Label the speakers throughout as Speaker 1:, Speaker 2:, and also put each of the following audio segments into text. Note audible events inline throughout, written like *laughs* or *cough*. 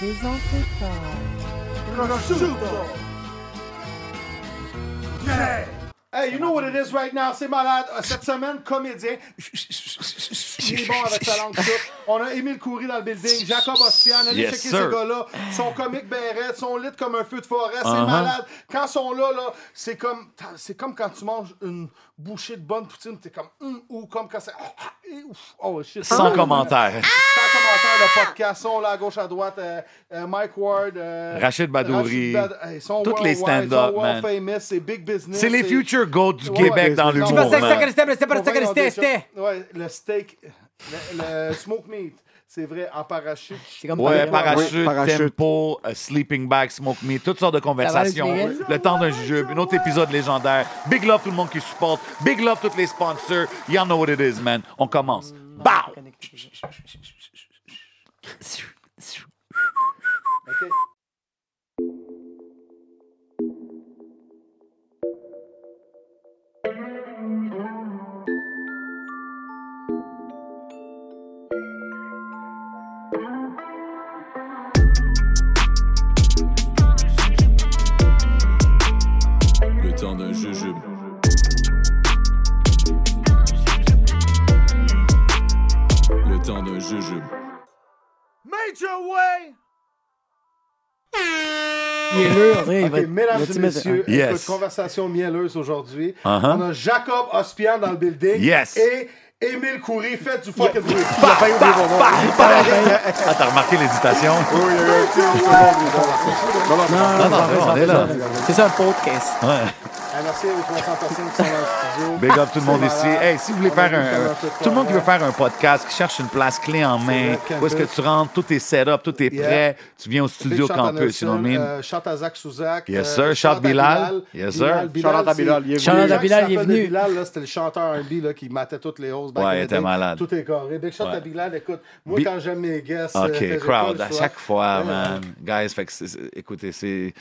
Speaker 1: présenté par
Speaker 2: Hey, you know what it is right now, c'est malade. Euh, Cette semaine, comédien. Il est bon avec sa langue souple. On a Émile Coury dans le building, Jacob Ostian, allez
Speaker 3: Yes,
Speaker 2: checker
Speaker 3: sir.
Speaker 2: ces gars-là. Ils sont comiques bérettes, ils sont lit comme un feu de forêt, c'est
Speaker 3: Uh-huh.
Speaker 2: malade. Quand ils sont là, là c'est comme c'est comme quand tu manges une bouchée de bonne poutine, t'es comme hum, ou comme quand c'est ouf, oh shit.
Speaker 3: Sans
Speaker 2: Ah.
Speaker 3: commentaire.
Speaker 2: Sans commentaire, le podcast, sont là à gauche, à droite, euh, euh, Mike Ward, euh,
Speaker 3: Rachid Badouri.
Speaker 2: Bad- hey, ils sont
Speaker 3: Toutes les
Speaker 2: worldwide, ils sont
Speaker 3: stand-up,
Speaker 2: world
Speaker 3: man.
Speaker 2: famous, c'est big business.
Speaker 3: C'est les
Speaker 2: c'est-
Speaker 3: future goats du
Speaker 2: Ouais, ouais,
Speaker 3: Québec dans
Speaker 2: c'est-
Speaker 3: l'humour.
Speaker 2: Tu vas
Speaker 3: man.
Speaker 2: sacrifier-
Speaker 4: Pour vrai, on dit ça.
Speaker 2: Ouais, le steak, le, le smoke meat, c'est vrai, en parachute.
Speaker 4: C'est comme
Speaker 3: Ouais, parachute,
Speaker 5: Ouais, parachute.
Speaker 3: tempo, euh, sleeping bag, smoke me, toutes sortes de conversations.
Speaker 4: les filles?
Speaker 3: Le temps d'un jujube, un autre épisode légendaire. Big love tout le monde qui supporte. Big love tous les sponsors. You know what it is, man. On commence. Bow!
Speaker 2: OK?
Speaker 6: Le temps d'un jujube. Le temps d'un jujube.
Speaker 4: Il est là, on dirait, il
Speaker 2: OK,
Speaker 4: va il
Speaker 2: mesdames
Speaker 4: va-tu
Speaker 2: et
Speaker 4: mettre-
Speaker 2: messieurs,
Speaker 3: Yes.
Speaker 2: écoute, conversation mielleuse aujourd'hui.
Speaker 3: Uh-huh.
Speaker 2: On a Jacob Ospian dans le building.
Speaker 3: Yes. Bah,
Speaker 2: Et Émile Coury, faites du fucking bruit.
Speaker 5: Il a failli oublier mon nom.
Speaker 3: Ah, t'as remarqué l'hésitation?
Speaker 5: Oui,
Speaker 4: Oh,
Speaker 5: oui, oui,
Speaker 3: Bah,
Speaker 5: oui, c'est bon, oui, bon. Non, non, c'est bon.
Speaker 3: Non, non, non, on est là.
Speaker 4: C'est ça, un podcast.
Speaker 3: Ouais.
Speaker 2: Ah, merci aux 300 personnes qui sont dans le studio.
Speaker 3: Big up tout le monde
Speaker 2: C'est
Speaker 3: ici.
Speaker 2: malade.
Speaker 3: Hey, si vous voulez
Speaker 2: On
Speaker 3: faire
Speaker 2: a vu
Speaker 3: un.
Speaker 2: comment c'est
Speaker 3: Tout le monde qui veut
Speaker 2: fort.
Speaker 3: faire un podcast, qui cherche une place clé en main,
Speaker 2: le campus.
Speaker 3: où est-ce que tu rentres, tout est set-up, tout est
Speaker 2: Yeah.
Speaker 3: prêt, tu viens au studio
Speaker 2: Big shout à
Speaker 3: campus, you know what I
Speaker 2: Nelson,
Speaker 3: mean?
Speaker 2: euh, shout à Zach Souzak.
Speaker 3: Yes,
Speaker 2: euh,
Speaker 3: sir. Shout
Speaker 2: à
Speaker 3: Bilal. Yes, sir.
Speaker 5: Shout-out à
Speaker 2: c'est-
Speaker 5: Bilal, il est
Speaker 4: Shout-out
Speaker 2: Les gens
Speaker 4: à
Speaker 2: qui
Speaker 4: Bilal, il est
Speaker 2: s'appelaient
Speaker 4: venu.
Speaker 2: Bilal, là, c'était le chanteur R&B là, qui matait toutes les hausses. back
Speaker 3: Ouais,
Speaker 2: in the
Speaker 3: il était
Speaker 2: day.
Speaker 3: malade.
Speaker 2: Tout est carré. Big shout
Speaker 3: Ouais.
Speaker 2: à Bilal. Écoute, moi,
Speaker 3: Bi-
Speaker 2: quand j'aime mes guests... euh,
Speaker 3: OK, crowd, à chaque fois,
Speaker 2: Ouais.
Speaker 3: man. Guys, fait que c'est- c'est- écoutez, c'est.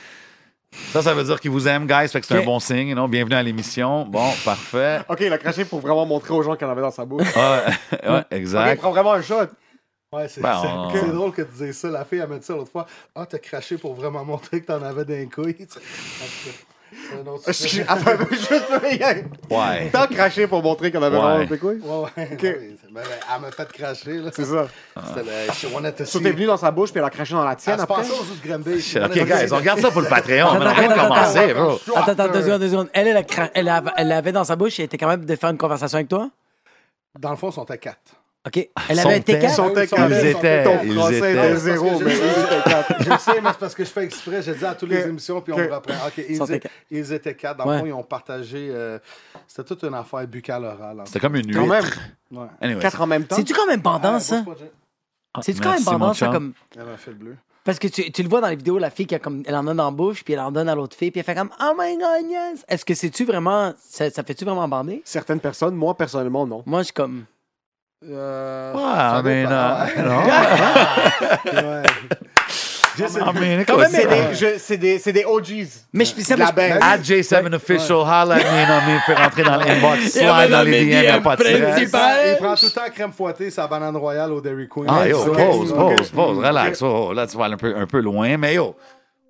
Speaker 3: Ça, ça veut dire qu'ils vous aiment, guys, fait que c'est
Speaker 4: Ok.
Speaker 3: un bon signe, non? Bienvenue à l'émission. Bon, parfait.
Speaker 5: OK, il a craché pour vraiment montrer aux gens qu'il en avait dans sa bouche.
Speaker 3: Ah, *laughs* ouais,
Speaker 5: OK, il
Speaker 3: exact.
Speaker 5: prend vraiment un shot.
Speaker 2: Ouais, c'est
Speaker 3: Ben,
Speaker 2: c'est-
Speaker 3: on-
Speaker 2: c'est drôle que tu dises ça. La fille, elle m'a dit ça l'autre fois. « Ah, t'as craché pour vraiment montrer que t'en avais d'un couille. » C'est un autre
Speaker 5: Excuse-
Speaker 2: sujet.
Speaker 5: Attends, *laughs* juste
Speaker 3: Ouais.
Speaker 5: Tant craché pour montrer qu'on avait
Speaker 3: Ouais.
Speaker 5: vraiment un quoi.
Speaker 2: Ouais, ouais. Ben, ben, elle m'a fait cracher. là.
Speaker 5: C'est ça.
Speaker 2: C'était
Speaker 3: Ah.
Speaker 2: le... She wanted to
Speaker 5: Tout
Speaker 2: see.
Speaker 5: est venu dans sa bouche, puis elle a craché dans la
Speaker 2: Elle
Speaker 5: tienne
Speaker 2: se
Speaker 5: après.
Speaker 2: passait aux autres Granby. She
Speaker 3: OK,
Speaker 2: wanted to
Speaker 3: guys,
Speaker 2: see.
Speaker 3: on regarde ça pour le Patreon. man. On *laughs* vient de commencer, bro.
Speaker 4: Attends, attends, deux secondes, deux secondes. Elle, elle, a cra- elle, a- elle l'avait dans sa bouche et était capable de faire une conversation avec toi?
Speaker 2: Dans le fond, ils sont à quatre.
Speaker 4: OK. Elle avait un
Speaker 3: Son
Speaker 4: T4?
Speaker 3: texte.
Speaker 5: Son texte,
Speaker 2: Ils
Speaker 5: son-
Speaker 3: étaient-
Speaker 5: Ton
Speaker 3: ils
Speaker 5: français
Speaker 3: étaient.
Speaker 5: était zéro,
Speaker 2: Parce que
Speaker 5: mais
Speaker 2: j'ai-
Speaker 5: eux, ils étaient quatre.
Speaker 2: *laughs* Je sais, mais c'est parce que je fais exprès. J'ai dit à toutes les
Speaker 5: Que-
Speaker 2: émissions, puis on
Speaker 5: que-
Speaker 2: me reprend. OK, ils,
Speaker 4: Sont
Speaker 2: étaient-
Speaker 4: quatre.
Speaker 2: ils étaient quatre. Dans le
Speaker 4: Ouais.
Speaker 2: fond, ils ont partagé. euh, C'était toute une affaire buccale orale. en fait.
Speaker 3: C'était comme une
Speaker 5: Quand même,
Speaker 3: huître.
Speaker 2: Ouais.
Speaker 3: Anyway,
Speaker 5: quatre en même temps.
Speaker 4: C'est-tu quand même pendant,
Speaker 2: Ah,
Speaker 4: ça?
Speaker 2: bouge pas, Jay.
Speaker 4: C'est-tu quand même
Speaker 3: Ah, Merci, mon
Speaker 4: pendant, ça,
Speaker 3: chum.
Speaker 4: comme...
Speaker 2: Elle m'a fait le bleu.
Speaker 4: Parce que tu, tu le vois dans les vidéos, la fille qui a comme, elle en donne dans la bouche, puis elle en donne à l'autre fille, puis elle fait comme Oh my god, yes! Est-ce que c'est-tu vraiment. Ça, ça fait-tu vraiment bander?
Speaker 5: Certaines personnes, moi personnellement, non.
Speaker 4: Moi, je suis comme.
Speaker 2: Euh,
Speaker 3: Ouais,
Speaker 2: ça
Speaker 3: Ah, mais
Speaker 2: dépend.
Speaker 3: non, non. *laughs*
Speaker 5: *laughs*
Speaker 2: Ouais. Je sais-
Speaker 3: I mean,
Speaker 4: Quand même,
Speaker 3: Ah, écoute,
Speaker 5: C'est
Speaker 4: c'est
Speaker 5: des, je- c'est des, c'est des OGs.
Speaker 4: Mais je puis ça,
Speaker 5: De la
Speaker 4: moi, je-
Speaker 2: Ah,
Speaker 5: belle.
Speaker 3: At J7 Official, holla at me, non, mais fait rentrer dans
Speaker 4: *laughs*
Speaker 3: l'inbox,
Speaker 4: Il y avait
Speaker 3: slide dans les
Speaker 4: dans mes
Speaker 3: DM, y a
Speaker 4: DM,
Speaker 3: pas de stress.
Speaker 4: principal.
Speaker 2: Il prend tout le temps crème fouettée, sa banane royale au Dairy Queen.
Speaker 3: Ah, yo,
Speaker 2: Ça,
Speaker 5: ok,
Speaker 3: pause,
Speaker 5: ok.
Speaker 3: pause, pause, relax. Oh, là, tu vas aller un peu, un peu loin, mais yo.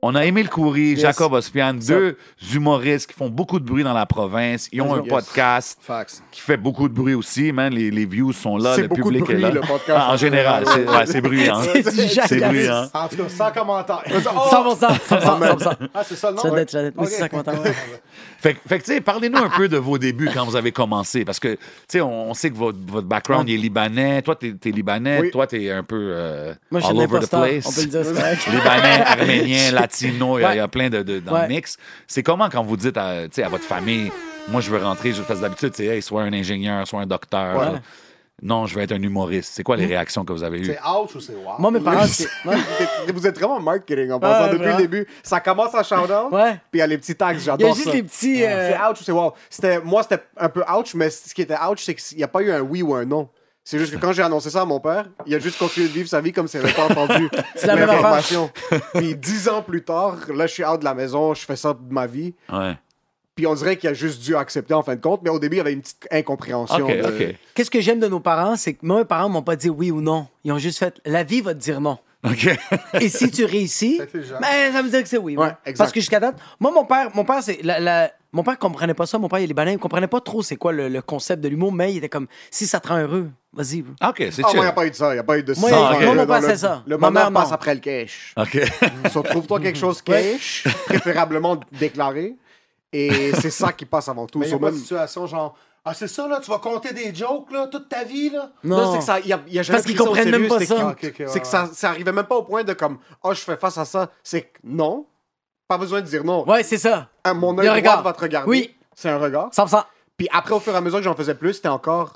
Speaker 3: On a Émile Coury, Jacob Ospian, deux humoristes qui font beaucoup de bruit dans la province. Ils ont un
Speaker 5: Yes.
Speaker 3: podcast
Speaker 2: Fax.
Speaker 3: qui fait beaucoup de bruit aussi, man. Les, les views sont là,
Speaker 5: C'est
Speaker 3: le
Speaker 5: beaucoup de
Speaker 3: public est
Speaker 5: bruit,
Speaker 3: là.
Speaker 5: le podcast.
Speaker 3: Ah, en général, c'est ouais, c'est
Speaker 5: *laughs*
Speaker 3: bruyant.
Speaker 4: C'est du
Speaker 3: C'est hein.
Speaker 4: jackass.
Speaker 3: bruyant.
Speaker 2: En tout cas, sans commentaire. Oh!
Speaker 4: 100%, 100%, 100%.
Speaker 2: Ah, c'est ça le nom?
Speaker 4: Ça doit être- ça doit être-
Speaker 2: Ok.
Speaker 4: oui, c'est sans commentaire.
Speaker 3: Fait, que- fait que, tu sais, parlez-nous un peu de vos débuts quand vous avez commencé. Parce que, tu sais, on, on sait que votre, votre background, il est libanais. Toi, t'es es libanais.
Speaker 5: Oui.
Speaker 3: Toi, t'es un peu euh,
Speaker 4: Moi, je suis
Speaker 3: all
Speaker 4: un
Speaker 3: over the
Speaker 4: imposteur.
Speaker 3: place.
Speaker 4: On peut le
Speaker 3: *laughs*
Speaker 4: dire, c'est correct.
Speaker 3: Libanais,
Speaker 4: *laughs*
Speaker 3: arménien, latino, il y a- il y, a plein de, de- dans
Speaker 4: Ouais.
Speaker 3: le mix. C'est comment quand vous dites à, tu sais, à votre famille, moi, je veux rentrer, je- parce que d'habitude, c'est, hey, soit un ingénieur, soit un docteur.
Speaker 4: Ouais. Hmm.
Speaker 3: Non, je veux être un humoriste. C'est quoi les réactions que vous avez
Speaker 2: *laughs*
Speaker 3: eues?
Speaker 2: C'est ouch ou c'est wow?
Speaker 4: Moi, mes parents,
Speaker 3: *laughs*
Speaker 4: c'est. Ouais.
Speaker 5: Vous êtes vraiment marketing en passant depuis
Speaker 4: vraiment.
Speaker 5: le début. Ça commence à shout-out,
Speaker 4: Ouais.
Speaker 5: puis il y a les petits tags, j'adore
Speaker 4: Il y a
Speaker 5: ça.
Speaker 4: juste les petits. euh,
Speaker 5: C'est ouch ou c'est wow? C'était- Moi, c'était un peu ouch, mais ce qui était ouch, c'est qu'il n'y a pas eu un oui ou un non. C'est juste que quand j'ai annoncé ça à mon père, il a juste continué de vivre sa vie comme s'il n'avait pas entendu
Speaker 4: *laughs* C'est la même affaire.
Speaker 5: l'information. Puis dix ans plus tard, là, je suis out de la maison, je fais ça de ma vie.
Speaker 3: Ouais.
Speaker 5: Puis on dirait qu'il a juste dû accepter en fin de compte, mais au début, il y avait une petite incompréhension.
Speaker 3: OK,
Speaker 5: de-
Speaker 3: OK.
Speaker 4: Qu'est-ce que j'aime de nos parents, c'est que moi, mes parents m'ont pas dit oui ou non. Ils ont juste fait la vie va te dire non.
Speaker 3: OK. *laughs*
Speaker 4: Et si tu réussis,
Speaker 2: Intelligent.
Speaker 4: ben, ça veut dire que c'est oui.
Speaker 5: Ouais,
Speaker 4: ouais.
Speaker 5: exact.
Speaker 4: Parce que jusqu'à date, moi, mon père, mon père, c'est la- la- mon père comprenait pas ça. Mon père, il est libanais, il comprenait pas trop c'est quoi le, le concept de l'humour, mais il était comme, si ça te rend heureux, vas-y. bro.
Speaker 3: OK, c'est
Speaker 5: Ah,
Speaker 3: chill.
Speaker 5: moi, il n'y a pas eu de ça. Il n'y a pas eu de ça.
Speaker 4: Moi,
Speaker 3: il- moi,
Speaker 5: le-
Speaker 4: mon père,
Speaker 5: le-
Speaker 4: c'est ça.
Speaker 5: Le
Speaker 4: Ma
Speaker 5: bonheur
Speaker 4: mère, non.
Speaker 5: passe après le cash.
Speaker 3: OK.
Speaker 5: *laughs* So, Trouve-toi quelque chose cash, préférablement déclaré. Et c'est ça qui passe avant tout.
Speaker 2: Mais il y a
Speaker 5: So,
Speaker 2: pas de
Speaker 5: même-
Speaker 2: situation genre. Ah, c'est ça, là, tu vas compter des jokes, là, toute ta vie, là.
Speaker 4: Non.
Speaker 5: Non, c'est que ça. Il y a, il y a jamais
Speaker 4: Parce qu'ils
Speaker 5: pris ça au
Speaker 4: comprennent même
Speaker 5: sérieux,
Speaker 4: pas
Speaker 5: c'était
Speaker 4: ça. Ah,
Speaker 5: cute.
Speaker 2: Ok, ok, ouais,
Speaker 5: c'est que ça, ça arrivait même pas au point de comme, oh, je fais face à ça. C'est que non. Pas besoin de dire non.
Speaker 4: Ouais, c'est ça.
Speaker 5: Ah, mon
Speaker 4: Le
Speaker 5: œil droit
Speaker 4: regard.
Speaker 5: va te regarder.
Speaker 4: Oui.
Speaker 5: C'est un regard.
Speaker 4: 100%.
Speaker 5: Puis après, au fur et à mesure que j'en faisais plus, c'était encore,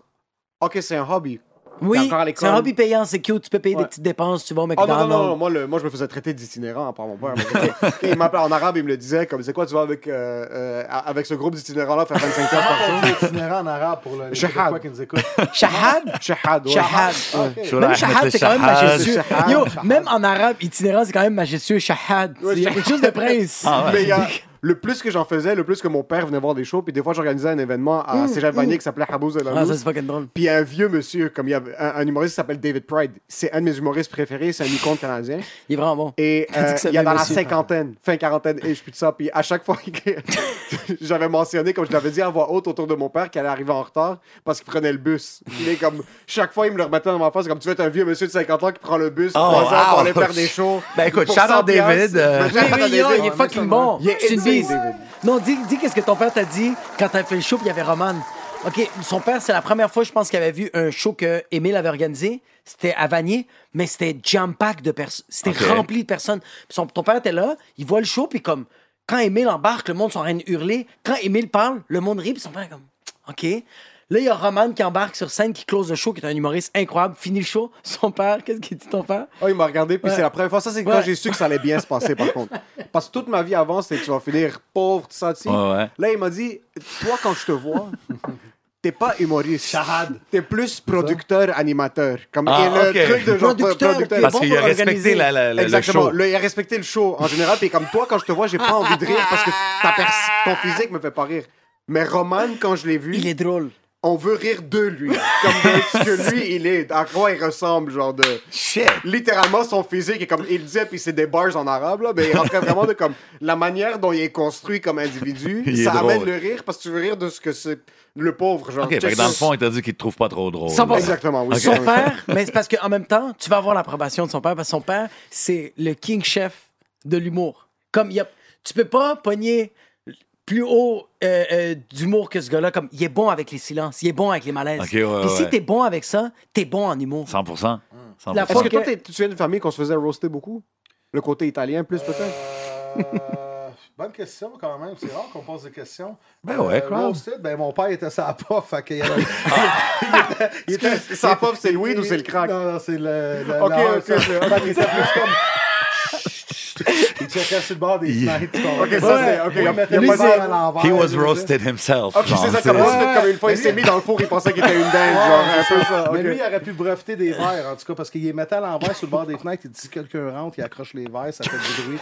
Speaker 5: ok, c'est un hobby. T'es
Speaker 4: Oui,
Speaker 5: encore à l'école.
Speaker 4: c'est un hobby payant, c'est cute. Tu peux payer
Speaker 5: Ouais.
Speaker 4: des petites dépenses, tu vas au
Speaker 5: Oh non, non, non, non,
Speaker 4: McDonald's.
Speaker 5: Moi, le, moi, je me faisais traiter d'itinérant par mon père. Mais, ok. il m'appelait en arabe, il me le disait, comme, c'est quoi, tu vas avec, euh, euh, avec ce groupe d'itinérants-là faire 25 heures par jour?
Speaker 2: C'est itinérant en arabe pour le, les
Speaker 5: Shahab.
Speaker 2: Québécois qui nous écoutent.
Speaker 4: Shahad?
Speaker 5: Shahad, *laughs* ouais.
Speaker 4: Shahad.
Speaker 2: Ah, ok.
Speaker 3: Sur
Speaker 4: Même
Speaker 3: la-
Speaker 4: Shahad, c'est quand même
Speaker 3: Shahad.
Speaker 4: majestueux.
Speaker 5: Shahad,
Speaker 4: Yo,
Speaker 5: Shahad.
Speaker 4: même en arabe, itinérant, c'est quand même majestueux. Shahad.
Speaker 5: Ouais,
Speaker 4: Il y a
Speaker 5: Shahad.
Speaker 4: quelque chose de prince.
Speaker 3: Ah ouais.
Speaker 5: Mais il y a- le plus que j'en faisais, le plus que mon père venait voir des shows, puis des fois j'organisais un événement à Cégep Vanier qui s'appelait Habouz de la
Speaker 4: Mm, Ah, ça, c'est fucking drôle.
Speaker 5: Puis il y a un vieux monsieur, comme il y avait un, un humoriste qui s'appelle David Pride. C'est un de mes humoristes préférés, c'est un icône canadien.
Speaker 4: Il est vraiment bon. *laughs*
Speaker 5: Et
Speaker 4: T'as dit
Speaker 5: euh,
Speaker 4: que ça
Speaker 5: il y a dans
Speaker 4: venait
Speaker 5: la
Speaker 4: monsieur.
Speaker 5: cinquantaine, fin quarantaine, et je suis de ça. Puis à chaque fois que *laughs* j'avais mentionné, comme je l'avais dit à voix haute autour de mon père, qu'elle arrivait en retard parce qu'il prenait le bus. Il est comme, chaque fois, il me le remettait dans ma face, comme tu veux être un vieux monsieur de 50 ans qui prend le bus
Speaker 3: Oh,
Speaker 5: trois heures pour
Speaker 3: wow.
Speaker 5: aller faire
Speaker 4: *laughs*
Speaker 5: des shows.
Speaker 3: Ben, écoute,
Speaker 5: Pour
Speaker 3: shout-out
Speaker 5: 100 piastres.
Speaker 3: David, euh,
Speaker 5: Ben,
Speaker 4: Oui,
Speaker 5: shout-out
Speaker 4: oui,
Speaker 5: David.
Speaker 4: yo, il est fucking bon.
Speaker 5: Il est
Speaker 4: C'est une
Speaker 5: insane,
Speaker 4: bise.
Speaker 5: David.
Speaker 4: Non, dis, dis qu'est-ce que ton père t'a dit quand t'as fait le show puis il y avait Roman. OK, son père, c'est la première fois, je pense, qu'il avait vu un show que Émile avait organisé. C'était à Vanier, mais c'était jam-pack de personnes. C'était
Speaker 3: OK.
Speaker 4: rempli de personnes. Puis son, ton père était là, il voit le show, puis comme, quand Émile embarque, le monde sont en train de hurler. Quand Émile parle, le monde rit, puis son père est comme, OK. Là, il y a Roman qui embarque sur scène, qui close le show, qui est un humoriste incroyable. Fini le show. Son père, qu'est-ce qu'il dit ton père?
Speaker 5: Oh, il m'a regardé, puis
Speaker 4: Ouais.
Speaker 5: c'est la première fois. Ça, c'est quand
Speaker 4: Ouais.
Speaker 5: j'ai su que ça allait bien se passer,
Speaker 4: *laughs*
Speaker 5: par contre. Parce que toute ma vie avant, c'était tu vas finir pauvre, tout ça, tu sais.
Speaker 3: Ouais, ouais.
Speaker 5: Là, il m'a dit, toi, quand je
Speaker 4: *laughs*
Speaker 5: te vois, t'es pas humoriste. T'es plus producteur, animateur. Comme,
Speaker 3: Ah,
Speaker 5: et le
Speaker 3: ok.
Speaker 5: truc de genre
Speaker 4: Producteur, t'es
Speaker 3: Parce
Speaker 4: bon
Speaker 3: qu'il a
Speaker 4: pour
Speaker 3: respecté
Speaker 4: organiser.
Speaker 3: la, la- la- le
Speaker 5: Exactement.
Speaker 3: show.
Speaker 5: Le, il a respecté le show en général. Puis comme toi, quand je te vois, j'ai pas envie de rire parce que ta pers- ton physique me fait pas rire. Mais Roman, quand je l'ai vu,
Speaker 4: Il est drôle.
Speaker 5: on veut rire de lui. Comme de ce
Speaker 3: *laughs*
Speaker 5: que lui, il est. À quoi il ressemble, genre de
Speaker 3: Shit.
Speaker 5: littéralement son physique est comme il disait puis c'est des bars en arabe là mais il rentrait vraiment de comme la manière dont il est construit comme individu
Speaker 3: Il est
Speaker 5: ça
Speaker 3: drôle.
Speaker 5: amène le rire parce que tu veux rire de ce que c'est le pauvre genre
Speaker 3: OK, fait
Speaker 5: check
Speaker 3: que dans
Speaker 5: ça.
Speaker 3: le fond, il t'a dit qu'il te trouve pas trop drôle.
Speaker 4: 100%.
Speaker 5: exactement oui
Speaker 4: Ah Son père, mais c'est parce qu'en même temps, tu vas avoir l'approbation de son père, parce que son père, c'est le king chef de l'humour. Comme, il y a, tu peux pas pogner plus haut euh, euh, d'humour que ce gars-là. Comme, il est bon avec les silences, il est bon avec les malaises.
Speaker 3: Ok, ouais,
Speaker 4: Puis si
Speaker 3: ouais.
Speaker 4: t'es bon avec ça, t'es bon en humour.
Speaker 3: 100%. 100%.
Speaker 4: La
Speaker 5: est-ce
Speaker 4: fois
Speaker 5: que toi
Speaker 4: que-
Speaker 5: t'es- tu viens d'une famille qu'on se faisait roaster beaucoup le côté italien plus peut-être
Speaker 2: Euh, Bonne question quand même, c'est rare qu'on pose des questions.
Speaker 3: Ben ouais, crowd.
Speaker 2: roasted, ben mon père était sa pof, fait qu'il y
Speaker 5: *laughs*
Speaker 2: avait- il était-
Speaker 5: Est-ce que sa pof, c'est le weed ou c'est le crack?
Speaker 2: Non, non, c'est le. le
Speaker 5: Ok,
Speaker 2: le hard,
Speaker 5: ok,
Speaker 2: ça.
Speaker 5: ok.
Speaker 2: Fait qu'il était plus
Speaker 5: *laughs*
Speaker 2: comme. Il checkait sur le bord des fenêtres. tu comprends?
Speaker 5: Ok, ça, c'est- ok,
Speaker 2: il
Speaker 5: y a-
Speaker 2: mettait
Speaker 5: y a
Speaker 2: le
Speaker 5: pas de-
Speaker 2: verre à l'envers.
Speaker 3: He was
Speaker 2: là,
Speaker 3: roasted himself.
Speaker 5: ok c'est ça
Speaker 3: genre,
Speaker 5: comme,
Speaker 3: c'est-
Speaker 5: ça, comme une fois il s'est mis dans le four il pensait qu'il était une dingue genre un peu Ah, ça
Speaker 2: Mais
Speaker 5: ok.
Speaker 2: lui, il aurait pu breveter des verres, en tout cas, parce qu'il les mettait à l'envers sur le bord des fenêtres. Il dit si quelqu'un rentre, il accroche les verres, ça fait du bruit.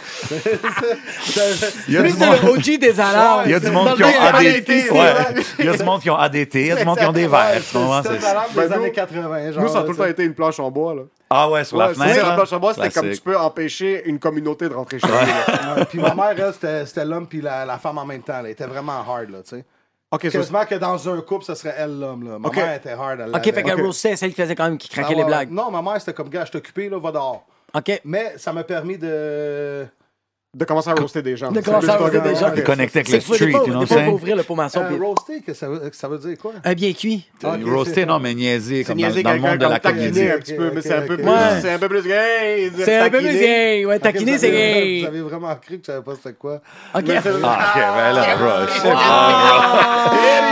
Speaker 3: Il y a
Speaker 4: Lui,
Speaker 3: du
Speaker 4: c'est
Speaker 3: monde-
Speaker 4: le OG des alarmes.
Speaker 3: il y a du monde
Speaker 4: Dans
Speaker 3: qui
Speaker 4: le
Speaker 3: ont
Speaker 4: temps, il y avait pas
Speaker 3: ADT.
Speaker 4: d'électricité.
Speaker 3: ouais. Il y a du monde qui ont ADT. Il y a du monde qui ont des verres. Tu comprends,
Speaker 2: C'est
Speaker 3: c'est-
Speaker 2: une alarme des
Speaker 5: Ben, nous-
Speaker 2: années 80. Genre,
Speaker 5: nous ça a tout
Speaker 2: là,
Speaker 5: le temps été une planche en bois là
Speaker 3: Ah ouais, sur la
Speaker 5: Ouais, c'est ça,
Speaker 3: fenêtre.
Speaker 5: la
Speaker 3: hein.
Speaker 5: planche en bois c'était comme tu
Speaker 3: Classique.
Speaker 5: peux empêcher une communauté de rentrer chez eux là.
Speaker 2: Ouais, puis ma mère, elle, c'était, c'était l'homme puis la, la femme en même temps. là. Elle était vraiment hard, là, tu sais.
Speaker 5: ok ça,
Speaker 2: Quasiment que dans un couple, ce serait elle l'homme, là. Ma
Speaker 5: Ok.
Speaker 2: mère était hard, elle
Speaker 4: OK, fait
Speaker 2: l'avait.
Speaker 4: que Roasted, c'est celle qui faisait quand même, qui
Speaker 2: Ah,
Speaker 4: craquait
Speaker 2: ouais,
Speaker 4: les blagues.
Speaker 2: Non, ma mère, c'était comme, gars, je t'occupais, là, va dehors.
Speaker 4: OK.
Speaker 2: Mais ça m'a permis de...
Speaker 5: de commencer à roaster des gens
Speaker 4: De commencer à roaster des gens.
Speaker 5: Ok,
Speaker 3: De connecter avec le
Speaker 4: C'est- faut- des
Speaker 3: street,
Speaker 4: fois-
Speaker 3: you know
Speaker 4: des
Speaker 3: what
Speaker 4: fois, faut
Speaker 3: I'm
Speaker 4: ouvrir le pot maçon,
Speaker 2: Euh,
Speaker 4: puis-
Speaker 2: roaster, que ça, veut- que ça veut dire quoi?
Speaker 4: Un bien cuit.
Speaker 2: Ah,
Speaker 3: saying?
Speaker 2: ok,
Speaker 3: Roasté,
Speaker 2: c'est-
Speaker 3: non, mais niaiser,
Speaker 5: C'est
Speaker 3: comme dans
Speaker 5: niaiser
Speaker 3: dans le
Speaker 5: quelqu'un
Speaker 3: monde de la
Speaker 5: comme
Speaker 3: comédie.
Speaker 5: taquiner
Speaker 2: comédie.
Speaker 5: un petit peu,
Speaker 2: Ok,
Speaker 5: mais
Speaker 2: ok,
Speaker 5: c'est un peu
Speaker 2: ok.
Speaker 5: plus.
Speaker 4: Ouais.
Speaker 5: C'est un peu plus gay.
Speaker 4: C'est un peu plus gay. Ouais,
Speaker 2: Ok, vous
Speaker 4: taquiner,
Speaker 2: avez-
Speaker 4: c'est gay.
Speaker 2: Vous avez vraiment cru que tu savais pas c'était quoi?
Speaker 4: OK.
Speaker 3: Ah, ok, ben là, bro, je sais pas.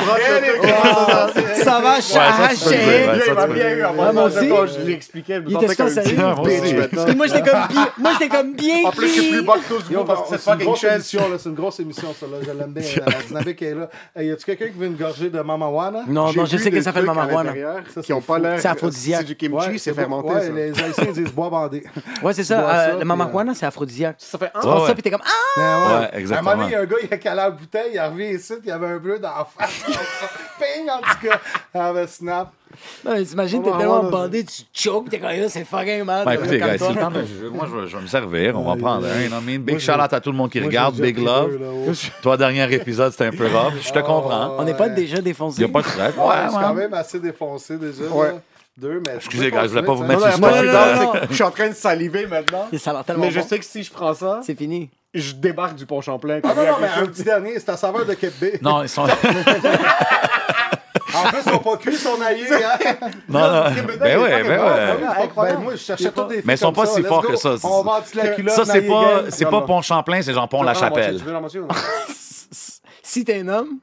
Speaker 5: gay.
Speaker 4: Ça va,
Speaker 3: ça, tu peux
Speaker 4: chahaché.
Speaker 3: le dire, ouais.
Speaker 5: Il m'a bien eu
Speaker 4: Ouais, moi
Speaker 5: avant ça.
Speaker 4: aussi.
Speaker 5: Quand je l'expliquais, je me
Speaker 4: Il
Speaker 5: sentais
Speaker 4: était
Speaker 5: comme
Speaker 4: super
Speaker 5: une petite
Speaker 4: sérieux.
Speaker 5: bitch
Speaker 3: Ouais.
Speaker 5: maintenant.
Speaker 4: Puis moi, j'étais comme bien. Moi, j'étais comme bien.
Speaker 5: En plus, je suis plus bas que tous vous
Speaker 2: Yo, bah,
Speaker 5: parce que
Speaker 2: c'est
Speaker 5: cette fucking
Speaker 2: grosse
Speaker 5: chaise.
Speaker 2: émission, là. C'est une grosse émission, ça, là. Je l'aime bien. La
Speaker 5: *laughs*
Speaker 2: la dynamique est là. Hey, y a-tu quelqu'un qui veut une gorgée de Mama Wana?
Speaker 4: Non, non, je sais que ça fait le maman roi, là.
Speaker 2: Ça,
Speaker 5: Qui ont
Speaker 2: c'est
Speaker 5: pas
Speaker 2: fou.
Speaker 5: l'air.
Speaker 4: C'est aphrodisiaque.
Speaker 5: C'est du kimchi,
Speaker 2: Ouais,
Speaker 5: c'est
Speaker 2: bon.
Speaker 5: fermenté.
Speaker 2: Ouais,
Speaker 5: ça.
Speaker 2: les Haïtiens ils disent bois
Speaker 5: *laughs*
Speaker 2: bandé. *laughs*
Speaker 4: Ouais, c'est
Speaker 2: Tu bois
Speaker 4: ça.
Speaker 2: ça,
Speaker 4: euh, Le
Speaker 2: puis, euh,
Speaker 4: mamakwana, c'est aphrodisiaque.
Speaker 5: Ça fait
Speaker 4: Tu
Speaker 5: un.
Speaker 3: Ouais,
Speaker 4: penses
Speaker 3: ouais.
Speaker 4: ça, puis t'es comme Ah!
Speaker 3: Ouais,
Speaker 2: Ben À un
Speaker 3: exactement.
Speaker 2: moment donné, il y a un gars, il a calé la
Speaker 5: *laughs*
Speaker 2: bouteille, il est revenu ici, puis il y avait un bleu dans la face. Ping, en tout cas. Ah, ben, snap.
Speaker 4: Non, mais t'imagines,
Speaker 5: On
Speaker 4: t'es
Speaker 5: va
Speaker 4: tellement
Speaker 5: avoir-
Speaker 4: bandé, tu choques, t'es comme, Yo, c'est fucking mal.
Speaker 3: Ben, écoutez, guys, c'est le temps de juger. Moi, je, je vais me servir. On va en prendre un. non, mais une Big shout out à tout le monde qui regarde. Big love. Toi, dernier épisode, c'était un peu rough. Je te comprends.
Speaker 4: On n'est pas
Speaker 2: Ouais.
Speaker 4: déjà
Speaker 3: Il n'y
Speaker 4: défoncé.
Speaker 3: a pas de stress. Ouais,
Speaker 2: Ouais, c'est quand
Speaker 3: ouais.
Speaker 2: même assez défoncé déjà.
Speaker 5: Ouais.
Speaker 2: là. Deux, mais
Speaker 3: Excusez, gars, je voulais pas vous mettre
Speaker 5: Non,
Speaker 3: sur le
Speaker 5: non, non,
Speaker 3: spot.
Speaker 5: non,
Speaker 3: là.
Speaker 5: non, c'est que Je suis en train de saliver maintenant.
Speaker 4: Ça a l'air tellement
Speaker 5: Mais je
Speaker 4: bon.
Speaker 5: sais que si je prends ça,
Speaker 4: C'est fini.
Speaker 5: je débarque du pont Champlain.
Speaker 2: Ah
Speaker 5: comme
Speaker 2: non,
Speaker 5: il y a
Speaker 2: non, mais
Speaker 5: quelque
Speaker 2: un
Speaker 5: chose.
Speaker 2: petit dernier, c'est à saveur de Québec.
Speaker 3: *laughs* Non, ils sont.
Speaker 2: En plus, ils sont pas cuits, ils sont naillés. Hein?
Speaker 5: *laughs*
Speaker 3: Non, non. Ben ouais, ben ouais.
Speaker 2: Eh Ben, moi, je cherchais tous des filles
Speaker 3: Mais ils sont
Speaker 2: comme
Speaker 3: pas
Speaker 2: ça,
Speaker 3: si
Speaker 2: let's
Speaker 3: forts
Speaker 2: go.
Speaker 3: que ça.
Speaker 2: On va en dessous de la culotte.
Speaker 3: Ça, c'est
Speaker 2: naillée
Speaker 3: pas,
Speaker 2: gang.
Speaker 3: c'est
Speaker 5: Non,
Speaker 3: pas
Speaker 5: non.
Speaker 3: Pont-Champlain, c'est genre
Speaker 5: Tu
Speaker 3: Pont-la-Chapelle.
Speaker 5: veux la moitié ou non? Je
Speaker 4: Si t'es un homme,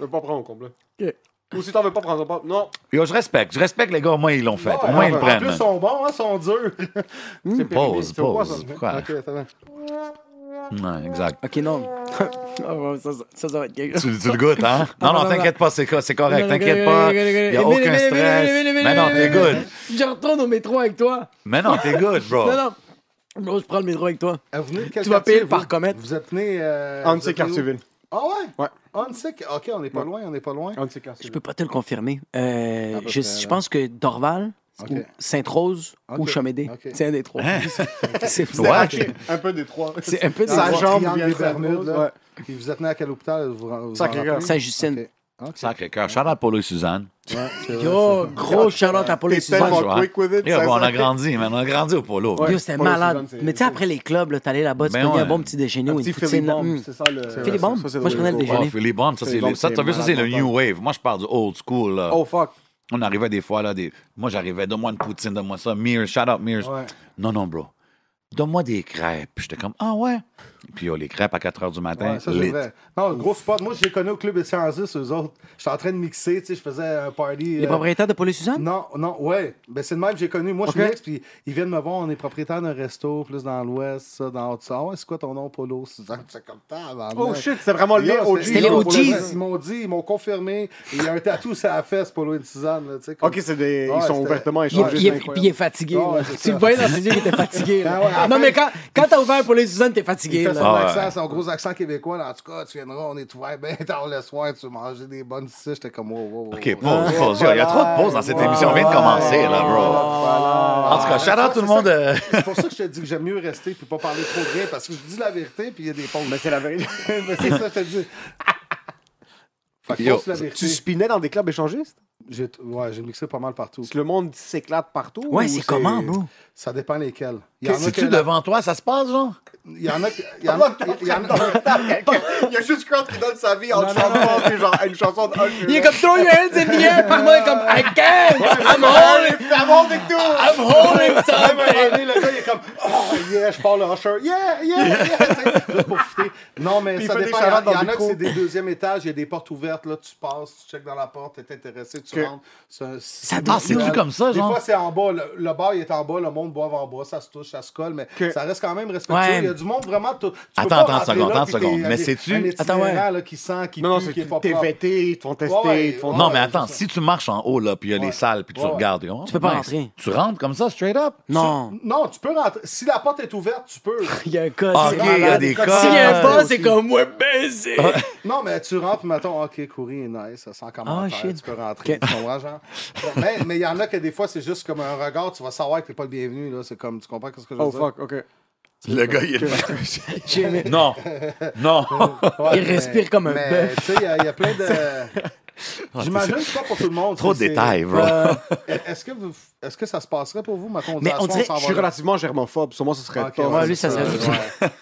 Speaker 5: veux pas prendre
Speaker 2: *laughs*
Speaker 5: au complet.
Speaker 4: Ok.
Speaker 5: Ou si t'en veux pas prendre au complet. Non, Ah,
Speaker 3: Yo, je respecte. Je respecte les gars. Au moins, ils l'ont fait.
Speaker 2: Ouais,
Speaker 3: Au moins, ils le
Speaker 2: en
Speaker 3: prennent.
Speaker 2: plus, ils sont bons, hein, ils sont
Speaker 5: *laughs*
Speaker 2: durs. Hmm.
Speaker 5: c'est
Speaker 3: Pause,
Speaker 5: périmé. Tu vas voir
Speaker 3: pause.
Speaker 5: ça.
Speaker 3: Pourquoi?
Speaker 2: Ok, ça va.
Speaker 3: Ouais, exact.
Speaker 4: Ok, non. Ah, ouais, ça, ça- ça, ça va être quelque chose.
Speaker 3: Tu, tu le goûtes, hein? Non, non,
Speaker 4: non,
Speaker 3: t'inquiète pas, c'est co- c'est correct.
Speaker 4: Non, non,
Speaker 3: T'inquiète
Speaker 4: non, non, non, non,
Speaker 3: pas. Il n'y
Speaker 4: non,
Speaker 3: a
Speaker 4: non, non,
Speaker 3: aucun
Speaker 4: non,
Speaker 3: stress.
Speaker 4: non, non,
Speaker 3: Mais non,
Speaker 4: non,
Speaker 3: t'es
Speaker 4: non,
Speaker 3: good.
Speaker 4: Je retourne au métro avec toi.
Speaker 3: Mais non, t'es good, bro.
Speaker 4: Non, non. Bro, je prends le métro avec toi.
Speaker 2: Ah, Vous venez de quel
Speaker 4: Tu vas
Speaker 2: quartier,
Speaker 4: payer
Speaker 2: vous?
Speaker 4: par comète.
Speaker 2: Vous êtes né. euh,
Speaker 5: On
Speaker 2: vous
Speaker 5: sait
Speaker 2: êtes né où?
Speaker 5: Cartierville.
Speaker 2: Ah ouais?
Speaker 5: Ouais.
Speaker 2: On sait que- Ok, on n'est pas
Speaker 5: Ouais.
Speaker 2: loin, on n'est pas loin.
Speaker 5: On sait
Speaker 4: Je
Speaker 5: Cartierville.
Speaker 4: peux pas te le confirmer. Euh,
Speaker 2: À peu
Speaker 4: je,
Speaker 2: près,
Speaker 4: je
Speaker 2: là.
Speaker 4: pense que Dorval,
Speaker 2: Ok.
Speaker 4: ou Sainte-Rose, ou
Speaker 2: Ok.
Speaker 4: Chamédé.
Speaker 2: Ok.
Speaker 4: C'est un des trois.
Speaker 3: Hein?
Speaker 4: *laughs* C'est fou.
Speaker 3: Ouais.
Speaker 5: Un peu des trois.
Speaker 4: C'est un peu des
Speaker 5: Sa
Speaker 2: Dans le
Speaker 4: trois.
Speaker 5: jambe
Speaker 2: triangle
Speaker 5: vient
Speaker 2: des
Speaker 5: de sa
Speaker 2: Bermudes,
Speaker 5: bouche,
Speaker 2: là.
Speaker 5: ouais.
Speaker 2: Puis vous êtes né à quel hôpital? Vous, vous en
Speaker 5: Sacré-Cœur.
Speaker 2: rappelez?
Speaker 4: Saint-Justine.
Speaker 2: Ok. Ok.
Speaker 3: Sacré-cœur. Shout-out Polo et Suzanne.
Speaker 2: Ouais, c'est vrai,
Speaker 4: Yo, gros charlotte à Paul et
Speaker 5: T'es
Speaker 4: Suzanne.
Speaker 5: tellement
Speaker 3: Suzanne,
Speaker 5: quick with it.
Speaker 3: Yo,
Speaker 5: ça,
Speaker 3: bon, on
Speaker 5: ça-
Speaker 3: a grandi, man. On a grandi au Polo.
Speaker 5: Ouais.
Speaker 4: Yo, c'était
Speaker 5: Paul et
Speaker 4: malade.
Speaker 5: Suzanne, c'est-
Speaker 4: Mais tu sais, après les clubs, là, t'allais là-bas, tu
Speaker 3: Ben
Speaker 4: prenais
Speaker 3: ouais.
Speaker 4: un bon petit déjeuner
Speaker 5: Un
Speaker 4: ou une
Speaker 5: petit
Speaker 4: poutine. là.
Speaker 5: Philibombe,
Speaker 4: Mm.
Speaker 5: c'est ça le.
Speaker 4: Philly Bomb?
Speaker 5: ça, c'est
Speaker 4: Moi, je prenais le
Speaker 5: logo.
Speaker 3: Oh,
Speaker 4: déjeuner.
Speaker 3: Philly Bond, ça, c'est
Speaker 5: Philly
Speaker 3: le- ça,
Speaker 5: Bond,
Speaker 3: t'as vu, ça,
Speaker 5: c'est
Speaker 3: c'est le
Speaker 5: malade
Speaker 3: new wave. Moi, je parle du old school, là.
Speaker 5: Oh fuck.
Speaker 3: On arrivait des fois, là, des... moi, j'arrivais, donne-moi une poutine, donne-moi ça. Mears, shout out Mears.
Speaker 2: Ouais.
Speaker 3: Non, non, bro. Donne-moi des crêpes. J'étais comme, ah ouais. Puis, oh, les crêpes à 4 h du matin,
Speaker 2: Ouais, ça, c'est
Speaker 3: lit.
Speaker 2: vrai. Non, le gros spot. Moi, je les connais au club des sciences, eux autres. J'étais en train de mixer, tu sais, je faisais un party.
Speaker 4: Les
Speaker 2: euh,
Speaker 4: propriétaires de Paul et Suzanne?
Speaker 2: Non, non, ouais. Ben, c'est le même que j'ai connu. Moi,
Speaker 5: Ok.
Speaker 2: je mixe, puis ils viennent me voir. On est propriétaire d'un resto, plus dans l'ouest, ça, dans l'autre. Ah ouais, c'est quoi ton nom, Polo? Suzanne, c'est comme ça, avant.
Speaker 5: *laughs* Oh shit, c'est vraiment les OG.
Speaker 4: C'était les
Speaker 5: pour le
Speaker 4: OGs.
Speaker 5: vrai.
Speaker 2: Ils m'ont dit, ils m'ont confirmé. Il y a un tatou sur la fesse, Polo et Suzanne, là, tu sais. comme-
Speaker 5: Ok, c'est des.
Speaker 2: Ouais,
Speaker 5: Ils sont
Speaker 2: c'était-
Speaker 5: ouvertement
Speaker 4: Il est,
Speaker 5: échangés.
Speaker 4: il est-
Speaker 5: ah, c'est incroyable.
Speaker 4: il est fatigué.
Speaker 2: Ah ouais,
Speaker 4: là.
Speaker 2: c'est
Speaker 4: tu
Speaker 2: ça.
Speaker 4: le voyais dans ses yeux qu'il était fatigué. là.
Speaker 2: Ah ouais, après-
Speaker 4: non, mais quand, quand t'as ouvert pour les Suzanne, t'es fatigué.
Speaker 2: Il
Speaker 4: là.
Speaker 2: fait son
Speaker 3: Ah ouais.
Speaker 2: accent, son gros accent québécois. là, En tout cas, tu viendras, on est ouvert bien *laughs* tard le soir, tu vas manger des bonnes cices. J'étais comme, wow, wow, wow.
Speaker 3: OK, pause, pause. Yo, Il y a trop de pauses dans cette
Speaker 4: Voilà.
Speaker 3: émission. On vient de commencer, là, bro.
Speaker 2: Voilà.
Speaker 3: En tout cas, shout out tout le
Speaker 2: C'est ça
Speaker 3: monde. euh,
Speaker 2: C'est pour ça que je te dis que j'aime mieux rester puis pas parler trop de rien parce que je dis la vérité puis il y a des pauses. *laughs*
Speaker 5: Mais c'est la vérité.
Speaker 2: Mais c'est ça, que je te dis. Fait que
Speaker 3: Yo,
Speaker 2: pense la vérité.
Speaker 5: Tu spinais dans des clubs échangistes?
Speaker 2: J'ai ouais, j'ai mixé pas mal partout.
Speaker 5: Est-ce que Le monde s'éclate partout.
Speaker 4: Ouais,
Speaker 5: ou
Speaker 4: c'est comment, bro?
Speaker 2: Ça dépend lesquels. Il y en a que
Speaker 3: C'est-tu
Speaker 2: la-
Speaker 3: devant toi? Ça se passe, genre?
Speaker 2: Il y en a. Il y en a. il y en a-
Speaker 5: *laughs* Il y a juste Kurt qui donne sa vie en chantant puis genre une chanson de Usher.
Speaker 4: Il est comme throw your hands in the air, puis moi, il est comme I can't, I'm
Speaker 2: Ah,
Speaker 4: holding,
Speaker 5: Ça monte et tout!
Speaker 4: I'm holding
Speaker 2: *laughs* À un moment
Speaker 4: something.
Speaker 2: donné, le gars, il est comme Oh, yeah, je parle le rusher. Yeah, yeah, yeah. *laughs* C'est juste pour fitter. Non, mais
Speaker 5: Puis il
Speaker 2: ça
Speaker 5: fait des
Speaker 2: dépend. Il y, en-
Speaker 5: charades dans
Speaker 2: il y
Speaker 5: le
Speaker 2: en a que
Speaker 5: micro.
Speaker 2: c'est des deuxièmes étages, il y a des portes ouvertes. Là, tu passes, tu checkes dans la porte, t'es intéressé, tu
Speaker 5: Que-
Speaker 2: rentres. Ça,
Speaker 3: Ah, c'est-tu comme ça,
Speaker 2: Des
Speaker 3: genre?
Speaker 2: fois, c'est en bas. Le, le bar, il est en bas. Le monde boit en bas. Ça se touche, ça se colle, mais
Speaker 5: Que-
Speaker 2: ça reste quand même respectueux.
Speaker 4: Ouais.
Speaker 2: Il y a du monde vraiment. tout- tu peux
Speaker 3: Attends,
Speaker 2: pas
Speaker 3: attends,
Speaker 2: rentrer
Speaker 3: seconde,
Speaker 2: là,
Speaker 3: attends,
Speaker 2: puis t'es
Speaker 3: seconde. Mais
Speaker 2: un-
Speaker 3: c'est-tu-
Speaker 2: Un
Speaker 4: Attends, ouais.
Speaker 2: itinérant, là, qui sent, qui
Speaker 5: Non, non,
Speaker 2: pue, qui est
Speaker 5: c'est
Speaker 2: pas
Speaker 5: t'es
Speaker 2: propre.
Speaker 5: vêté, ils te font tester,
Speaker 2: Ouais, ouais,
Speaker 5: ils te font.
Speaker 2: ouais.
Speaker 3: Non, mais
Speaker 2: c'est
Speaker 3: attends,
Speaker 2: ça.
Speaker 3: si tu marches en haut, là, puis il y a les
Speaker 2: Ouais.
Speaker 3: salles, puis tu
Speaker 2: Ouais, ouais.
Speaker 3: regardes. oh,
Speaker 4: Tu peux pas
Speaker 3: nice.
Speaker 4: rentrer.
Speaker 3: Tu rentres comme ça, straight up?
Speaker 4: Non.
Speaker 2: Non, tu peux rentrer. Si la porte est ouverte, tu peux.
Speaker 4: Il y a un cas,
Speaker 3: Ah,
Speaker 4: c'est
Speaker 3: ok, il y a
Speaker 4: malade.
Speaker 3: des
Speaker 4: S'il y a un
Speaker 3: cas.
Speaker 4: pas, c'est comme ouais, baiser.
Speaker 5: Ah.
Speaker 2: Non, mais tu rentres, mettons, OK, courrier est nice, ça sent comment
Speaker 4: Ah, shit.
Speaker 2: tu peux rentrer, tu comprends, genre? mais mais il y en a que des fois, c'est juste comme un regard, tu vas savoir que t'es pas le bienvenu, là. C'est comme, tu comprends ce que je veux
Speaker 5: Oh
Speaker 2: dire?
Speaker 5: fuck, ok.
Speaker 3: Le gars, il est... *laughs*
Speaker 4: J'ai aimé.
Speaker 3: Non, non.
Speaker 2: Ouais,
Speaker 4: Il respire comme un
Speaker 2: mais,
Speaker 4: bœuf.
Speaker 2: tu sais, il y, a- il y a plein
Speaker 4: *laughs*
Speaker 2: de... J'imagine que c'est pas pour tout le monde.
Speaker 3: Trop de
Speaker 2: tu sais,
Speaker 3: détails, bro.
Speaker 4: Euh,
Speaker 2: c'est- Est-ce que, vous- est-ce que ça se passerait pour vous, ma
Speaker 4: Mais on dirait-
Speaker 5: Je suis relativement germophobe, sûrement ce serait top.
Speaker 4: ouais, lui, ça serait-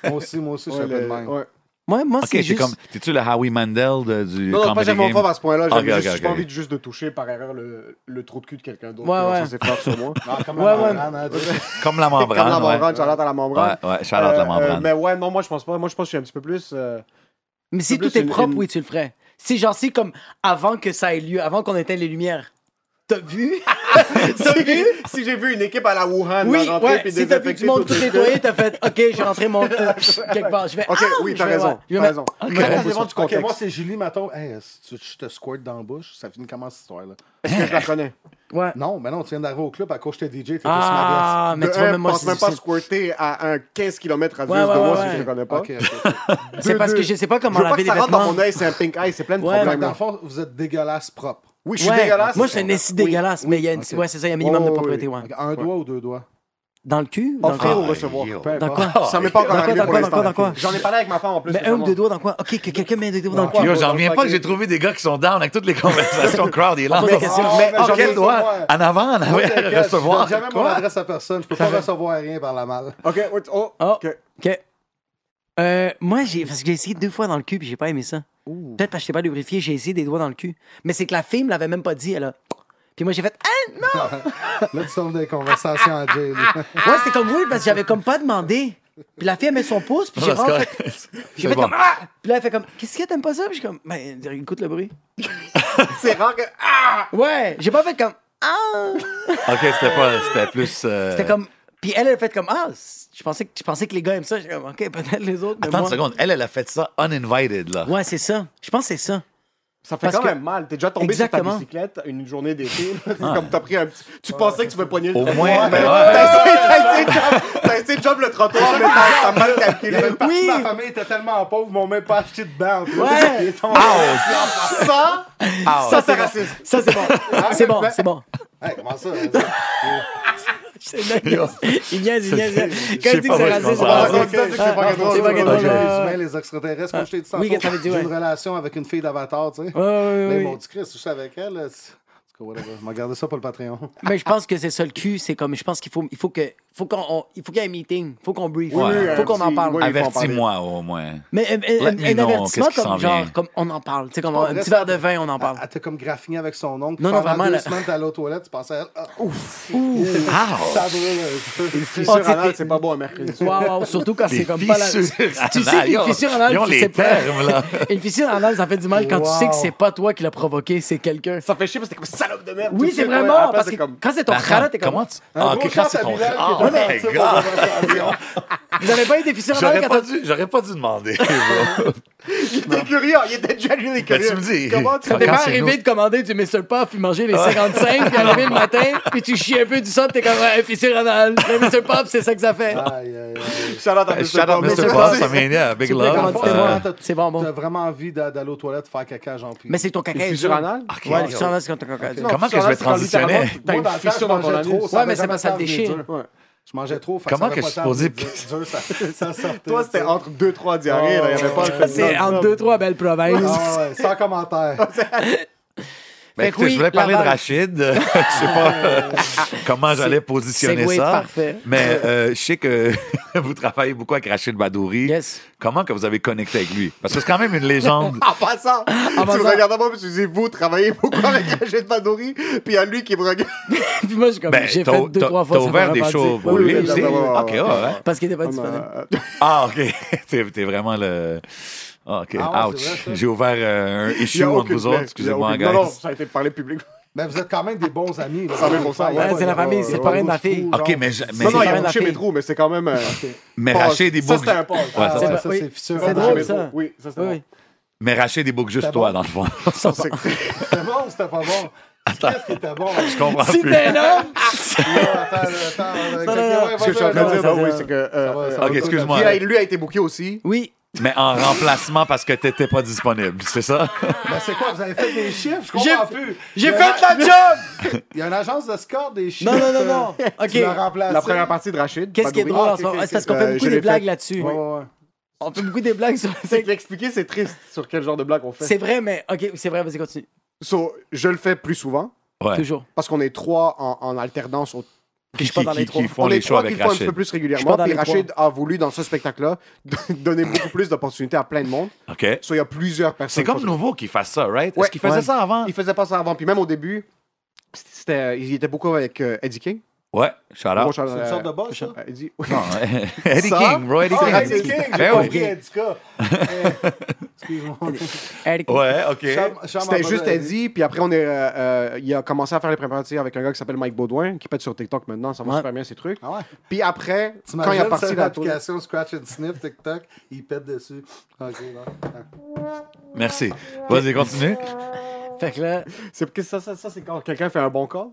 Speaker 2: Moi aussi, moi aussi, je suis un peu de même.
Speaker 5: Ouais.
Speaker 4: Moi, moi,
Speaker 3: OK,
Speaker 4: c'est
Speaker 3: t'es
Speaker 4: juste.
Speaker 3: comme... T'es-tu le Howie Mandel de- du
Speaker 5: Non, non, pas
Speaker 3: Comedy Game?
Speaker 5: germophobe à ce point-là. J'ai
Speaker 3: Ok, ok,
Speaker 5: juste- j'ai pas
Speaker 3: ok.
Speaker 5: envie de juste de toucher par erreur le, le trou de cul de quelqu'un d'autre.
Speaker 4: Ouais,
Speaker 5: Genre,
Speaker 4: ouais.
Speaker 5: Ça, c'est fort
Speaker 3: *laughs*
Speaker 5: sur moi.
Speaker 2: Non, comme
Speaker 4: Ouais,
Speaker 2: la
Speaker 4: ouais.
Speaker 2: membrane, hein, tu sais.
Speaker 3: Comme la
Speaker 5: Comme la
Speaker 3: membrane, Ah, ouais.
Speaker 5: membrane, j'allais à la membrane.
Speaker 3: Ouais, ouais, shout out la
Speaker 5: Euh, euh,
Speaker 3: membrane.
Speaker 5: mais ouais, non, moi je pense pas. Moi je pense que je suis un petit peu plus.
Speaker 4: *laughs*
Speaker 5: euh,
Speaker 4: Mais si
Speaker 5: Plus
Speaker 4: tout est
Speaker 5: une-
Speaker 4: propre,
Speaker 5: une-
Speaker 4: oui, tu le ferais. Si genre, si comme avant que ça ait lieu, avant qu'on éteigne les lumières. T'as vu? t'as vu?
Speaker 5: si j'ai vu une équipe à la Wuhan
Speaker 4: Oui,
Speaker 5: là, rentrer
Speaker 4: ouais,
Speaker 5: puis
Speaker 4: si t'as vu
Speaker 5: désinfecter
Speaker 4: du monde tout
Speaker 5: les
Speaker 4: nettoyé, t'as fait OK, j'ai rentré mon euh, quelque part. Je vais.
Speaker 5: Ok,
Speaker 4: ah,
Speaker 5: oui,
Speaker 4: je
Speaker 5: t'as
Speaker 4: vais-
Speaker 5: raison.
Speaker 4: je vais
Speaker 5: T'as
Speaker 4: mettre-
Speaker 5: raison.
Speaker 4: Ok.
Speaker 5: Mais Ça dépend du
Speaker 2: Ok, moi,
Speaker 5: contexte.
Speaker 2: c'est Julie, mettons, hey, si tu, je te squirt dans la bouche, ça finit comment cette histoire-là?
Speaker 4: Ah,
Speaker 5: Est-ce que je la connais?
Speaker 4: Ouais.
Speaker 2: Non, mais non, tu viens d'arriver au club à cause que j'étais DJ, t'étais
Speaker 4: Ah, mais
Speaker 5: De
Speaker 4: tu vois,
Speaker 5: un,
Speaker 4: même moi,
Speaker 5: pense
Speaker 4: c'est
Speaker 5: même pas
Speaker 4: difficile.
Speaker 5: squirter à un 15 km radius
Speaker 4: Ouais, ouais,
Speaker 5: de moi
Speaker 4: ouais,
Speaker 5: si je
Speaker 4: ouais.
Speaker 5: le connais
Speaker 2: sur ma
Speaker 5: pas.
Speaker 2: veste. Ok, ok, ok.
Speaker 4: C'est parce que je sais pas
Speaker 5: Je
Speaker 4: comment
Speaker 5: veux pas
Speaker 4: laver
Speaker 5: que
Speaker 4: les
Speaker 5: ça rentre
Speaker 4: vêtements.
Speaker 5: dans mon œil, c'est un pink eye, c'est plein de
Speaker 4: Ouais,
Speaker 2: *laughs* Fait que
Speaker 5: problèmes.
Speaker 2: dans le fond,
Speaker 5: là.
Speaker 2: vous êtes dégueulasse propre.
Speaker 5: Oui, je suis
Speaker 4: Ouais,
Speaker 5: dégueulasse.
Speaker 4: Moi, je suis un essie dégueulasse, mais il y a une...
Speaker 2: ok.
Speaker 4: ouais, c'est ça, il y a un minimum
Speaker 5: Oh,
Speaker 4: de
Speaker 5: oui.
Speaker 4: propriété. Ouais.
Speaker 2: Un doigt ou
Speaker 4: *laughs*
Speaker 2: deux doigts?
Speaker 4: Dans le cul? Dans le
Speaker 5: Offrir
Speaker 4: cul?
Speaker 5: ou recevoir.
Speaker 3: Ah, yo.
Speaker 5: peu importe.
Speaker 4: Dans quoi?
Speaker 5: *laughs* Ça m'est pas encore
Speaker 4: Dans
Speaker 5: arrivé
Speaker 4: quoi,
Speaker 5: pour
Speaker 4: dans quoi, dans quoi, dans
Speaker 5: l'instant.
Speaker 4: quoi?
Speaker 5: J'en ai parlé avec ma femme en plus.
Speaker 4: Mais un ou
Speaker 5: récemment.
Speaker 4: deux doigts dans quoi? Ok, que quelqu'un met des doigts dans le
Speaker 5: Ouais.
Speaker 4: cul.
Speaker 3: Yo, j'en reviens pas que j'ai trouvé des gars qui sont down avec toutes les conversations crowd. Il est là. Ah,
Speaker 4: pose la question.
Speaker 3: Mais
Speaker 5: Ah, Mais
Speaker 3: en
Speaker 5: j'en ai
Speaker 3: quel doigt?
Speaker 2: recevoir.
Speaker 3: En avant, en *laughs* arrière,
Speaker 2: T'inquiète,
Speaker 3: recevoir.
Speaker 2: Je donne jamais mon
Speaker 3: Quoi?
Speaker 2: adresse à personne. Je peux pas recevoir rien par la malle. *laughs*
Speaker 5: Ok, what- oh,
Speaker 4: Oh.
Speaker 5: ok.
Speaker 4: OK. Euh, moi, j'ai parce que j'ai essayé deux fois dans le cul puis j'ai pas aimé ça. Peut-être parce que j'étais pas lubrifié, j'ai essayé des doigts dans le cul. Mais c'est que la fille me l'avait même pas dit, elle a. Puis moi, j'ai fait. Ah, non!
Speaker 2: Là, tu sors des conversations à Jay. là.
Speaker 3: Ah!
Speaker 4: Ouais, c'était comme weird parce que j'avais comme pas demandé. Puis la fille, elle met son pouce, puis j'ai
Speaker 3: Parce
Speaker 4: vraiment
Speaker 3: que-
Speaker 4: fait. J'ai fait
Speaker 3: *laughs* C'est bon.
Speaker 4: comme. Ah! Puis là, elle fait comme. Qu'est-ce que t'aimes pas ça? Puis je suis comme. Ben, écoute le bruit.
Speaker 5: C'est rare que. Ah,
Speaker 4: Ouais, j'ai pas fait comme.
Speaker 3: Euh.
Speaker 4: Ah!
Speaker 3: Ok, c'était pas. C'était plus. euh,
Speaker 4: C'était comme. Puis elle, elle a fait comme. Ah! c'est- Je pensais que, je pensais que les gars aiment ça. J'étais comme. Ok, peut-être les autres. mais
Speaker 3: Attends une
Speaker 4: moi-
Speaker 3: seconde. Elle, elle a fait ça uninvited, là.
Speaker 4: Ouais, c'est ça. Je pense que c'est ça.
Speaker 5: Ça fait
Speaker 4: Parce
Speaker 5: quand
Speaker 4: que-
Speaker 5: même mal. T'es déjà tombé sur
Speaker 4: Exactement.
Speaker 5: ta bicyclette une journée d'été. C'est comme t'as pris un petit. Tu pensais que tu veux poigner le
Speaker 3: Au
Speaker 5: trottoir,
Speaker 3: moins, ben
Speaker 5: mais
Speaker 3: ouais.
Speaker 5: T'as essayé- t'as essayé de job- t'as essayé de job le trottoir, mais t'as t'as mal calculé.
Speaker 2: Partie de Ma famille était tellement pauvre, ils m'ont même pas acheté de bain.
Speaker 4: Ouais.
Speaker 5: Ça,
Speaker 3: Ah,
Speaker 5: ça c'est
Speaker 4: bon.
Speaker 5: raciste.
Speaker 4: Ça, c'est bon. c'est bon, c'est bon.
Speaker 2: *laughs* Hey, comment *laughs* ça?
Speaker 4: Il niaise, il niaise, il niaise. Quand
Speaker 3: sais
Speaker 4: il dit
Speaker 3: pas
Speaker 4: que c'est
Speaker 3: où *laughs*
Speaker 4: raciste, c'est
Speaker 3: je m'en
Speaker 4: pas
Speaker 3: vais.
Speaker 4: raciste.
Speaker 2: ok.
Speaker 5: C'est pas
Speaker 4: Ah,
Speaker 3: Ah,
Speaker 4: C'est pas
Speaker 2: Les
Speaker 4: grave.
Speaker 2: humains, les extraterrestres, comme je t'ai dit
Speaker 4: Oui, qu'est-ce que
Speaker 2: tantôt,
Speaker 4: t'avais dit,
Speaker 2: j'ai
Speaker 4: ouais.
Speaker 2: une relation avec une fille d'avatar, tu sais.
Speaker 4: Ouais, ouais,
Speaker 2: Là,
Speaker 4: ouais,
Speaker 2: ils
Speaker 4: ouais.
Speaker 2: m'ont dit, Chris, je suis avec elle. là, c'est- En tout cas, whatever. Je m'en gardais ça pour le Patreon.
Speaker 4: Mais je pense que c'est ça le cul, c'est comme je pense qu'il faut il faut que faut qu'on on- il faut qu'il y ait un meeting, faut qu'on brief,
Speaker 5: Oui, oui,
Speaker 4: faut
Speaker 5: un
Speaker 4: qu'on en
Speaker 5: petit-
Speaker 4: parle.
Speaker 5: oui.
Speaker 3: Avertis-moi, au moins.
Speaker 4: Mais euh, euh,
Speaker 3: Let me
Speaker 4: un,
Speaker 3: know,
Speaker 4: avertissement
Speaker 3: qu'est-ce qui s'en
Speaker 4: comme genre
Speaker 3: vient.
Speaker 4: comme on en parle, tu sais comme
Speaker 2: pas
Speaker 4: un
Speaker 2: vrai,
Speaker 4: petit
Speaker 2: ça.
Speaker 4: verre de vin, on en parle.
Speaker 2: Elle t'a comme graffiné avec son oncle.
Speaker 4: Non, non,
Speaker 2: Pendant
Speaker 4: vraiment,
Speaker 2: deux
Speaker 4: là.
Speaker 2: semaines, t'allais aux toilettes, tu pensais à elle. Ah, ouf!
Speaker 3: Ow!
Speaker 2: Ça brûle un peu.
Speaker 4: Oh, tu
Speaker 5: Fissure
Speaker 4: sais,
Speaker 5: anale,
Speaker 4: t'es-
Speaker 5: c'est pas bon un mercredi. soir.
Speaker 4: Wow, wow, surtout quand c'est
Speaker 3: Des
Speaker 4: comme pas la
Speaker 3: fissures
Speaker 4: Tu sais
Speaker 3: anales,
Speaker 4: qu'une
Speaker 3: yo.
Speaker 4: fissure anale,
Speaker 3: Ils ont
Speaker 4: tu
Speaker 3: les
Speaker 4: sais pas.
Speaker 3: termes, là.
Speaker 4: *laughs* Une fissure anale, ça fait du mal quand tu sais que
Speaker 2: Wow.
Speaker 4: c'est pas toi qui l'a provoqué, c'est quelqu'un.
Speaker 5: Ça fait chier parce que t'es comme salope de merde.
Speaker 4: Oui,
Speaker 5: Tout
Speaker 4: c'est
Speaker 5: de suite,
Speaker 4: vraiment
Speaker 5: ouais, après,
Speaker 4: parce
Speaker 5: c'est
Speaker 4: que
Speaker 5: comme-
Speaker 4: quand c'est ton
Speaker 3: Bah, Attends,
Speaker 4: crâne, t'es comme
Speaker 3: Comment tu. Ah,
Speaker 2: gros
Speaker 3: ok, quand
Speaker 2: chat
Speaker 3: c'est
Speaker 2: à
Speaker 3: ton.
Speaker 2: bilan
Speaker 3: Oh,
Speaker 2: qui est
Speaker 3: my
Speaker 2: parti pour
Speaker 3: God!
Speaker 5: *laughs*
Speaker 4: Vous avez pas eu des fissures anales
Speaker 3: J'aurais
Speaker 4: quand
Speaker 3: pas
Speaker 4: t'as- Ah,
Speaker 3: dû, j'aurais pas dû demander.
Speaker 5: Il était curieux, il était déjà lui, il est
Speaker 3: Ben,
Speaker 5: curieux.
Speaker 3: tu me dis.
Speaker 5: Comment tu
Speaker 4: Ça t'est
Speaker 3: Quand
Speaker 4: pas
Speaker 3: c'est
Speaker 4: arrivé
Speaker 3: nous.
Speaker 4: de commander du Mr. Puff puis manger les 55 puis arriver le matin puis tu chies un peu du sol pis t'es comme ouais, fissure anale. Le Mr. Puff, c'est ça que ça fait.
Speaker 2: Aïe, aïe, aïe.
Speaker 5: Shout out à Mr.
Speaker 3: Shout out,
Speaker 5: Bob.
Speaker 3: Mr.
Speaker 5: Mr.
Speaker 3: Ben, Boss,
Speaker 5: Bob.
Speaker 3: I mean, yeah, big
Speaker 4: S'il vous plaît,
Speaker 3: love.
Speaker 4: commandez-moi.
Speaker 3: Euh,
Speaker 2: t'as-
Speaker 4: C'est bon, bon.
Speaker 2: T'as vraiment envie d'a- d'aller aux toilettes faire caca, Jean-Pierre.
Speaker 4: Mais c'est ton Ah, caca.
Speaker 5: Une
Speaker 4: est
Speaker 5: fissure
Speaker 4: dur.
Speaker 5: anale?
Speaker 3: ok,
Speaker 4: Ouais,
Speaker 3: yo.
Speaker 4: fissure anale, c'est quand ton caca. est dur.
Speaker 3: Comment que je vais transitionner?
Speaker 5: T'as
Speaker 2: Moi,
Speaker 5: une
Speaker 2: dans le temps, je
Speaker 5: fissure dans ton
Speaker 2: mangeais trop.
Speaker 5: anus.
Speaker 2: ça
Speaker 4: Ouais, mais
Speaker 2: avait
Speaker 4: c'est
Speaker 2: jamais
Speaker 4: pas ça
Speaker 2: le temps
Speaker 4: le
Speaker 2: de venir
Speaker 4: déchire.
Speaker 2: dur. Je mangeais trop. fait
Speaker 3: Comment
Speaker 2: ça
Speaker 3: que
Speaker 2: avait
Speaker 3: je
Speaker 2: pas le temps
Speaker 3: suis
Speaker 2: de venir Dur, ça, ça sortait.
Speaker 5: *laughs*
Speaker 2: Ah
Speaker 5: Toi, c'était entre 2-3 diarrhées, là. Il y avait pas
Speaker 4: Ça, C'est entre deux, trois belles provinces.
Speaker 2: Ah ouais, sans commentaire.
Speaker 3: Ben,
Speaker 4: Fait
Speaker 3: écoutez,
Speaker 4: que oui,
Speaker 3: je voulais parler
Speaker 4: Laval. *laughs*
Speaker 3: de Rachid. Euh, je sais pas euh, comment j'allais positionner
Speaker 4: segway
Speaker 3: ça.
Speaker 4: parfait.
Speaker 3: Mais euh, je sais que *laughs* vous travaillez beaucoup avec Rachid Badouri.
Speaker 4: Yes.
Speaker 3: Comment que vous avez connecté avec lui? Parce que c'est quand même une légende.
Speaker 5: En passant, *laughs* tu me
Speaker 4: passant.
Speaker 5: regardes à moi et tu dis, vous travaillez beaucoup avec Rachid Badouri, puis il y a lui qui me regarde.
Speaker 4: *laughs* Puis moi, j'ai *laughs* comme
Speaker 3: Ben,
Speaker 4: j'ai
Speaker 3: t'as-
Speaker 4: fait deux,
Speaker 3: t'as-
Speaker 4: trois fois.
Speaker 3: t'as
Speaker 4: ça
Speaker 3: ouvert
Speaker 4: m'a
Speaker 3: des
Speaker 4: reparti.
Speaker 3: shows pour
Speaker 4: Oui,
Speaker 3: lui
Speaker 4: oui,
Speaker 5: oui,
Speaker 3: aussi? Ah,
Speaker 5: oui, oui, oui.
Speaker 3: OK, ouais, ouais.
Speaker 4: Parce qu'il était pas
Speaker 5: Comme,
Speaker 4: disponible.
Speaker 5: euh,
Speaker 3: Ah, OK. *laughs* T'es t'es vraiment le... Ah, OK,
Speaker 2: Ah ouais, c'est vrai,
Speaker 3: ouch.
Speaker 2: ça.
Speaker 3: J'ai ouvert euh, un
Speaker 5: il y
Speaker 3: issue
Speaker 5: a
Speaker 3: entre
Speaker 5: aucune
Speaker 3: vous
Speaker 5: blague.
Speaker 3: autres. Excusez-moi,
Speaker 5: Il y a aucune- Non, non,
Speaker 3: guys.
Speaker 5: ça a été parlé public.
Speaker 2: Mais vous êtes quand même des bons amis. là.
Speaker 5: 100%, ouais.
Speaker 2: Il y a
Speaker 5: Ouais,
Speaker 2: pas
Speaker 4: c'est la
Speaker 2: de-
Speaker 4: famille, c'est le parrain de ma fille.
Speaker 2: Genre,
Speaker 3: OK, mais, je- mais,
Speaker 5: Non, non, il
Speaker 4: c'est
Speaker 5: a
Speaker 4: pas
Speaker 5: touché
Speaker 4: la
Speaker 5: mes
Speaker 4: fille.
Speaker 5: trous, mais c'est quand même. euh,
Speaker 3: mais
Speaker 5: pause.
Speaker 3: Rachid, il
Speaker 5: Ça,
Speaker 3: boucle...
Speaker 5: c'était un pause.
Speaker 3: Ouais, ça,
Speaker 2: Ah,
Speaker 3: c'est-
Speaker 2: ça,
Speaker 4: oui.
Speaker 2: c'est fissure.
Speaker 4: C'est
Speaker 2: Ah,
Speaker 4: drôle,
Speaker 2: mais
Speaker 4: ça.
Speaker 5: Oui, ça, c'était
Speaker 4: Oui, oui.
Speaker 3: mais Rachid, il boucle juste
Speaker 2: C'était
Speaker 3: toi,
Speaker 2: bon.
Speaker 3: dans le fond.
Speaker 5: *laughs* bon. C'est-
Speaker 2: C'était bon ou c'était pas bon? Qu'est-ce qui était bon?
Speaker 3: Je comprends
Speaker 4: Si
Speaker 3: plus.
Speaker 4: t'es un homme,
Speaker 2: Ouais, attends, attends. euh,
Speaker 4: Non, non, non.
Speaker 2: ouais,
Speaker 5: Ce que je suis en
Speaker 2: vas-y,
Speaker 5: train de
Speaker 2: vas-y.
Speaker 5: dire, bah
Speaker 4: ça,
Speaker 5: oui,
Speaker 4: ça.
Speaker 5: c'est que. euh,
Speaker 2: Ça va, ça
Speaker 5: euh,
Speaker 2: va.
Speaker 3: OK, excuse-moi.
Speaker 5: puis, là, Lui a été booké aussi.
Speaker 4: *laughs* oui.
Speaker 3: Mais en remplacement parce que t'étais pas disponible, c'est ça?
Speaker 2: Ben, c'est quoi? Vous avez fait des chiffres? Je
Speaker 4: J'ai-
Speaker 2: comprends plus. Il y
Speaker 4: J'ai
Speaker 2: a
Speaker 4: fait
Speaker 2: une-
Speaker 4: la job!
Speaker 2: Il y a une agence de score des chiffres.
Speaker 4: Non, non, non, non.
Speaker 2: *laughs* Tu l'as
Speaker 4: OK.
Speaker 2: remplacé.
Speaker 5: La première partie de Rachid.
Speaker 4: Qu'est-ce qui est
Speaker 5: Badouri.
Speaker 4: drôle en
Speaker 5: Ah, ok,
Speaker 4: ce moment?
Speaker 5: ok,
Speaker 4: C'est parce
Speaker 5: ok.
Speaker 4: qu'on
Speaker 5: Euh,
Speaker 4: fait beaucoup
Speaker 5: je
Speaker 4: des
Speaker 5: l'ai
Speaker 4: blagues
Speaker 5: fait.
Speaker 4: là-dessus.
Speaker 2: Ouais, ouais, ouais.
Speaker 4: On fait beaucoup des blagues sur
Speaker 5: C'est que l'expliquer, c'est triste sur quel genre de blague on fait.
Speaker 4: C'est vrai, mais OK, c'est vrai, vas-y, continue.
Speaker 5: So, je le fais plus souvent
Speaker 3: Ouais.
Speaker 4: Toujours.
Speaker 5: parce qu'on est trois en, en alternance. au-
Speaker 4: Je suis pas dans les trois.
Speaker 3: qui
Speaker 5: on
Speaker 3: font
Speaker 5: est
Speaker 3: les shows
Speaker 5: trois qui
Speaker 3: avec
Speaker 5: le font un petit
Speaker 3: Rachid.
Speaker 5: peu plus
Speaker 4: Je suis pas
Speaker 5: régulièrement.
Speaker 4: dans
Speaker 5: Puis
Speaker 4: les trois.
Speaker 5: Rachid a voulu, dans ce spectacle-là, *laughs* donner beaucoup plus d'opportunités à plein de monde.
Speaker 3: OK.
Speaker 5: So, il y a plusieurs personnes.
Speaker 3: C'est comme
Speaker 5: qui ont-
Speaker 3: nouveau qu'il fasse ça, right?
Speaker 5: Ouais.
Speaker 3: Est-ce qu'il faisait
Speaker 5: Ouais.
Speaker 3: ça avant?
Speaker 5: Il faisait pas ça avant. Puis même au début, c'était, euh, il était beaucoup avec euh, Eddie King.
Speaker 3: Ouais, shout
Speaker 5: Gros
Speaker 3: out.
Speaker 5: shout-
Speaker 2: C'est une sorte de boss, ça?
Speaker 5: euh, Eddie.
Speaker 3: Non, *laughs* Eddie
Speaker 5: Ça? Oh,
Speaker 3: King, Roy Eddie
Speaker 2: Ah,
Speaker 3: King.
Speaker 2: Eddie King, j'ai
Speaker 3: Ben oui.
Speaker 2: compris, Eddie K. Eh, Excuse-moi.
Speaker 4: Eric,
Speaker 3: Ouais, OK.
Speaker 2: Charles- Charles
Speaker 5: C'était
Speaker 2: m'a
Speaker 5: juste
Speaker 2: donné-
Speaker 5: Eddie, puis après, on est, euh, euh, il a commencé à faire les préparatifs avec un gars qui s'appelle Mike Baudouin, qui pète sur TikTok maintenant, ça marche
Speaker 4: Ouais.
Speaker 5: super bien ses trucs.
Speaker 2: Ah ouais?
Speaker 5: Puis après, quand
Speaker 2: T'imagines,
Speaker 5: il a parti
Speaker 2: c'est
Speaker 5: de
Speaker 2: une
Speaker 5: la tournée,
Speaker 2: application Scratch and Sniff, TikTok, il pète dessus. Ok, non.
Speaker 3: Merci. Vas-y, continue.
Speaker 4: Fait que là,
Speaker 5: c'est que ça, ça, ça, c'est quand quelqu'un fait un bon corps.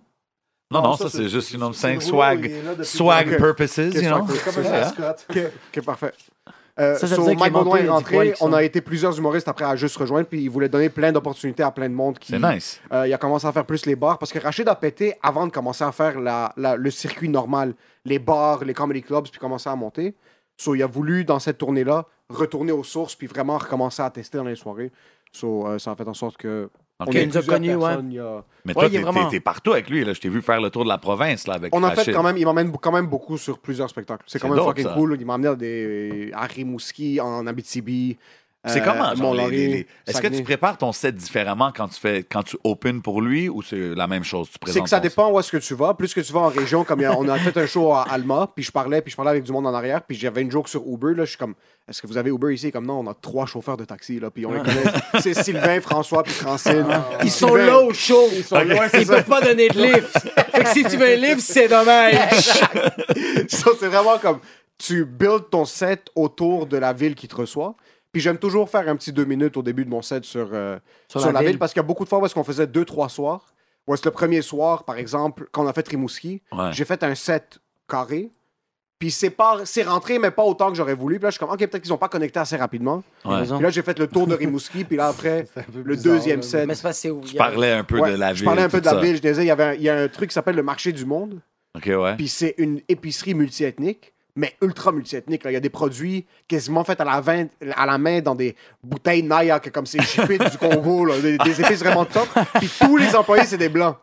Speaker 3: Non,
Speaker 2: Non,
Speaker 3: non,
Speaker 2: ça,
Speaker 3: ça,
Speaker 2: c'est-
Speaker 3: c'est juste une
Speaker 2: c'est-
Speaker 3: homme
Speaker 2: c'est le
Speaker 3: 5
Speaker 2: rouleau, il est là
Speaker 3: swag.
Speaker 2: depuis-
Speaker 3: Swag
Speaker 5: Ok.
Speaker 3: purposes,
Speaker 5: Ok,
Speaker 3: you know?
Speaker 5: swag
Speaker 2: C'est comme
Speaker 3: C'est
Speaker 2: un
Speaker 3: ça.
Speaker 2: mascotte.
Speaker 5: Ok, parfait. Euh,
Speaker 4: Ça, ça veut
Speaker 5: so,
Speaker 4: dire que les
Speaker 5: Mike Baudouin
Speaker 4: mentaux, il
Speaker 5: est
Speaker 4: a dit quoi,
Speaker 5: rentré.
Speaker 4: avec ça?
Speaker 5: On a été plusieurs humoristes après à juste rejoindre, puis il voulait donner plein d'opportunités à plein de monde. Qui,
Speaker 3: C'est nice.
Speaker 5: Euh, il a commencé à faire plus les bars parce que Rachid a pété avant de commencer à faire la- la- le circuit normal, les bars, les comedy clubs, puis commencer à monter. So, il a voulu, dans cette tournée-là, retourner aux sources, puis vraiment recommencer à tester dans les soirées. So, euh, ça a fait en sorte que.
Speaker 3: Ok.
Speaker 5: est
Speaker 4: Il nous a
Speaker 5: plusieurs
Speaker 4: connus, ouais.
Speaker 5: personnes, il y a-
Speaker 3: Mais
Speaker 4: Ouais,
Speaker 3: toi,
Speaker 4: il est
Speaker 3: t'es-
Speaker 4: vraiment-
Speaker 3: t'es- t'es partout avec lui. Là. Je t'ai vu faire le tour de la province là, avec
Speaker 5: On en fait
Speaker 3: Rachid.
Speaker 5: quand même, il m'emmène quand même beaucoup sur plusieurs spectacles. C'est
Speaker 3: C'est
Speaker 5: quand même
Speaker 3: dope,
Speaker 5: fucking
Speaker 3: ça.
Speaker 5: cool. Il m'a emmené à, des, à Rimouski, en Abitibi.
Speaker 3: C'est
Speaker 5: euh,
Speaker 3: comment, genre, les-
Speaker 5: Mont-Laurier,
Speaker 3: les- les- Est-ce que
Speaker 5: Saguenay.
Speaker 3: tu prépares ton set différemment quand tu fais quand tu open pour lui ou c'est la même chose? Tu
Speaker 5: C'est
Speaker 3: présentes
Speaker 5: que ça
Speaker 3: ton set?
Speaker 5: dépend où est-ce que tu vas. Plus que tu vas en région, comme il y a- on a fait un show à Alma, puis je parlais, puis je parlais avec du monde en arrière, puis j'avais une joke sur Uber. Là, je suis comme, est-ce que vous avez Uber ici? Comme non, on a trois chauffeurs de taxi, là, puis on les connaît. C'est Sylvain, François, puis Francine.
Speaker 4: Ils sont
Speaker 5: Ah. Sylvain-
Speaker 4: là au show. Ils,
Speaker 5: sont là, ouais, c'est ça.
Speaker 4: peuvent pas donner de lift. fait que si tu veux un lift, c'est *laughs* dommage.
Speaker 5: Ça, c'est vraiment comme tu builds ton set autour de la ville qui te reçoit. Puis j'aime toujours faire un petit deux minutes au début de mon set sur, euh, sur, la, ville. parce qu'il y a beaucoup de fois où est-ce qu'on faisait deux, trois soirs. Où est-ce que le premier soir, par exemple, quand on a fait Rimouski,
Speaker 3: Ouais.
Speaker 5: j'ai fait un set carré. Puis c'est pas- c'est rentré, mais pas autant que j'aurais voulu. Puis là, je suis comme, OK, peut-être qu'ils ont pas connecté assez rapidement.
Speaker 3: Ouais.
Speaker 5: Puis là, j'ai fait le tour de Rimouski. puis
Speaker 3: *laughs*
Speaker 5: là, après, le deuxième set.
Speaker 4: Mais c'est pas c'est où.
Speaker 3: Tu parlais un peu
Speaker 5: Ouais,
Speaker 3: de la
Speaker 5: je
Speaker 3: ville.
Speaker 5: parlais un peu
Speaker 3: tout
Speaker 5: de la
Speaker 3: ça.
Speaker 5: ville. Je disais, il y, avait un- il y a un truc qui s'appelle le marché du monde.
Speaker 3: OK, ouais.
Speaker 5: Puis c'est une épicerie multiethnique, mais ultra multiethnique. là. Il y a des produits quasiment faits à la, vin- à la main dans des bouteilles Naya, que comme c'est
Speaker 3: *laughs*
Speaker 5: chipé du Congo, là, des, des épices vraiment top. Puis tous les employés, c'est des blancs.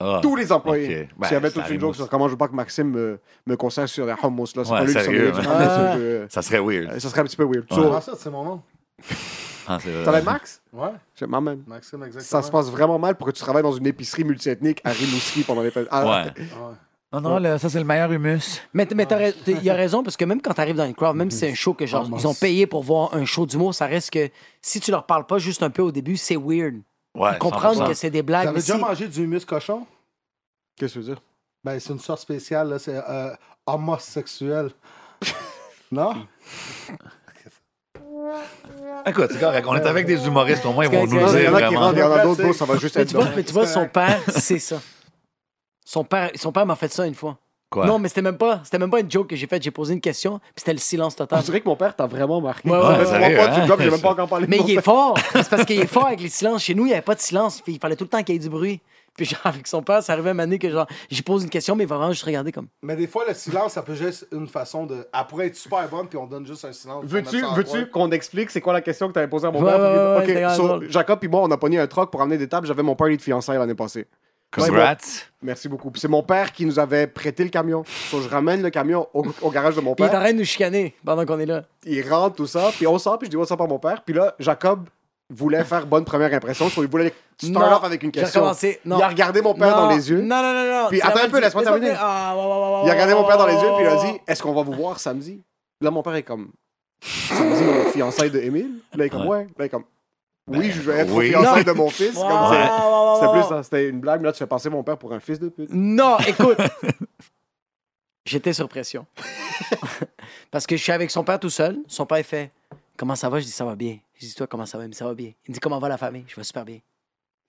Speaker 3: Ah.
Speaker 5: Tous les employés.
Speaker 3: ok. Ben,
Speaker 5: S'il y avait
Speaker 3: ça
Speaker 5: toute une
Speaker 3: arrive
Speaker 5: joke
Speaker 3: aussi.
Speaker 5: sur comment je veux pas que Maxime me, me conseille sur la hummus. Là. C'est
Speaker 3: Ouais,
Speaker 5: pas lui qui
Speaker 3: sérieux,
Speaker 5: s'en est-
Speaker 3: hein.
Speaker 5: Ah,
Speaker 3: *laughs*
Speaker 5: c'est un peu-
Speaker 3: Ça serait weird.
Speaker 5: euh, ça serait un petit peu weird.
Speaker 3: Ouais.
Speaker 5: So,
Speaker 2: Ah, ça, c'est mon nom.
Speaker 3: Ah, c'est vrai.
Speaker 5: T'en as Max?
Speaker 2: Ouais,
Speaker 5: Je m'emmène.
Speaker 2: Maxime, exactement.
Speaker 5: Ça se passe vraiment mal pour que tu travailles dans une épicerie multiethnique à Rimouski pendant les fêtes. Ah,
Speaker 3: Ouais.
Speaker 2: Ouais.
Speaker 3: Non, non, là, ça, c'est le meilleur humus.
Speaker 4: Mais, mais t'as rais- t'as- il y a raison, parce que même quand t'arrives dans une crowd, même si c'est un show que genre, ils ont payé pour voir un show d'humour, ça reste que si tu leur parles pas juste un peu au début, c'est weird.
Speaker 3: Ouais,
Speaker 4: Comprendre
Speaker 3: 100%.
Speaker 4: que c'est des blagues.
Speaker 2: T'avais
Speaker 4: mais
Speaker 2: déjà
Speaker 4: si-
Speaker 2: mangé du humus cochon?
Speaker 5: Qu'est-ce que tu veux dire?
Speaker 2: Ben, c'est une sorte spéciale, là, c'est euh, homosexuel. *laughs* non?
Speaker 3: Écoute, c'est correct. On est avec des humoristes, au moins, ils vont
Speaker 4: C'est
Speaker 3: nous le
Speaker 5: Euh, Il y
Speaker 3: dire
Speaker 5: en a qui
Speaker 3: vraiment.
Speaker 5: rentrent, il y en a d'autres, ça va juste
Speaker 4: Mais
Speaker 5: être.
Speaker 4: tu vois,
Speaker 5: drôle.
Speaker 4: mais tu vois, son
Speaker 2: correct.
Speaker 4: père, c'est ça. Son père, son père m'a fait ça une fois.
Speaker 3: Quoi?
Speaker 4: Non, mais c'était même pas, c'était même pas une joke que j'ai faite. J'ai posé une question, puis c'était le silence
Speaker 5: On *laughs*
Speaker 4: total.
Speaker 5: dirait que mon père t'a vraiment marqué.
Speaker 4: Ouais, ouais,
Speaker 5: Ça fait
Speaker 4: ouais.
Speaker 5: trois
Speaker 3: Sérieux,
Speaker 5: fois que tu
Speaker 3: hein?
Speaker 5: gobes, j'ai même pas encore parlé. de
Speaker 4: Mais
Speaker 5: mon
Speaker 4: il est
Speaker 5: père.
Speaker 4: fort. C'est parce qu'il est fort avec les silences. Chez nous, il n'y avait pas de silence. Il fallait tout le temps qu'il y ait du bruit. Puis genre, avec son père, ça arrivait à une année que genre, j'y pose une question, mais il va vraiment juste regarder comme.
Speaker 2: Mais des fois, le silence, ça peut juste une façon de. Elle pourrait être super bonne, puis on donne juste un silence.
Speaker 5: Veux-tu
Speaker 2: On met ça en
Speaker 5: veux-tu
Speaker 2: coin.
Speaker 5: qu'on explique c'est quoi la question que t'avais posée à mon
Speaker 4: Ouais,
Speaker 5: père?
Speaker 4: ouais, ouais,
Speaker 5: Ok,
Speaker 4: ouais,
Speaker 5: so,
Speaker 4: drôle.
Speaker 5: Jacob et moi, on a pogné un troc pour amener des tables. J'avais mon party de fiançailles l'année passée.
Speaker 3: Congrats.
Speaker 5: Merci beaucoup. Puis c'est mon père qui nous avait prêté le camion. So, je ramène le camion au, au garage de mon
Speaker 4: Puis il est en
Speaker 5: père.
Speaker 4: train de nous chicaner pendant qu'on est là.
Speaker 5: Il rentre, tout ça. Puis on sort, puis je dis what's up à mon père. Puis là, Jacob voulait faire bonne première impression. So, il voulait start
Speaker 4: Non,
Speaker 5: off avec une
Speaker 4: j'ai
Speaker 5: question.
Speaker 4: recommencé. Non.
Speaker 5: Il a regardé mon père
Speaker 4: non,
Speaker 5: dans les yeux.
Speaker 4: Non, non, non, non.
Speaker 5: Puis
Speaker 4: Tu l'as
Speaker 5: attends un
Speaker 4: pas
Speaker 5: peu,
Speaker 4: dit.
Speaker 5: laisse-moi
Speaker 4: Laisse-moi
Speaker 5: terminer.
Speaker 4: faire. Ah, ouais, ouais, ouais, ouais,
Speaker 5: Il a regardé mon père dans les
Speaker 4: ouais,
Speaker 5: yeux, puis il a
Speaker 4: ouais,
Speaker 5: dit Est-ce qu'on va vous voir samedi Là, mon père est comme Samedi, aux fiançailles de Émile Là, il est comme Ouais. Là, il est comme Oui, je vais être aux
Speaker 3: oui.
Speaker 5: fiançailles de mon fils.
Speaker 4: ouais, ouais,
Speaker 5: Comme c'est-
Speaker 4: ouais, ouais,
Speaker 5: C'était
Speaker 4: ouais,
Speaker 5: plus
Speaker 4: ouais.
Speaker 5: ça, c'était une blague, mais là, tu fais passer mon père pour un fils de pute.
Speaker 4: Non, écoute. J'étais sur pression. *laughs* Parce que je suis avec son père tout seul. Son père il fait Comment ça va Je dis Ça va bien. Je dis Toi, comment ça va Il me dit Ça va bien. Il me dit Comment va la famille Je vais super bien.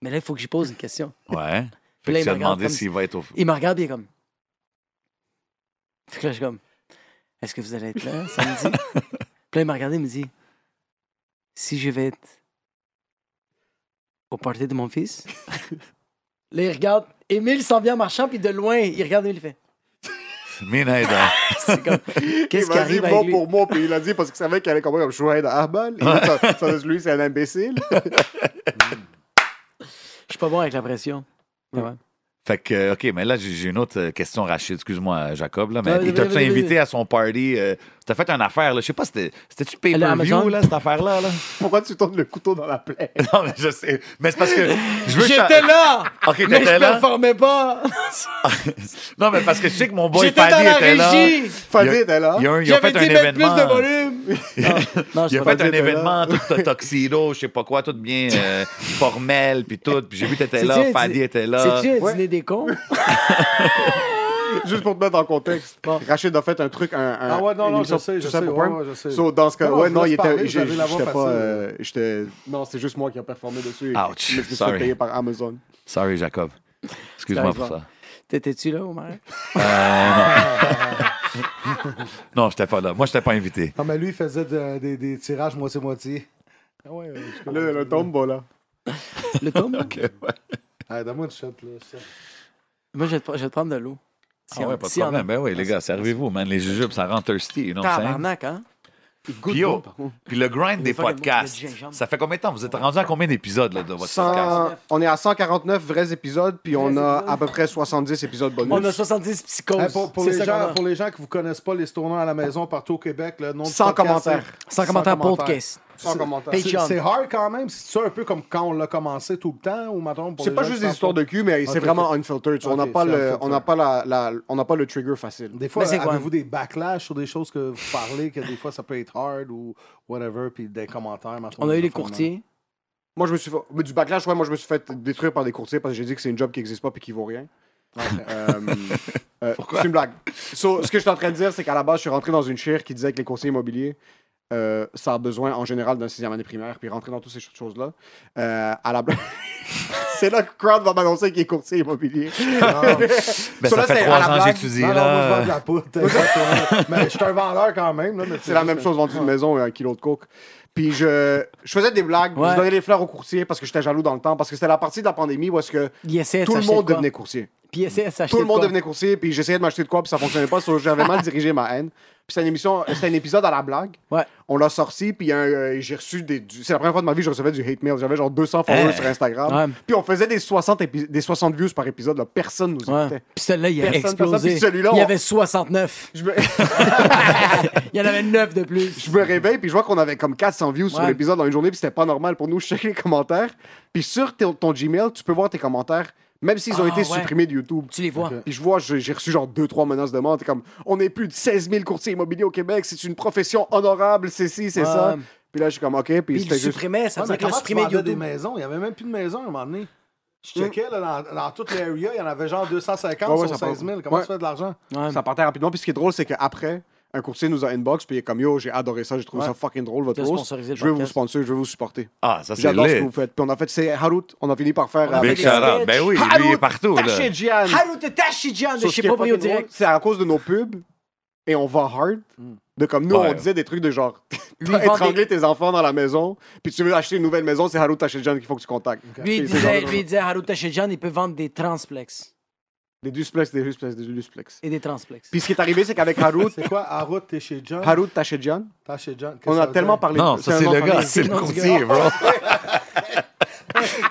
Speaker 4: Mais là, il faut que j'y pose une question.
Speaker 3: Ouais. Fait
Speaker 4: Là,
Speaker 3: que
Speaker 4: il
Speaker 3: tu as
Speaker 4: me regarde
Speaker 3: demandé
Speaker 4: comme
Speaker 3: s'il va être au.
Speaker 4: Il me regarde bien comme. Fait que là, je suis comme, est-ce que vous allez être là samedi? Puis là, il m'a regardé, il me dit, si je vais être au party de mon fils. là, il regarde, Émile s'en vient en marchant, puis de loin, il regarde Émile, il fait,
Speaker 3: Minaïda.
Speaker 4: c'est comme, qu'est-ce
Speaker 5: il
Speaker 4: qui
Speaker 5: m'a dit
Speaker 4: arrive avec
Speaker 5: mot
Speaker 4: lui?
Speaker 5: pour mot, puis il l'a dit parce qu'il savait qu'il allait comprendre comme je suis un harbal. Ça, ça, lui, c'est un imbécile. *laughs*
Speaker 4: Je suis pas bon avec la pression. Ouais.
Speaker 3: Fait que, euh, OK, mais là, j'ai j'ai une autre euh, question, Rachid. Excuse-moi, Jacob. Là, mais
Speaker 4: Ouais,
Speaker 3: il
Speaker 4: vas-y,
Speaker 3: t'as-tu
Speaker 4: vas-y, vas-y.
Speaker 3: invité à son party? euh, T'as fait une affaire, là. Je sais pas, c'était- c'était-tu
Speaker 4: Le Amazon?
Speaker 3: pay-per-view, là, cette affaire-là? Là? *laughs*
Speaker 5: Pourquoi tu tournes le couteau dans la plaie
Speaker 3: non, mais je sais. Mais c'est parce que je veux...
Speaker 4: J'étais là!
Speaker 3: OK,
Speaker 4: Mais je
Speaker 3: t'étais là?
Speaker 4: performais pas!
Speaker 3: non, mais parce que je sais que mon boy
Speaker 4: J'étais dans
Speaker 3: Fanny
Speaker 4: la
Speaker 3: était là.
Speaker 4: régie!
Speaker 5: Fadi était là.
Speaker 3: Il y a un- ils ont
Speaker 4: J'avais
Speaker 3: fait un
Speaker 4: dit mettre plus
Speaker 3: événement.
Speaker 4: de volume! Non,
Speaker 3: Il
Speaker 4: je
Speaker 3: a
Speaker 4: suis pas
Speaker 3: fait
Speaker 4: bon.
Speaker 3: un
Speaker 5: était là.
Speaker 3: événement tout to- tuxedo, je sais pas quoi, tout bien euh,
Speaker 4: *laughs*
Speaker 3: formel, puis tout. Puis j'ai vu que t'étais là,
Speaker 4: C'est-tu un
Speaker 3: Fadi
Speaker 4: dîner-
Speaker 3: était là.
Speaker 4: C'est-tu un
Speaker 5: Ouais.
Speaker 4: dîner des cons?
Speaker 5: Juste pour te mettre en contexte.
Speaker 4: Bon.
Speaker 5: Rachid a fait un truc, un. un-
Speaker 2: Ah ouais, non,
Speaker 5: une
Speaker 2: non,
Speaker 5: émission-
Speaker 2: je sais,
Speaker 5: tu
Speaker 2: je sais.
Speaker 5: pourquoi?
Speaker 2: Ouais, ouais, je sais.
Speaker 5: So, dans ce cas,
Speaker 2: Non,
Speaker 5: ouais,
Speaker 2: je
Speaker 5: non,
Speaker 2: laisse
Speaker 5: il était.
Speaker 2: parler,
Speaker 5: j'ai-
Speaker 2: vous avez la voix
Speaker 5: J'étais pas.
Speaker 2: facile.
Speaker 5: euh, j'étais- non, c'est juste moi qui a performé dessus. et-
Speaker 3: Ouch,
Speaker 5: Mais je me suis fait
Speaker 3: sorry.
Speaker 5: payer par Amazon.
Speaker 3: Sorry, Jacob. Excuse-moi pour ça.
Speaker 4: T'étais-tu là, Omar?
Speaker 3: Euh, non. Non, j'étais pas là. Moi, j'étais pas invité.
Speaker 2: Non, mais lui, il faisait de- des, des tirages moitié-moitié. Ah Ouais, ouais, je
Speaker 5: Le, le tombeau, là.
Speaker 4: Le tombe.
Speaker 2: Ah, Donne-moi une shot, là. ça.
Speaker 4: Moi, je vais, te, je vais te prendre de l'eau.
Speaker 3: Ah ouais, pas de
Speaker 4: si on-
Speaker 3: problème. Ben oui, les gars, servez-vous, man. Les jujubes, ça rend thirsty. Non,
Speaker 4: Tabarnak, hein?
Speaker 3: Puis, yo, puis le grind des
Speaker 4: fois, le mot,
Speaker 3: podcasts,
Speaker 4: il y a du gingembre.
Speaker 3: ça fait combien de temps? Vous êtes rendu à combien d'épisodes là, de votre podcast?
Speaker 5: 100 on est à 149 vrais épisodes, puis on a à peu près 70 épisodes bonus.
Speaker 4: On a 70 psychoses.
Speaker 2: Hey, pour, pour
Speaker 4: C'est
Speaker 2: les
Speaker 4: ça qu'on
Speaker 2: gens,
Speaker 4: a.
Speaker 2: pour les gens qui vous connaissent pas, les tournants à la maison partout au Québec, le nom du
Speaker 5: Sans
Speaker 2: podcast,
Speaker 5: commentaire.
Speaker 2: c'est-
Speaker 4: Sans commentaire
Speaker 2: commentaire.
Speaker 4: podcast.
Speaker 5: Sans commentaire.
Speaker 4: Patreon.
Speaker 2: C'est c'est hard quand même. C'est ça un peu comme quand on l'a commencé tout le temps ou maintenant.
Speaker 5: C'est pas juste des histoires de cul, mais c'est
Speaker 2: Ok,
Speaker 5: vraiment
Speaker 2: ok.
Speaker 5: unfiltered. On
Speaker 2: Ah, Ok,
Speaker 5: n'a pas,
Speaker 2: c'est
Speaker 5: le-
Speaker 2: unfiltered.
Speaker 5: on n'a pas, la, la- on n'a pas le trigger facile.
Speaker 2: Des fois,
Speaker 4: Mais c'est quoi?
Speaker 2: avez-vous des backlash sur des choses que vous parlez, que des fois ça peut être hard ou whatever, puis des commentaires. mettons,
Speaker 4: On a eu
Speaker 2: des
Speaker 4: les
Speaker 2: affaires de
Speaker 4: courtiers.
Speaker 5: Moi, je me suis fait- mais du backlash, ouais, moi, je me suis fait détruire par des courtiers parce que j'ai dit que c'est une job qui n'existe pas puis qui vaut rien. Euh,
Speaker 2: *laughs*
Speaker 5: euh, c'est une blague. So, ce que je suis en train de dire, c'est qu'à la base, je suis rentré dans une chaire qui disait que les courtiers immobiliers, euh, ça a besoin en général d'un sixième année primaire, puis rentrer dans toutes ces ch- choses-là. Euh, à la blague. *laughs* c'est là que Crowd va m'annoncer qu'il est courtier immobilier. *laughs*
Speaker 3: Ben,
Speaker 5: So,
Speaker 3: ça
Speaker 5: là,
Speaker 3: fait
Speaker 5: c'est à
Speaker 3: trois
Speaker 5: la
Speaker 3: ans que
Speaker 5: blague.
Speaker 3: j'étudie,
Speaker 2: même. Non, non, moi, je vends de
Speaker 3: là.
Speaker 2: la
Speaker 4: *laughs*
Speaker 2: poutre. exactement. mais je suis un vendeur quand même. là, mais
Speaker 5: C'est la même
Speaker 2: juste-
Speaker 5: chose, vendre une maison et un kilo de coke. Puis je, je faisais des blagues,
Speaker 4: Ouais.
Speaker 5: je donnais des fleurs aux courtiers parce que j'étais jaloux dans le temps, parce que c'était la partie de la pandémie où est-ce que
Speaker 4: Ils essaient de
Speaker 5: tout le
Speaker 4: s'acheter
Speaker 5: monde
Speaker 4: de quoi.
Speaker 5: devenait courtier.
Speaker 4: Puis ils essaient de s'acheter
Speaker 5: Tout le
Speaker 4: de
Speaker 5: monde
Speaker 4: quoi.
Speaker 5: devenait courtier, puis j'essayais de m'acheter de quoi, puis ça fonctionnait pas. so J'avais mal dirigé ma haine. Puis c'était une émission, c'était un épisode à la blague.
Speaker 4: Ouais.
Speaker 5: On l'a sorti, puis il y a un, euh, j'ai reçu des. du- C'est la première fois de ma vie que je recevais du hate mail. J'avais genre 200 followers
Speaker 3: Hey.
Speaker 5: sur Instagram.
Speaker 4: Eh. Ouais.
Speaker 5: Puis on faisait des 60, épi- des 60 views par épisode. Là. Personne nous
Speaker 4: Ouais.
Speaker 5: écoutait.
Speaker 4: Puis celui-là, il a
Speaker 5: Personne, personne.
Speaker 4: explosé.
Speaker 5: Puis celui-là,
Speaker 4: il y
Speaker 5: on-
Speaker 4: avait 69.
Speaker 5: Je me,
Speaker 4: Il y en avait 9 de plus.
Speaker 5: je me réveille, puis je vois qu'on avait comme 400 views sur
Speaker 4: Ouais.
Speaker 5: l'épisode dans une journée, puis c'était pas normal *laughs* pour nous. Je check les commentaires. Puis sur ton, ton Gmail, tu peux voir tes commentaires, même s'ils ont
Speaker 4: Ah,
Speaker 5: été
Speaker 4: ouais.
Speaker 5: supprimés de YouTube.
Speaker 4: Tu les vois.
Speaker 5: Puis je vois, j'ai j'ai reçu genre deux, trois menaces de mort. T'es comme, on est plus de 16 000 courtiers immobiliers au Québec, c'est une profession honorable, c'est ci, c'est
Speaker 4: Ouais.
Speaker 5: ça. Puis là, je suis comme, OK, puis
Speaker 4: Puis ils le
Speaker 5: c'était juste.
Speaker 4: supprimaient. Ça
Speaker 2: Ouais,
Speaker 4: veut dire qu'ils
Speaker 2: mais comment
Speaker 4: le
Speaker 2: tu
Speaker 4: supprimaient de
Speaker 2: vendais des
Speaker 4: YouTube. Hmm.
Speaker 2: maisons? Il n'y avait même plus de maison à un moment donné. Je checkais là, dans, dans toute l'area, il y en avait genre 250
Speaker 5: Mm. Ouais, ouais,
Speaker 2: sur
Speaker 5: ça
Speaker 2: 16 000.
Speaker 5: passe.
Speaker 2: Comment
Speaker 5: Ouais.
Speaker 2: tu fais de l'argent?
Speaker 4: Ouais.
Speaker 5: Ça partait rapidement. Puis ce qui est drôle, c'est qu'après, un courtier nous a inbox, puis il est comme, yo, j'ai adoré ça, j'ai trouvé
Speaker 2: Ouais.
Speaker 5: ça fucking drôle, votre
Speaker 4: Il a
Speaker 5: roast.
Speaker 4: sponsorisé le
Speaker 5: Je veux vous
Speaker 4: podcast.
Speaker 5: sponsor, je veux vous supporter.
Speaker 3: Ah, ça c'est
Speaker 5: J'adore ce que
Speaker 3: lit.
Speaker 5: vous faites. Puis on a fait, c'est Harout, on a fini par faire.
Speaker 4: a
Speaker 3: Big
Speaker 4: fait des
Speaker 3: shout out.
Speaker 4: sketchs.
Speaker 3: Ben oui, lui, il est partout. Là.
Speaker 5: Taché Gian.
Speaker 4: Haruto Tashijan de
Speaker 5: So, ce
Speaker 4: chez
Speaker 5: qui est
Speaker 4: Proprio
Speaker 5: fucking drôle,
Speaker 4: Direct. Hmm.
Speaker 5: C'est à cause de nos pubs et on va hard. De comme nous,
Speaker 3: Ouais.
Speaker 5: on disait des trucs de genre *laughs*
Speaker 4: Lui, il vend
Speaker 5: étrangler tes enfants dans la maison, puis tu veux acheter une nouvelle maison, c'est Harout Tachéjan qu'il faut que tu contactes.
Speaker 4: Lui, il
Speaker 5: C'est genre
Speaker 4: disait,
Speaker 5: de-
Speaker 4: lui, il disait Haruto Tashijan, il peut vendre des transplex.
Speaker 5: Des dusplex, des dusplex, des dusplex.
Speaker 4: Et des transplex.
Speaker 5: Puis ce qui est arrivé, c'est qu'avec Harout,
Speaker 4: *laughs*
Speaker 2: C'est quoi? En route, t'es chez John?
Speaker 5: Harout Tachéjan,
Speaker 2: T'es chez John? Qu'est-ce
Speaker 5: on
Speaker 2: que
Speaker 5: a
Speaker 2: veut
Speaker 5: tellement
Speaker 2: dire?
Speaker 5: parlé
Speaker 3: Non,
Speaker 5: de
Speaker 3: ça c'est
Speaker 5: un
Speaker 3: le
Speaker 5: nom
Speaker 3: gars,
Speaker 5: familier.
Speaker 3: c'est le
Speaker 4: nom du
Speaker 3: courtier,
Speaker 4: gars.
Speaker 3: bro. *laughs*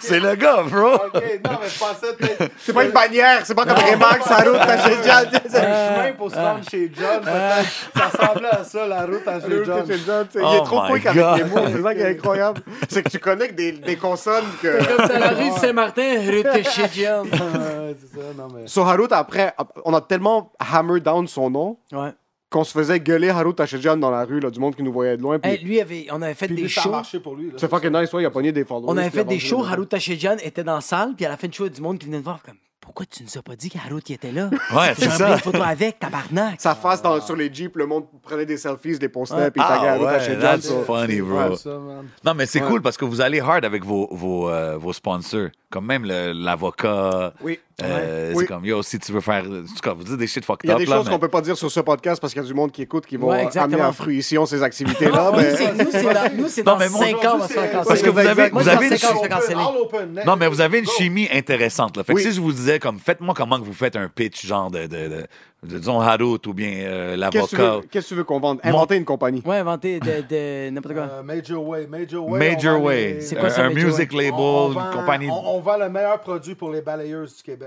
Speaker 3: c'est le gars, bro.
Speaker 2: Ok, non, mais je pensais
Speaker 5: *laughs*
Speaker 2: peut-être.
Speaker 5: C'est pas une bannière, c'est pas comme Remax,
Speaker 3: *laughs*
Speaker 5: Harout Tachéjan.
Speaker 2: *laughs* un chemin pour se rendre chez John. peut-être. Ça ressemblait à ça, la route à chez
Speaker 5: Harout
Speaker 2: John.
Speaker 5: Tachéjan, tu sais, il
Speaker 3: Oh
Speaker 5: est trop
Speaker 3: my
Speaker 5: quick avec
Speaker 3: God.
Speaker 5: les mots, c'est ça qui est incroyable. C'est que tu connectes des, des consonnes que.
Speaker 4: *laughs* Comme ça, la rue de Saint-Martin, Haruto Tashijan.
Speaker 2: *laughs* Ouais, c'est ça, non, mais.
Speaker 5: So Harout, après, on a tellement hammer down son nom
Speaker 4: Ouais.
Speaker 5: qu'on se faisait gueuler Harout Tachéjan dans la rue, là, du monde qui nous voyait de loin. Puis
Speaker 4: Hey, lui, avait, on avait fait
Speaker 2: Puis
Speaker 4: des
Speaker 2: lui, ça a
Speaker 4: shows.
Speaker 2: marché pour lui. là.
Speaker 5: c'est fucking nice, ouais, il a pogné des followers.
Speaker 4: On avait
Speaker 5: puis il a
Speaker 4: fait des
Speaker 5: vendu
Speaker 4: shows,
Speaker 5: maisons.
Speaker 4: Haruto Tashijan était dans la salle, puis à la fin du show, il y a du monde qui venait de voir, comme, pourquoi tu nous as pas dit qu'Haruto était là?
Speaker 3: Ouais, c'est
Speaker 4: J'ai pris
Speaker 3: ça.
Speaker 4: une photo avec, tabarnak.
Speaker 5: Sa face dans, sur les jeeps, le monde prenait des selfies, les postait, puis il taguait
Speaker 3: Ah
Speaker 5: Harout
Speaker 3: ouais,
Speaker 5: Tachéjan.
Speaker 3: that's
Speaker 5: so-
Speaker 3: funny,
Speaker 2: Ouais,
Speaker 3: bro.
Speaker 2: ça, man.
Speaker 3: Non, mais c'est cool parce que vous allez hard avec vos, vos, euh, vos sponsors. Comme même le- l'avocat.
Speaker 5: Oui.
Speaker 3: euh,
Speaker 5: Ouais.
Speaker 3: C'est
Speaker 5: Oui.
Speaker 3: comme, yo, si tu veux faire. En tout cas, vous dites des shit fucked
Speaker 5: Il y a
Speaker 3: up.
Speaker 5: des
Speaker 3: là,
Speaker 5: choses
Speaker 3: mais-
Speaker 5: qu'on peut pas dire sur ce podcast parce qu'il y a du monde qui écoute qui vont
Speaker 4: Ouais,
Speaker 5: euh,
Speaker 4: exactement. Ah,
Speaker 5: amener à fruition ces activités-là.
Speaker 4: Non,
Speaker 5: mais-
Speaker 4: Nous, c'est- nous, c'est dans- nous, c'est
Speaker 3: Non,
Speaker 4: dans
Speaker 3: mais moi,
Speaker 4: 5 ans, on va se
Speaker 2: aujourd'hui,
Speaker 4: faire
Speaker 2: c'est-
Speaker 4: canceller.
Speaker 3: Parce que vous avez,
Speaker 5: Moi,
Speaker 3: vous
Speaker 4: je pensais
Speaker 3: avez une
Speaker 4: qu'on
Speaker 3: chimie-
Speaker 4: se fait canceller.
Speaker 2: All open,
Speaker 3: Non, mais vous avez une
Speaker 2: Go.
Speaker 3: chimie intéressante. Là. Fait que
Speaker 5: Oui.
Speaker 3: si je vous disais, comme, faites-moi comment que vous faites un pitch, genre de, de, de, de- disons, Harout ou bien euh,
Speaker 5: Qu'est-ce que tu veux-
Speaker 3: l'avocat.
Speaker 5: qu'est-ce que tu veux qu'on vende? Inventer une compagnie.
Speaker 4: Ouais, inventer de, de n'importe quoi.
Speaker 2: Euh, Major Way, Major Way. on
Speaker 3: Major
Speaker 2: vend
Speaker 3: Way.
Speaker 2: les-
Speaker 4: C'est quoi
Speaker 3: un-
Speaker 4: ça,
Speaker 3: un
Speaker 4: Major
Speaker 3: music label,
Speaker 2: On- on
Speaker 3: une
Speaker 2: vend-
Speaker 3: compagnie.
Speaker 2: On, on vend le meilleur produit pour les balayeuses du Québec.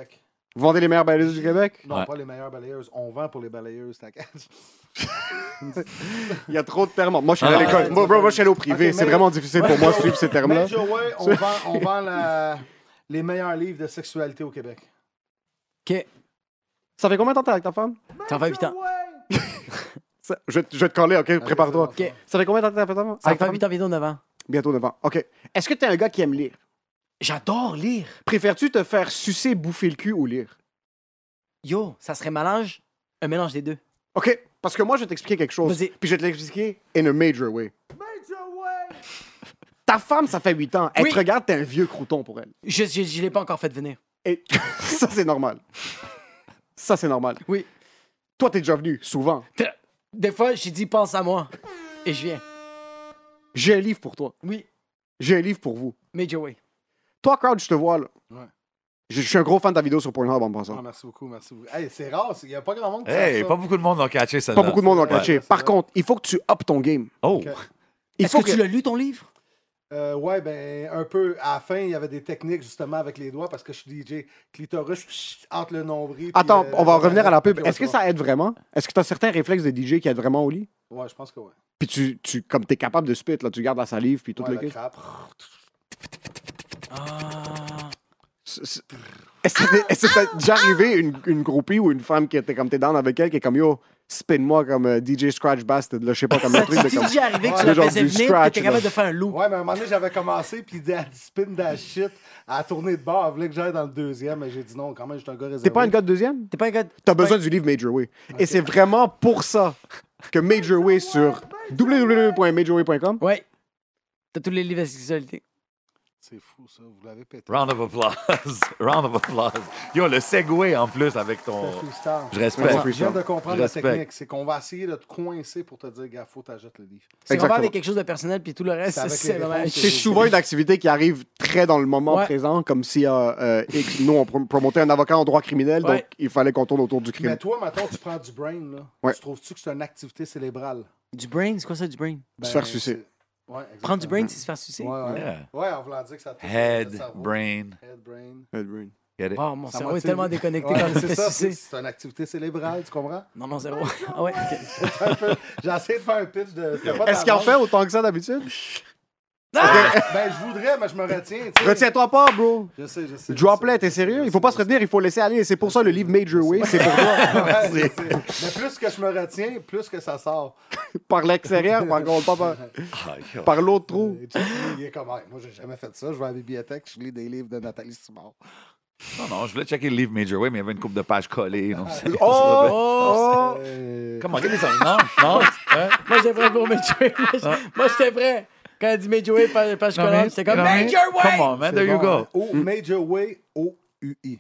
Speaker 5: Vous vendez les meilleures balises du Québec?
Speaker 2: Non,
Speaker 3: Ouais.
Speaker 2: pas les meilleures balayeuses. On vend pour les balayeuses, t'inquiète.
Speaker 5: Il y a trop de termes. Moi, je suis allé
Speaker 3: Ah.
Speaker 5: à l'école. Moi, bro, moi, je suis allé au privé.
Speaker 2: Ok,
Speaker 5: c'est
Speaker 2: mais-
Speaker 5: vraiment difficile pour moi de suivre ces termes-là.
Speaker 2: Major Way, on vend, on vend la- les meilleurs livres de sexualité au Québec.
Speaker 4: Ok,
Speaker 5: Ça fait combien de temps que t'es avec ta femme?
Speaker 4: ça fait 8 ans.
Speaker 5: Ça- je, vais te- je vais te coller, OK? Prépare-toi.
Speaker 4: Ok.
Speaker 5: Ça fait combien de temps que t'es avec ta femme?
Speaker 4: Ça
Speaker 5: Avec ta
Speaker 4: fait
Speaker 5: femme?
Speaker 4: 8 ans, bientôt 9 ans.
Speaker 5: Bientôt 9 ans. OK. Est-ce que t'es un gars qui aime lire?
Speaker 4: J'adore lire.
Speaker 5: Préfères-tu te faire sucer, bouffer le cul ou lire?
Speaker 4: Yo, ça serait mélange, un mélange des deux.
Speaker 5: OK. Parce que moi, je vais t'expliquer quelque chose.
Speaker 4: Vas-y.
Speaker 5: Puis je vais te l'expliquer in a major way. Major way! Ta femme, ça fait 8 ans. Elle
Speaker 4: Oui.
Speaker 5: te regarde, t'es un vieux crouton pour elle.
Speaker 4: Je, je, je l'ai pas encore fait venir.
Speaker 5: Et ça, c'est normal. Ça, c'est normal.
Speaker 4: Oui.
Speaker 5: Toi, t'es déjà venu, souvent.
Speaker 4: Des fois, j'ai dit, pense à moi. Et je viens.
Speaker 5: J'ai un livre pour toi.
Speaker 4: Oui,
Speaker 5: J'ai un livre pour vous.
Speaker 4: Major Way.
Speaker 5: Toi, crowd, je te vois, là.
Speaker 2: Ouais.
Speaker 5: Je, je suis un gros fan de ta vidéo sur Pornhub en
Speaker 2: Ah,
Speaker 5: passant.
Speaker 2: merci beaucoup, merci beaucoup. Hey, c'est rare, il n'y a pas grand monde qui
Speaker 3: Hey,
Speaker 2: fait
Speaker 3: pas beaucoup de monde ont catché ça.
Speaker 5: Pas beaucoup de monde va
Speaker 3: Ouais.
Speaker 5: le catché.
Speaker 2: Ah, c'est
Speaker 5: Par
Speaker 2: vrai.
Speaker 5: contre, il faut que tu up ton game.
Speaker 3: Oh,
Speaker 2: Ok.
Speaker 5: Il
Speaker 4: Est-ce
Speaker 5: faut
Speaker 4: que,
Speaker 5: que,
Speaker 4: tu l'as lu, ton livre?
Speaker 2: Euh, ouais, ben, un peu. À la fin, il y avait des techniques, justement, avec les doigts, parce que je suis DJ clitoris chut, entre le nombril. puis,
Speaker 5: Attends,
Speaker 2: euh,
Speaker 5: on va revenir à la pub.
Speaker 2: Ok, ouais,
Speaker 5: Est-ce que
Speaker 2: c'est bon.
Speaker 5: ça aide vraiment? Est-ce que tu as certains réflexes de DJ qui aident vraiment au lit?
Speaker 2: Ouais, je pense que ouais.
Speaker 5: Puis tu, tu comme t'es capable de spit, là, tu gardes la salive, puis tout
Speaker 2: Ouais,
Speaker 5: le
Speaker 2: la
Speaker 5: kit.
Speaker 2: crappe.
Speaker 4: Ah.
Speaker 5: C'est- c'est- Est-ce que t'es- est-ce que t'as déjà arrivé une, une groupie ou une femme qui était comme t'es down avec elle, qui est comme yo, spin-moi comme euh, DJ Scratch Bastard, là, je sais pas, comme un truc de
Speaker 4: Si
Speaker 5: comme.
Speaker 4: j'ai arrivé que
Speaker 2: Ouais,
Speaker 4: tu la
Speaker 5: genre
Speaker 4: faisais
Speaker 5: du
Speaker 4: venir, que
Speaker 5: scratch,
Speaker 4: t'es capable
Speaker 5: là.
Speaker 4: de faire un loop.
Speaker 2: Ouais, mais à un moment donné, j'avais commencé, puis elle dit, spin that shit, à tourner de bord. Elle voulait que j'aille dans le deuxième, mais j'ai dit non, quand même, j'étais un gars réservé.
Speaker 5: T'es pas un gars de deuxième?
Speaker 4: T'es pas un gars. de-
Speaker 5: T'as besoin du livre Major Way. Et c'est vraiment pour ça que Major Way sur www.majorway.com.
Speaker 4: Ouais. T'as tous les livres à sexualité.
Speaker 2: C'est fou, ça, vous l'avez pété.
Speaker 3: round of applause. *laughs* round of applause. Yo, le segway en plus avec ton.
Speaker 2: C'est freestyle.
Speaker 3: Je
Speaker 5: Ouais,
Speaker 3: respecte.
Speaker 2: Je viens de comprendre la
Speaker 3: Respect.
Speaker 2: technique. C'est qu'on va essayer de te coincer pour te dire, gars, faut t'ajoutes le livre.
Speaker 4: C'est vraiment
Speaker 5: Exactement.
Speaker 4: avec quelque chose de personnel, puis tout le
Speaker 2: C'est
Speaker 4: reste,
Speaker 2: avec
Speaker 4: c'est
Speaker 2: les
Speaker 4: vraiment.
Speaker 2: réponses,
Speaker 5: C'est souvent une activité qui arrive très dans le moment
Speaker 4: Ouais.
Speaker 5: présent, comme si euh, euh, X- nous, on prom- promotait un avocat en droit criminel,
Speaker 4: Ouais.
Speaker 5: donc il fallait qu'on tourne autour du crime.
Speaker 2: Mais toi, maintenant, tu prends du brain, là.
Speaker 5: Ouais.
Speaker 2: Tu trouves-tu que c'est une activité cérébrale? Ben,
Speaker 4: Du brain, c'est quoi ça, du brain?
Speaker 5: Se faire sucer.
Speaker 2: c'est- Ouais, exactement.
Speaker 4: Prendre du brain, c'est se faire sucer.
Speaker 2: Ouais, ouais.
Speaker 3: Yeah.
Speaker 2: ouais, en voulant dire que ça te
Speaker 3: Head,
Speaker 2: le cerveau.
Speaker 3: brain.
Speaker 2: Head, brain.
Speaker 3: Get it?
Speaker 4: Wow, Ah, mon
Speaker 2: Ça
Speaker 4: cerveau est
Speaker 2: motive.
Speaker 4: tellement déconnecté
Speaker 2: Ouais,
Speaker 4: quand je
Speaker 2: c'est
Speaker 4: fais
Speaker 2: ça, c'est-
Speaker 4: sucer.
Speaker 2: c'est une activité cérébrale, tu comprends?
Speaker 4: Non, non, zéro. Ah ouais, ok.
Speaker 2: Un peu- J'ai essayé de faire un pitch de. c'était pas
Speaker 5: Est-ce
Speaker 2: ta
Speaker 5: qu'il en
Speaker 2: langue.
Speaker 5: fait autant que ça d'habitude?
Speaker 2: Ben, je voudrais, mais je me retiens. tu sais.
Speaker 5: Retiens-toi pas, bro.
Speaker 2: Je sais, je sais. je
Speaker 5: Droplet,
Speaker 2: sais.
Speaker 5: t'es sérieux? Il faut pas se retenir, il faut laisser aller. Et c'est pour ça le livre Major Way, c'est pour *laughs* toi.
Speaker 2: *laughs* Ouais, je sais. Mais plus que je me retiens, plus que ça sort.
Speaker 5: par l'extérieur, par contre, pas par,
Speaker 3: Ah, yo.
Speaker 5: par l'autre trou.
Speaker 2: Et tu sais, Il est comme, Hey, moi, j'ai jamais fait ça. Je vais à la bibliothèque, je lis des livres de Nathalie Simard.
Speaker 5: Oh!
Speaker 2: *laughs*
Speaker 3: Non, non, je voulais checker le livre Major Way, mais il y avait une coupe de pages collées. non, c'est-
Speaker 5: Oh! oh!
Speaker 2: Euh,
Speaker 3: Comment, regardez ça. Non, non. hein?
Speaker 4: Moi, j'étais prêt pour Major Way. Moi, j'- Moi, j'étais prêt. Quand elle dit Major Way, pas pas je
Speaker 3: Non, mais-
Speaker 4: j'étais comme
Speaker 3: non, mais-
Speaker 4: Major
Speaker 3: Come
Speaker 4: Way!
Speaker 3: on, man,
Speaker 2: c'est
Speaker 3: there you
Speaker 2: bon,
Speaker 3: go.
Speaker 2: hein.
Speaker 5: Hmm.
Speaker 2: O Major Way, O-U-I.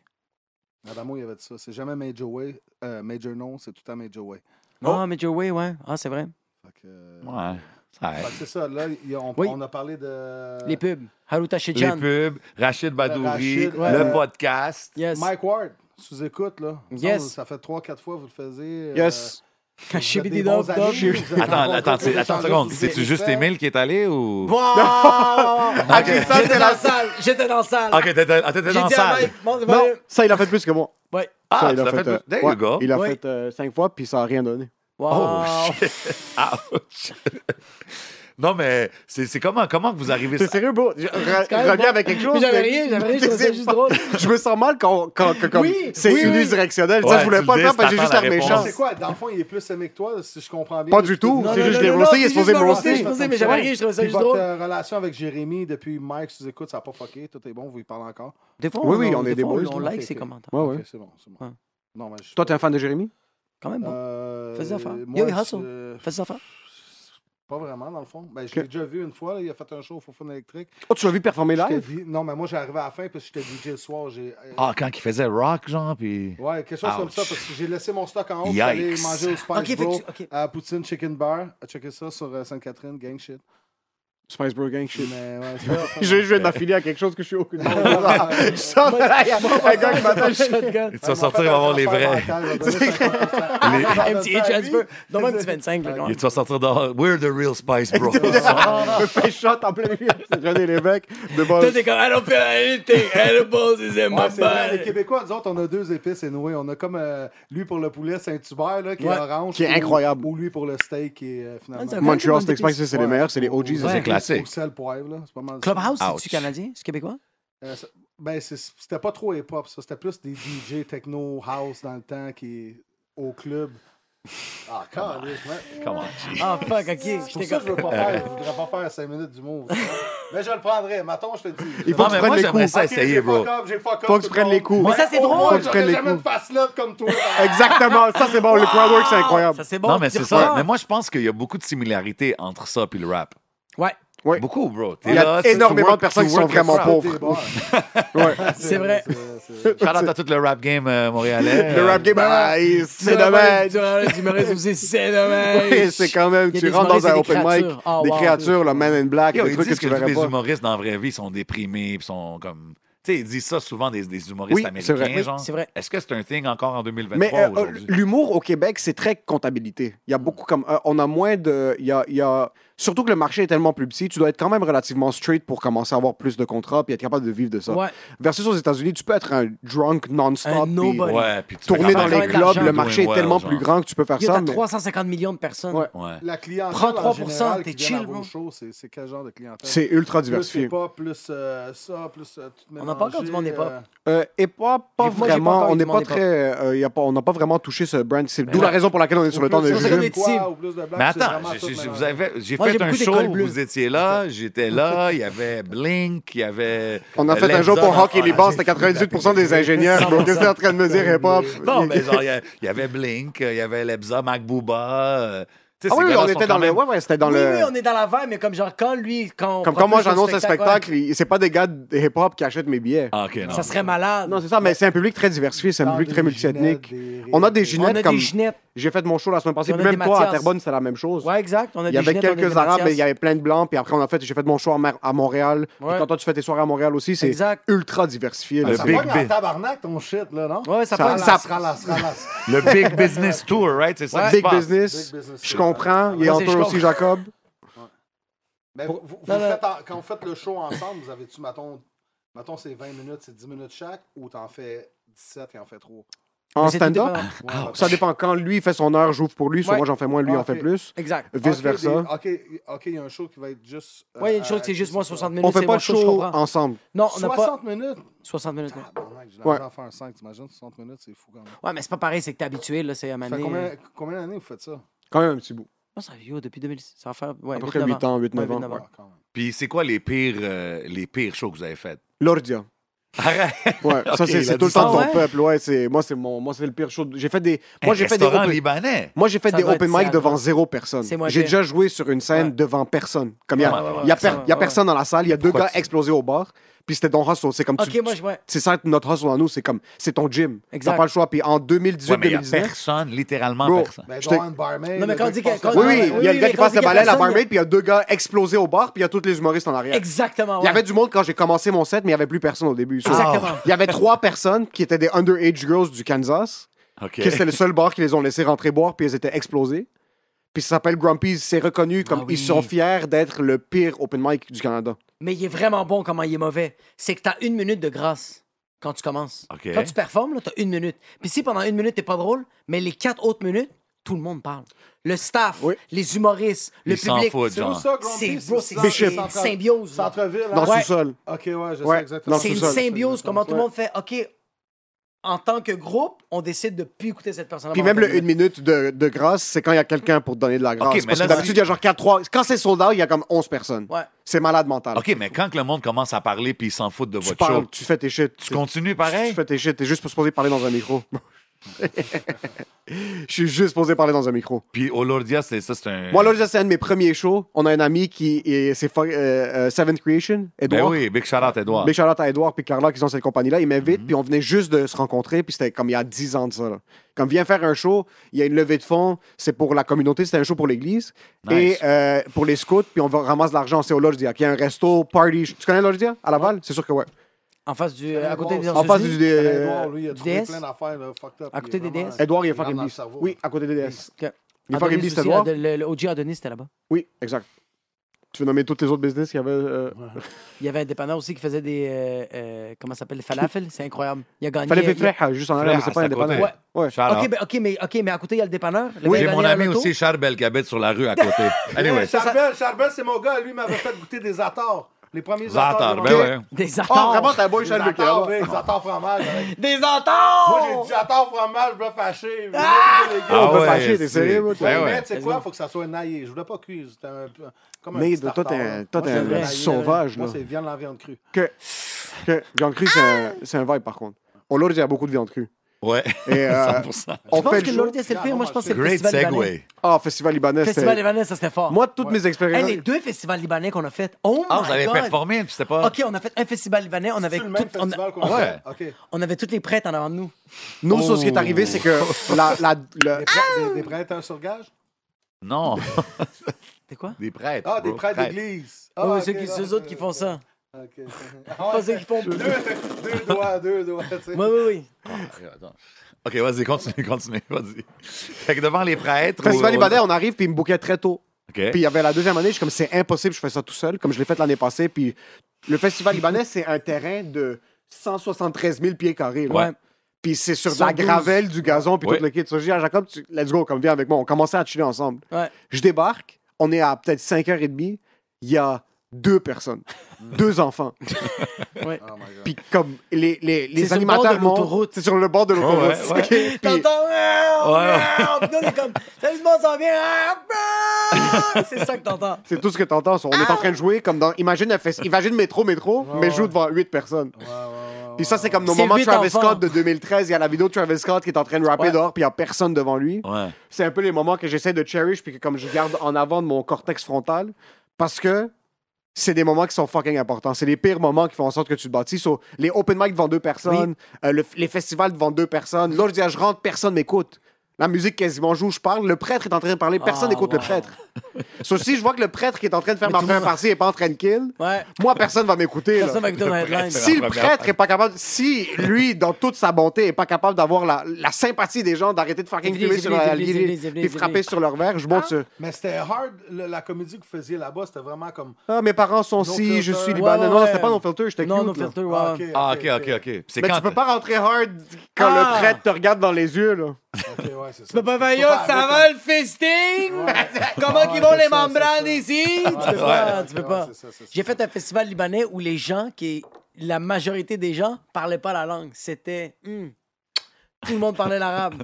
Speaker 2: Adamo, il avait dit ça. C'est jamais Major Way. euh, major non, c'est tout le temps Major Way.
Speaker 4: Non, Major Way, ouais. Ah, c'est vrai.
Speaker 2: Fait que, euh,
Speaker 3: Ouais. Ça aide.
Speaker 2: fait que c'est ça, là, il y a- on,
Speaker 4: Oui.
Speaker 2: on a parlé de
Speaker 4: Les pubs. Haruta chez
Speaker 3: Les
Speaker 4: John.
Speaker 3: pubs, Rachid Badouri,
Speaker 2: Rachid,
Speaker 4: ouais.
Speaker 3: le podcast.
Speaker 4: Yes. *laughs*
Speaker 2: Mike Ward, sous-écoute, là. Il me
Speaker 4: Yes.
Speaker 2: semble, Ça fait 3-4 fois que vous le faisiez. euh,
Speaker 5: Yes.
Speaker 2: vous êtes
Speaker 4: Shibidi
Speaker 2: des bons
Speaker 4: Dog
Speaker 2: amis,
Speaker 4: Dog. *laughs*
Speaker 2: vous êtes
Speaker 3: Attends,
Speaker 2: rencontrés,
Speaker 3: attends,
Speaker 2: vous
Speaker 3: c'est-
Speaker 2: êtes
Speaker 3: attends une
Speaker 2: en
Speaker 3: secondes.
Speaker 2: juste-
Speaker 3: C'est-tu juste Emile qui est allé ou.
Speaker 5: Ah, j'ai ça,
Speaker 4: J'étais
Speaker 5: c'est
Speaker 4: dans la
Speaker 5: la-
Speaker 4: salle. J'étais dans la salle.
Speaker 3: Ah, Ok, t'étais attends, t'étais
Speaker 4: J'ai
Speaker 3: dans la
Speaker 4: dit à
Speaker 3: salle.
Speaker 4: Mike, monte
Speaker 5: Non, ça, il a fait plus que moi.
Speaker 4: Ouais.
Speaker 3: Ah,
Speaker 5: Ça,
Speaker 3: tu l'as fait.
Speaker 5: euh,
Speaker 3: there
Speaker 5: ouais,
Speaker 3: you go.
Speaker 5: Il a
Speaker 4: Ouais.
Speaker 5: fait euh, cinq fois, puis ça a rien donné.
Speaker 3: Oh,
Speaker 4: Wow.
Speaker 3: Ah, shit. *laughs* Ouch. Non, mais c'est c'est comment, comment que vous arrivez
Speaker 5: T'es
Speaker 3: ça?
Speaker 5: sérieux, bro? Je- re-
Speaker 4: quand même
Speaker 5: reviens
Speaker 4: bon.
Speaker 5: avec quelque chose.
Speaker 4: Mais j'avais
Speaker 5: mais-
Speaker 4: rien, j'avais rien, je
Speaker 5: *laughs* T'es
Speaker 4: trouvais ça juste drôle.
Speaker 5: Je me sens mal quand, quand, quand- comme
Speaker 4: Oui,
Speaker 5: c'est
Speaker 4: oui, oui.
Speaker 5: unidirectionnel.
Speaker 3: Ouais,
Speaker 5: ça, je voulais
Speaker 3: tu
Speaker 5: pas
Speaker 3: le
Speaker 5: le faire
Speaker 3: dis,
Speaker 5: parce que j'ai juste
Speaker 3: t'attends
Speaker 5: l'air
Speaker 3: la
Speaker 5: méchant.
Speaker 3: réponse.
Speaker 2: C'est quoi? Dans le fond, il est plus aimé que toi, si je comprends bien.
Speaker 5: Pas du tout.
Speaker 4: Non,
Speaker 5: C'est
Speaker 4: non,
Speaker 5: juste
Speaker 4: non,
Speaker 5: les
Speaker 4: non,
Speaker 5: roastés,
Speaker 4: non,
Speaker 5: il est
Speaker 4: c'est
Speaker 5: supposé
Speaker 4: juste
Speaker 5: me
Speaker 4: me
Speaker 5: roaster.
Speaker 4: roaster, je faisais, mais j'avais rien, je trouvais ça
Speaker 2: Puis
Speaker 4: juste drôle.
Speaker 2: Votre euh, relation avec Jérémy depuis Mike sous-écoute, ça n'a pas fucké, tout est bon, vous y parlez encore.
Speaker 4: Des fois,
Speaker 5: Oui, oui, on est des
Speaker 4: fois,
Speaker 5: boys,
Speaker 4: On
Speaker 5: là.
Speaker 4: like
Speaker 2: Ok,
Speaker 4: ses
Speaker 2: ok.
Speaker 4: commentaires.
Speaker 5: Ouais,
Speaker 2: Ok,
Speaker 5: ouais.
Speaker 2: c'est bon, c'est bon.
Speaker 4: Ouais.
Speaker 2: Non, mais je-
Speaker 5: Toi, t'es un fan de Jérémy?
Speaker 4: Quand même, bon.
Speaker 2: Euh,
Speaker 4: Fais des affaires.
Speaker 2: moi,
Speaker 4: Yo, il hustle.
Speaker 2: euh,
Speaker 4: Fais ça faire.
Speaker 2: Pas vraiment, dans le fond. Ben, je
Speaker 5: Que-
Speaker 2: l'ai déjà vu une fois, là, il a fait un show au Fofun électrique.
Speaker 5: Oh, tu l'as vu performer
Speaker 2: Je
Speaker 5: live?
Speaker 2: t'ai dit- Non, mais moi, j'arrivais à la fin parce que j'étais DJ le soir. J'ai... euh,
Speaker 3: Ah, quand il faisait rock, genre, puis.
Speaker 2: Ouais, quelque chose comme
Speaker 3: Ouch.
Speaker 2: ça parce que j'ai laissé mon stock en haut. J'allais
Speaker 3: Yikes.
Speaker 2: manger au Spice
Speaker 4: Ok, fait que
Speaker 2: Bro,
Speaker 4: tu- ok. *laughs*
Speaker 2: à Poutine Chicken Bar. Checker ça sur euh, Sainte-Catherine, gang shit.
Speaker 5: Spice Bro Gang, shit.
Speaker 2: Mais ouais,
Speaker 3: *laughs*
Speaker 2: c'est pas la fin.
Speaker 5: *laughs* Je je viens de m'affilier à quelque chose que je suis au courant. Je sors de
Speaker 4: Moi,
Speaker 5: là, il y a un gars qui m'attache. *laughs*
Speaker 4: Shotgun.
Speaker 3: Tu vas sortir, il va voir les vrais.
Speaker 4: MTA transfer. Donne-moi un petit 25,
Speaker 5: Ah,
Speaker 4: là, quand
Speaker 3: Il-
Speaker 4: même.
Speaker 3: Tu vas sortir dehors. We're the real Spice Bros.
Speaker 5: Je me fais shot en plein milieu. C'est René Lévesque. devant-
Speaker 4: Toi, t'es comme, I don't feel anything.
Speaker 5: *laughs*
Speaker 4: Edibles is in my
Speaker 2: Ouais, c'est vrai, les
Speaker 4: body.
Speaker 2: Québécois, nous autres, on a deux épices et noué. On a comme euh, lui pour le poulet Saint-Hubert, là, qui
Speaker 4: Ouais.
Speaker 2: est orange.
Speaker 5: Qui est
Speaker 2: ou-
Speaker 5: incroyable.
Speaker 2: Ou lui pour le steak, qui est euh, finalement.
Speaker 4: Ah, c'est vrai.
Speaker 5: Montreal Steak Spices, c'est les
Speaker 2: Ouais.
Speaker 5: meilleurs, c'est les OGs.
Speaker 3: Ouais.
Speaker 5: c'est-
Speaker 3: classique.
Speaker 2: Ou sel poivre, là. C'est pas mal. ça.
Speaker 4: Clubhouse, c'est-tu
Speaker 3: Ouch.
Speaker 4: canadien? C'est québécois?
Speaker 2: Euh, ça- ben, c'est- c'était pas trop hip-hop, ça. C'était plus des DJ techno house dans le temps qui au club. Ah, quand
Speaker 3: Comment?
Speaker 4: Ah, Euh. fuck, ok.
Speaker 2: Pour
Speaker 4: J'étais comme...
Speaker 2: ça,
Speaker 4: Ah,
Speaker 2: je veux pas faire. Je voudrais pas faire 5 minutes du mot. Mais je le prendrais. Maton, je te dis.
Speaker 5: Il faut
Speaker 3: Non,
Speaker 5: que tu
Speaker 3: mais moi,
Speaker 5: prennes les
Speaker 3: j'aimerais
Speaker 5: coups.
Speaker 3: ça
Speaker 2: Ok, j'ai
Speaker 3: essayer, bro.
Speaker 2: fuck up, j'ai fuck up
Speaker 5: Faut que tu
Speaker 2: tout le
Speaker 5: prennes
Speaker 2: monde.
Speaker 5: les coups.
Speaker 4: Mais ça, c'est
Speaker 2: Au
Speaker 4: drôle.
Speaker 2: moins,
Speaker 5: Faut que tu
Speaker 2: j'aurais
Speaker 5: prennes les
Speaker 2: jamais de
Speaker 5: coups.
Speaker 2: face-là comme
Speaker 5: *laughs*
Speaker 2: toi.
Speaker 5: Exactement, ça c'est bon, le crowd work c'est
Speaker 4: Ah,
Speaker 5: incroyable.
Speaker 4: Ça, c'est bon.
Speaker 3: Non, mais
Speaker 4: tu
Speaker 3: c'est
Speaker 4: dis
Speaker 3: ça.
Speaker 4: pas.
Speaker 3: Mais moi, je pense qu'il y a beaucoup de similarités entre ça et le rap.
Speaker 4: Ouais.
Speaker 5: Oui.
Speaker 3: Beaucoup, bro. T'es
Speaker 5: Il y a
Speaker 3: là, tu- tu
Speaker 5: énormément
Speaker 3: work-
Speaker 5: de personnes
Speaker 3: tu
Speaker 5: qui sont
Speaker 3: work your
Speaker 5: vraiment
Speaker 3: craft.
Speaker 5: pauvres. Ouais.
Speaker 4: C'est vrai.
Speaker 3: Shout-out à tout le rap game euh, montréalais.
Speaker 5: *laughs* Le rap game,
Speaker 4: bah,
Speaker 5: ah, il- c'est dommage.
Speaker 4: Tu regardes les humoristes aussi, c'est dommage.
Speaker 5: *laughs* Oui, c'est quand même,
Speaker 4: Il y a
Speaker 5: tu
Speaker 4: des
Speaker 5: rentres dans
Speaker 4: humoristes
Speaker 5: un
Speaker 4: et des
Speaker 5: open mic,
Speaker 4: créatures. Ah,
Speaker 5: des
Speaker 4: wow.
Speaker 5: créatures, le man in black,
Speaker 3: euh. Yo,
Speaker 5: des
Speaker 3: ils
Speaker 5: trucs que
Speaker 3: disent
Speaker 5: tu
Speaker 3: que tous
Speaker 5: verrais
Speaker 3: les
Speaker 5: pas.
Speaker 3: humoristes dans la vraie vie sont déprimés, pis sont comme. Tu sais, ils disent ça souvent des, des humoristes
Speaker 5: Oui, c'est
Speaker 3: américains,
Speaker 5: vrai.
Speaker 4: Oui,
Speaker 3: genre.
Speaker 4: c'est vrai.
Speaker 3: Est-ce que c'est un thing encore en 2023
Speaker 5: Mais euh,
Speaker 3: aujourd'hui?
Speaker 5: l'humour au Québec, c'est très comptabilité. Il y a beaucoup comme. euh, on a moins de. Il y a, il y a- surtout que le marché est tellement plus petit, tu dois être quand même relativement straight pour commencer à avoir plus de contrats puis être capable de vivre de ça.
Speaker 4: Ouais.
Speaker 5: Versus aux États-Unis, tu peux être un drunk
Speaker 4: Un
Speaker 5: non-stop. puis
Speaker 4: nobody.
Speaker 3: Ouais, puis tu fais
Speaker 5: Tourner
Speaker 3: quand
Speaker 5: dans
Speaker 3: même
Speaker 5: les
Speaker 3: de
Speaker 5: clubs,
Speaker 3: l'argent,
Speaker 5: le marché est
Speaker 3: doing
Speaker 5: tellement
Speaker 3: well,
Speaker 5: plus
Speaker 3: genre.
Speaker 5: grand que tu peux faire
Speaker 4: Yo,
Speaker 5: ça.
Speaker 4: t'as
Speaker 5: mais-
Speaker 4: 350 millions de personnes.
Speaker 5: Ouais.
Speaker 3: Ouais.
Speaker 2: La clientèle.
Speaker 4: Prends 3%,
Speaker 2: 3
Speaker 4: t'es
Speaker 2: t'es chill,
Speaker 4: chill, bro.
Speaker 2: c'est c'est quel genre de clientèle?
Speaker 5: C'est ultra
Speaker 2: Plus
Speaker 5: diversifié.
Speaker 2: hip-hop, plus euh, ça, plus euh, tout
Speaker 4: On n'a pas encore du monde
Speaker 2: mélangé,
Speaker 4: hip-hop.
Speaker 2: euh,
Speaker 5: Euh, et pas, pas
Speaker 4: Moi, j'ai pas
Speaker 5: vraiment.
Speaker 4: encore eu
Speaker 5: on
Speaker 4: du
Speaker 5: n'est
Speaker 4: monde
Speaker 5: pas
Speaker 4: hip-hop.
Speaker 5: très. euh, il y a pas, on n'a pas vraiment touché ce brand. C'est d'où
Speaker 3: ouais.
Speaker 5: la raison pour laquelle on est sur
Speaker 2: ou
Speaker 5: le temps
Speaker 2: plus
Speaker 5: de
Speaker 4: c'est
Speaker 5: jeu.
Speaker 4: des
Speaker 2: québécois,
Speaker 4: cibles.
Speaker 2: ou plus de blancs,
Speaker 3: Mais
Speaker 2: c'est
Speaker 3: attends,
Speaker 2: vraiment
Speaker 3: j'ai-
Speaker 2: tout
Speaker 3: j'ai- j'ai- vous
Speaker 2: mélangé.
Speaker 3: avez- j'ai
Speaker 4: Moi,
Speaker 3: fait
Speaker 4: j'ai
Speaker 3: un
Speaker 4: beaucoup
Speaker 3: show,
Speaker 4: d'écoles bleues.
Speaker 3: vous étiez là, j'étais là, il y avait Blink, il y avait.
Speaker 5: On a fait un
Speaker 3: Led
Speaker 5: jour pour
Speaker 3: Zeppelin. Ah,
Speaker 5: Hockey les Bars, c'était 98% des
Speaker 4: Ah,
Speaker 5: ingénieurs. Donc, qu'est-ce que t'es en train de me dire, hip-hop?
Speaker 3: Non, mais
Speaker 5: *laughs*
Speaker 3: genre, il y a- il y avait Blink, il y avait Lebza, Mac Booba. euh, tu sais,
Speaker 5: Ah
Speaker 3: ces
Speaker 5: oui, oui,
Speaker 3: gars-là
Speaker 5: on
Speaker 3: sont
Speaker 5: était
Speaker 3: quand
Speaker 5: dans le.
Speaker 3: même-
Speaker 5: Ouais, ouais, c'était dans
Speaker 4: oui,
Speaker 5: le.
Speaker 4: oui, on est dans la vibe, mais comme genre quand lui, quand on
Speaker 5: Comme quand
Speaker 4: propose
Speaker 5: moi
Speaker 4: son
Speaker 5: j'annonce un spectacle,
Speaker 4: ouais,
Speaker 5: il- c'est pas des gars de hip-hop qui achètent mes billets.
Speaker 3: Ah, ok, non.
Speaker 4: ça serait malade.
Speaker 5: Non, c'est ça, mais c'est un public très diversifié, c'est un
Speaker 2: Dans
Speaker 5: public
Speaker 2: des
Speaker 5: très
Speaker 2: ginettes,
Speaker 5: multiethnique.
Speaker 2: des-
Speaker 5: On a des
Speaker 4: on a
Speaker 5: ginettes
Speaker 4: des
Speaker 5: comme.
Speaker 4: ginettes.
Speaker 5: J'ai fait mon show la semaine passée,
Speaker 4: on a
Speaker 5: puis
Speaker 4: des
Speaker 5: même toi à
Speaker 4: Mathias.
Speaker 5: Terrebonne, c'était la même chose.
Speaker 4: Ouais, exact. On a
Speaker 5: Il y
Speaker 4: des
Speaker 5: avait
Speaker 4: ginettes, on a des
Speaker 5: quelques arabes,
Speaker 4: Mathias.
Speaker 5: mais il y avait plein de blancs, puis après on a fait, j'ai fait mon show à Mar- à Montréal. Puis
Speaker 4: Ouais.
Speaker 5: quand toi tu fais tes soirées à Montréal aussi, c'est
Speaker 4: Exact.
Speaker 5: ultra diversifié. là.
Speaker 3: Le
Speaker 2: Ça
Speaker 3: Big
Speaker 2: pogne en
Speaker 3: B.
Speaker 2: tabarnak, ton shit, là, non?
Speaker 4: Ouais, ça,
Speaker 5: Ça-
Speaker 4: prend-
Speaker 5: ça-
Speaker 2: Ralasse, ralasse, *laughs* ralasse.
Speaker 3: Le Big Business Tour, right? C'est ça
Speaker 4: Ouais.
Speaker 3: qui se
Speaker 5: Big
Speaker 3: passe.
Speaker 5: business.
Speaker 2: Big business,
Speaker 5: Je
Speaker 2: c'est-
Speaker 5: comprends. Il y a
Speaker 4: Ouais, c'est-
Speaker 5: encore
Speaker 4: je
Speaker 5: aussi Jacob.
Speaker 2: Mais vous, Ben, vous- vous
Speaker 4: Non, non.
Speaker 2: faites en- quand vous faites le show ensemble, vous avez-tu, mettons, mettons c'est 20 minutes, c'est 10 minutes chaque, ou t'en fais 17 et en fais trop?
Speaker 4: Ah, *laughs*
Speaker 5: En
Speaker 4: Mais c'est tout
Speaker 5: stand-up,
Speaker 4: dépendant.
Speaker 2: Ouais, mettons.
Speaker 5: ça dépend quand lui fait son heure, j'ouvre pour lui, soit
Speaker 4: Ouais.
Speaker 5: moi j'en fais moins, lui en
Speaker 2: Ok.
Speaker 5: fait plus.
Speaker 4: Exact.
Speaker 5: Vice
Speaker 2: Ok,
Speaker 5: versa.
Speaker 2: des- OK, OK, il y a un show qui va être juste... euh,
Speaker 4: Ouais, il y a une chose que c'est
Speaker 2: euh,
Speaker 4: juste moi 60 minutes.
Speaker 5: On fait
Speaker 4: c'est mon
Speaker 5: pas le
Speaker 4: je
Speaker 5: show
Speaker 4: comprends.
Speaker 5: ensemble.
Speaker 4: Non, on n'a pas
Speaker 2: 60 minutes?
Speaker 4: 60 minutes. ouais.
Speaker 2: Tabarnak, j'ai
Speaker 5: Ouais.
Speaker 2: l'envie d'en faire un 5, t'imagines? 60 minutes, c'est fou quand même.
Speaker 4: Ouais, mais c'est pas pareil, c'est que t'es habitué, là, c'est à
Speaker 2: Ça fait
Speaker 4: maner.
Speaker 2: combien, combien d'années vous faites ça?
Speaker 5: Quand même un petit bout.
Speaker 4: Moi, ça yo, depuis 2006. Ça va faire. Ouais,
Speaker 5: À peu près
Speaker 4: 8
Speaker 5: 8 ans, 8-9
Speaker 4: Ouais,
Speaker 5: ans.
Speaker 4: huit, neuf
Speaker 5: ouais.
Speaker 4: ans.
Speaker 2: Ah, quand même.
Speaker 3: Puis c'est quoi les pires, euh, les pires shows que vous avez faites?
Speaker 5: L'ordia.
Speaker 3: Arrête!
Speaker 5: Ouais, ça
Speaker 3: il a
Speaker 5: c'est c'est
Speaker 3: dit
Speaker 5: tout le
Speaker 3: ça.
Speaker 5: temps de ton
Speaker 4: Ah ouais?
Speaker 5: peuple. Ouais, c'est moi c'est mon moi c'est le pire show. de- J'ai fait des moi j'ai fait des
Speaker 3: Eh, Restaurant
Speaker 5: open,
Speaker 3: libanais.
Speaker 5: moi j'ai fait
Speaker 4: Ça
Speaker 5: des
Speaker 4: doit
Speaker 5: open
Speaker 4: être
Speaker 5: mic
Speaker 4: ça,
Speaker 5: devant
Speaker 4: ouais.
Speaker 5: zéro personne.
Speaker 4: C'est moins
Speaker 5: J'ai
Speaker 4: pire.
Speaker 5: déjà joué sur une scène
Speaker 4: Ouais.
Speaker 5: devant personne. Comme il y a,
Speaker 3: Ouais, ouais, ouais,
Speaker 5: il y a
Speaker 3: ouais,
Speaker 5: per-
Speaker 4: ça,
Speaker 5: il y a
Speaker 4: ouais.
Speaker 5: personne dans la salle, il y a deux
Speaker 3: Pourquoi
Speaker 5: gars
Speaker 3: tu-
Speaker 5: explosés au bar. Puis c'était ton hustle, c'est comme tu-
Speaker 4: Ok, moi,
Speaker 5: tu-
Speaker 4: je. Ouais.
Speaker 5: c'est ça notre hustle à nous, c'est comme c'est ton gym.
Speaker 4: Exact.
Speaker 5: T'as pas le choix. Puis en
Speaker 3: Ouais, mais il n'y a
Speaker 5: 2018-2019,
Speaker 3: personne, littéralement
Speaker 5: Bro.
Speaker 3: personne.
Speaker 2: Ben,
Speaker 5: J'étais-
Speaker 2: genre un barmaid...
Speaker 4: Non, mais
Speaker 2: le
Speaker 4: quand
Speaker 2: gars
Speaker 4: on dit
Speaker 2: qui passe
Speaker 4: qu'il y a-
Speaker 2: le
Speaker 5: oui,
Speaker 4: Ouais, ouais,
Speaker 5: oui,
Speaker 2: barmaid,
Speaker 5: il y a
Speaker 4: oui,
Speaker 5: le gars
Speaker 4: mais
Speaker 5: qui
Speaker 4: quand
Speaker 5: passe
Speaker 4: il y a
Speaker 5: le balai à la
Speaker 4: personne, il y a-
Speaker 5: barmaid, puis il y a deux gars explosés au bar, puis il y a tous les humoristes en arrière.
Speaker 4: Exactement.
Speaker 5: Il y
Speaker 4: ouais.
Speaker 5: avait du monde quand j'ai commencé mon set, mais il n'y avait plus personne au début. So,
Speaker 4: Exactement.
Speaker 5: Il y avait trois personnes qui étaient des underage girls du Kansas,
Speaker 3: OK.
Speaker 5: que c'était le seul bar qui les ont laissés rentrer boire, puis elles étaient explosées. Puis ça s'appelle Grumpy's, c'est reconnu comme
Speaker 3: Ah oui.
Speaker 5: ils sont fiers d'être le pire open mic du Canada.
Speaker 4: Mais il est vraiment bon comment il est mauvais. C'est que t'as une minute de grâce quand tu commences.
Speaker 3: OK.
Speaker 4: Quand tu performes, là, t'as une minute. Puis si pendant une minute, t'es pas drôle, mais les quatre autres minutes, tout le monde parle. Le staff,
Speaker 5: Oui.
Speaker 4: les humoristes, le
Speaker 3: Ils s'en
Speaker 4: public.
Speaker 3: foutent,
Speaker 2: C'est où
Speaker 3: genre.
Speaker 2: ça, Grumpy?
Speaker 4: C'est bro, c'est-
Speaker 2: centre-
Speaker 4: c'est
Speaker 2: centre-
Speaker 4: une symbiose. là.
Speaker 2: Centre-ville,
Speaker 5: Dans
Speaker 2: hein?
Speaker 5: le
Speaker 4: Ouais.
Speaker 5: sous-sol.
Speaker 2: OK, ouais, je
Speaker 5: Ouais,
Speaker 2: sais exactement.
Speaker 5: dans
Speaker 4: C'est
Speaker 5: le
Speaker 4: une
Speaker 5: sous-sol.
Speaker 4: symbiose. Comment tout le
Speaker 2: Ouais.
Speaker 4: monde fait, OK, en tant que groupe, on décide de plus écouter cette personne-là.
Speaker 5: Puis
Speaker 4: pendant
Speaker 5: même le
Speaker 4: quatre
Speaker 5: une
Speaker 4: minutes.
Speaker 5: minute de, de grâce, c'est quand il y a quelqu'un pour te donner de la grâce.
Speaker 3: Ok, mais
Speaker 5: Parce que
Speaker 3: là,
Speaker 5: d'habitude,
Speaker 3: si-
Speaker 5: il y a genre 4, 3. Quand c'est soldat, il y a comme 11 personnes.
Speaker 4: Ouais.
Speaker 5: C'est malade mental.
Speaker 3: OK, mais quand que le monde commence à parler puis ils s'en foutent de
Speaker 5: Tu
Speaker 3: votre
Speaker 5: parles,
Speaker 3: show,
Speaker 5: tu fais tes shit.
Speaker 3: tu continues pareil?
Speaker 5: Tu fais tes shit. T'es juste supposé parler dans un micro. *laughs* Je suis juste supposé parler dans un micro.
Speaker 3: Puis Olordia, c'est ça, c'est un...
Speaker 5: Moi, là, c'est un de mes premiers shows. On a un ami qui est, c'est fu- euh, euh, Seventh Creation,
Speaker 3: Ben
Speaker 5: Edouard.
Speaker 3: oui, Big Shout-out, Edouard.
Speaker 5: Big shout out à Edouard puis Carla qui sont cette compagnie-là. Ils m'invitent, puis on venait juste de se rencontrer, puis c'était comme il y a 10 ans de ça. là. Comme viens faire un show, il y a une levée de fonds, c'est pour la communauté, c'était un show pour l'église
Speaker 3: Nice.
Speaker 5: et euh, pour les scouts, puis on va ramasser de l'argent, c'est au Loggia. Puis il y a un resto, party. Tu connais Loggia à Laval C'est sûr que ouais.
Speaker 4: En face du. À côté des
Speaker 2: En
Speaker 5: En face
Speaker 4: États-Unis.
Speaker 5: du. des-
Speaker 2: Edouard, lui, il a
Speaker 4: du
Speaker 2: trouvé
Speaker 4: DS?
Speaker 2: plein d'affaires, là, fucked up.
Speaker 4: À côté des DS?
Speaker 5: Edouard, il est
Speaker 2: Il rentre
Speaker 5: fucking
Speaker 2: dans le
Speaker 5: bis.
Speaker 2: cerveau,
Speaker 5: Oui,
Speaker 2: là.
Speaker 5: à côté des DS.
Speaker 4: Ok.
Speaker 5: Il est
Speaker 4: Adonis
Speaker 5: fucking bis,
Speaker 4: aussi,
Speaker 5: Edouard.
Speaker 4: Ad- Le, le OG Adonis, c'était là-bas.
Speaker 5: Oui, exact. Tu veux nommer toutes les autres business qu'il y avait euh,
Speaker 4: Il y avait un dépanneur aussi qui faisait des. euh, euh, comment ça s'appelle Les falafels. C'est incroyable. Il a gagné.
Speaker 5: Fallait faire
Speaker 4: il a-
Speaker 5: frère, juste en arrière, mais c'est pas
Speaker 3: Frère, c'est à
Speaker 5: indépendant.
Speaker 3: côté.
Speaker 5: Ouais.
Speaker 3: Shout-out.
Speaker 4: OK, ben, OK, mais, OK, mais à côté, il y a le dépanneur. Le
Speaker 5: Oui.
Speaker 4: gars, il
Speaker 3: J'ai
Speaker 4: a
Speaker 3: mon
Speaker 4: gagné
Speaker 3: ami
Speaker 4: un loto.
Speaker 3: aussi, Charbel, qui habite sur la rue à côté. anyway,
Speaker 2: Hey, Charbel, Charbel, c'est mon gars. Lui il m'avait fait goûter des attards. Les premiers attards.
Speaker 3: Zatar,
Speaker 2: de
Speaker 3: ben
Speaker 2: mon-
Speaker 3: ouais.
Speaker 4: Des
Speaker 5: Oh,
Speaker 4: attentes.
Speaker 5: vraiment, t'as un beau
Speaker 2: Des
Speaker 5: échelle de
Speaker 2: attards,
Speaker 5: Kerala.
Speaker 2: ouais, des attards fromage. ouais.
Speaker 4: Ah, Des
Speaker 2: Moi, j'ai
Speaker 4: attentes!
Speaker 2: dit attards fromage, je veux fâcher. Ah
Speaker 5: on peut pas chier, t'es
Speaker 3: c'est-
Speaker 5: sérieux, moi,
Speaker 3: Ben
Speaker 2: Mais
Speaker 3: ouais.
Speaker 2: tu sais quoi, faut que ça soit naillé. Je voulais pas cuire. C'était un peu- comme un
Speaker 5: Mais
Speaker 2: petit
Speaker 5: toi, t'es
Speaker 2: tartare,
Speaker 5: un-
Speaker 2: là.
Speaker 5: toi,
Speaker 2: Moi,
Speaker 5: t'es
Speaker 2: c'est
Speaker 5: un
Speaker 2: naillé,
Speaker 5: sauvage,
Speaker 2: Moi,
Speaker 5: là.
Speaker 2: c'est viande en viande crue.
Speaker 5: Que, que viande crue, c'est un, c'est un vibe par contre. On l'autre, il y a beaucoup de viande crue.
Speaker 3: Ouais.
Speaker 5: Et, euh,
Speaker 3: 100%.
Speaker 5: on
Speaker 4: Je pense
Speaker 5: fait
Speaker 4: que
Speaker 5: le jour.
Speaker 4: l'autre, c'est le
Speaker 2: Non,
Speaker 4: pire.
Speaker 2: non,
Speaker 4: Moi, je pense que c'est le
Speaker 3: Great
Speaker 4: Festival libanais.
Speaker 3: segue.
Speaker 5: Ah, Festival Libanais,
Speaker 4: Festival
Speaker 5: c'était...
Speaker 4: libanais, ça, c'était fort.
Speaker 5: Moi, euh, toutes mes
Speaker 4: Hey,
Speaker 5: expériences...
Speaker 4: les deux festivals libanais qu'on a fait. Oh
Speaker 3: Ah,
Speaker 4: my
Speaker 3: vous avez
Speaker 4: God.
Speaker 3: performé, puis c'était pas.
Speaker 4: OK, on a fait un festival libanais. On avait,
Speaker 2: C'est le même
Speaker 4: tout- on, Ah
Speaker 2: festival qu'on
Speaker 3: on-
Speaker 2: a
Speaker 3: ouais.
Speaker 2: fait. OK. Des
Speaker 4: on avait toutes les prêtres en avant de nous.
Speaker 5: Nous, ça, ce qui est arrivé, c'est que la, la, le-
Speaker 2: prêtres- Des, des prêtres hein, sur gage?
Speaker 3: Non,
Speaker 4: C'est quoi?
Speaker 3: des prêtres.
Speaker 2: Ah, des
Speaker 3: bro,
Speaker 2: prêtres d'église. Ah,
Speaker 4: Oh,
Speaker 2: ok,
Speaker 4: ceux, qui,
Speaker 2: non,
Speaker 4: ceux autres qui font ça.
Speaker 2: ok.
Speaker 4: *laughs*
Speaker 2: Ah,
Speaker 4: Pas ceux qui font.
Speaker 2: Deux, deux doigts, deux doigts. tu sais.
Speaker 4: Oui, oui, oui.
Speaker 3: Attends. OK, vas-y, continue, continue, vas-y. Fait que devant les prêtres...
Speaker 5: Festival
Speaker 3: au- au-
Speaker 5: Libanais, on arrive, puis ils me bouquaient très tôt.
Speaker 3: OK.
Speaker 5: Puis il y avait la deuxième année, je suis comme c'est impossible, je fais ça tout seul, comme je l'ai fait l'année passée. Puis le festival libanais, c'est un terrain de 173 000 pieds carrés. là.
Speaker 3: Ouais.
Speaker 5: Puis c'est sur de
Speaker 4: 112.
Speaker 5: la gravelle, du gazon, puis
Speaker 3: Ouais.
Speaker 5: tout le kit. Ça, je dis à Jacob, tu- let's go, comme viens avec moi. On commençait à chiller ensemble.
Speaker 4: Ouais.
Speaker 5: Je débarque, on est à peut-être 5h30, il y a
Speaker 4: *laughs*
Speaker 5: deux personnes, deux enfants.
Speaker 4: Ouais.
Speaker 2: Oh my God.
Speaker 5: Puis comme les, les, les
Speaker 4: C'est sur le bord
Speaker 5: animateurs
Speaker 4: de
Speaker 5: montent,
Speaker 4: l'autoroute.
Speaker 5: c'est sur le bord de l'autoroute.
Speaker 3: ouais, ouais.
Speaker 5: *laughs* Puis-
Speaker 4: T'entends.
Speaker 3: Ouais.
Speaker 4: Puis là, on est comme. Salut, tout le monde, ça va bien. Ah, ah. C'est ça que t'entends.
Speaker 5: C'est tout ce que t'entends. On
Speaker 4: Ah.
Speaker 5: est en train de jouer comme dans. Imagine, la fest- imagine métro, métro, mais joue devant huit personnes.
Speaker 2: Ouais, ouais, ouais,
Speaker 5: Puis ça, c'est comme nos
Speaker 4: C'est
Speaker 5: moments
Speaker 4: huit
Speaker 5: Travis
Speaker 4: enfants.
Speaker 5: Scott de 2013. Il y a la vidéo de Travis Scott qui est en train de rapper
Speaker 4: Ouais.
Speaker 5: dehors, puis il n'y a personne devant lui.
Speaker 3: Ouais.
Speaker 5: C'est un peu les moments que j'essaie de cherish, puis que comme je garde en avant de mon cortex frontal, parce que c'est des moments qui sont fucking importants. C'est les pires moments qui font en sorte que tu te bâtis. So, les open mic devant deux personnes, euh, le- les festivals devant deux personnes. Là, je dis, ah, je rentre, personne m'écoute. La musique quasiment joue, je parle. Le prêtre est en train de parler, personne
Speaker 4: Ah,
Speaker 5: n'écoute
Speaker 4: wow. *laughs*
Speaker 5: le prêtre. So, si je vois que le prêtre qui est en train de faire
Speaker 4: Mais
Speaker 5: ma
Speaker 4: tout le
Speaker 5: première
Speaker 4: monde-
Speaker 5: partie et pas en train de kill,
Speaker 4: Ouais.
Speaker 5: moi, personne va m'écouter. là.
Speaker 4: Personne va écouter nos
Speaker 5: *laughs*
Speaker 4: headlines.
Speaker 3: prêtre.
Speaker 5: Si le
Speaker 3: Première
Speaker 5: prêtre est pas capable, si lui, dans toute sa bonté, est pas capable d'avoir la, la sympathie des gens, d'arrêter de fucking
Speaker 4: Zibli,
Speaker 5: fumer sur
Speaker 4: zibli,
Speaker 5: la
Speaker 4: zibli, zibli,
Speaker 5: ligne
Speaker 4: zibli,
Speaker 5: et
Speaker 4: zibli.
Speaker 5: frapper sur leur verre, je monte
Speaker 4: Ah.
Speaker 5: sur.
Speaker 2: Mais c'était hard, le- la comédie que vous faisiez là-bas, c'était vraiment comme.
Speaker 5: Ah, mes parents sont
Speaker 2: No
Speaker 5: si, je
Speaker 2: filter.
Speaker 5: suis
Speaker 2: Ouais,
Speaker 5: libanais.
Speaker 4: euh, ouais,
Speaker 5: Non,
Speaker 4: ouais.
Speaker 5: c'était pas non filter, j'étais cute.
Speaker 4: Non, nos
Speaker 5: là.
Speaker 4: filters,
Speaker 2: Ah,
Speaker 4: ouais.
Speaker 3: Ah, OK, OK, OK. Puis C'est
Speaker 5: Mais
Speaker 3: quand...
Speaker 5: tu peux pas rentrer hard quand
Speaker 4: Ah.
Speaker 5: le prêtre te regarde dans les yeux, là.
Speaker 2: Ok, ouais, c'est ça. Tu
Speaker 4: Le papa,
Speaker 2: peux
Speaker 4: yo,
Speaker 2: pas
Speaker 4: ça
Speaker 2: avec
Speaker 4: va le festing? Comment
Speaker 2: Ouais,
Speaker 4: qu'ils vont
Speaker 2: c'est
Speaker 4: les
Speaker 2: ça,
Speaker 4: membranes
Speaker 2: c'est
Speaker 4: ici? Tu peux
Speaker 2: Ouais.
Speaker 4: pas,
Speaker 2: Ouais,
Speaker 4: tu peux
Speaker 2: ouais,
Speaker 4: pas.
Speaker 2: c'est ça, c'est ça.
Speaker 4: J'ai fait un festival libanais où les gens, qui la majorité des gens, parlaient pas la langue. C'était... hmm, Tout le monde parlait l'arabe.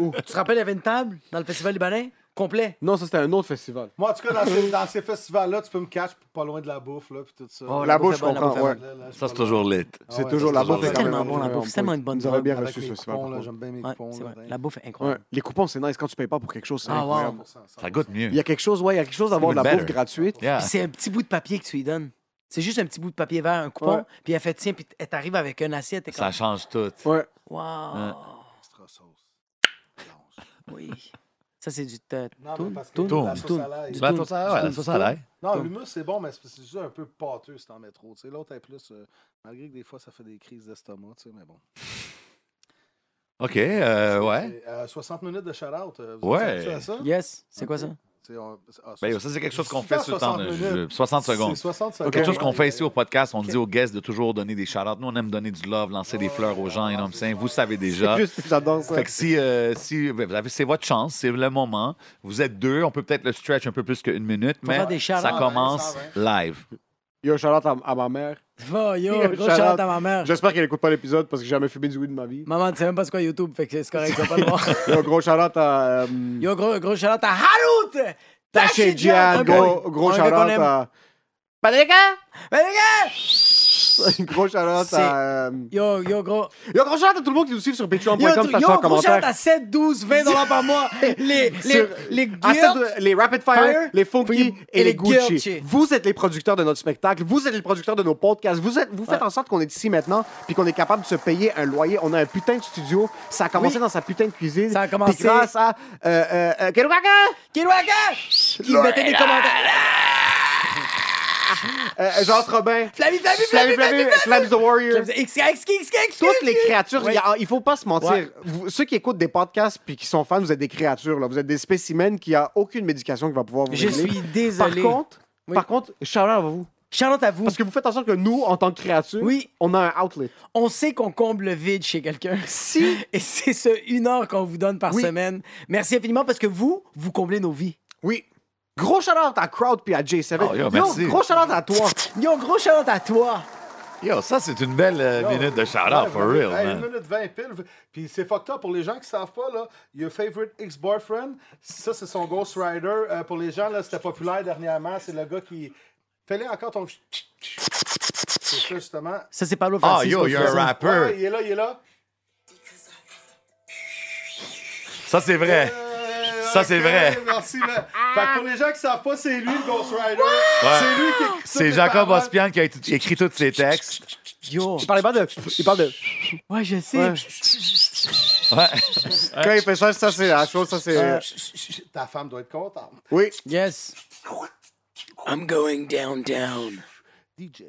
Speaker 4: Ou, tu te rappelles, il y avait une table dans le festival libanais? Complet.
Speaker 5: Non, ça, c'était un autre festival.
Speaker 2: Moi, en tout cas, dans ces, dans ces festivals-là, tu peux me catch pas loin de la bouffe, là, puis tout ça.
Speaker 4: Oh,
Speaker 5: la
Speaker 4: bouffe
Speaker 5: bouche,
Speaker 4: est
Speaker 5: je
Speaker 4: bonne, la
Speaker 5: comprends,
Speaker 4: bouffe est
Speaker 5: ouais.
Speaker 4: bonne.
Speaker 2: Là, là, je
Speaker 3: Ça, c'est
Speaker 2: parle-
Speaker 3: toujours lit.
Speaker 2: Ah
Speaker 5: C'est
Speaker 2: ouais,
Speaker 5: toujours
Speaker 2: ça,
Speaker 5: la
Speaker 2: c'est
Speaker 5: bouffe.
Speaker 2: toujours
Speaker 5: est
Speaker 2: la
Speaker 5: quand
Speaker 4: tellement
Speaker 5: même-
Speaker 4: bon, la bouffe, c'est tellement une bonne
Speaker 5: Nous avons bien
Speaker 2: Avec
Speaker 5: reçu
Speaker 2: les
Speaker 5: ce
Speaker 2: coupons, là,
Speaker 5: festival.
Speaker 2: J'aime bien mes
Speaker 4: Ouais,
Speaker 2: coupons.
Speaker 4: c'est
Speaker 2: là,
Speaker 4: vrai.
Speaker 2: dingue.
Speaker 4: La bouffe est
Speaker 5: Ouais,
Speaker 4: incroyable.
Speaker 5: Les coupons, c'est nice quand tu payes pas pour quelque chose. c'est
Speaker 4: Ah, wow.
Speaker 5: incroyable.
Speaker 2: 100%,
Speaker 3: Ça goûte mieux.
Speaker 5: Il y a quelque chose, ouais, il y a quelque chose d'avoir de la
Speaker 3: Better.
Speaker 5: bouffe gratuite.
Speaker 3: Yeah.
Speaker 4: Puis c'est un petit bout de papier que tu lui donnes. C'est juste un petit bout de papier vert, un coupon,
Speaker 5: Ouais.
Speaker 4: puis elle fait tiens, puis elle t'arrive avec une assiette. Et comme,
Speaker 3: Ça change tout.
Speaker 5: Ouais.
Speaker 4: Wow.
Speaker 2: Extra sauce.
Speaker 4: Oui. Ça, c'est du ta-
Speaker 2: Non,
Speaker 4: tourne,
Speaker 2: mais parce que
Speaker 4: tourne,
Speaker 2: la
Speaker 3: tourne,
Speaker 2: sauce
Speaker 4: tourne.
Speaker 2: à l'ail.
Speaker 4: Du
Speaker 3: Ben,
Speaker 4: tout,
Speaker 3: ça,
Speaker 4: du
Speaker 3: ça,
Speaker 4: tout,
Speaker 3: ouais, ça,
Speaker 4: du
Speaker 3: ça
Speaker 4: tout.
Speaker 3: a l'air.
Speaker 2: Non,
Speaker 4: Tourne.
Speaker 2: l'humus, c'est bon, mais c'est c'est juste un peu pâteux, c'est en métro. tu sais. L'autre est plus. euh, malgré que des fois, ça fait des crises d'estomac, tu sais, mais bon.
Speaker 3: OK, euh, ouais.
Speaker 2: Et, euh, 60 minutes de shout-out. euh, vous
Speaker 3: Ouais.
Speaker 2: êtes habitués à ça?
Speaker 4: Yes. C'est quoi ça?
Speaker 2: Tu sais, on- ah,
Speaker 3: Ben,
Speaker 2: ça,
Speaker 3: ça, c'est quelque chose
Speaker 2: c'est
Speaker 3: qu'on fait
Speaker 2: pas
Speaker 3: sur le temps
Speaker 2: 60
Speaker 3: de
Speaker 2: minutes.
Speaker 3: jeu. 60 secondes.
Speaker 2: C'est 60 secondes.
Speaker 3: Quelque chose qu'on fait ici au podcast, on
Speaker 4: Ok.
Speaker 3: dit aux guests de toujours donner des shout-outs. Nous, on aime donner du love, lancer des fleurs aux gens, you know what I'm saying? Vous savez déjà.
Speaker 5: Juste, j'adore ça.
Speaker 3: Fait que si, euh, si ben, vous avez- c'est votre chance, c'est le moment. Vous êtes deux, on peut peut-être le stretch un peu plus qu'une minute, mais
Speaker 4: faire des shout-outs. hein,
Speaker 3: ça commence live.
Speaker 5: Yo, shout-out à, à ma mère.
Speaker 4: Oh, yo,
Speaker 5: Yo,
Speaker 4: gros
Speaker 5: shout-out.
Speaker 4: shout-out à ma mère.
Speaker 5: J'espère qu'elle écoute pas l'épisode parce que j'ai jamais fumé du weed de ma vie.
Speaker 4: Maman, tu sais même pas ce qu'est YouTube, fait que c'est correct, tu vas pas le voir.
Speaker 5: Yo, gros shout-out à. euh,
Speaker 4: Yo, gros, gros shout-out à Harout!
Speaker 5: Taché Gian, gros, gros shout-out à.
Speaker 4: Mais les gars!
Speaker 5: *laughs* Gros shout-out
Speaker 4: C'est-
Speaker 5: à. euh,
Speaker 4: Yo, yo, gros.
Speaker 5: Yo, gros shout-out à tout le monde qui nous suit sur
Speaker 4: Yo,
Speaker 5: patreon.com,
Speaker 4: tu-
Speaker 5: ça
Speaker 4: yo, gros
Speaker 5: en
Speaker 4: shout-out
Speaker 5: commentaire.
Speaker 4: à 7, 12, 20 dollars par
Speaker 5: *laughs*
Speaker 4: mois. Les, les,
Speaker 5: Sur-
Speaker 4: les
Speaker 5: À
Speaker 4: guilts.
Speaker 5: cette- les Rapid Fire,
Speaker 4: Fire,
Speaker 5: les Funky
Speaker 4: puis-
Speaker 5: et,
Speaker 4: et les
Speaker 5: les Gucci.
Speaker 4: Gucci.
Speaker 5: Vous êtes les producteurs de notre spectacle, vous êtes les producteurs de nos podcasts, vous, êtes, vous faites
Speaker 4: Ouais.
Speaker 5: en sorte qu'on est ici maintenant puis qu'on est capable de se payer un loyer. On a un putain de studio, ça a commencé
Speaker 4: Oui.
Speaker 5: dans sa putain de cuisine.
Speaker 4: Ça a commencé-
Speaker 5: Puis grâce à. Euh, euh, euh, Kerouaca!
Speaker 4: Kirouaga! Qui mettait des commentaires.
Speaker 5: Euh, Jean Robin.
Speaker 4: Flavie, Flavie, Flavie,
Speaker 5: Flavie, Flavie, Flav the Warrior.
Speaker 4: X, X, X, X,
Speaker 5: Toutes les créatures,
Speaker 4: Ouais.
Speaker 5: il y a- il faut pas se mentir.
Speaker 4: Ouais.
Speaker 5: Vous- ceux qui écoutent des podcasts puis qui sont fans, vous êtes des créatures. Là. Vous êtes des spécimens qui a aucune médication qui va pouvoir vous
Speaker 4: Je
Speaker 5: régler.
Speaker 4: suis désolé.
Speaker 5: Par contre,
Speaker 4: Oui.
Speaker 5: par contre, shout out à vous.
Speaker 4: Charlotte, à vous.
Speaker 5: Parce que vous faites en sorte que nous, en tant que créatures,
Speaker 4: Oui.
Speaker 5: on a un outlet.
Speaker 4: On sait qu'on comble le vide chez quelqu'un. *laughs*
Speaker 5: Si
Speaker 4: Et c'est ce une heure qu'on vous donne par
Speaker 5: Oui.
Speaker 4: semaine. Merci infiniment parce que vous, vous comblez nos vies.
Speaker 5: Oui. Gros shout-out à Crowd puis à J7.
Speaker 3: Oh, yo, merci.
Speaker 5: gros shout-out à toi.
Speaker 4: Yo, gros shout à toi.
Speaker 3: Yo, ça, c'est une belle euh,
Speaker 2: Yo,
Speaker 3: minute de
Speaker 2: ouais,
Speaker 3: shout-out, for
Speaker 2: vous-
Speaker 3: real,
Speaker 2: hey,
Speaker 3: man.
Speaker 2: Une minute 20 pile. Puis c'est fucked up pour les gens qui savent pas, là. Your favorite ex-boyfriend, ça, c'est son Ghost Rider. Euh, pour les gens, là, c'était populaire dernièrement. C'est le gars qui. Fais-le encore ton. C'est ça, justement.
Speaker 4: Ça, c'est Pablo
Speaker 3: Ah,
Speaker 4: Francisco.
Speaker 3: yo, you're a
Speaker 4: ça.
Speaker 3: rapper.
Speaker 2: Ouais, il est là, il est là.
Speaker 3: Ça, c'est vrai. Ça, c'est
Speaker 2: ok,
Speaker 3: vrai.
Speaker 2: Merci. mais- Fait que pour les gens qui savent pas, c'est lui le Ghost Rider. C'est lui qui écrit toutes
Speaker 3: C'est
Speaker 2: les
Speaker 3: Jacob
Speaker 2: paroles.
Speaker 3: Ospian qui a écrit- qui a écrit tous ses textes.
Speaker 4: Yo.
Speaker 5: Il parle pas de. Il parle de.
Speaker 4: Ouais, je sais.
Speaker 5: Ouais.
Speaker 2: *laughs*
Speaker 3: Ouais.
Speaker 5: Quand il fait ça, ça c'est la chose, ça c'est.
Speaker 2: Euh, chut, chut, chut, ta femme doit être contente.
Speaker 5: Oui.
Speaker 4: Yes. I'm going downtown.
Speaker 2: DJ.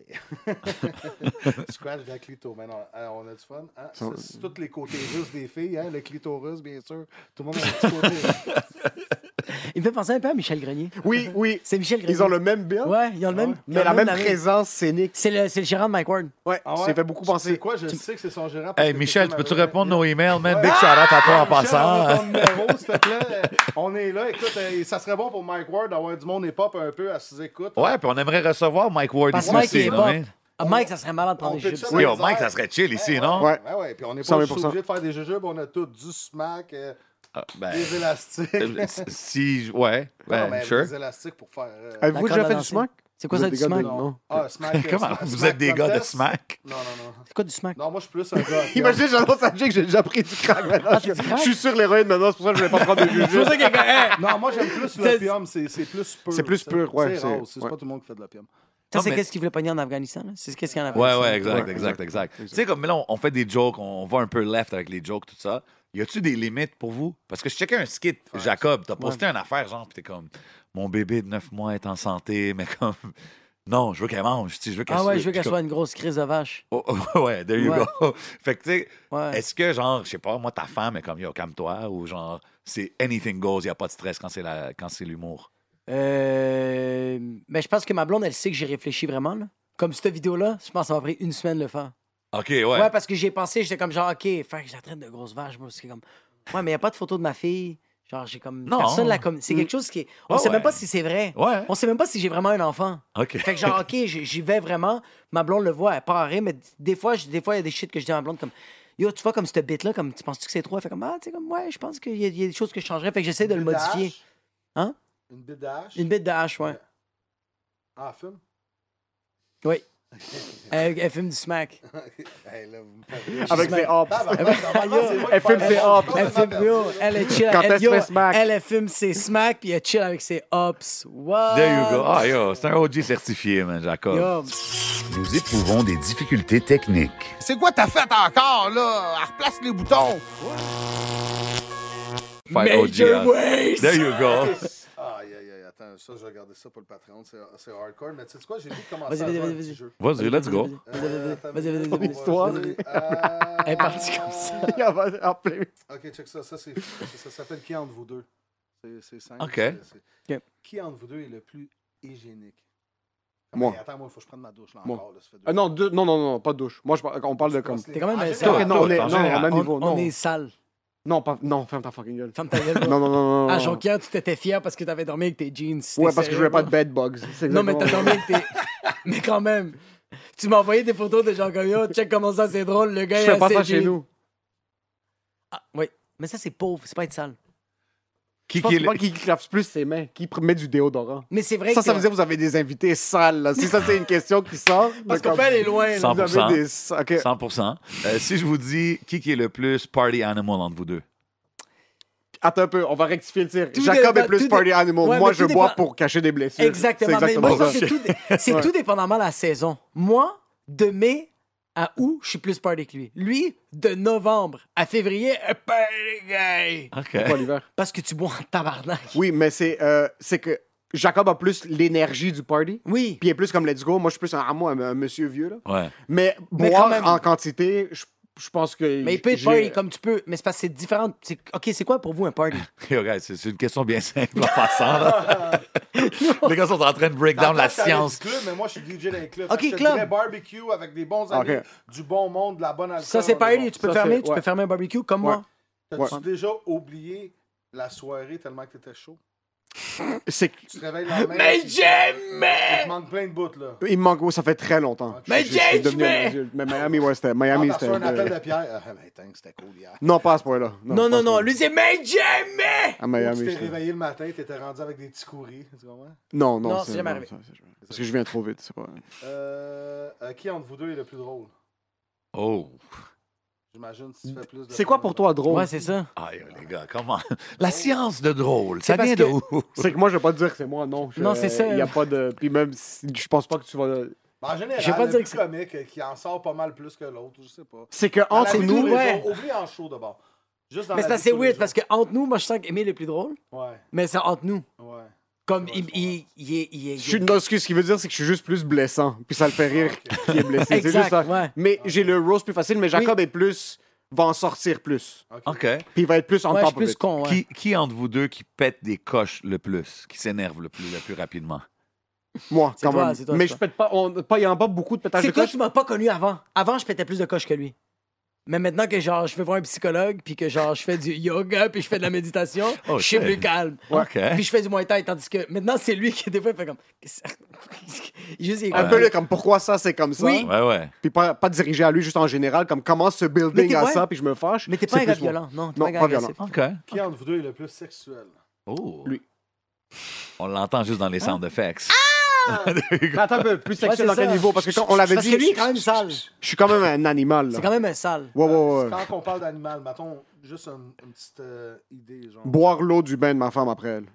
Speaker 2: Scratch de la clito. Mais non, euh, on a du fun. hein? Ça, C'est tous les côtés russes des filles. Hein? Le clitoris, bien sûr. Tout le monde a un petit côté.
Speaker 4: Il me fait penser un peu à Michel Grenier.
Speaker 5: Oui, oui.
Speaker 4: C'est Michel Grenier.
Speaker 5: Ils ont le même bill,
Speaker 4: Ouais, ils ont le même. ils
Speaker 5: mais
Speaker 4: ont
Speaker 5: Ah. la
Speaker 4: le
Speaker 5: même
Speaker 4: arrêt.
Speaker 5: présence scénique.
Speaker 4: C'est le, c'est le gérant de Mike Ward.
Speaker 5: Ouais,
Speaker 2: Ah
Speaker 5: ça
Speaker 2: ouais?
Speaker 5: fait beaucoup
Speaker 2: C'est
Speaker 5: penser.
Speaker 2: quoi? Je sais que c'est son gérant. parce
Speaker 3: Hey,
Speaker 2: que
Speaker 3: Michel,
Speaker 2: quelqu'un
Speaker 3: peux-tu
Speaker 2: m'avait-
Speaker 3: répondre nos emails, man?
Speaker 2: Ouais.
Speaker 3: Big shout out à toi
Speaker 2: Michel,
Speaker 3: en
Speaker 2: on a
Speaker 3: passant.
Speaker 2: ton numéro,
Speaker 3: *laughs*
Speaker 2: s'il te plaît. On est là. Écoute, euh, ça serait bon pour Mike Ward d'avoir du monde hip-hop un peu à ses écoutes.
Speaker 3: Ouais, puis on aimerait recevoir Mike Ward
Speaker 4: Parce
Speaker 3: ici
Speaker 4: que Mike, il
Speaker 3: aussi,
Speaker 4: est
Speaker 3: non?
Speaker 4: pop.
Speaker 3: hein?
Speaker 4: Ah, Mike, ça serait malade de prendre
Speaker 2: on
Speaker 4: des
Speaker 2: fait
Speaker 4: jupes.
Speaker 2: ça,
Speaker 4: Ouais.
Speaker 2: mais-
Speaker 3: Yo, Mike, ça serait chill ici, non?
Speaker 5: Ouais.
Speaker 2: Ben Ouais, ouais, puis on n'est pas
Speaker 5: 120%.
Speaker 2: juste obligé de faire des jujubes, on a tout du smack, euh,
Speaker 3: Ah, ben,
Speaker 2: des élastiques.
Speaker 3: euh, si, ouais,
Speaker 2: Non,
Speaker 3: ben,
Speaker 2: mais
Speaker 3: sure.
Speaker 2: Des élastiques pour faire. euh,
Speaker 5: Avez-vous
Speaker 4: D'accord,
Speaker 5: déjà fait
Speaker 4: la
Speaker 5: du
Speaker 4: danse.
Speaker 5: smoke?
Speaker 4: C'est quoi
Speaker 5: Vous
Speaker 4: ça
Speaker 5: êtes
Speaker 4: du
Speaker 5: des gars de-
Speaker 4: smack?
Speaker 5: non.
Speaker 2: Ah, smack. euh,
Speaker 3: *laughs* Comment?
Speaker 2: smack-
Speaker 3: Vous
Speaker 2: smack
Speaker 3: êtes des gars de
Speaker 2: contest?
Speaker 3: smack?
Speaker 2: Non, non, non.
Speaker 4: C'est quoi du smack?
Speaker 2: Non, moi, je suis plus un
Speaker 3: *laughs*
Speaker 2: gars.
Speaker 5: Imagine, j'annonce à Jake que j'ai déjà pris du crack
Speaker 4: Ah,
Speaker 5: maintenant. Je je suis sur l'héroïne maintenant, c'est pour ça que je vais pas
Speaker 4: *laughs*
Speaker 5: prendre de jujube.
Speaker 2: Non, moi, j'aime
Speaker 3: *laughs*
Speaker 2: plus l'opium, c'est c'est plus pur.
Speaker 5: C'est plus pur, ouais,
Speaker 2: C'est rare,
Speaker 5: c'est-
Speaker 2: c'est
Speaker 5: ouais.
Speaker 2: pas tout le monde qui fait de l'opium.
Speaker 4: Ça,
Speaker 3: Non,
Speaker 4: c'est
Speaker 3: mais-
Speaker 4: qu'est-ce qu'il voulait pogner en Afghanistan? là? C'est qu'est-ce qu'il y en avait.
Speaker 3: Ouais, ouais, exact,
Speaker 5: Ouais,
Speaker 3: exact,
Speaker 5: exact,
Speaker 3: exact. Tu
Speaker 5: exact.
Speaker 3: sais, comme là, on- on fait des jokes, on va un peu left avec les jokes, tout ça. Y a-tu des limites pour vous? Parce que je checkais un skit, Jacob, t'as posté une affaire, genre, pis t'es comme, mon bébé de 9 mois est en santé, mais comme, non, je veux qu'elle mange, tu sais, je veux qu'elle
Speaker 4: Ah ouais,
Speaker 3: se-
Speaker 4: je veux qu'elle
Speaker 3: puis
Speaker 4: soit une grosse crise de vache.
Speaker 3: comme- Oh, *laughs* oh, ouais, there you
Speaker 4: Ouais.
Speaker 3: go. fait que, tu sais,
Speaker 4: Ouais.
Speaker 3: est-ce que, genre, je sais pas, moi, ta femme est comme, yo, calme-toi, ou genre, c'est anything goes, y a pas de stress quand c'est la- quand c'est l'humour?
Speaker 4: Euh, Mais je pense que ma blonde, elle sait que j'ai réfléchi vraiment. là. Comme cette vidéo-là, je pense que ça m'a pris une semaine de le faire.
Speaker 3: OK, ouais.
Speaker 4: Ouais, parce que j'ai pensé, j'étais comme genre, OK, faire que je la traite de grosse vache, moi, c'est comme. Ouais, mais il n'y a pas de photo de ma fille. Genre, j'ai comme.
Speaker 3: Non.
Speaker 4: Personne la comme. C'est quelque chose qui. est- On
Speaker 3: Ouais,
Speaker 4: sait même
Speaker 3: ouais.
Speaker 4: pas si c'est vrai.
Speaker 3: Ouais.
Speaker 4: On sait même pas si j'ai vraiment un enfant.
Speaker 3: OK.
Speaker 4: Fait que
Speaker 3: *laughs*
Speaker 4: genre, OK, j- j'y vais vraiment. Ma blonde le voit, elle part à rire, mais des fois, je- des fois, il y a des shit que je dis à ma blonde comme. Yo, tu vois, comme cette bête-là, comme tu penses-tu que c'est trop? Elle fait comme, ah, tu sais, comme, ouais, je pense qu'il y, a- il y a des choses que je changerais. Fait que j'essaie de le
Speaker 2: Une bite à
Speaker 4: modifier.
Speaker 2: hache?
Speaker 4: Hein?
Speaker 2: Une bite d'âge.
Speaker 4: Une bête de hache, ouais.
Speaker 2: Ah, fume?
Speaker 4: Oui. Elle, elle fume du smack.
Speaker 2: Hey, Ben, là, vous me faites rire.
Speaker 5: Avec ses hops.
Speaker 2: Tabarnak, normalement, c'est moi qui
Speaker 5: ben, Elle fume
Speaker 2: parle.
Speaker 5: ses hops.
Speaker 3: Oh,
Speaker 4: Elle fume, yo, elle, elle chill.
Speaker 5: Quand
Speaker 4: elle,
Speaker 5: elle se
Speaker 4: yo,
Speaker 5: fait smack.
Speaker 4: elle, elle fume ses smacks, puis elle chill avec ses ups. What?
Speaker 3: There you go. Ah, euh, yo, c'est un OG certifié, man, Jacob.
Speaker 4: Yo,
Speaker 3: Nous éprouvons des difficultés techniques.
Speaker 7: C'est quoi t'as fait encore, là? Elle replace les boutons.
Speaker 3: Fight
Speaker 4: Major
Speaker 3: OG. hein.
Speaker 4: Ways!
Speaker 3: There you go.
Speaker 2: Ah, Aïe, aïe, aïe, attends, ça, je vais regarder ça pour le Patreon, c'est c'est hardcore, mais tu sais quoi, j'ai vu comment
Speaker 4: Vas-y,
Speaker 2: ça
Speaker 4: vas-y,
Speaker 2: va
Speaker 4: vas-y,
Speaker 2: un petit
Speaker 4: vas-y.
Speaker 2: jeu.
Speaker 3: Vas-y, let's go.
Speaker 2: Euh, attends,
Speaker 4: Vas-y, vas-y,
Speaker 2: on va
Speaker 4: vas-y.
Speaker 5: Histoire.
Speaker 2: jouer,
Speaker 4: Elle
Speaker 2: euh,
Speaker 4: est partie comme ça.
Speaker 5: Il en va- en plein.
Speaker 2: Ok, check ça. Ça, c'est- ça, ça s'appelle Qui entre vous deux C'est- C'est simple.
Speaker 3: Ok.
Speaker 2: c'est- c'est-
Speaker 4: Ok.
Speaker 2: Qui entre vous deux est le plus hygiénique
Speaker 5: Moi.
Speaker 2: Hey, attends, moi, il faut que je prenne ma douche là
Speaker 5: Moi.
Speaker 2: encore. Là, ça fait deux
Speaker 5: Ah non, deux- non, non, non, pas de douche. Moi, je par- on parle de comme. Ah,
Speaker 4: T'es quand même un
Speaker 5: Non,
Speaker 4: sale.
Speaker 5: non, on est,
Speaker 3: en
Speaker 5: non,
Speaker 3: général.
Speaker 5: on est à
Speaker 3: On-
Speaker 5: niveau.
Speaker 4: On
Speaker 5: non.
Speaker 4: est sale.
Speaker 5: Non, pas- non, ferme ta fucking gueule.
Speaker 4: Ferme ta gueule.
Speaker 5: Non, non, non, non. non.
Speaker 4: À Jonquière, tu t'étais fier parce Ah, que t'avais dormi avec tes jeans.
Speaker 5: Ouais,
Speaker 4: T'es
Speaker 5: parce que je
Speaker 4: sérieux,
Speaker 5: voulais pas
Speaker 4: là?
Speaker 5: de bed bugs. C'est
Speaker 4: Non, mais
Speaker 5: exactement
Speaker 4: t'as
Speaker 5: ça.
Speaker 4: dormi avec tes. *laughs* Mais quand même. Tu m'as envoyé des photos de jean yo, check comment ça c'est drôle, le gars
Speaker 5: Je
Speaker 4: est
Speaker 5: fais pas
Speaker 4: assez
Speaker 5: ça chez
Speaker 4: jean.
Speaker 5: nous.
Speaker 4: Ah, oui. Mais ça, c'est pauvre, c'est pas être sale.
Speaker 5: Je
Speaker 3: Qui
Speaker 5: pense
Speaker 3: qui est
Speaker 5: pas
Speaker 3: le-
Speaker 5: qu'il clave plus ses mains, qu'il pr- met du déodorant.
Speaker 4: Mais c'est vrai
Speaker 5: Ça,
Speaker 4: que.
Speaker 5: ça veut dire que vous avez des invités sales. là. Si ça, c'est une question qui sort.
Speaker 4: Parce
Speaker 5: de
Speaker 4: qu'on
Speaker 5: comme-
Speaker 4: peut aller loin, là.
Speaker 3: Sans-
Speaker 5: Vous
Speaker 3: 100%.
Speaker 5: avez des. Ok.
Speaker 3: 100 Euh, Si je vous dis qui qui est le plus party animal entre vous deux.
Speaker 5: Attends un peu, on va rectifier le tir.
Speaker 4: Tout
Speaker 5: Jacob
Speaker 4: dépend-
Speaker 5: est plus
Speaker 4: tout
Speaker 5: party
Speaker 4: dé-
Speaker 5: animal.
Speaker 4: Ouais,
Speaker 5: moi,
Speaker 4: mais
Speaker 5: je
Speaker 4: tout
Speaker 5: bois
Speaker 4: dépend-
Speaker 5: pour cacher des blessures.
Speaker 4: Exactement.
Speaker 5: C'est
Speaker 4: Mais moi, je pense
Speaker 5: ça.
Speaker 4: que c'est tout, c'est
Speaker 5: Ouais.
Speaker 4: tout dépendamment de la saison. Moi, de mai à août, je suis plus party que lui. Lui, de novembre à février, euh, party gay.
Speaker 3: OK.
Speaker 5: Pas l'hiver.
Speaker 4: Parce que tu bois en tabarnak.
Speaker 5: Oui, mais c'est euh, c'est que Jacob a plus l'énergie du party.
Speaker 4: Oui.
Speaker 5: Puis il est plus comme let's go. Moi, je suis plus un, ah, moi, un, un monsieur vieux. Là.
Speaker 3: *laughs* Ouais.
Speaker 5: Mais
Speaker 4: Mais
Speaker 5: boire
Speaker 4: quand même.
Speaker 5: en quantité, je, je pense que.
Speaker 4: Mais il peut être
Speaker 5: j'ai-
Speaker 4: party comme tu peux. Mais c'est parce que c'est différent. C'est- OK, c'est quoi pour vous un party?
Speaker 3: Yo, guys, c'est c'est une question bien simple en passant. là. Les gars sont en train de break down la
Speaker 2: Attends, je t'avais
Speaker 3: science.
Speaker 2: dit club, mais moi, je suis DJ d'un club.
Speaker 4: Ok,
Speaker 2: Fait que je te
Speaker 4: club.
Speaker 2: dirais barbecue avec des bons amis,
Speaker 5: Ok.
Speaker 2: du bon monde, de la bonne alcool.
Speaker 4: Ça, c'est party.
Speaker 2: bon.
Speaker 4: Tu peux
Speaker 5: Ça,
Speaker 4: fermer.
Speaker 5: c'est-
Speaker 4: Tu
Speaker 5: ouais.
Speaker 4: peux fermer un barbecue comme
Speaker 5: Ouais.
Speaker 4: moi.
Speaker 2: T'as-tu
Speaker 5: Ouais.
Speaker 2: déjà oublié la soirée tellement que t'étais chaud?
Speaker 5: C'est que-
Speaker 2: Tu te réveilles la main.
Speaker 4: Mais
Speaker 2: Il
Speaker 4: jamais!
Speaker 2: te manque plein de bouts, là.
Speaker 5: Il me manque. oh, ça fait très longtemps.
Speaker 2: Mais
Speaker 5: Je- je- je suis
Speaker 4: Jake,
Speaker 5: devenu
Speaker 4: mais-
Speaker 5: un vieux. Mais Miami, ouais, c'était.
Speaker 2: Ah,
Speaker 5: Miami,
Speaker 2: t'as reçu
Speaker 5: c'était.
Speaker 2: un appel de
Speaker 5: euh,
Speaker 2: Pierre. Ah, ben, thanks, c'était cool hier.
Speaker 5: Non, pas à ce point-là.
Speaker 4: Non,
Speaker 5: pas à
Speaker 4: non,
Speaker 5: ce
Speaker 4: non.
Speaker 5: point-là.
Speaker 4: Lui, c'est mais jamais!
Speaker 5: À
Speaker 2: Ou tu
Speaker 5: Miami,
Speaker 2: t'es
Speaker 5: j'étais-
Speaker 2: réveillé le matin, t'étais rendu avec des petits courriers. Tu comprends?
Speaker 5: Non, non.
Speaker 4: Non, c'est jamais arrivé.
Speaker 5: ça, c'est jamais arrivé. Parce que je viens trop vite, c'est pas.
Speaker 2: Euh, euh, qui entre vous deux est le plus drôle?
Speaker 3: Oh.
Speaker 2: J'imagine si tu fais plus de.
Speaker 5: C'est quoi pour toi drôle?
Speaker 4: Ouais, c'est ça.
Speaker 3: Ah, yo, les gars, comment? La science de drôle, ça
Speaker 5: C'est
Speaker 3: vient de
Speaker 5: parce
Speaker 3: où?
Speaker 5: C'est que moi, je vais pas te dire que c'est moi, non. Je-
Speaker 4: Non, c'est ça.
Speaker 5: Il y a pas de. Puis même, si- je pense pas que tu vas.
Speaker 2: Ben, En général,
Speaker 4: Je vais pas
Speaker 2: le
Speaker 4: dire
Speaker 2: plus
Speaker 4: que c'est-
Speaker 2: comique euh, qui en sort pas mal plus que l'autre, je sais pas.
Speaker 5: C'est que
Speaker 2: Dans la
Speaker 5: entre
Speaker 2: vie de tous
Speaker 5: nous,
Speaker 2: les
Speaker 4: ouais.
Speaker 2: jours, Oublie en show d'abord. Juste dans
Speaker 4: Mais c'est
Speaker 2: la vie
Speaker 4: assez
Speaker 2: de tous les
Speaker 4: weird
Speaker 2: jours.
Speaker 4: parce que entre nous, moi, je sens qu'Emile est le plus drôle,
Speaker 2: Ouais,
Speaker 4: mais c'est entre nous.
Speaker 2: ouais.
Speaker 4: Comme
Speaker 2: Ouais,
Speaker 4: il,
Speaker 2: je
Speaker 4: il, il est. Il est-
Speaker 5: je suis. Non, ce que ce qui veut dire, c'est que je suis juste plus blessant. Puis ça le fait rire
Speaker 2: Ah,
Speaker 5: qui est blessé. C'est juste
Speaker 4: Exact,
Speaker 5: ça.
Speaker 4: ouais.
Speaker 5: Mais j'ai le rose plus facile, mais Jacob est plus. va en sortir plus.
Speaker 2: ok.
Speaker 3: OK.
Speaker 5: Puis il va être plus en
Speaker 4: Ouais, je
Speaker 5: temps
Speaker 4: suis plus con, ouais.
Speaker 3: Qui, qui entre vous deux qui pète des coches le plus, qui s'énerve le plus, le plus rapidement?
Speaker 5: Moi,
Speaker 4: C'est
Speaker 5: quand
Speaker 4: toi,
Speaker 5: même.
Speaker 4: c'est toi,
Speaker 5: mais
Speaker 4: c'est
Speaker 5: je
Speaker 4: toi.
Speaker 5: pète pas. on- pas- Il y en a pas beaucoup de pétages de
Speaker 4: C'est toi,
Speaker 5: coche.
Speaker 4: tu m'as pas connu avant. Avant, je pétais plus de coches que lui. Mais maintenant que genre je vais voir un psychologue, puis que genre je fais du yoga, puis je fais de la
Speaker 5: *laughs*
Speaker 4: méditation,
Speaker 3: Oh,
Speaker 4: je suis
Speaker 3: shit.
Speaker 4: plus calme.
Speaker 3: OK.
Speaker 5: Hein?
Speaker 4: Puis je fais du moins thaï, tandis que maintenant c'est lui qui des fois fait comme. Il Juste, il est
Speaker 5: Un
Speaker 4: comme-
Speaker 5: peu là, comme pourquoi ça, c'est comme ça.
Speaker 4: Oui.
Speaker 3: Ouais, ouais.
Speaker 5: Puis pas, pas dirigé à lui, juste en général, comme comment ce
Speaker 4: Mais t'es-
Speaker 5: building à
Speaker 4: ouais.
Speaker 5: ça, puis je me fâche.
Speaker 4: Mais t'es pas
Speaker 5: C'est
Speaker 4: un gars
Speaker 5: plus moi.
Speaker 4: violent, non? t'es
Speaker 5: Non,
Speaker 4: un gars
Speaker 5: pas
Speaker 4: agressif.
Speaker 5: violent.
Speaker 3: OK.
Speaker 2: Qui entre vous deux est le plus sexuel?
Speaker 3: Oh.
Speaker 5: Lui.
Speaker 3: On l'entend juste dans les sound effects.
Speaker 5: Mais Attends un peu, plus
Speaker 4: Ouais, c'est
Speaker 5: sexuel dans quel
Speaker 4: ça.
Speaker 5: niveau? Parce que quand on l'avait
Speaker 4: Parce
Speaker 5: dit,
Speaker 4: que lui, il est
Speaker 5: je
Speaker 4: quand même sale.
Speaker 5: je suis quand même un animal. là.
Speaker 4: C'est quand même un sale.
Speaker 5: Ouais, ouais, ouais.
Speaker 2: Quand on parle d'animal, mettons juste une, une petite euh, idée. Genre.
Speaker 5: Boire l'eau du bain de ma femme après elle.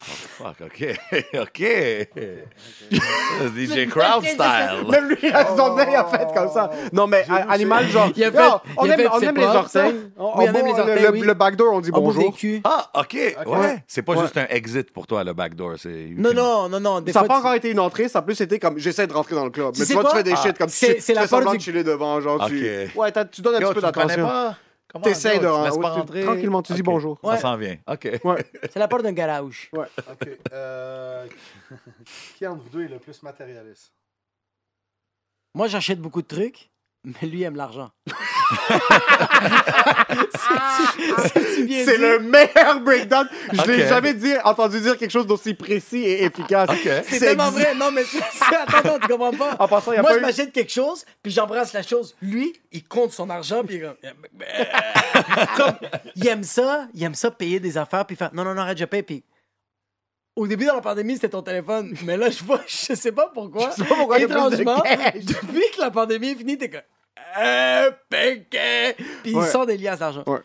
Speaker 3: Fuck, OK. *laughs* OK. *laughs* DJ Crowd style.
Speaker 5: Même lui, il a son œil en fait comme ça. Non, mais
Speaker 2: J'ai-
Speaker 5: a- animal, genre.
Speaker 4: Il a fait-
Speaker 5: Non, on
Speaker 4: il a
Speaker 5: aime,
Speaker 4: fait
Speaker 5: on
Speaker 4: ses
Speaker 5: aime les
Speaker 4: potes, ça.
Speaker 5: orteils.
Speaker 4: Oui, on aime les
Speaker 5: boit- le-
Speaker 4: orteils,
Speaker 5: Le,
Speaker 4: oui.
Speaker 5: le backdoor, on dit
Speaker 4: En
Speaker 5: bonjour.
Speaker 4: bout des culs.
Speaker 3: Ah, OK. Ouais. C'est pas
Speaker 5: Ouais.
Speaker 3: juste un exit pour toi, le backdoor. C'est
Speaker 4: Non, non, non, non. Des
Speaker 5: Ça n'a
Speaker 4: fois, tu-
Speaker 5: pas encore été une entrée, ça a plus été comme j'essaie de rentrer dans le club.
Speaker 4: Tu
Speaker 5: Mais
Speaker 4: sais
Speaker 5: tu vois, tu
Speaker 4: quoi?
Speaker 5: fais des
Speaker 4: Ah.
Speaker 5: shit comme
Speaker 4: C'est-
Speaker 5: tu
Speaker 4: c'est la
Speaker 5: fais
Speaker 4: part
Speaker 5: semblant
Speaker 4: du-
Speaker 5: de chiller devant, genre
Speaker 3: Ok.
Speaker 5: tu. Ouais, t'as- tu donnes un
Speaker 3: Yo,
Speaker 5: petit
Speaker 3: tu
Speaker 5: peu
Speaker 3: me connais
Speaker 5: d'attention.
Speaker 3: pas? Comment,
Speaker 5: T'essayes
Speaker 3: yo,
Speaker 5: de
Speaker 3: tu me laisses
Speaker 5: rentrer.
Speaker 3: pas rentrer.
Speaker 5: Tranquillement, tu dis
Speaker 3: OK.
Speaker 5: bonjour.
Speaker 3: Ça
Speaker 4: Ouais.
Speaker 3: s'en vient. OK.
Speaker 5: Ouais.
Speaker 4: C'est la porte d'un garage.
Speaker 2: Ok. euh, *laughs* qui entre vous deux est le plus matérialiste?
Speaker 4: Moi, j'achète beaucoup de trucs, mais lui aime l'argent. *laughs* C'est bien
Speaker 5: Ah, C'est
Speaker 4: dit.
Speaker 5: le meilleur breakdown. Je l'ai
Speaker 3: Ok.
Speaker 5: jamais dit, entendu dire quelque chose d'aussi précis et efficace.
Speaker 3: OK.
Speaker 4: C'est
Speaker 5: C'est
Speaker 4: tellement
Speaker 5: ex-
Speaker 4: vrai. Non, mais c'est- c'est- attends, attends, tu comprends pas.
Speaker 5: En passant, il n'y a
Speaker 4: Moi, je
Speaker 5: pas eu.
Speaker 4: m'achète quelque chose, puis j'embrasse la chose. Lui, il compte son argent, puis il est comme... Eh, *laughs* Comme, Il aime ça, il aime ça payer des affaires, puis faire... Non, non, non, arrête, je paye, puis... Au début de la pandémie, c'était ton téléphone. Mais là, je vois, je sais pas
Speaker 5: *laughs*
Speaker 4: pourquoi.
Speaker 5: *laughs* Je sais pas pourquoi il y a plus de
Speaker 4: étrangement,
Speaker 5: cash.
Speaker 4: depuis que la pandémie est finie, t'es comme... Euh, paquet! Puis il
Speaker 5: Ouais.
Speaker 4: sort des liasses d'argent.
Speaker 2: Ok,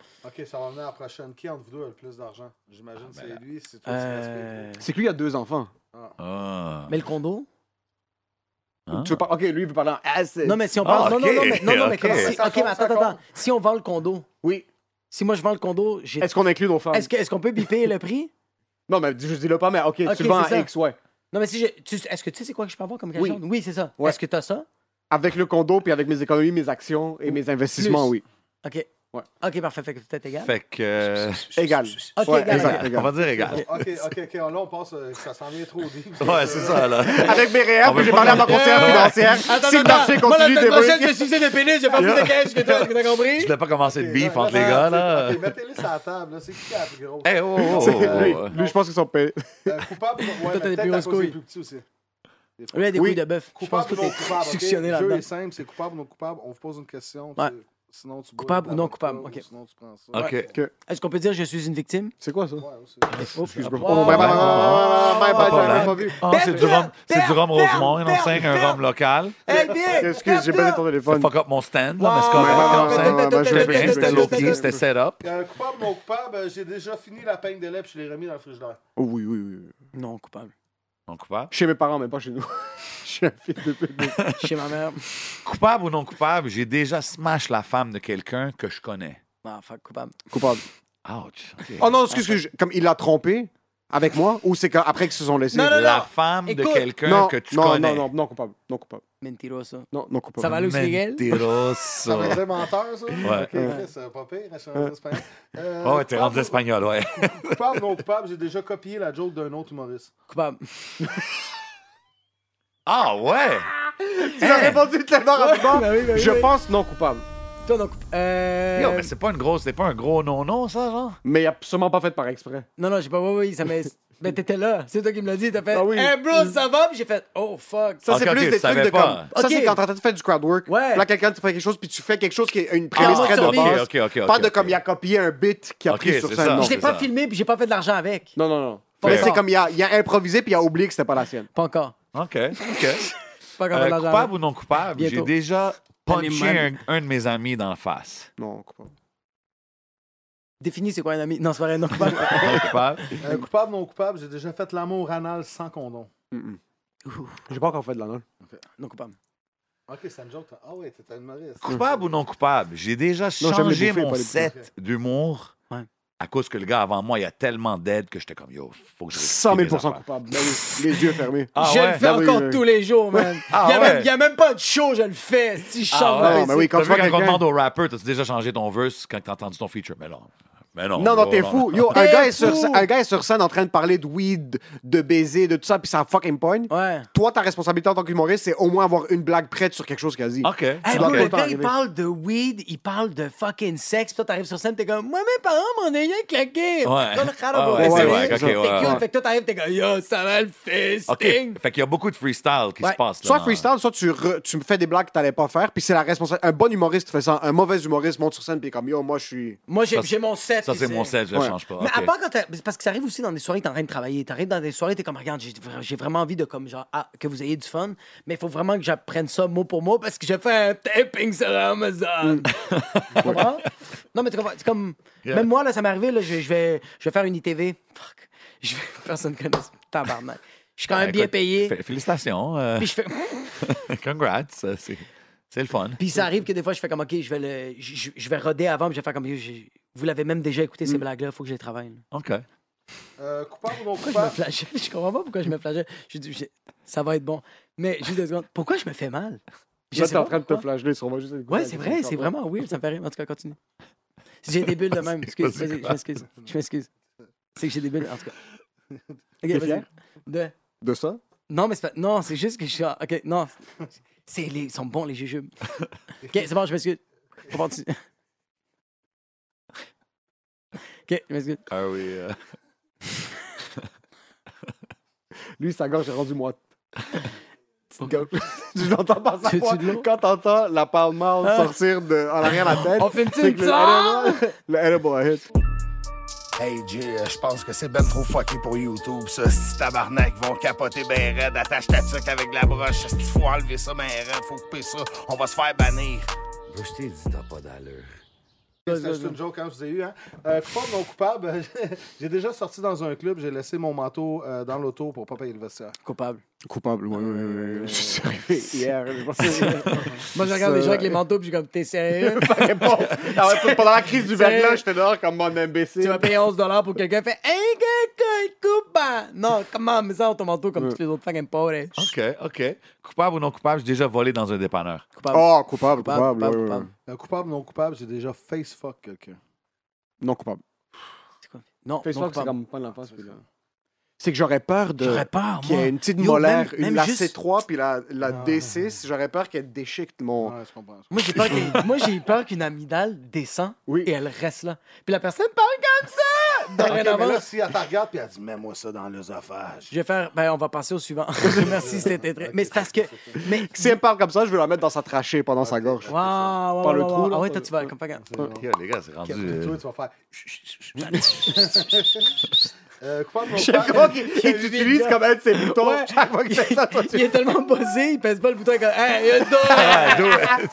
Speaker 2: ça va venir à la prochaine. Qui entre vous deux a le plus d'argent? J'imagine que
Speaker 3: ben
Speaker 2: c'est lui, c'est toi qui
Speaker 4: Euh,
Speaker 2: respectes.
Speaker 5: C'est que lui, il a deux enfants.
Speaker 3: Ah.
Speaker 4: Mais le condo?
Speaker 3: Hein?
Speaker 5: Tu veux pas... Ok, lui, il peut parler en acid.
Speaker 4: Non, mais si on
Speaker 3: Ah,
Speaker 4: parle... non, non, non,
Speaker 3: ok,
Speaker 4: mais, non, non, mais
Speaker 3: ok.
Speaker 4: comment... si-
Speaker 2: Ça
Speaker 4: Ok, mais
Speaker 2: compte,
Speaker 4: attends,
Speaker 2: ça compte.
Speaker 4: attends. Si on vend le condo,
Speaker 5: Oui.
Speaker 4: si moi, je vends le condo, j'ai...
Speaker 5: Est-ce qu'on inclut nos femmes
Speaker 4: Est-ce que- est-ce qu'on peut biper le prix?
Speaker 5: Non, mais je dis le pas, mais ok,
Speaker 4: Ok,
Speaker 5: tu le vends
Speaker 4: c'est
Speaker 5: à
Speaker 4: ça.
Speaker 5: X, ouais.
Speaker 4: Non, mais si je. tu- Est-ce que tu sais c'est quoi que je peux avoir comme cash
Speaker 5: Oui.
Speaker 4: out? Oui, c'est ça.
Speaker 5: Ouais.
Speaker 4: Est-ce que t'as ça?
Speaker 5: Avec le condo, puis avec mes économies, mes actions et mes investissements,
Speaker 4: Plus.
Speaker 5: oui.
Speaker 4: OK.
Speaker 5: Ouais.
Speaker 4: OK, parfait. Fait que c'est peut-être égal.
Speaker 3: Fait que. euh,
Speaker 5: Égal.
Speaker 4: Ok,
Speaker 5: Ouais,
Speaker 4: égal,
Speaker 5: exact,
Speaker 4: égal.
Speaker 3: On
Speaker 5: égal.
Speaker 3: va dire égal.
Speaker 2: Ok, ok, ok. Là, on pense que ça s'en vient trop deep.
Speaker 3: Ouais, c'est ça, là.
Speaker 5: Avec mes
Speaker 3: On
Speaker 5: réels,
Speaker 3: veut
Speaker 5: puis j'ai
Speaker 3: pas
Speaker 5: parlé à ma
Speaker 3: qu'on-
Speaker 5: conseillère
Speaker 3: Ouais.
Speaker 5: financière. Si le marché continue *laughs* d'évoluer.
Speaker 4: je suis de pénis, je vais faire plus de cash que toi. Est-ce que t'as
Speaker 3: Je
Speaker 4: compris?
Speaker 3: voulais pas commencer de
Speaker 2: Ok,
Speaker 3: beef
Speaker 2: là,
Speaker 3: entre les
Speaker 2: là,
Speaker 3: gars,
Speaker 2: c'est-
Speaker 3: là.
Speaker 2: ok, mettez-les sur la table, là. C'est qui qui a la plus
Speaker 3: *laughs*
Speaker 2: grosse?
Speaker 3: Eh, oh, oh, oh,
Speaker 5: C'est lui.
Speaker 3: oh.
Speaker 5: Lui, je pense qu'ils sont payés.
Speaker 2: Euh, coupable, ouais,
Speaker 4: t'as des plus
Speaker 2: mais peut-être à
Speaker 4: grosses
Speaker 2: cause des
Speaker 4: couilles.
Speaker 2: plus petits aussi.
Speaker 4: Lui, il a des
Speaker 5: Oui.
Speaker 4: couilles de bœuf. Je pense
Speaker 2: Coupable
Speaker 4: que
Speaker 2: ou non coupable?
Speaker 4: t'es
Speaker 2: ok?
Speaker 4: suctionné
Speaker 2: Le jeu
Speaker 4: là-dedans.
Speaker 2: est simple, c'est coupable ou non coupable. On vous pose une question.
Speaker 4: Ouais.
Speaker 2: tu- Sinon, tu bois
Speaker 4: Coupable
Speaker 2: une
Speaker 4: ou non
Speaker 2: barbe,
Speaker 4: coupable, ok.
Speaker 2: Sinon, tu prends ça.
Speaker 3: OK.
Speaker 4: Est-ce qu'on peut dire je suis une victime?
Speaker 5: C'est quoi ça?
Speaker 2: Ouais, aussi.
Speaker 5: Excuse-moi.
Speaker 4: Ah,
Speaker 5: Oh,
Speaker 4: ouais,
Speaker 5: bye, bye,
Speaker 4: ouais,
Speaker 5: bye, bye, bye, bye,
Speaker 3: ouais,
Speaker 5: bye, j'avais
Speaker 3: ouais.
Speaker 5: pas vu.
Speaker 3: Ah, c'est du
Speaker 4: Perdre,
Speaker 3: rhum, c'est du rhum
Speaker 4: perdre,
Speaker 3: Rosemont, un
Speaker 4: perdre,
Speaker 3: 5, un
Speaker 4: perdre.
Speaker 3: rhum local.
Speaker 4: Eh bien!
Speaker 5: Excuse, j'ai perdu ton
Speaker 3: C'est
Speaker 5: téléphone.
Speaker 3: fuck up mon stand, là, mais c'est
Speaker 5: Ouais, ouais, ouais, ouais,
Speaker 3: correct.
Speaker 5: ouais, ouais,
Speaker 3: Je
Speaker 5: ouais,
Speaker 3: l'ai payé,
Speaker 5: ouais,
Speaker 3: c'était
Speaker 5: ouais,
Speaker 3: low
Speaker 5: ouais,
Speaker 3: key,
Speaker 5: ouais.
Speaker 3: c'était set up.
Speaker 2: Euh, coupable ou non coupable, euh, j'ai déjà fini la peigne de lait puis je l'ai remis dans le frigidaire.
Speaker 5: Oh, oui, oui, oui.
Speaker 4: Non, coupable.
Speaker 3: Non coupable.
Speaker 5: Chez mes parents, mais pas chez nous. *laughs* Chez un fils de pute.
Speaker 4: Chez ma mère.
Speaker 3: Coupable ou non coupable, j'ai déjà smash la femme de quelqu'un que je connais.
Speaker 4: Ah, fuck, coupable.
Speaker 5: Coupable.
Speaker 3: Ouch. ok.
Speaker 5: Oh non, excuse, excuse, comme il l'a trompé avec moi ou c'est qu'après qu'ils se sont laissés?
Speaker 4: Non, non,
Speaker 3: La femme de
Speaker 4: Écoute.
Speaker 3: quelqu'un
Speaker 5: non,
Speaker 3: que tu
Speaker 5: non,
Speaker 3: connais.
Speaker 5: non, non, non, coupable, non coupable,
Speaker 4: Mentiroso.
Speaker 5: non, non coupable.
Speaker 4: Ça va aller aussi, Miguel?
Speaker 2: Ça
Speaker 3: Mentiroso.
Speaker 2: veut dire menteur, ça?
Speaker 3: Ouais.
Speaker 2: Ok, Chris, euh, pas pire, elle change d'espagnol. Euh,
Speaker 3: Ouais, t'es rendu
Speaker 2: coupable-
Speaker 3: espagnol, ouais.
Speaker 2: Coupable ou non coupable, j'ai déjà copié la joke d'un autre humoriste.
Speaker 4: Coupable.
Speaker 3: Ah ouais!
Speaker 5: Tu l'as répondu tellement rapidement.
Speaker 4: Eh. bah oui, bah oui,
Speaker 5: je
Speaker 4: oui.
Speaker 5: pense non coupable,
Speaker 4: Toi, non, coupable.
Speaker 3: Yo,
Speaker 4: Euh...
Speaker 3: mais c'est pas une grosse, c'est pas un gros non-non, ça, genre?
Speaker 5: mais il a sûrement pas fait par exprès.
Speaker 4: Non, non, j'ai pas. Oui, oui, ça m'a. Mais t'étais là. C'est toi qui me l'as dit. T'as fait.
Speaker 5: Ah oui.
Speaker 4: Hey, bro, ça va? Puis j'ai fait. Oh, fuck.
Speaker 5: Ça,
Speaker 3: Ok,
Speaker 5: c'est
Speaker 3: ok,
Speaker 5: plus
Speaker 3: tu
Speaker 5: des trucs
Speaker 3: savais
Speaker 5: de
Speaker 3: pas.
Speaker 5: comme.
Speaker 4: Ok.
Speaker 5: Ça, c'est quand t'es en train de faire du crowd work.
Speaker 4: Ouais.
Speaker 5: Là, quelqu'un te fait quelque chose, puis tu fais quelque chose qui est une prémisse
Speaker 4: Ah,
Speaker 5: très
Speaker 4: ok,
Speaker 5: de
Speaker 4: ok,
Speaker 5: base.
Speaker 3: ok, ok,
Speaker 5: Pas
Speaker 3: ok,
Speaker 5: de
Speaker 3: ok.
Speaker 5: comme il a copié un bit qu'il a
Speaker 3: Ok,
Speaker 5: pris sur
Speaker 3: c'est
Speaker 5: scène.
Speaker 3: ça.
Speaker 5: Non,
Speaker 4: Je l'ai
Speaker 3: c'est
Speaker 4: pas
Speaker 3: ça.
Speaker 4: filmé puis j'ai pas fait de l'argent avec.
Speaker 5: non, non. non.
Speaker 4: Pas
Speaker 5: Mais
Speaker 4: encore.
Speaker 5: c'est comme il a, il a improvisé puis il a oublié que c'était pas la sienne.
Speaker 4: Pas encore.
Speaker 3: OK, OK.
Speaker 4: Pas encore fait
Speaker 3: Euh,
Speaker 4: de l'argent
Speaker 3: coupable ou non coupable, j'ai
Speaker 4: Bientôt.
Speaker 3: déjà puncher
Speaker 4: Animal.
Speaker 3: un, un de mes amis dans la face.
Speaker 5: Non, on comprend.
Speaker 4: Définis c'est quoi un ami. Non, c'est pas vrai, non. pas-
Speaker 3: Non
Speaker 5: *laughs*
Speaker 3: coupable.
Speaker 2: Euh, coupable, non coupable, j'ai déjà fait l'amour anal sans condom.
Speaker 5: Mm-mm.
Speaker 4: Ouh,
Speaker 5: J'ai pas encore fait de l'anal.
Speaker 4: non coupable.
Speaker 2: Ok, c'est une joke. toi. Ah oui, t'es un humoriste.
Speaker 3: Coupable ou non coupable? J'ai déjà
Speaker 5: j'aime
Speaker 3: changé
Speaker 5: les bouffer,
Speaker 3: mon
Speaker 5: pas les
Speaker 3: set d'humour
Speaker 4: Ouais.
Speaker 3: à cause que le gars avant moi, il y a tellement d'aide que j'étais comme yo, faut que je.
Speaker 5: 100 000
Speaker 3: rectifie mes affaires.
Speaker 5: coupable. Ben oui, les yeux fermés.
Speaker 3: Ah
Speaker 4: je
Speaker 3: ouais?
Speaker 4: le fais
Speaker 5: Ah oui,
Speaker 4: encore
Speaker 5: oui.
Speaker 4: tous les jours, man.
Speaker 3: Ah
Speaker 4: il y a,
Speaker 3: ouais.
Speaker 4: même, il y a même pas de show, je le fais. Si je
Speaker 3: Ah
Speaker 4: chante,
Speaker 3: ouais.
Speaker 4: là,
Speaker 5: Non, mais oui, quand
Speaker 3: T'as
Speaker 5: tu
Speaker 3: vu
Speaker 5: vois
Speaker 3: quand on
Speaker 5: quelqu'un.
Speaker 3: demande au rapper, t'as-tu déjà changé ton verse quand t'as entendu ton feature? Mais non. Mais non.
Speaker 5: Non, non, t'es fou. Yo, un
Speaker 4: T'es
Speaker 5: gars, est sur,
Speaker 4: fou.
Speaker 5: un gars est sur scène en train de parler de weed, de baiser, de tout ça, puis ça fucking pogne.
Speaker 4: Ouais.
Speaker 5: Toi, ta responsabilité en tant qu'humoriste, c'est au moins avoir une blague prête sur quelque chose qu'elle a dit.
Speaker 3: OK.
Speaker 4: Hey, bro,
Speaker 5: dois
Speaker 3: OK.
Speaker 5: pas
Speaker 4: le
Speaker 5: t'en
Speaker 4: gars, il
Speaker 5: arriver.
Speaker 4: parle de weed, il parle de fucking sexe, puis toi, t'arrives sur scène, t'es comme, moi, mes parents m'en ayant claqué.
Speaker 3: Ouais.
Speaker 4: Donne le
Speaker 3: Ah
Speaker 4: carreau,
Speaker 3: ouais,
Speaker 4: bro.
Speaker 5: c'est
Speaker 4: T'es
Speaker 5: vrai,
Speaker 4: cool.
Speaker 5: ok, ouais,
Speaker 4: T'es cool.
Speaker 5: ouais.
Speaker 4: Fait que toi, t'arrives, t'es comme, yo, ça va le
Speaker 3: OK.
Speaker 4: fisting.
Speaker 3: Fait qu'il y a beaucoup de freestyle qui
Speaker 4: Ouais.
Speaker 3: se passe. là,
Speaker 5: Soit
Speaker 3: dans-
Speaker 5: freestyle, soit tu, re- tu me fais des blagues que t'allais pas faire, puis c'est la responsabilité. Un bon humoriste fait ça, un mauvais humoriste monte sur scène, puis est comme yo, moi je suis.
Speaker 4: Moi, j'ai
Speaker 3: Ça,
Speaker 4: j'ai mon set.
Speaker 3: Ça,
Speaker 4: puis
Speaker 3: c'est mon set, je le
Speaker 5: Ouais.
Speaker 3: change pas.
Speaker 4: Mais à
Speaker 3: Ah, OK.
Speaker 4: part quand t'as- Parce que ça arrive aussi dans des soirées, t'es en train de travailler. T'arrives dans des soirées, t'es comme, regarde, j'ai vra- j'ai vraiment envie de, comme, genre, ah, que vous ayez du fun, mais il faut vraiment que j'apprenne ça mot pour mot parce que j'ai fait un taping sur Amazon. Tu comprends? Non, mais tu comprends, c'est comme.
Speaker 3: Mm. Yeah.
Speaker 4: Même moi, là, ça m'est arrivé, là, je, je vais, je vais faire une ITV. Fuck. Je vais... *laughs* Personne connaît ça. Tabarnak. Je suis quand même
Speaker 3: Ben,
Speaker 4: bien
Speaker 3: écoute,
Speaker 4: payé.
Speaker 3: fé- Félicitations.
Speaker 5: *laughs*
Speaker 3: euh, *laughs*
Speaker 4: Puis je fais.
Speaker 3: Congrats. ça, C'est c'est le fun.
Speaker 4: Puis ça arrive que des fois, je fais comme, OK, je vais, le, je, je- je vais roder avant, puis je vais faire comme, Yo, j'ai- vous l'avez même déjà écouté,
Speaker 3: Mm.
Speaker 4: ces blagues-là, faut que je les travaille. là.
Speaker 3: OK.
Speaker 2: Euh, coupable ou non
Speaker 4: Pourquoi je me
Speaker 2: coupable?
Speaker 4: flagelle? *laughs* Je comprends pas pourquoi je me flagelle. Je dis, je- ça va être bon. Mais juste deux secondes, pourquoi je me fais mal? Je
Speaker 5: Là,
Speaker 4: sais
Speaker 5: t'es en
Speaker 4: pas
Speaker 5: train de te
Speaker 4: pourquoi.
Speaker 5: flageller sur moi. Juste
Speaker 4: Ouais, c'est vrai, c'est vraiment weird, ça me fait rire. En tout cas, continue. J'ai des bulles de même.
Speaker 5: *laughs*
Speaker 4: Excuse,
Speaker 3: vas-y,
Speaker 4: vas-y, je
Speaker 3: quoi.
Speaker 4: m'excuse. Je m'excuse. C'est que j'ai des bulles,
Speaker 5: *laughs*
Speaker 4: en tout cas. Ok, vas-y.
Speaker 5: fier?
Speaker 4: De-
Speaker 5: De ça?
Speaker 4: Non, mais c'est pas... Non, c'est juste que je suis... en- OK, non. C'est les... Ils sont bons, les jujubes. OK, c'est bon, je m'excuse. On continue. OK, je m'excuse.
Speaker 3: Ah oui. euh,
Speaker 5: Lui, sa gorge est rendue *laughs* moite. Petite
Speaker 4: Pourquoi?
Speaker 5: gorge. *laughs* tu l'entends par sa
Speaker 4: Tu veux-tu
Speaker 5: voix.
Speaker 4: de l'eau?
Speaker 5: Quand t'entends la palme mal
Speaker 4: Ah.
Speaker 5: sortir de, en arrière de la *laughs* tête,
Speaker 4: On fait une
Speaker 5: c'est
Speaker 4: petite
Speaker 5: que le edible, *laughs* le edible a hit.
Speaker 7: Hey Jay, euh, je pense que c'est ben trop fucké pour YouTube, ça. Si tabarnak ils vont capoter ben raide, attache ta tuque avec la broche. Si faut enlever ça ben raide, faut couper ça, on va se faire bannir.
Speaker 8: Je t'ai dit, t'as pas d'allure.
Speaker 2: C'est juste une joke quand je vous ai eu. Hein. Euh, coupable, non coupable. *laughs* j'ai déjà sorti dans un club, j'ai laissé mon manteau euh, dans l'auto pour pas payer le vestiaire.
Speaker 4: Coupable.
Speaker 5: Coupable, ouais, ouais, ouais, ouais. Je suis arrivé hier. Je pensais
Speaker 4: Moi, je regarde
Speaker 5: Ça-
Speaker 4: les gens avec les manteaux, puis je suis comme, t'es sérieux?
Speaker 5: Ah pendant la crise *laughs* du
Speaker 4: verglas,
Speaker 5: verglas, j'étais dehors comme mon
Speaker 4: tu
Speaker 5: imbécile.
Speaker 4: vas payer 11 dollars pour quelqu'un fait Hey, quelqu'un, coupa! ben, Non, comment, mais ça, ton manteau comme toutes les autres fucking pauvres.
Speaker 3: *laughs* OK, OK. Coupable ou non coupable, j'ai déjà volé dans un dépanneur.
Speaker 4: Coupable.
Speaker 5: Oh, coupable, coupable. ouais, ouais, ouais.
Speaker 2: Euh, coupable, non coupable, j'ai déjà face fuck quelqu'un.
Speaker 5: Non coupable.
Speaker 4: C'est quoi? Non, non,
Speaker 5: Facebook, Ah, c'est
Speaker 4: coupable.
Speaker 5: comme pas de l'enfance. puis là. C'est que j'aurais peur de.
Speaker 4: J'aurais peur,
Speaker 5: Qu'il y
Speaker 4: moi.
Speaker 5: ait une petite
Speaker 4: Yo,
Speaker 5: molaire,
Speaker 4: même- même
Speaker 5: une, la
Speaker 4: juste-
Speaker 5: C3 puis la, la
Speaker 2: Ah.
Speaker 5: D6, j'aurais peur qu'elle déchique mon.
Speaker 2: Ouais, je comprends.
Speaker 4: Moi, j'ai
Speaker 5: *laughs*
Speaker 4: peur que- Moi, j'ai peur qu'une amygdale descend
Speaker 5: Oui.
Speaker 4: et elle reste là. Puis la personne parle comme ça!
Speaker 2: Ok,
Speaker 4: Dorénavant,
Speaker 2: mais là, si elle te regarde puis elle dit Mets-moi ça dans l'œsophage.
Speaker 4: je vais faire. Ben, on va passer au
Speaker 5: *laughs*
Speaker 4: suivant. Merci, c'était très. Mais c'est parce que. Mais.
Speaker 5: Si elle parle comme ça, je vais la mettre dans sa trachée pendant sa gorge.
Speaker 4: Waouh, waouh,
Speaker 5: Par le
Speaker 4: waouh,
Speaker 5: trou,
Speaker 4: waouh.
Speaker 5: là,
Speaker 4: Ah ouais, toi,
Speaker 5: par le-
Speaker 4: tu vas. Comme, pas grave.
Speaker 2: C'est bon.
Speaker 3: Yo, les gars, c'est rendu.
Speaker 2: Puis après,
Speaker 3: *laughs* euh,
Speaker 2: Toi, tu vas faire. Chut, chut, chut, chut. Euh, coupable, non
Speaker 5: Chaque fois
Speaker 2: coupable.
Speaker 5: qu'il qu'il t'utilise comme un de ses boutons,
Speaker 2: Ah,
Speaker 5: chaque fois qu'il fait ça, toi, tu.
Speaker 4: Il est tellement posé, il pèse pas le bouton comme. Hey, il y
Speaker 3: Ah, do it.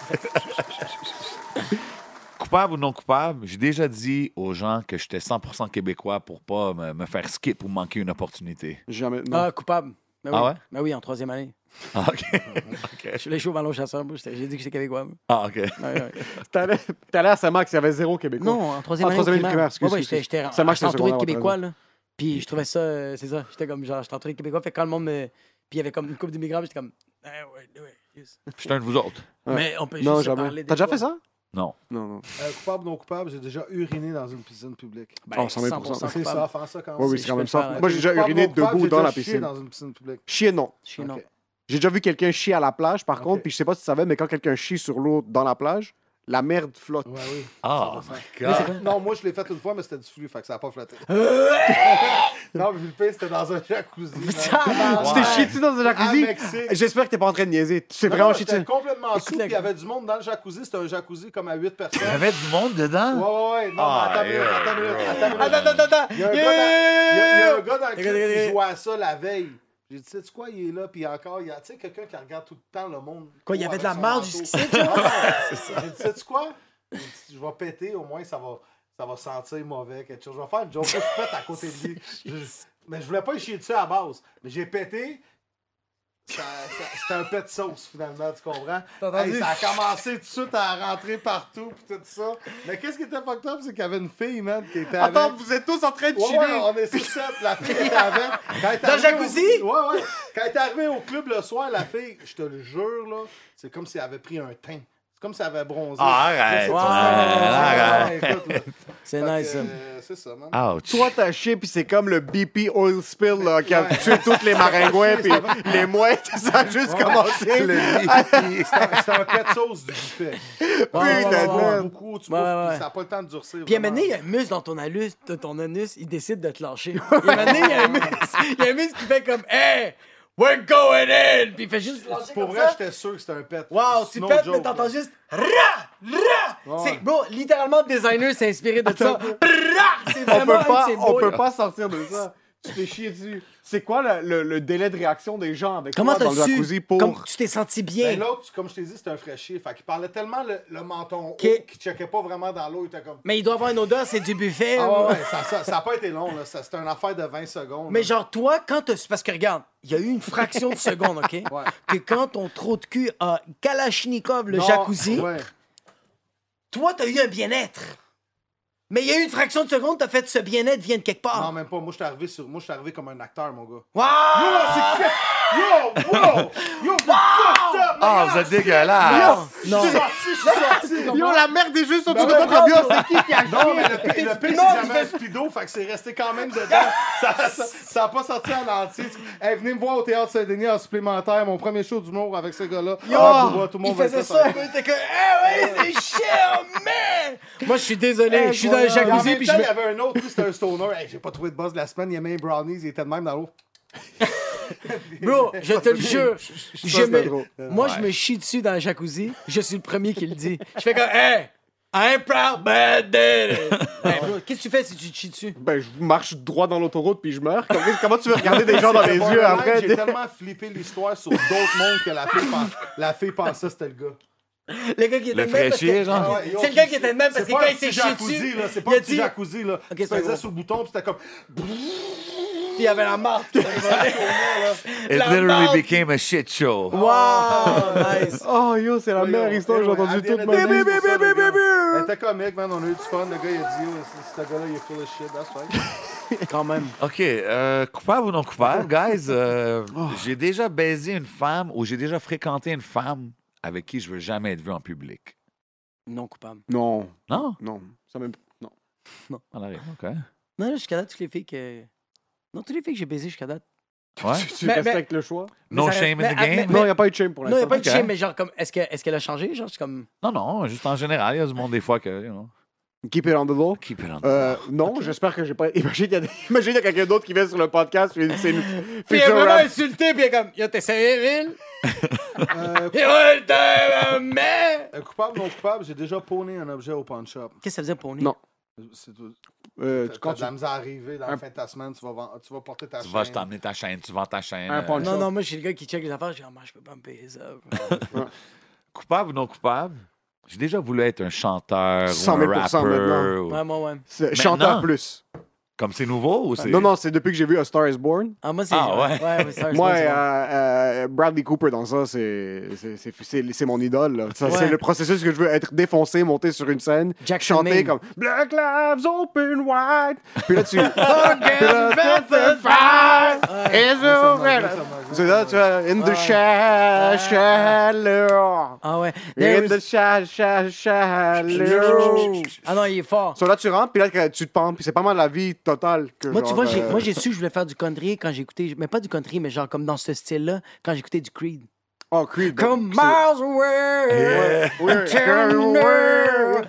Speaker 3: *laughs* coupable ou non coupable, j'ai déjà dit aux gens que j'étais 100% québécois pour pas me, me faire skip ou manquer une opportunité.
Speaker 5: Jamais. Non.
Speaker 4: Ah, coupable. Ben oui.
Speaker 3: Ah ouais?
Speaker 4: Ben oui, en troisième année.
Speaker 3: Ah, OK. *laughs* OK.
Speaker 4: Je suis allé jouer au ballon chasseur, moi, j'étais- j'ai dit que j'étais québécois. moi.
Speaker 3: Ah, OK.
Speaker 4: Ouais,
Speaker 5: *laughs*
Speaker 4: ouais.
Speaker 5: T'allais t'allais à Saint-Max, il y avait zéro Québécois.
Speaker 4: non, en troisième
Speaker 5: Ah,
Speaker 4: année.
Speaker 5: troisième
Speaker 4: au
Speaker 5: année
Speaker 4: primaire.
Speaker 5: primaire, excuse,
Speaker 4: Ouais, ouais,
Speaker 5: excuse.
Speaker 4: j'étais- j'étais
Speaker 5: Ça marche,
Speaker 4: j'étais
Speaker 5: c'est
Speaker 4: entouré de
Speaker 5: secondaire,
Speaker 4: Québécois, là. Puis je trouvais ça, euh, c'est ça, j'étais comme genre, j'étais entouré de Québécois, fait que quand le monde me. Puis il y avait comme une coupe d'immigrants, j'étais comme. Eh, ouais, ouais, yes.
Speaker 3: Je suis un de vous autres.
Speaker 5: Ouais.
Speaker 4: Mais on peut juste
Speaker 5: Non,
Speaker 4: se
Speaker 5: jamais.
Speaker 4: parler. des
Speaker 5: T'as déjà
Speaker 4: fois. Ah,
Speaker 5: fait ça?
Speaker 3: Non.
Speaker 5: Non, non.
Speaker 2: Euh, coupable, non coupable, j'ai déjà uriné dans une piscine publique.
Speaker 4: Ben,
Speaker 5: Oh, 100
Speaker 4: 100%
Speaker 2: C'est
Speaker 4: coupable.
Speaker 2: ça, faire ça quand
Speaker 5: Oui,
Speaker 2: même.
Speaker 5: oui, c'est quand même
Speaker 4: je peux le
Speaker 5: ça.
Speaker 4: faire,
Speaker 5: Moi, j'ai déjà
Speaker 2: Coupable, non
Speaker 5: uriné
Speaker 2: coupable,
Speaker 5: debout
Speaker 2: j'ai
Speaker 5: dans
Speaker 2: déjà
Speaker 5: la
Speaker 2: chié
Speaker 5: piscine.
Speaker 2: dans une piscine publique.
Speaker 5: Chier, non.
Speaker 4: Je suis non.
Speaker 2: Ok.
Speaker 5: J'ai déjà vu quelqu'un chier à la plage, par
Speaker 2: Ok.
Speaker 5: contre, puis je sais pas si tu savais, mais quand quelqu'un chie sur l'eau dans la plage, la merde flotte.
Speaker 2: Ouais, oui.
Speaker 3: Ah,
Speaker 2: 100%.
Speaker 3: God.
Speaker 2: Mais c'est- Non, moi, je l'ai fait une fois, mais c'était du flux, fait que ça n'a pas flotté. non, mais le pire, c'était dans un jacuzzi. man.
Speaker 5: Tu
Speaker 3: Ouais.
Speaker 5: t'es chié dessus dans un jacuzzi?
Speaker 2: Ah, Mexique.
Speaker 5: J'espère que t'es pas en train de niaiser. Tu t'es
Speaker 2: Non,
Speaker 5: vraiment
Speaker 2: non,
Speaker 5: chié
Speaker 2: J'étais
Speaker 5: dessus.
Speaker 2: complètement
Speaker 4: Écoute,
Speaker 2: sous,
Speaker 4: la-
Speaker 2: puis il y avait du monde dans le jacuzzi. C'était un jacuzzi comme à 8
Speaker 5: *laughs*
Speaker 2: personnes.
Speaker 3: Il y avait du monde
Speaker 2: Ouais,
Speaker 3: dedans?
Speaker 2: ouais, ouais. Non,
Speaker 3: Ah,
Speaker 2: mais attends, une minute,
Speaker 3: yeah,
Speaker 2: attends, une minute,
Speaker 3: yeah.
Speaker 2: attends, une minute.
Speaker 4: Attends, attends, attends!
Speaker 2: Il y a un
Speaker 4: Yeah,
Speaker 2: gars dans- il y a- il y a un
Speaker 4: yeah,
Speaker 2: gars dans
Speaker 4: yeah,
Speaker 2: le club
Speaker 4: yeah.
Speaker 2: qui jouait à ça la veille. J'ai dit, sais-tu quoi, il est là, puis encore, il y a, tu sais, quelqu'un qui regarde tout le temps le monde.
Speaker 4: Quoi, il y
Speaker 2: court
Speaker 4: avait de la
Speaker 2: avec son
Speaker 4: marge
Speaker 2: manteau.
Speaker 4: jusqu'ici,
Speaker 2: *laughs* Non, non,
Speaker 4: *laughs*
Speaker 2: c'est ça. J'ai dit, sais-tu quoi? J'ai dit, Je vais péter, au moins, ça va, ça va sentir mauvais, quelque chose. Je vais faire une joke, je pète à côté
Speaker 4: *laughs*
Speaker 2: de lui. Je- mais je voulais pas y chier dessus à la base. Mais j'ai pété. Ça- ça- C'était un pet de sauce, finalement, tu comprends? Hey, ça a commencé tout de suite à rentrer partout, puis tout ça. Mais qu'est-ce qui était fucked up, c'est qu'il y avait une fille, man, qui était avec.
Speaker 5: Attends, vous êtes tous en train de
Speaker 2: Ouais,
Speaker 5: chiller.
Speaker 2: ouais, on est sur sept. La fille était avec. Quand elle est
Speaker 4: Dans le
Speaker 2: arrivée au-
Speaker 4: jacuzzi?
Speaker 2: Ouais, ouais. Quand elle est arrivée au club le soir, la fille, je te le jure, là, c'est comme si elle avait pris un teint. C'est comme si elle avait bronzé.
Speaker 3: Ah, arrête,
Speaker 2: C'est-
Speaker 3: ouais,
Speaker 2: c'est-
Speaker 3: arrête.
Speaker 2: Ouais, écoute, là.
Speaker 4: C'est *laughs*
Speaker 2: Fait
Speaker 4: nice, Ah,
Speaker 2: que,
Speaker 4: ça.
Speaker 2: euh, C'est ça, man.
Speaker 3: Ouch.
Speaker 5: Toi, t'as chier, puis c'est comme le BP Oil Spill là, qui a
Speaker 2: Ouais.
Speaker 5: tué
Speaker 2: *laughs*
Speaker 5: toutes les maringouins, puis les mouettes, *laughs* ça a juste commencé.
Speaker 2: C'est un pet de sauce
Speaker 4: *laughs*
Speaker 2: du buffet.
Speaker 4: Ouais, ouais,
Speaker 5: Putain
Speaker 4: ouais,
Speaker 2: Tu
Speaker 5: de
Speaker 4: ouais, ouais.
Speaker 2: bouffes beaucoup, tu
Speaker 4: Ouais,
Speaker 2: bouffes,
Speaker 4: ouais,
Speaker 2: puis
Speaker 4: ouais.
Speaker 2: ça n'a pas le temps de durcir.
Speaker 4: Puis à un
Speaker 2: vraiment.
Speaker 4: moment donné, il y a un muscle dans ton anus, de ton anus, il décide de te lâcher. *laughs* Puis à un moment donné, il y a un muscle, il y a un muscle qui fait comme Hey, we're going in! Puis il fait juste lâcher
Speaker 2: Pour
Speaker 4: comme
Speaker 2: vrai,
Speaker 4: ça.
Speaker 2: j'étais sûr que c'était un pet.
Speaker 4: Wow,
Speaker 2: C'est
Speaker 4: tu
Speaker 2: no
Speaker 4: pètes, mais
Speaker 2: joke,
Speaker 4: t'entends
Speaker 2: là.
Speaker 4: juste Ra! Ra!
Speaker 2: Ouais.
Speaker 4: C'est, bro, littéralement, designer s'est inspiré de ça. Ra! C'est vraiment
Speaker 5: On peut
Speaker 4: un de
Speaker 5: pas,
Speaker 4: ses
Speaker 5: on
Speaker 4: beaux-
Speaker 5: peut pas sortir de ça. Tu t'es chié dessus. C'est quoi le, le- le délai de réaction des gens avec
Speaker 4: Comment
Speaker 5: toi
Speaker 4: t'as
Speaker 5: dans le jacuzzi
Speaker 4: su?
Speaker 5: pour
Speaker 4: Comme tu t'es senti bien.
Speaker 2: Ben, L'autre, comme je t'ai dit, c'était un fraîchier. Fait qu'il parlait tellement le, le menton haut
Speaker 4: Ok.
Speaker 2: qu'il checkait pas vraiment dans l'eau. Il était comme.
Speaker 4: Mais il doit avoir une odeur, c'est du buffet.
Speaker 2: Ah
Speaker 4: là.
Speaker 2: ouais, ouais, ça, ça, ça a pas été long, là. Ça- C'était une affaire de 20 secondes.
Speaker 4: Mais
Speaker 2: là.
Speaker 4: genre, toi, quand t'as... Parce que regarde, il y a eu une fraction de seconde, OK? Que quand ton trou de cul a Kalachnikov le
Speaker 2: Non,
Speaker 4: jacuzzi,
Speaker 2: ouais.
Speaker 4: toi, t'as eu un bien-être. Mais il y a eu une fraction de seconde, t'as fait ce bien-être vient de quelque
Speaker 2: Non,
Speaker 4: part.
Speaker 2: même pas. Moi, je suis arrivé, sur... moi, j'étais arrivé comme un acteur, mon gars. Ah,
Speaker 4: Waouh!
Speaker 2: Yo, wow! Yo,
Speaker 3: Ah, vous êtes dégueulasse.
Speaker 4: Non.
Speaker 2: Ah,
Speaker 5: Yo, la merde est juste
Speaker 2: Ben
Speaker 5: au-dessus de
Speaker 2: ouais,
Speaker 5: notre
Speaker 2: bravo.
Speaker 5: avion, c'est qui qui a
Speaker 2: Non, mais
Speaker 5: chié?
Speaker 2: le pi- le pire,
Speaker 4: Non,
Speaker 2: c'est
Speaker 4: tu
Speaker 2: jamais un speedo, fait que c'est resté quand même dedans.
Speaker 4: *laughs*
Speaker 2: Ça- Ça ça a pas sorti en entier. Hey, venez me voir au Théâtre Saint-Denis en supplémentaire, mon premier show d'humour avec ce gars-là. Ah, Bouba, tout le
Speaker 4: Il
Speaker 2: monde va être
Speaker 4: faisait
Speaker 2: là,
Speaker 4: ça, il était que Eh oui, c'est cher, man! Moi, je suis désolé,
Speaker 2: Eh,
Speaker 4: je suis dans le
Speaker 2: Puis en
Speaker 4: jacuzzi,
Speaker 2: même
Speaker 4: puis
Speaker 2: temps,
Speaker 4: je me.
Speaker 2: il y avait un autre, lui, c'était un stoner. Hey, j'ai pas trouvé de buzz de la semaine, il aimait les brownies, il était de même dans
Speaker 5: *laughs*
Speaker 2: l'eau.
Speaker 4: Bro, je te le jure. je me-
Speaker 5: drôle.
Speaker 4: Moi, je me chie dessus dans le jacuzzi. Je suis le premier qui le dit. Je fais comme, hey, I'm proud, but did it. Hey, bro, qu'est-ce que tu fais si tu te chies dessus?
Speaker 5: Ben, je marche droit dans l'autoroute puis je meurs. Comme- Comment tu veux *laughs* regarder des gens dans les
Speaker 2: Borderline,
Speaker 5: yeux après?
Speaker 2: J'ai tellement flippé l'histoire sur d'autres mondes que la fille, pen- la fille pensait que c'était le gars.
Speaker 4: Le gars qui était
Speaker 3: Le
Speaker 4: de même parce
Speaker 3: fraîchier,
Speaker 4: que- Ah
Speaker 3: genre.
Speaker 2: Ah Ouais, yo,
Speaker 4: C'est le gars
Speaker 2: puis
Speaker 4: qui était de même parce que
Speaker 2: c'est pas
Speaker 4: quand
Speaker 2: un
Speaker 4: il s'est
Speaker 2: petit
Speaker 4: chié
Speaker 2: jacuzzi,
Speaker 4: dessus,
Speaker 2: là, C'est pas
Speaker 4: il
Speaker 2: un
Speaker 4: a
Speaker 2: petit
Speaker 4: dit-
Speaker 2: jacuzzi, là. Tu
Speaker 4: c'est bon.
Speaker 2: faisais sur le bouton, puis c'était comme.
Speaker 4: Puis il y avait la marque.
Speaker 3: It
Speaker 4: La
Speaker 3: literally
Speaker 4: marde.
Speaker 3: became a shit show.
Speaker 4: Wow, Oh, *laughs* nice.
Speaker 5: Oh yo, c'est la
Speaker 2: Yo,
Speaker 5: meilleure histoire que j'ai
Speaker 2: yo,
Speaker 5: entendue
Speaker 2: Adrien
Speaker 5: toute ma
Speaker 2: Adrien,
Speaker 5: vie.
Speaker 2: c'est pour ça, le gars. Elle était comique, man, on a eu du fun. Le gars, il a dit, oh, ce- ce gars-là, il est full of shit, that's right.
Speaker 4: Quand même.
Speaker 3: OK, euh, coupable ou non coupable, guys, euh, j'ai déjà baisé une femme ou j'ai déjà fréquenté une femme avec qui je veux jamais être vu en public.
Speaker 4: Non coupable.
Speaker 5: Non,
Speaker 3: Non?
Speaker 5: non, ça me. Non.
Speaker 3: On arrive, OK.
Speaker 4: Non, là, jusqu'à date, toutes les filles que. Non, toutes les filles que j'ai baisées jusqu'à date.
Speaker 3: Ouais.
Speaker 5: Tu
Speaker 4: Mais-
Speaker 5: respectes le choix?
Speaker 3: No
Speaker 4: ça-
Speaker 3: shame
Speaker 4: mais-
Speaker 3: in the game?
Speaker 4: mais-
Speaker 5: Non, il n'y a pas eu de shame pour
Speaker 4: Non, il n'y a
Speaker 5: l'instant.
Speaker 4: pas de
Speaker 3: Ok.
Speaker 4: chien, mais genre, comme, est-ce que- est-ce qu'elle a changé? Genre, c'est comme.
Speaker 3: Non, non, juste en général, il y a du monde des fois que, you know,
Speaker 5: Keep it on the low.
Speaker 3: keep it on.
Speaker 5: Euh, non, j'espère que j'ai pas. *laughs* Imagine qu'il y a, des- Imagine qu'il y a quelqu'un d'autre qui vient sur le podcast. puis C'est une.
Speaker 4: Puis
Speaker 5: feature
Speaker 4: elle est vraiment
Speaker 5: rap.
Speaker 4: insultée, puis elle est comme, yo, t'es sérieux, *laughs* Ville?
Speaker 2: Euh,
Speaker 4: Et ouais, t'es un mec!
Speaker 2: euh, coupable, non coupable, j'ai déjà pawné un objet au pawn shop.
Speaker 4: Qu'est-ce que ça veut dire pour nous?
Speaker 5: Non.
Speaker 2: C'est tout.
Speaker 5: Euh, tu-
Speaker 2: Quand
Speaker 5: quand
Speaker 2: de la misère arrivée dans
Speaker 5: Un-
Speaker 2: la fin de ta semaine, tu vas, vend- tu vas porter ta
Speaker 3: Tu vas je
Speaker 2: chaîne.
Speaker 3: t'emmener ta chaîne, tu vends ta chaîne.
Speaker 5: Un
Speaker 3: euh,
Speaker 5: punch.
Speaker 4: Non, non, moi, je suis le gars qui check les affaires, je dis, ah, man, je peux pas me payer ça.
Speaker 3: coupable ou non coupable? J'ai déjà voulu être un chanteur ou
Speaker 5: 100
Speaker 3: un
Speaker 5: 000
Speaker 3: rappeur. ou-
Speaker 4: Ouais, moi, ouais.
Speaker 5: C'est- Chanteur
Speaker 3: Maintenant?
Speaker 5: plus.
Speaker 3: Comme c'est nouveau ou c'est...
Speaker 5: Non,
Speaker 3: *laughs*
Speaker 5: non, c'est depuis que j'ai vu A Star is Born.
Speaker 4: Ah, moi, c'est.
Speaker 3: Ah, ouais.
Speaker 4: Ouais, ouais, ça, je
Speaker 5: Moi,
Speaker 4: pense que c'est bon.
Speaker 5: euh, euh, Bradley Cooper dans ça, c'est c'est- c'est- c'est- c'est mon idole. là. Ça,
Speaker 4: Ouais.
Speaker 5: C'est le processus que je veux être défoncé, monter sur une scène,
Speaker 4: Jackson
Speaker 5: chanter
Speaker 4: Maine.
Speaker 5: comme Black Lives Open Wide. Puis là, tu. Puis là, is over. C'est là, tu vois, in the sha- chaleur.
Speaker 4: Ah, ouais.
Speaker 5: In
Speaker 4: There
Speaker 5: the
Speaker 4: is-
Speaker 5: sha- sha- chaleur.
Speaker 4: Ah, non, il est fort.
Speaker 5: So là, tu rentres, puis là, tu te pends, puis c'est pas mal la vie totale que
Speaker 4: Moi, tu
Speaker 5: genre,
Speaker 4: vois, j'ai-
Speaker 5: euh,
Speaker 4: moi, j'ai su que je voulais faire du country quand j'écoutais, mais pas du country, mais genre comme dans ce style-là, quand j'écoutais du Creed.
Speaker 5: Oh, Creed.
Speaker 4: Comme
Speaker 5: c'est-
Speaker 4: miles away.
Speaker 5: Ouais, ouais,
Speaker 4: Turner.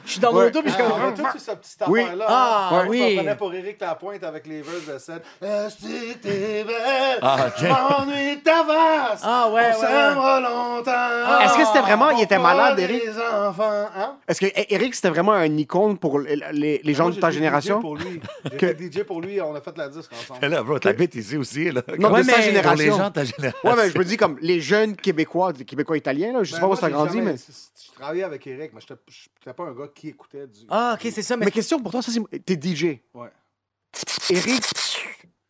Speaker 4: Je suis dans mon
Speaker 5: Ouais.
Speaker 4: auto puis je suis
Speaker 2: Ah,
Speaker 4: comme.
Speaker 2: on a tout eu cette petite
Speaker 5: Oui.
Speaker 2: affaire-là.
Speaker 4: Ah,
Speaker 2: hein.
Speaker 4: oui.
Speaker 2: Je me prenais pour Eric Lapointe avec les verses de scène. Est-ce que t'es belle?
Speaker 3: Ah, ok.
Speaker 2: Je m'ennuie de ta face.
Speaker 4: Ah, ouais, ouais,
Speaker 2: On s'aimera longtemps.
Speaker 5: Est-ce que c'était vraiment- il
Speaker 2: On
Speaker 5: était
Speaker 2: fera
Speaker 5: malade, Eric?
Speaker 2: des enfants, hein?
Speaker 5: Est-ce que eh, Eric, c'était vraiment un icône pour les, les- les gens
Speaker 2: Ah, Moi,
Speaker 5: de ta
Speaker 2: j'étais DJ
Speaker 5: génération?
Speaker 2: pour lui.
Speaker 5: Que-
Speaker 2: J'étais DJ pour lui, on a fait la disque ensemble.
Speaker 3: Mais là, bro, t'habites ici aussi, là.
Speaker 5: Non,
Speaker 4: Ouais,
Speaker 5: de sa
Speaker 4: mais-
Speaker 3: Pour les gens
Speaker 5: génération.
Speaker 3: de ta Eh ben, génération.
Speaker 5: Ouais, mais je me dis comme les jeunes Québécois, des Québécois italiens, là, je sais
Speaker 2: Ben,
Speaker 5: pas où
Speaker 2: moi,
Speaker 5: ça
Speaker 2: j'ai
Speaker 5: grandit,
Speaker 2: jamais-
Speaker 5: mais.
Speaker 2: Je travaillais avec Eric, mais j'étais j'étais pas un gars qui écoutait du.
Speaker 4: Ah, ok, c'est ça. Mais
Speaker 5: Mais question pour toi, ça c'est. T'es DJ.
Speaker 2: Ouais.
Speaker 5: Eric,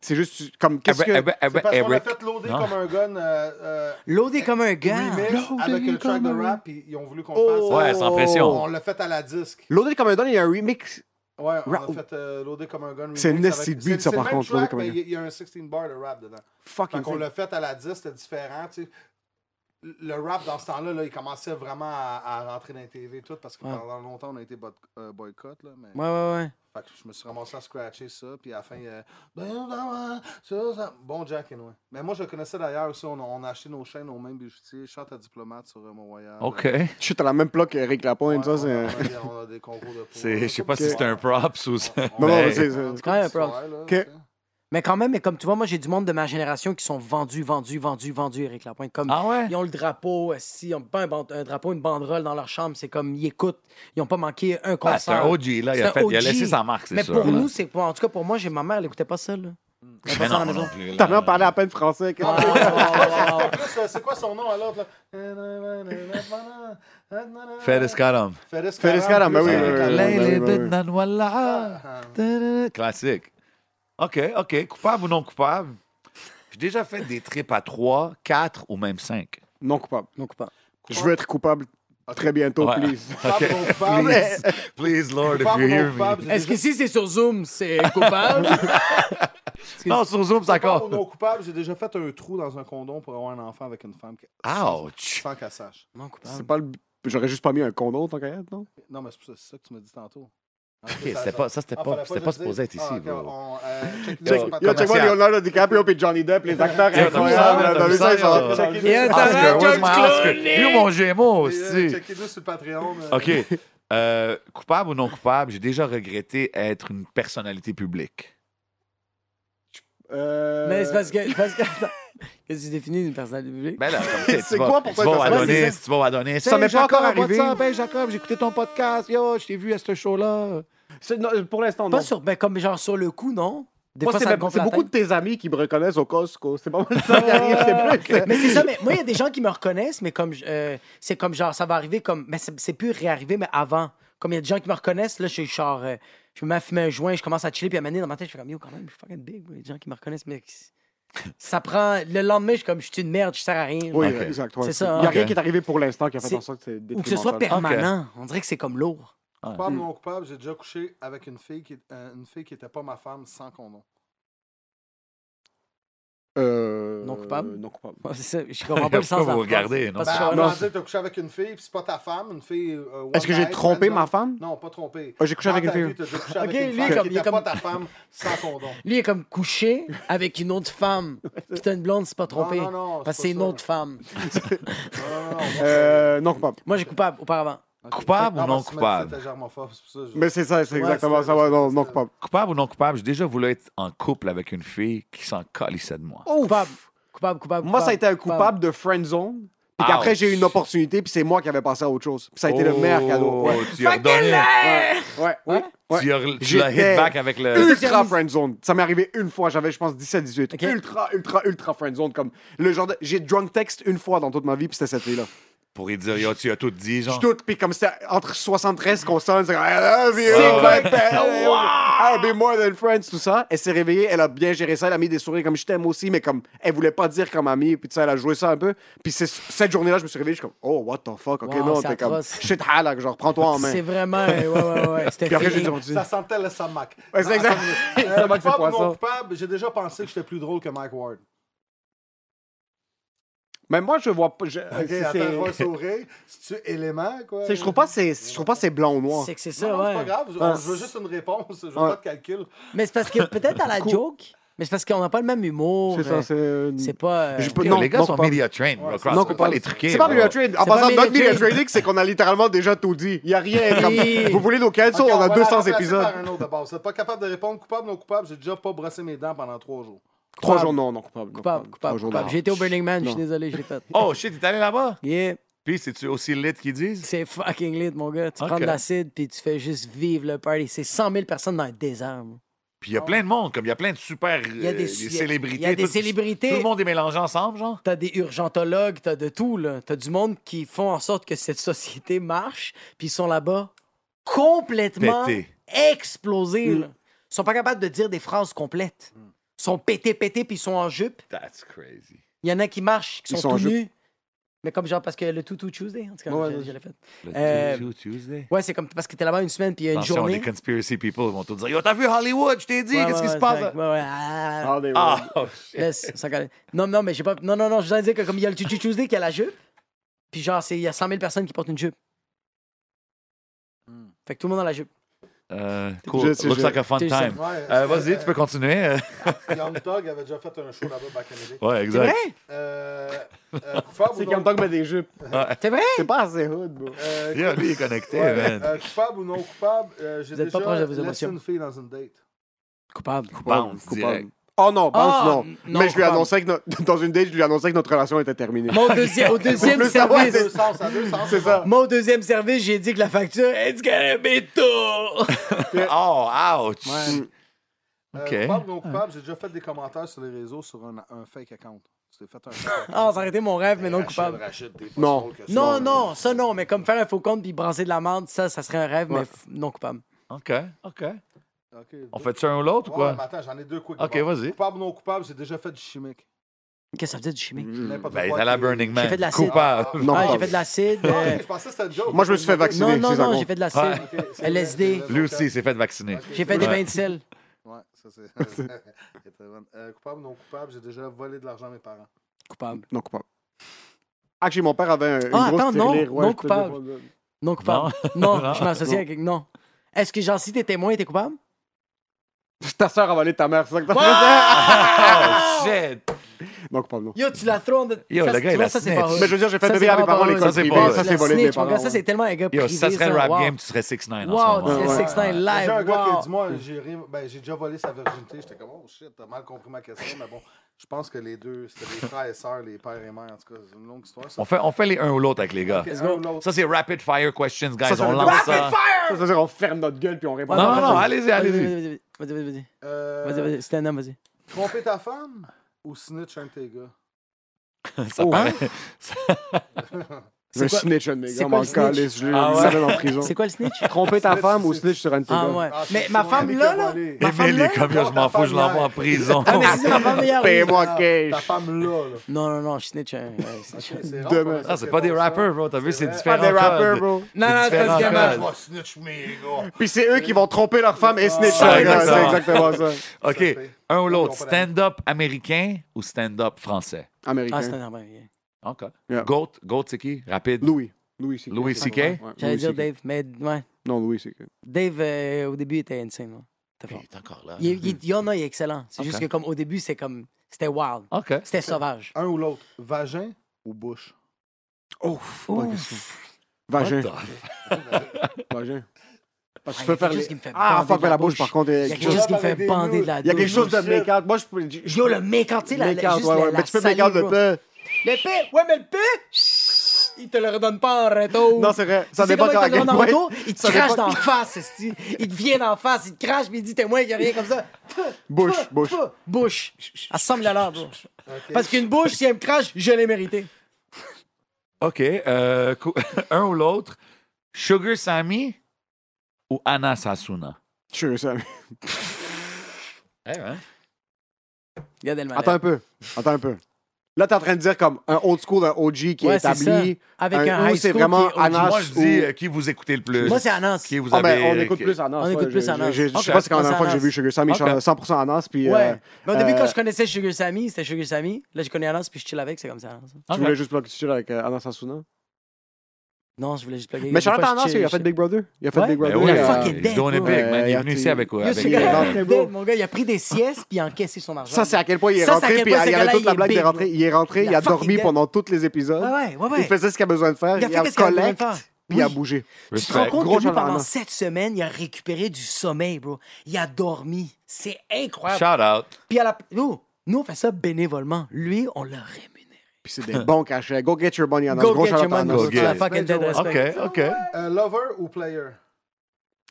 Speaker 5: c'est juste tu- comme.
Speaker 3: Eh
Speaker 5: Qu'est-ce
Speaker 3: ben,
Speaker 5: que.
Speaker 3: eh ben, eh
Speaker 2: C'est
Speaker 3: ben,
Speaker 2: parce qu'on a
Speaker 3: Eric.
Speaker 2: fait loader
Speaker 3: Non.
Speaker 2: comme un gun euh, euh,
Speaker 4: loadé comme un gars.
Speaker 2: remix avec un track de rap, puis ils ont voulu qu'on fasse. hein.
Speaker 4: Oh.
Speaker 3: Ouais, sans pression.
Speaker 2: On l'a fait à la disque.
Speaker 5: Loaded comme un don, il y a un remix.
Speaker 2: Ouais, on
Speaker 5: Ra-
Speaker 2: a fait euh, Loaded comme un gun. remix
Speaker 5: C'est un
Speaker 2: avec-
Speaker 5: nasty beat, ça,
Speaker 2: le
Speaker 5: par
Speaker 2: même
Speaker 5: contre,
Speaker 2: track,
Speaker 5: Loaded comme un
Speaker 2: mais
Speaker 5: gun.
Speaker 2: Il y a un 16 bar de rap dedans. Fait
Speaker 5: Fucking.
Speaker 2: qu'on l'a fait à la 10, c'était différent, tu sais. Le rap, dans ce temps-là, là, il commençait vraiment à, à rentrer dans les TV et tout, parce que
Speaker 4: Ouais.
Speaker 2: pendant longtemps, on a été bot- euh, boycott, là, mais...
Speaker 4: Ouais, ouais, ouais.
Speaker 2: Fait que je me suis ramassé à scratcher ça, puis à la fin, euh, Ben, ben, ben, ça, ça- bon Jack et ouais. Mais moi, je le connaissais d'ailleurs aussi, on, a- on a acheté nos chaînes aux mêmes bijoutiers, chante à diplomate sur euh, Mont-Royal.
Speaker 3: OK.
Speaker 5: Je suis à la même plaque qu'Eric
Speaker 2: Ouais,
Speaker 5: Lapointe,
Speaker 2: on,
Speaker 5: ça, c'est.
Speaker 2: a,
Speaker 5: euh,
Speaker 2: on
Speaker 5: *laughs*
Speaker 2: a des- on a des concours de
Speaker 3: C'est- Je sais pas
Speaker 5: Ok.
Speaker 3: si c'est un props ou... ça.
Speaker 5: Non, non,
Speaker 3: Mais-
Speaker 5: mais c'est- c'est-
Speaker 4: C'est quand même un props.
Speaker 5: Que-
Speaker 4: Mais quand même, mais comme tu vois, moi, j'ai du monde de ma génération qui sont vendus, vendus, vendus, vendus, Eric Lapointe. Comme
Speaker 3: Ah ouais?
Speaker 4: Ils ont le drapeau, euh, si, ils ont pas un, ban- un drapeau, une banderole dans leur chambre, c'est comme ils écoutent, ils n'ont pas manqué un concert.
Speaker 3: Ah, c'est un OG, là. Il
Speaker 4: C'est
Speaker 3: a,
Speaker 4: un
Speaker 3: fait, il a
Speaker 4: OG.
Speaker 3: laissé sa marque, c'est
Speaker 4: Mais
Speaker 3: sûr.
Speaker 4: pour
Speaker 3: là.
Speaker 4: nous, c'est pas. En tout cas, pour moi, j'ai ma mère, elle écoutait pas ça, là. Elle
Speaker 3: Mais
Speaker 4: passait à la
Speaker 3: non, moi
Speaker 4: maison.
Speaker 3: non plus, là.
Speaker 5: Ta mère parlait à peine français. qu'est-ce que-
Speaker 2: En *laughs* plus, euh, c'est quoi son nom à l'autre, là?
Speaker 3: Ferris Karam.
Speaker 2: Ferris
Speaker 5: Ferris Karam, ben oui,
Speaker 2: plus,
Speaker 5: oui,
Speaker 2: euh,
Speaker 5: oui, oui.
Speaker 3: Lady
Speaker 5: ouais.
Speaker 3: Bit Nan Walla.
Speaker 2: Ah,
Speaker 3: Ta-da. Classique. OK, OK. Coupable ou non coupable? J'ai déjà fait des trips à 3, 4 ou même 5.
Speaker 5: Non coupable.
Speaker 4: Non, coupe pas.
Speaker 5: Je veux être coupable très bientôt,
Speaker 3: Ouais.
Speaker 5: please.
Speaker 2: coupable, non
Speaker 5: *laughs*
Speaker 2: coupable.
Speaker 3: Please, please, Lord, if
Speaker 2: Coupable,
Speaker 3: you
Speaker 2: non
Speaker 3: hear
Speaker 2: coupable,
Speaker 3: me.
Speaker 2: j'ai
Speaker 4: Est-ce que
Speaker 2: déjà-
Speaker 4: si c'est sur Zoom, c'est *laughs* coupable?
Speaker 3: Non, sur Zoom, ça
Speaker 2: coupable ou
Speaker 3: compte.
Speaker 2: non coupable, j'ai déjà fait un trou dans un condom pour avoir un enfant avec une femme qui-
Speaker 3: Ouch.
Speaker 2: sans qu'elle sache.
Speaker 4: non,
Speaker 5: C'est
Speaker 4: coupable.
Speaker 5: pas le- J'aurais juste pas mis un condom, tant qu'à y être, non?
Speaker 2: Non, mais c'est pour ça- c'est ça que tu m'as dit tantôt. Ah,
Speaker 3: OK, c'était pas, ça, c'était pas, c'était pas supposé être ici, bro.
Speaker 2: euh,
Speaker 5: Check,
Speaker 3: Yo,
Speaker 5: yo, check moi
Speaker 3: commercial.
Speaker 5: Leonardo DiCaprio et Johnny Depp, les acteurs
Speaker 3: Yo,
Speaker 5: incroyables.
Speaker 3: t'as vu ça,
Speaker 5: dans le hein.
Speaker 3: t'as
Speaker 5: jeu,
Speaker 3: vu ça,
Speaker 5: ils sont-
Speaker 3: yo.
Speaker 2: Ah,
Speaker 4: Yes, ça va,
Speaker 3: Oscar, where's
Speaker 4: George
Speaker 3: my Oscar?
Speaker 4: Clooney?
Speaker 3: You, mon Gémeaux, aussi.
Speaker 2: Checkez-nous sur le Patreon. euh,
Speaker 3: OK. Euh, coupable ou non coupable, j'ai déjà regretté être une personnalité publique.
Speaker 5: Euh,
Speaker 4: Mais c'est parce que. c'est parce que attends, *laughs* Qu'est-ce que tu définis une personnalité publique?
Speaker 3: Ben là, comme, *laughs* tu sais, tu
Speaker 5: C'est
Speaker 3: vas-
Speaker 5: quoi pour
Speaker 3: tu
Speaker 5: toi,
Speaker 3: vas
Speaker 5: ça?
Speaker 3: à
Speaker 5: Ouais,
Speaker 3: Adonis,
Speaker 5: c'est
Speaker 3: tu vas à Adonis.
Speaker 5: Ça m'est pas
Speaker 3: Jacob,
Speaker 5: encore arrivé.
Speaker 3: what's up? Hey, Jacob, j'ai écouté ton podcast. Yo, je t'ai vu à ce show-là.
Speaker 5: c'est- non, Pour l'instant, non.
Speaker 4: Pas sur. Ben, comme genre sur le coup, non? Des
Speaker 5: Moi,
Speaker 4: fois,
Speaker 5: c'est
Speaker 4: ça me
Speaker 5: même-
Speaker 4: gonfle
Speaker 5: c'est
Speaker 4: la
Speaker 5: beaucoup
Speaker 4: tête.
Speaker 5: de tes amis qui me reconnaissent au Costco. C'est pas mal ça
Speaker 4: *laughs*
Speaker 5: qui arrive. C'est plus.
Speaker 4: Mais c'est ça, mais moi, il y a des gens qui me reconnaissent, mais comme. je- euh, c'est comme genre, ça va arriver comme. Mais c'est c'est plus réarrivé, mais avant. Comme il y a des gens qui me reconnaissent, là, je suis genre. euh, je me mets à fumer un joint, je commence à chiller, puis à m'amener dans ma tête, je suis comme, yo, quand même, je suis fucking big, ouais, il y a des gens qui me reconnaissent, mais. Ça prend. Le lendemain, je suis comme, je suis une merde, je sers à rien.
Speaker 5: Oui,
Speaker 3: Ok.
Speaker 5: exact. ouais.
Speaker 4: C'est ça,
Speaker 5: Il n'y a
Speaker 4: hein.
Speaker 5: rien
Speaker 3: Ok.
Speaker 5: qui est arrivé pour l'instant qui a fait
Speaker 4: C'est-
Speaker 5: en sorte que c'est
Speaker 4: Ou que ce soit
Speaker 5: détrimental.
Speaker 4: permanent. On dirait que c'est comme lourd.
Speaker 5: Mm.
Speaker 2: Coupable ou non coupable, j'ai déjà couché avec une fille qui euh, une fille qui était pas ma femme sans condom.
Speaker 5: Euh,
Speaker 4: Non coupable.
Speaker 5: Non coupable.
Speaker 4: *laughs* Ouais, C'est ça, je comprends pas le sens
Speaker 3: Pourquoi
Speaker 4: de
Speaker 3: vous
Speaker 4: la phrase.
Speaker 3: regardez, non?
Speaker 4: Parce que je
Speaker 2: Ben,
Speaker 4: suis
Speaker 2: avant
Speaker 4: vraiment-
Speaker 2: de dire que t'as couché avec une fille, puis c'est pas ta femme, une fille. euh, one
Speaker 5: Est-ce que j'ai
Speaker 2: night,
Speaker 5: trompé
Speaker 2: random.
Speaker 5: ma femme?
Speaker 2: Non, pas trompé.
Speaker 5: Ah, j'ai couché
Speaker 2: Dans
Speaker 5: avec
Speaker 2: ta
Speaker 5: une
Speaker 2: vie, t'as déjà couché avec
Speaker 4: Ok,
Speaker 2: une
Speaker 4: lui,
Speaker 2: femme
Speaker 4: comme-
Speaker 2: qui
Speaker 4: il est
Speaker 2: était
Speaker 4: comme-
Speaker 2: pas ta femme sans condom.
Speaker 4: Lui est comme couché avec une autre femme. Putain, une blonde, c'est pas trompé.
Speaker 2: Non, non, non,
Speaker 4: parce que
Speaker 2: pas
Speaker 4: c'est une
Speaker 2: ça.
Speaker 4: autre femme.
Speaker 2: Non, non, non, moi,
Speaker 5: Euh, non coupable.
Speaker 4: Moi, j'ai coupable auparavant.
Speaker 2: Ok.
Speaker 3: Coupable ou
Speaker 2: Non,
Speaker 3: non
Speaker 2: parce que tu m'as dit
Speaker 3: coupable?
Speaker 2: que C'était germophobe, c'est pour ça. que je-
Speaker 5: Mais c'est ça, c'est
Speaker 2: Ouais,
Speaker 5: exactement
Speaker 2: c'est-
Speaker 5: ça. ouais, non,
Speaker 2: c'est-
Speaker 5: non
Speaker 2: c'est-
Speaker 5: coupable.
Speaker 3: Coupable ou non coupable, j'ai déjà voulu être en couple avec une fille qui s'en calissait de moi.
Speaker 4: Coupable. Coupable, coupable.
Speaker 5: Moi, ça a été un coupable,
Speaker 4: coupable.
Speaker 5: de friend zone. Puis
Speaker 3: Ouch.
Speaker 5: qu'après, j'ai eu une opportunité, puis c'est moi qui avais passé à autre chose. Puis ça a été le meilleur cadeau. Ouais,
Speaker 3: Oh, Tu as redonné.
Speaker 5: ouais, ouais. ouais.
Speaker 3: Tu as- tu l'as
Speaker 5: J'étais
Speaker 3: hit back avec le.
Speaker 5: Ultra friend zone. Ça m'est arrivé une fois, j'avais je pense 17 18.
Speaker 4: Ok.
Speaker 5: Ultra ultra ultra friend zone comme le genre de... j'ai drunk text une fois dans toute ma vie puis c'était cette fille là.
Speaker 3: Pour y dire, yo, tu as tout dit,
Speaker 5: Je
Speaker 3: genre.
Speaker 5: tout puis comme c'était entre 73 consonnes, c'est comme, I love you,
Speaker 3: C'est
Speaker 5: my pal, I'll be more than friends tout ça. Elle s'est réveillée, elle a bien géré ça, elle a mis des sourires comme je t'aime aussi mais comme elle voulait pas dire comme amie puis tu sais elle a joué ça un peu. Puis c'est cette journée-là, je me suis réveillé, je suis comme oh what the fuck. OK
Speaker 4: Wow,
Speaker 5: non,
Speaker 4: c'est
Speaker 5: t'es comme
Speaker 4: atroce.
Speaker 5: shit halak, genre prends-toi en main.
Speaker 4: C'est vraiment. euh, Ouais, ouais, ouais. C'était
Speaker 5: Puis après j'ai dit
Speaker 4: feeling.
Speaker 5: Ouais,
Speaker 2: Ça sentait le samac.
Speaker 5: c'est *laughs* exact. Ça va
Speaker 2: coupable
Speaker 5: que c'est
Speaker 2: ou non
Speaker 5: poisson.
Speaker 2: coupable, j'ai déjà pensé que j'étais plus drôle que Mike Ward.
Speaker 5: Mais moi je vois pas je-
Speaker 2: Ok,
Speaker 5: c'est-
Speaker 2: attends, je vois un
Speaker 5: c'est-
Speaker 2: sourire. C'est-tu élément, quoi?
Speaker 5: Tu sais, je trouve pas c'est je trouve pas c'est blanc ou noir.
Speaker 4: C'est que c'est ça,
Speaker 2: Non, non, c'est pas
Speaker 4: ouais.
Speaker 2: grave, je,
Speaker 5: Ah.
Speaker 2: je veux juste une réponse, je veux
Speaker 5: Ouais.
Speaker 2: pas de calcul.
Speaker 4: Mais c'est parce que peut-être à la joke. Mais c'est parce qu'on n'a pas le même humour.
Speaker 5: C'est ça,
Speaker 4: euh,
Speaker 5: c'est.
Speaker 4: c'est pas. euh,
Speaker 5: J'ai pas-
Speaker 3: Yo,
Speaker 5: non,
Speaker 3: les gars
Speaker 5: non,
Speaker 3: sont
Speaker 5: pas-
Speaker 3: media trained. bro, Cross,
Speaker 5: non,
Speaker 3: faut
Speaker 5: qu'on
Speaker 3: pas
Speaker 5: parle-
Speaker 3: les truquer.
Speaker 5: C'est pas
Speaker 3: bro.
Speaker 5: media trade. En
Speaker 4: C'est pas
Speaker 5: passant, notre
Speaker 4: media
Speaker 5: media
Speaker 4: trade.
Speaker 5: trading, c'est qu'on a littéralement déjà tout dit. Il n'y
Speaker 4: *laughs*
Speaker 5: a rien.
Speaker 4: Oui.
Speaker 5: Comme, vous voulez nos cancels,
Speaker 2: Ok,
Speaker 5: on
Speaker 2: va
Speaker 5: a
Speaker 2: la
Speaker 5: 200
Speaker 2: remplacer
Speaker 5: épisodes.
Speaker 2: Par un autre de base. Vous êtes pas capable de répondre coupable, non coupable. J'ai déjà pas brossé mes dents pendant trois jours.
Speaker 5: Trois jours, non, non, coupable. non,
Speaker 4: Coupable, coupable,
Speaker 5: Trois jours,
Speaker 4: coupable.
Speaker 5: non.
Speaker 4: J'ai été au Burning Man, je suis
Speaker 5: Non.
Speaker 4: désolé, je l'ai fait.
Speaker 3: Oh shit, t'es allé là-bas?
Speaker 4: Yeah,
Speaker 3: Puis, c'est-tu aussi lit qu'ils disent?
Speaker 4: c'est fucking lit, mon gars. Tu
Speaker 3: Ok.
Speaker 4: prends de l'acide puis tu fais juste vivre le party. C'est 100 000 personnes dans le désert. moi.
Speaker 3: Puis, il y a plein de monde, comme il y a plein de super
Speaker 4: Il y a
Speaker 3: euh,
Speaker 4: des, il y a-
Speaker 3: célébrités.
Speaker 4: Il y a des
Speaker 3: tout-
Speaker 4: célébrités.
Speaker 3: Tout le monde est mélangé ensemble, genre?
Speaker 4: T'as des urgentologues, t'as de tout, là. T'as du monde qui font en sorte que cette société marche, puis ils sont là-bas complètement
Speaker 3: Pété.
Speaker 4: explosés, là. Mm. Ils sont pas capables de dire des phrases complètes. Ils sont pétés, pétés, puis ils sont en jupe.
Speaker 3: That's crazy.
Speaker 4: Il y en a qui marchent, qui
Speaker 5: Ils
Speaker 4: sont,
Speaker 5: sont en
Speaker 4: tout
Speaker 5: jupe.
Speaker 4: nus. Mais comme genre, parce que le Tutu Tuesday, en tout cas,
Speaker 5: Ouais,
Speaker 4: je-
Speaker 5: ouais.
Speaker 4: je l'ai fait.
Speaker 3: Le
Speaker 4: Euh,
Speaker 3: Tuesday, Tuesday.
Speaker 4: Ouais, c'est comme parce que t'es là-bas une semaine, puis il y a une
Speaker 3: Attention,
Speaker 4: journée.
Speaker 3: les conspiracy people vont tout dire Yo, t'as vu Hollywood, je t'ai dit,
Speaker 4: Ouais,
Speaker 3: qu'est-ce
Speaker 4: ouais,
Speaker 3: qui se
Speaker 4: ouais,
Speaker 3: passe?
Speaker 4: c'est vrai. Ouais, ouais, ah,
Speaker 5: Ah, des-
Speaker 3: Ah, oh, shit.
Speaker 4: Laisse, ça calme. Non, non, mais j'ai pas. Non, non, non, je viens de dire que comme il y a le Tutu Tuesday qui a la jupe, puis genre, c'est- il y a 100 000 personnes qui portent une jupe. Fait que tout le monde a la jupe.
Speaker 3: Euh, cool.
Speaker 5: Je- je-
Speaker 3: Looks
Speaker 5: je-
Speaker 3: like a fun
Speaker 4: T'es-
Speaker 3: time.
Speaker 2: Ouais,
Speaker 3: Euh, Vas-y, tu peux continuer. *laughs* euh.
Speaker 2: peux. Young Dog avait déjà fait un show là-bas, back in the day.
Speaker 3: Ouais,
Speaker 4: C'est
Speaker 3: exact.
Speaker 4: vrai?
Speaker 2: Euh, euh, coupable ou
Speaker 5: C'est
Speaker 2: non-
Speaker 5: comme tant que met des jupes.
Speaker 4: C'est vrai?
Speaker 5: C'est pas assez hood, bro.
Speaker 2: euh,
Speaker 3: Yeah, lui, il est connecté,
Speaker 2: ouais,
Speaker 3: man.
Speaker 5: *laughs*
Speaker 2: euh, coupable ou non coupable, euh, j'ai
Speaker 4: Vous êtes pas
Speaker 2: déjà
Speaker 4: proche de vos
Speaker 2: laissé
Speaker 4: émotions.
Speaker 2: une fille dans une date.
Speaker 4: Coupable.
Speaker 3: Bounce,
Speaker 5: Coupable.
Speaker 3: direct.
Speaker 5: Oh non, bounce,
Speaker 4: Ah,
Speaker 5: non.
Speaker 4: n- non,
Speaker 5: Mais je lui
Speaker 4: coupable.
Speaker 5: annonçais que notre- *laughs* dans une date, je lui annonçais que notre relation était terminée.
Speaker 4: Moi, au, deuxi- au deuxième
Speaker 5: plus savoir,
Speaker 2: À deux
Speaker 4: service.
Speaker 2: sens, à deux sens.
Speaker 5: C'est ça.
Speaker 4: Moi, au deuxième service, j'ai dit que la facture, it's gonna be tout.
Speaker 3: Oh, ouch.
Speaker 5: Ouais.
Speaker 2: Euh,
Speaker 3: Ok.
Speaker 2: Coupable ou non coupable, j'ai déjà fait des commentaires sur les réseaux sur un, un fake account. Tu t'es fait un fake account.
Speaker 4: Ah, ça aurait été mon rêve, mais non coupable.
Speaker 5: Non.
Speaker 4: Non, non, ça non, mais comme faire un faux compte puis brasser de la menthe, ça, ça serait un rêve, mais f- non coupable.
Speaker 3: OK, OK.
Speaker 2: Ok,
Speaker 3: On
Speaker 2: deux-
Speaker 3: fait-tu un ou l'autre ou
Speaker 2: Ouais,
Speaker 3: quoi?
Speaker 2: mais attends, j'en ai deux quick.
Speaker 3: Ok,
Speaker 2: d'abord.
Speaker 3: vas-y.
Speaker 2: Coupable ou non coupable, j'ai déjà fait du chimique.
Speaker 4: Qu'est-ce que ça veut dire du chimie?
Speaker 5: Mm.
Speaker 2: N'importe
Speaker 3: Ben,
Speaker 2: quoi
Speaker 3: t'as la
Speaker 2: qui-
Speaker 3: Burning Man.
Speaker 4: fait de l'acide.
Speaker 2: *laughs*
Speaker 3: Coupable.
Speaker 5: Non,
Speaker 4: Ah,
Speaker 5: pas-
Speaker 4: j'ai fait de l'acide.
Speaker 2: Ah,
Speaker 4: euh,
Speaker 2: ok, je pensais que c'était une joke.
Speaker 5: Moi, je me suis fait vacciner.
Speaker 4: Non,
Speaker 5: c'est
Speaker 4: non,
Speaker 5: ça
Speaker 4: non,
Speaker 5: qu'on-
Speaker 4: j'ai fait de l'acide.
Speaker 2: Ok, c'est
Speaker 4: LSD.
Speaker 2: vrai, c'est vrai,
Speaker 3: *laughs* Lui
Speaker 2: donc,
Speaker 3: aussi, il
Speaker 2: euh,
Speaker 3: s'est fait
Speaker 5: *laughs*
Speaker 3: vacciner.
Speaker 2: ok,
Speaker 4: J'ai
Speaker 2: c'est
Speaker 4: fait des
Speaker 2: vrai.
Speaker 4: bains de sel.
Speaker 2: Ouais, ça c'est. *laughs* était bonne. Euh, coupable ou non coupable, j'ai déjà volé de l'argent à mes parents.
Speaker 4: Coupable.
Speaker 5: Non, coupable. Ah, que j'ai mon père avait un, une
Speaker 4: Ah,
Speaker 5: grosse
Speaker 4: attends, non,
Speaker 5: tirelire, ouais,
Speaker 4: non
Speaker 5: je te
Speaker 4: coupable.
Speaker 5: le dis.
Speaker 4: Non coupable. Non,
Speaker 3: *laughs*
Speaker 4: je m'associe avec. Non. Est-ce que, genre, si t'es témoin, t'es coupable?
Speaker 5: *laughs* Ta soeur a volé ta mère, c'est ça que t'as Ah,
Speaker 3: Oh, shit.
Speaker 5: fait? Non, coupable, non.
Speaker 4: *laughs* Yo, tu l'as throw en de-
Speaker 3: Yo,
Speaker 4: ça,
Speaker 3: le
Speaker 4: tu
Speaker 3: gars, il
Speaker 4: vois,
Speaker 3: a
Speaker 4: ça, c'est
Speaker 3: snitch.
Speaker 4: pas vrai.
Speaker 5: Mais je veux dire, j'ai fait
Speaker 4: Ça,
Speaker 5: payer
Speaker 4: c'est
Speaker 5: à mes
Speaker 4: vraiment
Speaker 5: parents
Speaker 4: pas
Speaker 5: les
Speaker 4: vrai.
Speaker 5: comptes
Speaker 3: Ça, c'est
Speaker 5: privés.
Speaker 3: pas
Speaker 5: Ça,
Speaker 3: vrai.
Speaker 5: c'est
Speaker 4: Le
Speaker 5: volé de mes
Speaker 4: snitch, mon gars,
Speaker 5: parents.
Speaker 4: ça,
Speaker 5: ouais.
Speaker 4: c'est tellement un gars
Speaker 3: Yo,
Speaker 4: privé,
Speaker 3: si ça serait
Speaker 4: ça.
Speaker 3: le rap
Speaker 4: Wow.
Speaker 3: game, tu serais 6ix9ine en ce
Speaker 4: Wow, tu
Speaker 3: moment.
Speaker 4: serais
Speaker 5: Ouais.
Speaker 4: 6ix9ine
Speaker 2: J'ai déjà un
Speaker 4: live.
Speaker 2: gars qui a
Speaker 4: wow.
Speaker 2: dit Moi, j'ai rien- ben, j'ai déjà volé sa virginité. J'étais comme Oh shit, t'as mal compris ma question, mais bon. Je pense que les deux, c'était les frères et sœurs, les pères et mères. En tout cas, c'est une longue histoire. Ça.
Speaker 3: On fait, on fait les uns ou l'autre avec les gars.
Speaker 2: Ok, un ou l'autre.
Speaker 3: Ça, c'est rapid fire questions, guys.
Speaker 5: Ça, ça
Speaker 3: on
Speaker 5: veut
Speaker 3: lance
Speaker 5: dire-
Speaker 3: ça.
Speaker 5: Ça, ça veut dire on ferme notre gueule puis on répond.
Speaker 4: Ouais,
Speaker 3: Non, non, non,
Speaker 4: vas-y.
Speaker 3: allez-y, allez-y.
Speaker 4: Vas-y, vas-y, vas-y, vas-y.
Speaker 2: Euh,
Speaker 4: Vas-y, vas-y, stand up, vas-y.
Speaker 2: Tromper ta femme ou snitch un de tes gars
Speaker 5: Hein?
Speaker 3: Ça paraît-
Speaker 5: Je
Speaker 4: quoi-
Speaker 5: snitch un
Speaker 4: c'est
Speaker 5: négro,
Speaker 4: quoi
Speaker 5: mon
Speaker 4: le snitch?
Speaker 5: calice, je l'ai
Speaker 3: Ah ouais.
Speaker 5: mis en prison.
Speaker 4: C'est quoi le snitch?
Speaker 5: Tromper ta
Speaker 2: Snitch,
Speaker 5: femme ou
Speaker 2: c'est-
Speaker 5: snitch sur un
Speaker 4: Ah, ouais. Mais ma femme, là, là. Ma femme,
Speaker 3: Émile
Speaker 4: là?
Speaker 3: est comme, yo, je m'en fous, je l'envoie en prison.
Speaker 4: Ah, mais c'est ça, ma femme, hier.
Speaker 5: Paye-moi
Speaker 2: Ta
Speaker 5: cash.
Speaker 2: femme là, là.
Speaker 4: Non, non, non, je snitch. hein, ouais, snitch.
Speaker 2: Ok, c'est rare
Speaker 5: Demain.
Speaker 2: qu'on ait
Speaker 3: *laughs* Ça,
Speaker 2: cette
Speaker 3: c'est pas des Ah,
Speaker 2: réponse-là.
Speaker 3: rappers, bro. T'as vu, c'est
Speaker 2: vrai.
Speaker 3: différent.
Speaker 5: Ah, Des rappers, bro.
Speaker 4: Non, non, c'est pas
Speaker 3: différent
Speaker 4: du gamin.
Speaker 3: code.
Speaker 2: Je vais snitch mes gars.
Speaker 5: Puis c'est eux qui vont tromper leur femme et snitch sur
Speaker 3: Ah,
Speaker 5: un gars. C'est
Speaker 3: exactement.
Speaker 5: exactement ça.
Speaker 3: OK,
Speaker 2: Ça fait.
Speaker 3: un ou l'autre.
Speaker 2: l'autre,
Speaker 3: Stand-up américain ou stand-up
Speaker 4: Ah,
Speaker 3: français?
Speaker 4: c'est
Speaker 5: Américain.
Speaker 4: normal. yeah.
Speaker 3: OK.
Speaker 5: Yeah.
Speaker 3: Goat, Goat, c'est qui? Rapide.
Speaker 5: Louis. Louis C.K.
Speaker 3: Louis C.K.?
Speaker 5: Ouais,
Speaker 4: J'allais
Speaker 5: Louis
Speaker 4: dire
Speaker 5: C.K.
Speaker 4: Dave, mais ouais.
Speaker 5: Non, Louis C.K.
Speaker 4: Dave, euh, au début, il était insane. ouais. C'était
Speaker 3: Il
Speaker 4: fort.
Speaker 3: est encore là.
Speaker 4: Il, est- il, il- oh non, il est excellent. C'est juste
Speaker 3: Ok.
Speaker 4: que comme au début, c'est comme c'était wild,
Speaker 3: OK.
Speaker 4: c'était sauvage.
Speaker 2: Un ou l'autre, vagin ou bouche.
Speaker 5: Vagin.
Speaker 3: What
Speaker 5: Vagin. Parce que
Speaker 4: Ah,
Speaker 5: tu
Speaker 4: il y a
Speaker 5: peux faire
Speaker 4: quelque
Speaker 5: les-
Speaker 4: chose qui me fait
Speaker 5: Ah,
Speaker 4: bander
Speaker 5: fuck,
Speaker 4: de
Speaker 5: mais
Speaker 4: la
Speaker 5: la bouche,
Speaker 4: bouche.
Speaker 5: par contre,
Speaker 4: Il y a
Speaker 5: est-
Speaker 4: quelque chose qui me fait
Speaker 2: Avec des
Speaker 4: bander
Speaker 2: nouilles.
Speaker 4: de la
Speaker 5: Il y a quelque
Speaker 4: douche.
Speaker 5: chose de
Speaker 2: Bullshit.
Speaker 5: make-out. Moi, je peux. je-
Speaker 4: Yo, le make out, tu sais, la, la,
Speaker 5: Make-out,
Speaker 4: juste
Speaker 5: ouais,
Speaker 4: la,
Speaker 5: ouais.
Speaker 4: la
Speaker 5: Mais tu peux
Speaker 4: salive,
Speaker 5: make-out le
Speaker 4: bro.
Speaker 5: peu.
Speaker 4: Le paix, ouais, mais le paix, il te le redonne pas en retour.
Speaker 5: Non, c'est vrai. Ça
Speaker 4: Tu sais
Speaker 5: dépend
Speaker 4: comment
Speaker 5: quand
Speaker 4: il te le
Speaker 5: quel
Speaker 4: redonne en
Speaker 5: point.
Speaker 4: retour, il te
Speaker 5: Ça
Speaker 4: crache
Speaker 5: dépend-
Speaker 4: d'en face, esti. il te vient d'en face, il te crache, puis il dit, t'es moins, il y a rien comme ça.
Speaker 5: Bush,
Speaker 4: Pouh,
Speaker 5: Bush.
Speaker 4: pouh, Bouche. À 100 000 bro. Parce qu'une bouche, si elle me crache, je l'ai méritée.
Speaker 3: OK. euh, cou- *laughs* un ou l'autre. Sugar Sammy ou Anna Sasuna?
Speaker 5: Sure, ça.
Speaker 3: Eh, hein?
Speaker 4: Regarde Elmaleh.
Speaker 5: Attends un peu. Attends un peu. Là, t'es en train de dire comme un old school, un OG qui
Speaker 4: Ouais,
Speaker 5: est
Speaker 4: c'est
Speaker 5: établi.
Speaker 4: ça. Avec un
Speaker 5: ou
Speaker 4: high
Speaker 5: c'est
Speaker 4: school
Speaker 5: vraiment
Speaker 4: qui est OG.
Speaker 5: Anas
Speaker 3: Moi, je
Speaker 5: ou-
Speaker 3: dis euh, qui vous écoutez le plus.
Speaker 4: Moi, c'est Anas.
Speaker 3: Qui vous
Speaker 5: Ah,
Speaker 3: avez...
Speaker 5: ben, on écoute plus Anas.
Speaker 4: On écoute plus Anas.
Speaker 5: Je je
Speaker 3: Ok.
Speaker 5: sais pas c'est quand la
Speaker 4: Moi,
Speaker 5: dernière
Speaker 4: c'est
Speaker 5: fois que j'ai
Speaker 4: Anas.
Speaker 5: vu Sugar Sammy, je suis
Speaker 3: Ok.
Speaker 5: en 100% Anas. Puis
Speaker 4: Ouais.
Speaker 5: euh,
Speaker 4: Mais au début,
Speaker 5: euh,
Speaker 4: quand je connaissais Sugar Sammy, c'était Sugar Sammy. Là, je connais Anas, puis je chill avec, c'est comme ça. Anas.
Speaker 5: tu voulais juste bloquer avec euh, Anas Asuna.
Speaker 4: Non, je voulais juste plugger.
Speaker 5: Mais
Speaker 4: Des fois,
Speaker 5: Charles
Speaker 4: je
Speaker 5: Tendance,
Speaker 4: chill,
Speaker 5: il a
Speaker 4: je
Speaker 5: fait
Speaker 4: chill.
Speaker 5: Big Brother. Il a fait
Speaker 4: Ouais.
Speaker 5: Big
Speaker 3: Ben
Speaker 5: Brother.
Speaker 3: oui,
Speaker 4: Il est
Speaker 5: euh,
Speaker 4: fucking
Speaker 3: he's doing
Speaker 4: dead,
Speaker 3: it big, man. Il est
Speaker 5: Euh,
Speaker 3: venu
Speaker 5: il a
Speaker 3: ici avec.
Speaker 4: Yo, ce
Speaker 3: avec-
Speaker 5: gars-là,
Speaker 4: gars
Speaker 5: rentré,
Speaker 4: est
Speaker 5: bro.
Speaker 4: dead, mon gars, il a pris des siestes puis il a encaissé son argent.
Speaker 5: Ça, c'est à quel point il est
Speaker 4: Ça, c'est à
Speaker 5: rentré,
Speaker 4: quel
Speaker 5: puis
Speaker 4: point ce
Speaker 5: il y
Speaker 4: gars-là,
Speaker 5: avait toute
Speaker 4: il
Speaker 5: la
Speaker 4: est
Speaker 5: blague de
Speaker 4: big,
Speaker 5: rentrée.
Speaker 4: bro.
Speaker 5: Il est rentré,
Speaker 4: Il
Speaker 5: il
Speaker 4: a
Speaker 5: a dormi
Speaker 4: fucking
Speaker 5: pendant tous les épisodes.
Speaker 4: Ouais, ouais, ouais,
Speaker 5: Il
Speaker 4: ouais.
Speaker 5: faisait ce qu'il a besoin de faire.
Speaker 4: Il a
Speaker 5: Il
Speaker 4: fait
Speaker 5: a
Speaker 4: qu'est-ce qu'il a besoin de
Speaker 5: collecte,
Speaker 4: faire.
Speaker 5: puis il a
Speaker 4: Oui.
Speaker 5: bougé.
Speaker 4: Tu te rends compte
Speaker 5: Gros
Speaker 4: que lui,
Speaker 5: Charles
Speaker 4: pendant
Speaker 5: Arnaud.
Speaker 4: sept semaines, il a récupéré du sommeil, bro. Il a dormi. C'est incroyable.
Speaker 3: Shout out.
Speaker 4: Puis à la... nous, nous, on fait ça bénévolement. Lui, on l'a rémunéré.
Speaker 5: Puis *laughs* c'est des bons cachets. Go get your money on us.
Speaker 4: Go
Speaker 5: Gros
Speaker 4: get your
Speaker 5: Charles
Speaker 4: money.
Speaker 5: Arnaud.
Speaker 3: Go get
Speaker 4: Tu la
Speaker 3: it.
Speaker 4: fucking dead respect.
Speaker 3: OK, OK.
Speaker 2: Euh, lover ou player?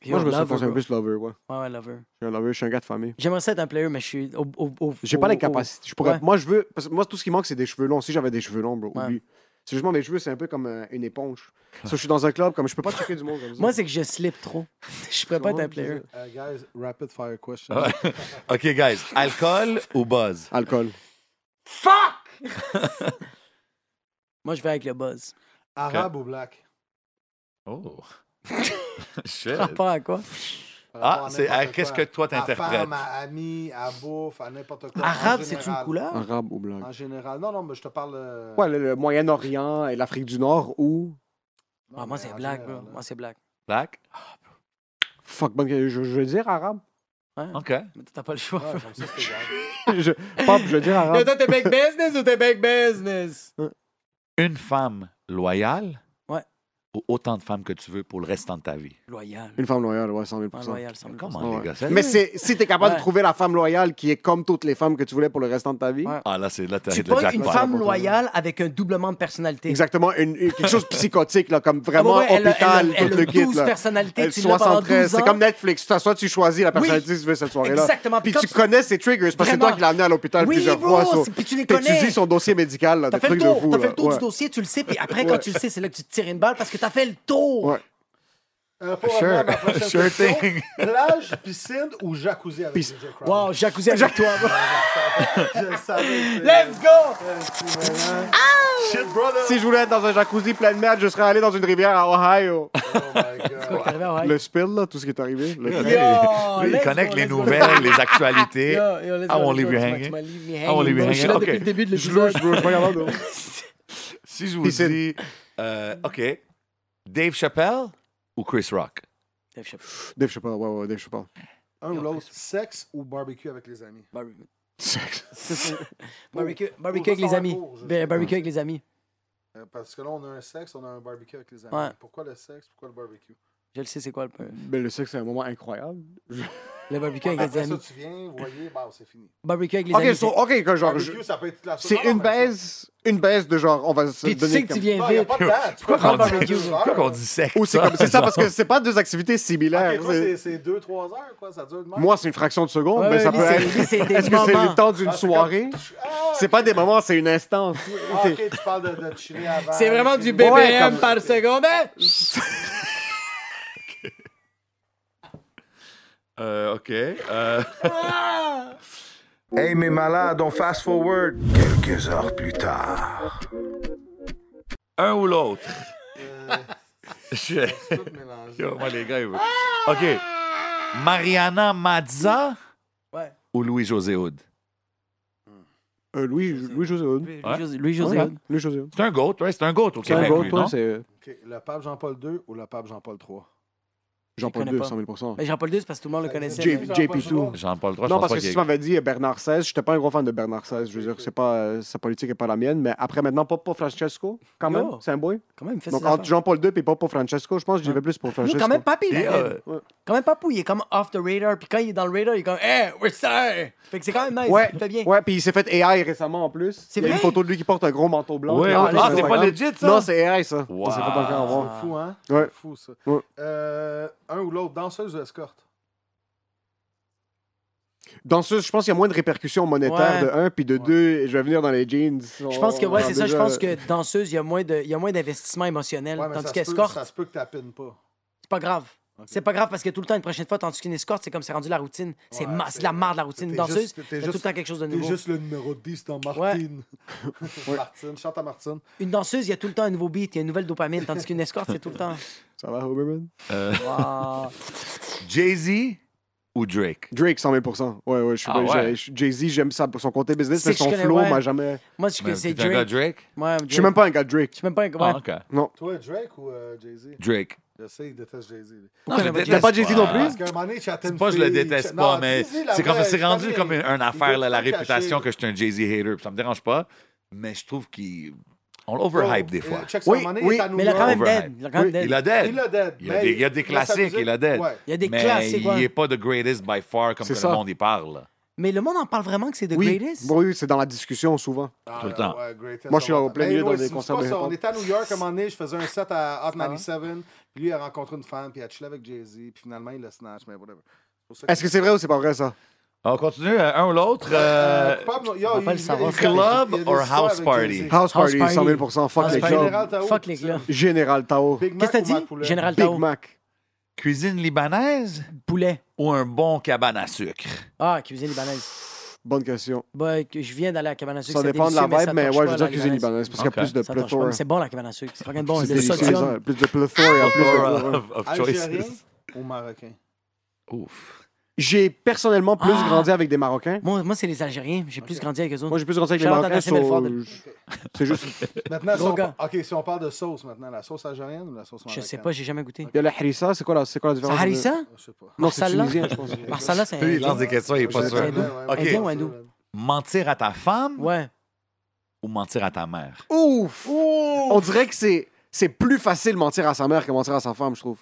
Speaker 5: Moi, je me suis
Speaker 4: Lover,
Speaker 5: foncé un
Speaker 4: bro.
Speaker 5: plus lover, ouais.
Speaker 4: Ouais, ouais, lover.
Speaker 5: Je suis un lover, je suis un gars de famille. Oh,
Speaker 4: J'aimerais ça être un player, mais je suis au... au, au
Speaker 5: J'ai
Speaker 4: au-
Speaker 5: pas
Speaker 4: au-
Speaker 5: les capacités. Je pourrais...
Speaker 4: Ouais.
Speaker 5: Moi, je veux. Parce que moi, tout ce qui manque, c'est des cheveux longs. Si j'avais des cheveux longs, bro,
Speaker 4: Ouais.
Speaker 5: oublie. C'est justement mes cheveux, c'est un peu comme euh, une éponge. Ça, je suis dans un club, comme
Speaker 4: *laughs*
Speaker 5: je peux pas checker du monde comme ça.
Speaker 4: Moi, c'est que je slip trop. *laughs* Je pourrais pas être un player.
Speaker 3: *laughs*
Speaker 2: Euh, guys, rapid fire question.
Speaker 3: Ah, OK, *laughs* guys. Alcool ou buzz?
Speaker 5: Alcool.
Speaker 4: Moi, je vais avec le
Speaker 3: *laughs*
Speaker 4: buzz.
Speaker 2: Arabe ou black?
Speaker 3: Oh. *laughs* Shit.
Speaker 4: Rapport à quoi?
Speaker 2: Par rapport
Speaker 3: Ah,
Speaker 2: à
Speaker 3: c'est à
Speaker 2: n'importe
Speaker 3: qu'est-ce que
Speaker 2: quoi.
Speaker 3: toi
Speaker 2: À
Speaker 3: t'interprètes?
Speaker 2: femme, à ami, à bouffe, à n'importe quoi. en
Speaker 4: Arabe, c'est une
Speaker 2: général.
Speaker 4: couleur?
Speaker 5: Arabe ou blague.
Speaker 2: En général. Non, non, mais je te parle. euh,
Speaker 5: Ouais, le, le Moyen-Orient et l'Afrique du Nord ou.
Speaker 2: non,
Speaker 4: Ah, moi,
Speaker 2: mais
Speaker 4: c'est
Speaker 2: en
Speaker 4: black, bro.
Speaker 2: général, là.
Speaker 4: Moi, c'est black.
Speaker 3: Black?
Speaker 5: Fuck, bonne... je, je veux dire arabe. *laughs*
Speaker 3: OK.
Speaker 4: Mais t'as pas le choix.
Speaker 2: Ouais, comme ça, c'est black.
Speaker 5: je... Pop, je veux dire
Speaker 4: Ah, *laughs* Mais
Speaker 5: arabe.
Speaker 4: toi, t'es big business ou t'es big business?
Speaker 3: Une femme loyale?
Speaker 4: Ouais.
Speaker 3: Ou autant de femmes que tu veux pour le restant de ta vie?
Speaker 4: Loyal.
Speaker 5: Une femme loyale, ouais, 100 000
Speaker 4: Ouais, loyal, ça me
Speaker 3: Comment,
Speaker 5: Ouais.
Speaker 3: les gars? ça-
Speaker 5: Mais c'est, si t'es capable
Speaker 4: Ben Ouais.
Speaker 5: de trouver la femme loyale qui est comme toutes les femmes que tu voulais pour le restant de ta vie,
Speaker 4: Ouais.
Speaker 3: Ah, là, c'est là, t'as
Speaker 4: Tu
Speaker 3: hit le
Speaker 4: pognes
Speaker 3: jackpot.
Speaker 4: une
Speaker 5: Ouais,
Speaker 4: femme
Speaker 5: ouais, ouais.
Speaker 4: loyale avec un doublement de personnalité.
Speaker 5: exactement, une, une- quelque chose de psychotique, là, comme vraiment
Speaker 4: Ah ouais, ouais, elle a-
Speaker 5: hôpital,
Speaker 4: elle a- elle
Speaker 5: tout
Speaker 4: a
Speaker 5: le kit.
Speaker 4: 12
Speaker 5: Là.
Speaker 4: personnalités,
Speaker 5: Elle
Speaker 4: tu l'as pendant 12
Speaker 5: c'est
Speaker 4: ans.
Speaker 5: comme Netflix. Tu soit tu choisis la personnalité que tu veux cette soirée-là.
Speaker 4: Exactement.
Speaker 5: Puis
Speaker 4: Quand
Speaker 5: tu
Speaker 4: tu-
Speaker 5: connais ses triggers, parce que c'est
Speaker 4: Vraiment.
Speaker 5: toi qui l'as amené à l'hôpital
Speaker 4: Oui,
Speaker 5: plusieurs
Speaker 4: bro,
Speaker 5: fois. so-
Speaker 4: c'est- puis tu les connais.
Speaker 5: T'étudies son dossier médical, là,
Speaker 4: T'as
Speaker 5: des
Speaker 4: fait le
Speaker 5: trucs de
Speaker 4: tour,
Speaker 5: fou.
Speaker 4: t'as fait
Speaker 5: là.
Speaker 4: le tour
Speaker 5: Ouais.
Speaker 4: du dossier, tu le sais, puis après, quand tu le sais, c'est là que tu te tires une balle parce que t'as fait le tour.
Speaker 5: Ouais.
Speaker 2: Euh, pour
Speaker 3: Sure.
Speaker 2: revenir à ma prochaine
Speaker 3: Sure
Speaker 2: question,
Speaker 3: thing.
Speaker 2: Plage, piscine ou jacuzzi avec
Speaker 5: Peace.
Speaker 2: DJ Crowd?
Speaker 4: Wow, jacuzzi avec toi. bro.
Speaker 2: Je savais.
Speaker 4: Let's go!
Speaker 2: Shit, brother!
Speaker 5: Si je voulais être dans un jacuzzi plein de merde, je serais allé dans une rivière à Ohio.
Speaker 2: Oh my God.
Speaker 5: Le spill, là, tout ce qui est arrivé. le-
Speaker 3: Yo,
Speaker 4: *laughs* Yo,
Speaker 3: Lui, il
Speaker 4: let's
Speaker 3: connecte
Speaker 4: go,
Speaker 3: les
Speaker 4: let's go.
Speaker 3: nouvelles, les
Speaker 4: *laughs*
Speaker 3: actualités.
Speaker 4: Yo, yo, let's
Speaker 3: I
Speaker 4: go,
Speaker 3: won't
Speaker 4: let's
Speaker 3: leave
Speaker 4: go.
Speaker 3: you
Speaker 4: Tu
Speaker 3: hanging.
Speaker 4: m'as- tu m'as leave me
Speaker 3: I won't leave you
Speaker 4: bro. Je suis là
Speaker 3: hanging.
Speaker 4: depuis
Speaker 3: Ok.
Speaker 4: le début de
Speaker 5: Je louche,
Speaker 4: l'épisode.
Speaker 5: bro, je suis pas capable, non.
Speaker 3: Si je vous
Speaker 5: Piscine.
Speaker 3: dis, euh, OK, Dave Chappelle ou Chris Rock?
Speaker 4: Dave Chappelle.
Speaker 5: Dave Chappelle, ouais, ouais, Dave Chappelle.
Speaker 2: Un ou l'autre, sexe ou barbecue avec les amis?
Speaker 4: Barbecue.
Speaker 5: Sexe.
Speaker 4: Barbecue
Speaker 2: Oh, ça,
Speaker 4: barbecue avec
Speaker 2: ça
Speaker 4: les
Speaker 2: va
Speaker 4: amis.
Speaker 2: court, je-
Speaker 4: Ben, Barbecue avec les amis.
Speaker 2: Euh, Parce que là, on a un sexe, on a un barbecue avec les amis.
Speaker 4: Ouais.
Speaker 2: Pourquoi le sexe? Pourquoi le barbecue?
Speaker 4: Je le sais, c'est quoi le
Speaker 5: Mais Ben, le sexe, c'est un moment incroyable.
Speaker 4: le barbecue avec les
Speaker 2: Après ben, ça,
Speaker 4: amis.
Speaker 2: tu viens, voyez, bah, c'est fini.
Speaker 4: Barbecue avec les
Speaker 5: Ok,
Speaker 4: amis.
Speaker 5: so- oh, ok, que genre, je-
Speaker 2: Barbecue, ça peut être la
Speaker 5: c'est une baisse, une baisse de genre, on va se
Speaker 4: Puis tu
Speaker 5: donner.
Speaker 4: sais que tu
Speaker 5: comme-
Speaker 4: viens
Speaker 2: Non, y a
Speaker 4: vite.
Speaker 2: pas de date. Tu peux
Speaker 4: Pourquoi
Speaker 2: prendre
Speaker 4: qu'on
Speaker 2: un
Speaker 4: dit-
Speaker 2: deux heures.
Speaker 3: *laughs* Pourquoi qu'on dit sexe?
Speaker 5: Ou c'est comme, c'est ça,
Speaker 3: genre?
Speaker 5: parce *laughs* que c'est pas deux activités
Speaker 2: Ok,
Speaker 5: similaires.
Speaker 2: toi,
Speaker 5: c'est-
Speaker 2: c'est- c'est 2-3 heures, quoi. Ça dure de même.
Speaker 5: Moi, c'est une fraction de seconde,
Speaker 4: Ouais,
Speaker 5: mais ça
Speaker 4: lui,
Speaker 5: peut
Speaker 4: c'est-
Speaker 5: être.
Speaker 4: lui, c'est des
Speaker 5: Est-ce que c'est
Speaker 4: moments.
Speaker 5: le temps d'une
Speaker 2: Ah, c'est
Speaker 5: soirée?
Speaker 2: Ah,
Speaker 5: C'est pas des moments, c'est une instance.
Speaker 2: ah, ok, tu parles de, de chiller avant.
Speaker 4: C'est vraiment du
Speaker 2: bébé.
Speaker 4: BBM
Speaker 5: BBM
Speaker 4: par
Speaker 5: par
Speaker 4: seconde.
Speaker 3: Euh, OK. euh,
Speaker 7: *laughs* Hey, mes malades, on fast forward. Quelques heures plus tard.
Speaker 3: un ou l'autre? *laughs* Je- *laughs* Yo, moi, les gars, ils veulent- OK. Mariana Mazza
Speaker 4: Ouais.
Speaker 3: ou Louis-José Hood?
Speaker 5: Euh, Louis, Louis José Hood.
Speaker 4: Louis José.
Speaker 5: Ouais, Louis José Hood.
Speaker 3: C'est un goat, right? C'est un goat au
Speaker 5: C'est un
Speaker 3: Québec,
Speaker 5: gros,
Speaker 3: lui,
Speaker 5: toi,
Speaker 3: non?
Speaker 5: c'est
Speaker 2: le pape Jean-Paul II ou le pape Jean-Paul III?
Speaker 5: Jean-Paul
Speaker 4: connais
Speaker 5: II,
Speaker 4: pas.
Speaker 5: 100 000
Speaker 4: Mais Ben, Jean-Paul II, c'est parce que tout le monde le connaissait.
Speaker 5: J-
Speaker 4: là.
Speaker 5: JP2.
Speaker 3: Jean-Paul III, je
Speaker 5: Non,
Speaker 3: pense
Speaker 5: parce
Speaker 3: pas
Speaker 5: que si
Speaker 3: qu'il
Speaker 5: tu m'avais dit euh, Bernard XVI, j'étais pas un gros fan de Bernard XVI. Je veux dire, c'est pas, euh, sa politique n'est pas la mienne, mais après maintenant, pas pour Francesco, quand même,
Speaker 4: Yo.
Speaker 5: c'est un boy.
Speaker 4: Quand même, il fait
Speaker 5: Donc
Speaker 4: ses
Speaker 5: entre
Speaker 4: affaires.
Speaker 5: Jean-Paul II et pas pour Francesco, je pense que j'y vais plus pour
Speaker 4: Nous,
Speaker 5: Francesco.
Speaker 4: quand même, papi, il
Speaker 3: Et,
Speaker 4: est
Speaker 3: euh,
Speaker 4: raide. Quand même, papou, il est comme off the radar. Puis quand il est dans le radar, il est comme, hey, we're sorry. Fait que c'est quand même nice.
Speaker 5: Ouais,
Speaker 4: Il fait bien.
Speaker 5: ouais, puis il s'est fait AI récemment en plus.
Speaker 4: C'est
Speaker 5: il y a
Speaker 4: vrai?
Speaker 5: une photo de lui qui porte un gros manteau blanc.
Speaker 3: Ouais,
Speaker 5: Ah,
Speaker 4: ouais, ah,
Speaker 5: sur
Speaker 4: c'est
Speaker 3: pas
Speaker 5: Instagram.
Speaker 3: legit, ça?
Speaker 5: Non, c'est AI ça.
Speaker 3: Wow.
Speaker 5: On s'est fait encore avoir.
Speaker 2: Fou, hein?
Speaker 5: Ouais.
Speaker 2: Fou, ça.
Speaker 5: Ouais.
Speaker 2: Euh, un ou l'autre, danseuse ou escorte?
Speaker 5: Dans ce, je pense qu'il y a moins de répercussions monétaires
Speaker 4: Ouais.
Speaker 5: de un, puis de deux, je vais venir dans les jeans. Ah,
Speaker 4: Je pense que, ouais, c'est ça. Je pense que danseuse, il y a moins de- il y a moins d'investissement émotionnel.
Speaker 2: Ouais, mais
Speaker 4: Tandis
Speaker 2: ça se peut-
Speaker 4: qu'escorte,
Speaker 2: Ça se peut que t'appines pas.
Speaker 4: c'est pas grave. C'est pas grave parce que tout le temps, une prochaine fois, tandis qu'une escorte, c'est comme c'est rendu la routine. C'est
Speaker 2: Ouais,
Speaker 4: ma-
Speaker 2: c'est-
Speaker 4: c'est de la marde, la routine. Une
Speaker 2: t'es
Speaker 4: danseuse,
Speaker 2: juste- t'es
Speaker 4: il y a
Speaker 2: juste-
Speaker 4: tout le temps quelque chose de
Speaker 2: T'es
Speaker 4: nouveau.
Speaker 2: juste le numéro 10 dans *laughs* Martine. Martine, chante à Martine.
Speaker 4: Une danseuse, il y a tout le temps un nouveau beat, il y a une nouvelle dopamine. Tandis qu'une escorte, c'est tout le temps.
Speaker 5: Ça va, Huberman?
Speaker 4: Wow.
Speaker 3: Jay-Z ou Drake?
Speaker 5: Drake, 100 000 Ouais, ouais, je suis
Speaker 3: Ah ouais?
Speaker 5: je- je- Jay-Z, j'aime sa- son côté business,
Speaker 4: C'est
Speaker 5: mais
Speaker 4: que je
Speaker 5: son
Speaker 4: connais,
Speaker 5: flow
Speaker 4: ouais.
Speaker 5: m'a jamais.
Speaker 4: Moi, je
Speaker 3: Mais
Speaker 4: que c'est
Speaker 3: t'es Ben, un gars
Speaker 4: Drake.
Speaker 3: Drake?
Speaker 4: Ouais, Drake.
Speaker 5: Je suis même pas un gars de
Speaker 4: Je
Speaker 5: Drake.
Speaker 4: suis même pas un. Ouais.
Speaker 3: Ah, ok.
Speaker 2: Toi, Drake ou euh, Jay-Z?
Speaker 3: Drake. Ah,
Speaker 2: Je sais, il déteste Jay-Z. lui.
Speaker 3: Non,
Speaker 4: t'aimes pas
Speaker 3: je déteste
Speaker 4: Jay-Z?
Speaker 5: T'as pas Jay-Z non plus?
Speaker 2: Parce qu'à un moment donné, il chattait une
Speaker 3: C'est pas que je le
Speaker 2: fille, il
Speaker 3: déteste
Speaker 2: chat-
Speaker 3: pas,
Speaker 2: Non,
Speaker 3: mais
Speaker 2: Jay-Z, la
Speaker 3: c'est comme
Speaker 2: vraie,
Speaker 3: c'est rendu
Speaker 2: année,
Speaker 3: comme une, une
Speaker 2: il
Speaker 3: affaire,
Speaker 2: veut
Speaker 3: là, la
Speaker 2: tout cacher.
Speaker 3: réputation que je suis un Jay-Z hater, puis ça me dérange pas, mais je trouve qu'il. On l'overhype des
Speaker 2: Euh,
Speaker 3: fois.
Speaker 2: check
Speaker 5: Oui,
Speaker 2: ça, à un moment donné,
Speaker 5: oui,
Speaker 2: il est à New
Speaker 4: Mais il a quand même
Speaker 2: York.
Speaker 3: Overhype.
Speaker 4: dead. Il a quand même
Speaker 5: Oui,
Speaker 4: dead.
Speaker 3: Il a dead.
Speaker 2: Il a dead.
Speaker 3: Il y a des, il y a des classiques, il a dead.
Speaker 2: Ouais.
Speaker 4: Il y a des
Speaker 3: mais
Speaker 4: classiques, ouais.
Speaker 3: il est pas the greatest by far comme
Speaker 5: C'est
Speaker 3: que
Speaker 5: ça.
Speaker 3: le monde y parle.
Speaker 4: Mais le monde en parle vraiment que c'est The
Speaker 5: Oui,
Speaker 4: Greatest.
Speaker 5: oui, c'est dans la discussion souvent.
Speaker 3: Ah, Tout le
Speaker 2: Ah,
Speaker 3: temps.
Speaker 5: Moi, je suis au
Speaker 2: Ben,
Speaker 5: plein milieu dans des concerts
Speaker 2: concerts
Speaker 5: de hip-hop.
Speaker 2: On était à New York un moment donné, je faisais un set à Hot 97. Lui, il a rencontré une femme, puis il a chillé avec Jay-Z, puis finalement, il le snatch, mais whatever.
Speaker 5: Est-ce que c'est vrai ou c'est pas vrai ça?
Speaker 3: On continue, euh, un ou l'autre. euh,
Speaker 4: va pas le savoir.
Speaker 3: Club or house party?
Speaker 5: House Party,
Speaker 4: Party.
Speaker 5: 100 000 fuck
Speaker 4: House
Speaker 5: les
Speaker 4: Party.
Speaker 5: clubs.
Speaker 4: Général Tao, Fuck les clubs.
Speaker 5: Général Tao.
Speaker 4: Qu'est-ce que t'as dit? Général
Speaker 5: Big
Speaker 4: Tao.
Speaker 5: Mac.
Speaker 3: cuisine libanaise
Speaker 4: Poulet.
Speaker 3: ou un bon cabane à sucre?
Speaker 4: Ah, cuisine libanaise.
Speaker 5: Bonne question.
Speaker 4: Bah, que- je viens d'aller à la cabane à sucre.
Speaker 5: Ça
Speaker 4: c'est
Speaker 5: dépend de la
Speaker 4: délicieux,
Speaker 5: vibe,
Speaker 4: ça
Speaker 5: mais
Speaker 4: torche pas,
Speaker 5: ouais, je veux dire
Speaker 4: la
Speaker 5: cuisine
Speaker 4: libanaise.
Speaker 5: libanaise parce qu'il y a
Speaker 3: Ok.
Speaker 5: plus de
Speaker 4: Ça torche pas,
Speaker 5: pléthore.
Speaker 4: mais C'est bon la cabane à sucre. C'est fucking bon.
Speaker 5: C'est
Speaker 4: Le sodium. Ah.
Speaker 5: délicieux. Plus de pléthore et en plus de.
Speaker 3: Plethora of
Speaker 2: Algérien
Speaker 3: choices.
Speaker 2: ou marocain?
Speaker 3: Ouf.
Speaker 5: J'ai personnellement plus
Speaker 4: Ah!
Speaker 5: grandi avec des Marocains.
Speaker 4: Moi, moi c'est les Algériens. J'ai plus grandi avec eux
Speaker 5: Moi,
Speaker 4: autres.
Speaker 5: j'ai plus grandi avec les
Speaker 4: Shout out à
Speaker 5: Marocains.
Speaker 4: Nassim El
Speaker 5: so-
Speaker 4: Fadel.
Speaker 5: C'est juste.
Speaker 2: Maintenant, si
Speaker 4: Gros
Speaker 2: on,
Speaker 4: gars.
Speaker 2: OK, si on parle de sauce maintenant, la sauce algérienne ou la sauce
Speaker 4: Je
Speaker 2: marocaine?
Speaker 4: sais pas, j'ai jamais goûté.
Speaker 5: Il y a le harissa, c'est quoi la, c'est quoi la différence?
Speaker 4: C'est harissa?
Speaker 2: Je sais pas.
Speaker 5: Non, c'est
Speaker 4: Marsala?
Speaker 5: tunisien, je pense.
Speaker 4: Marsala, c'est
Speaker 3: Lui, il
Speaker 4: indien.
Speaker 3: lance des questions, il est pas
Speaker 4: Ouais,
Speaker 3: sûr.
Speaker 4: ouais, ouais. Indien ou hindou?
Speaker 3: Mentir à ta femme
Speaker 4: Ouais.
Speaker 3: ou mentir à ta mère?
Speaker 5: Ouf! On dirait que c'est, c'est plus facile mentir à sa mère que mentir à sa femme, je trouve.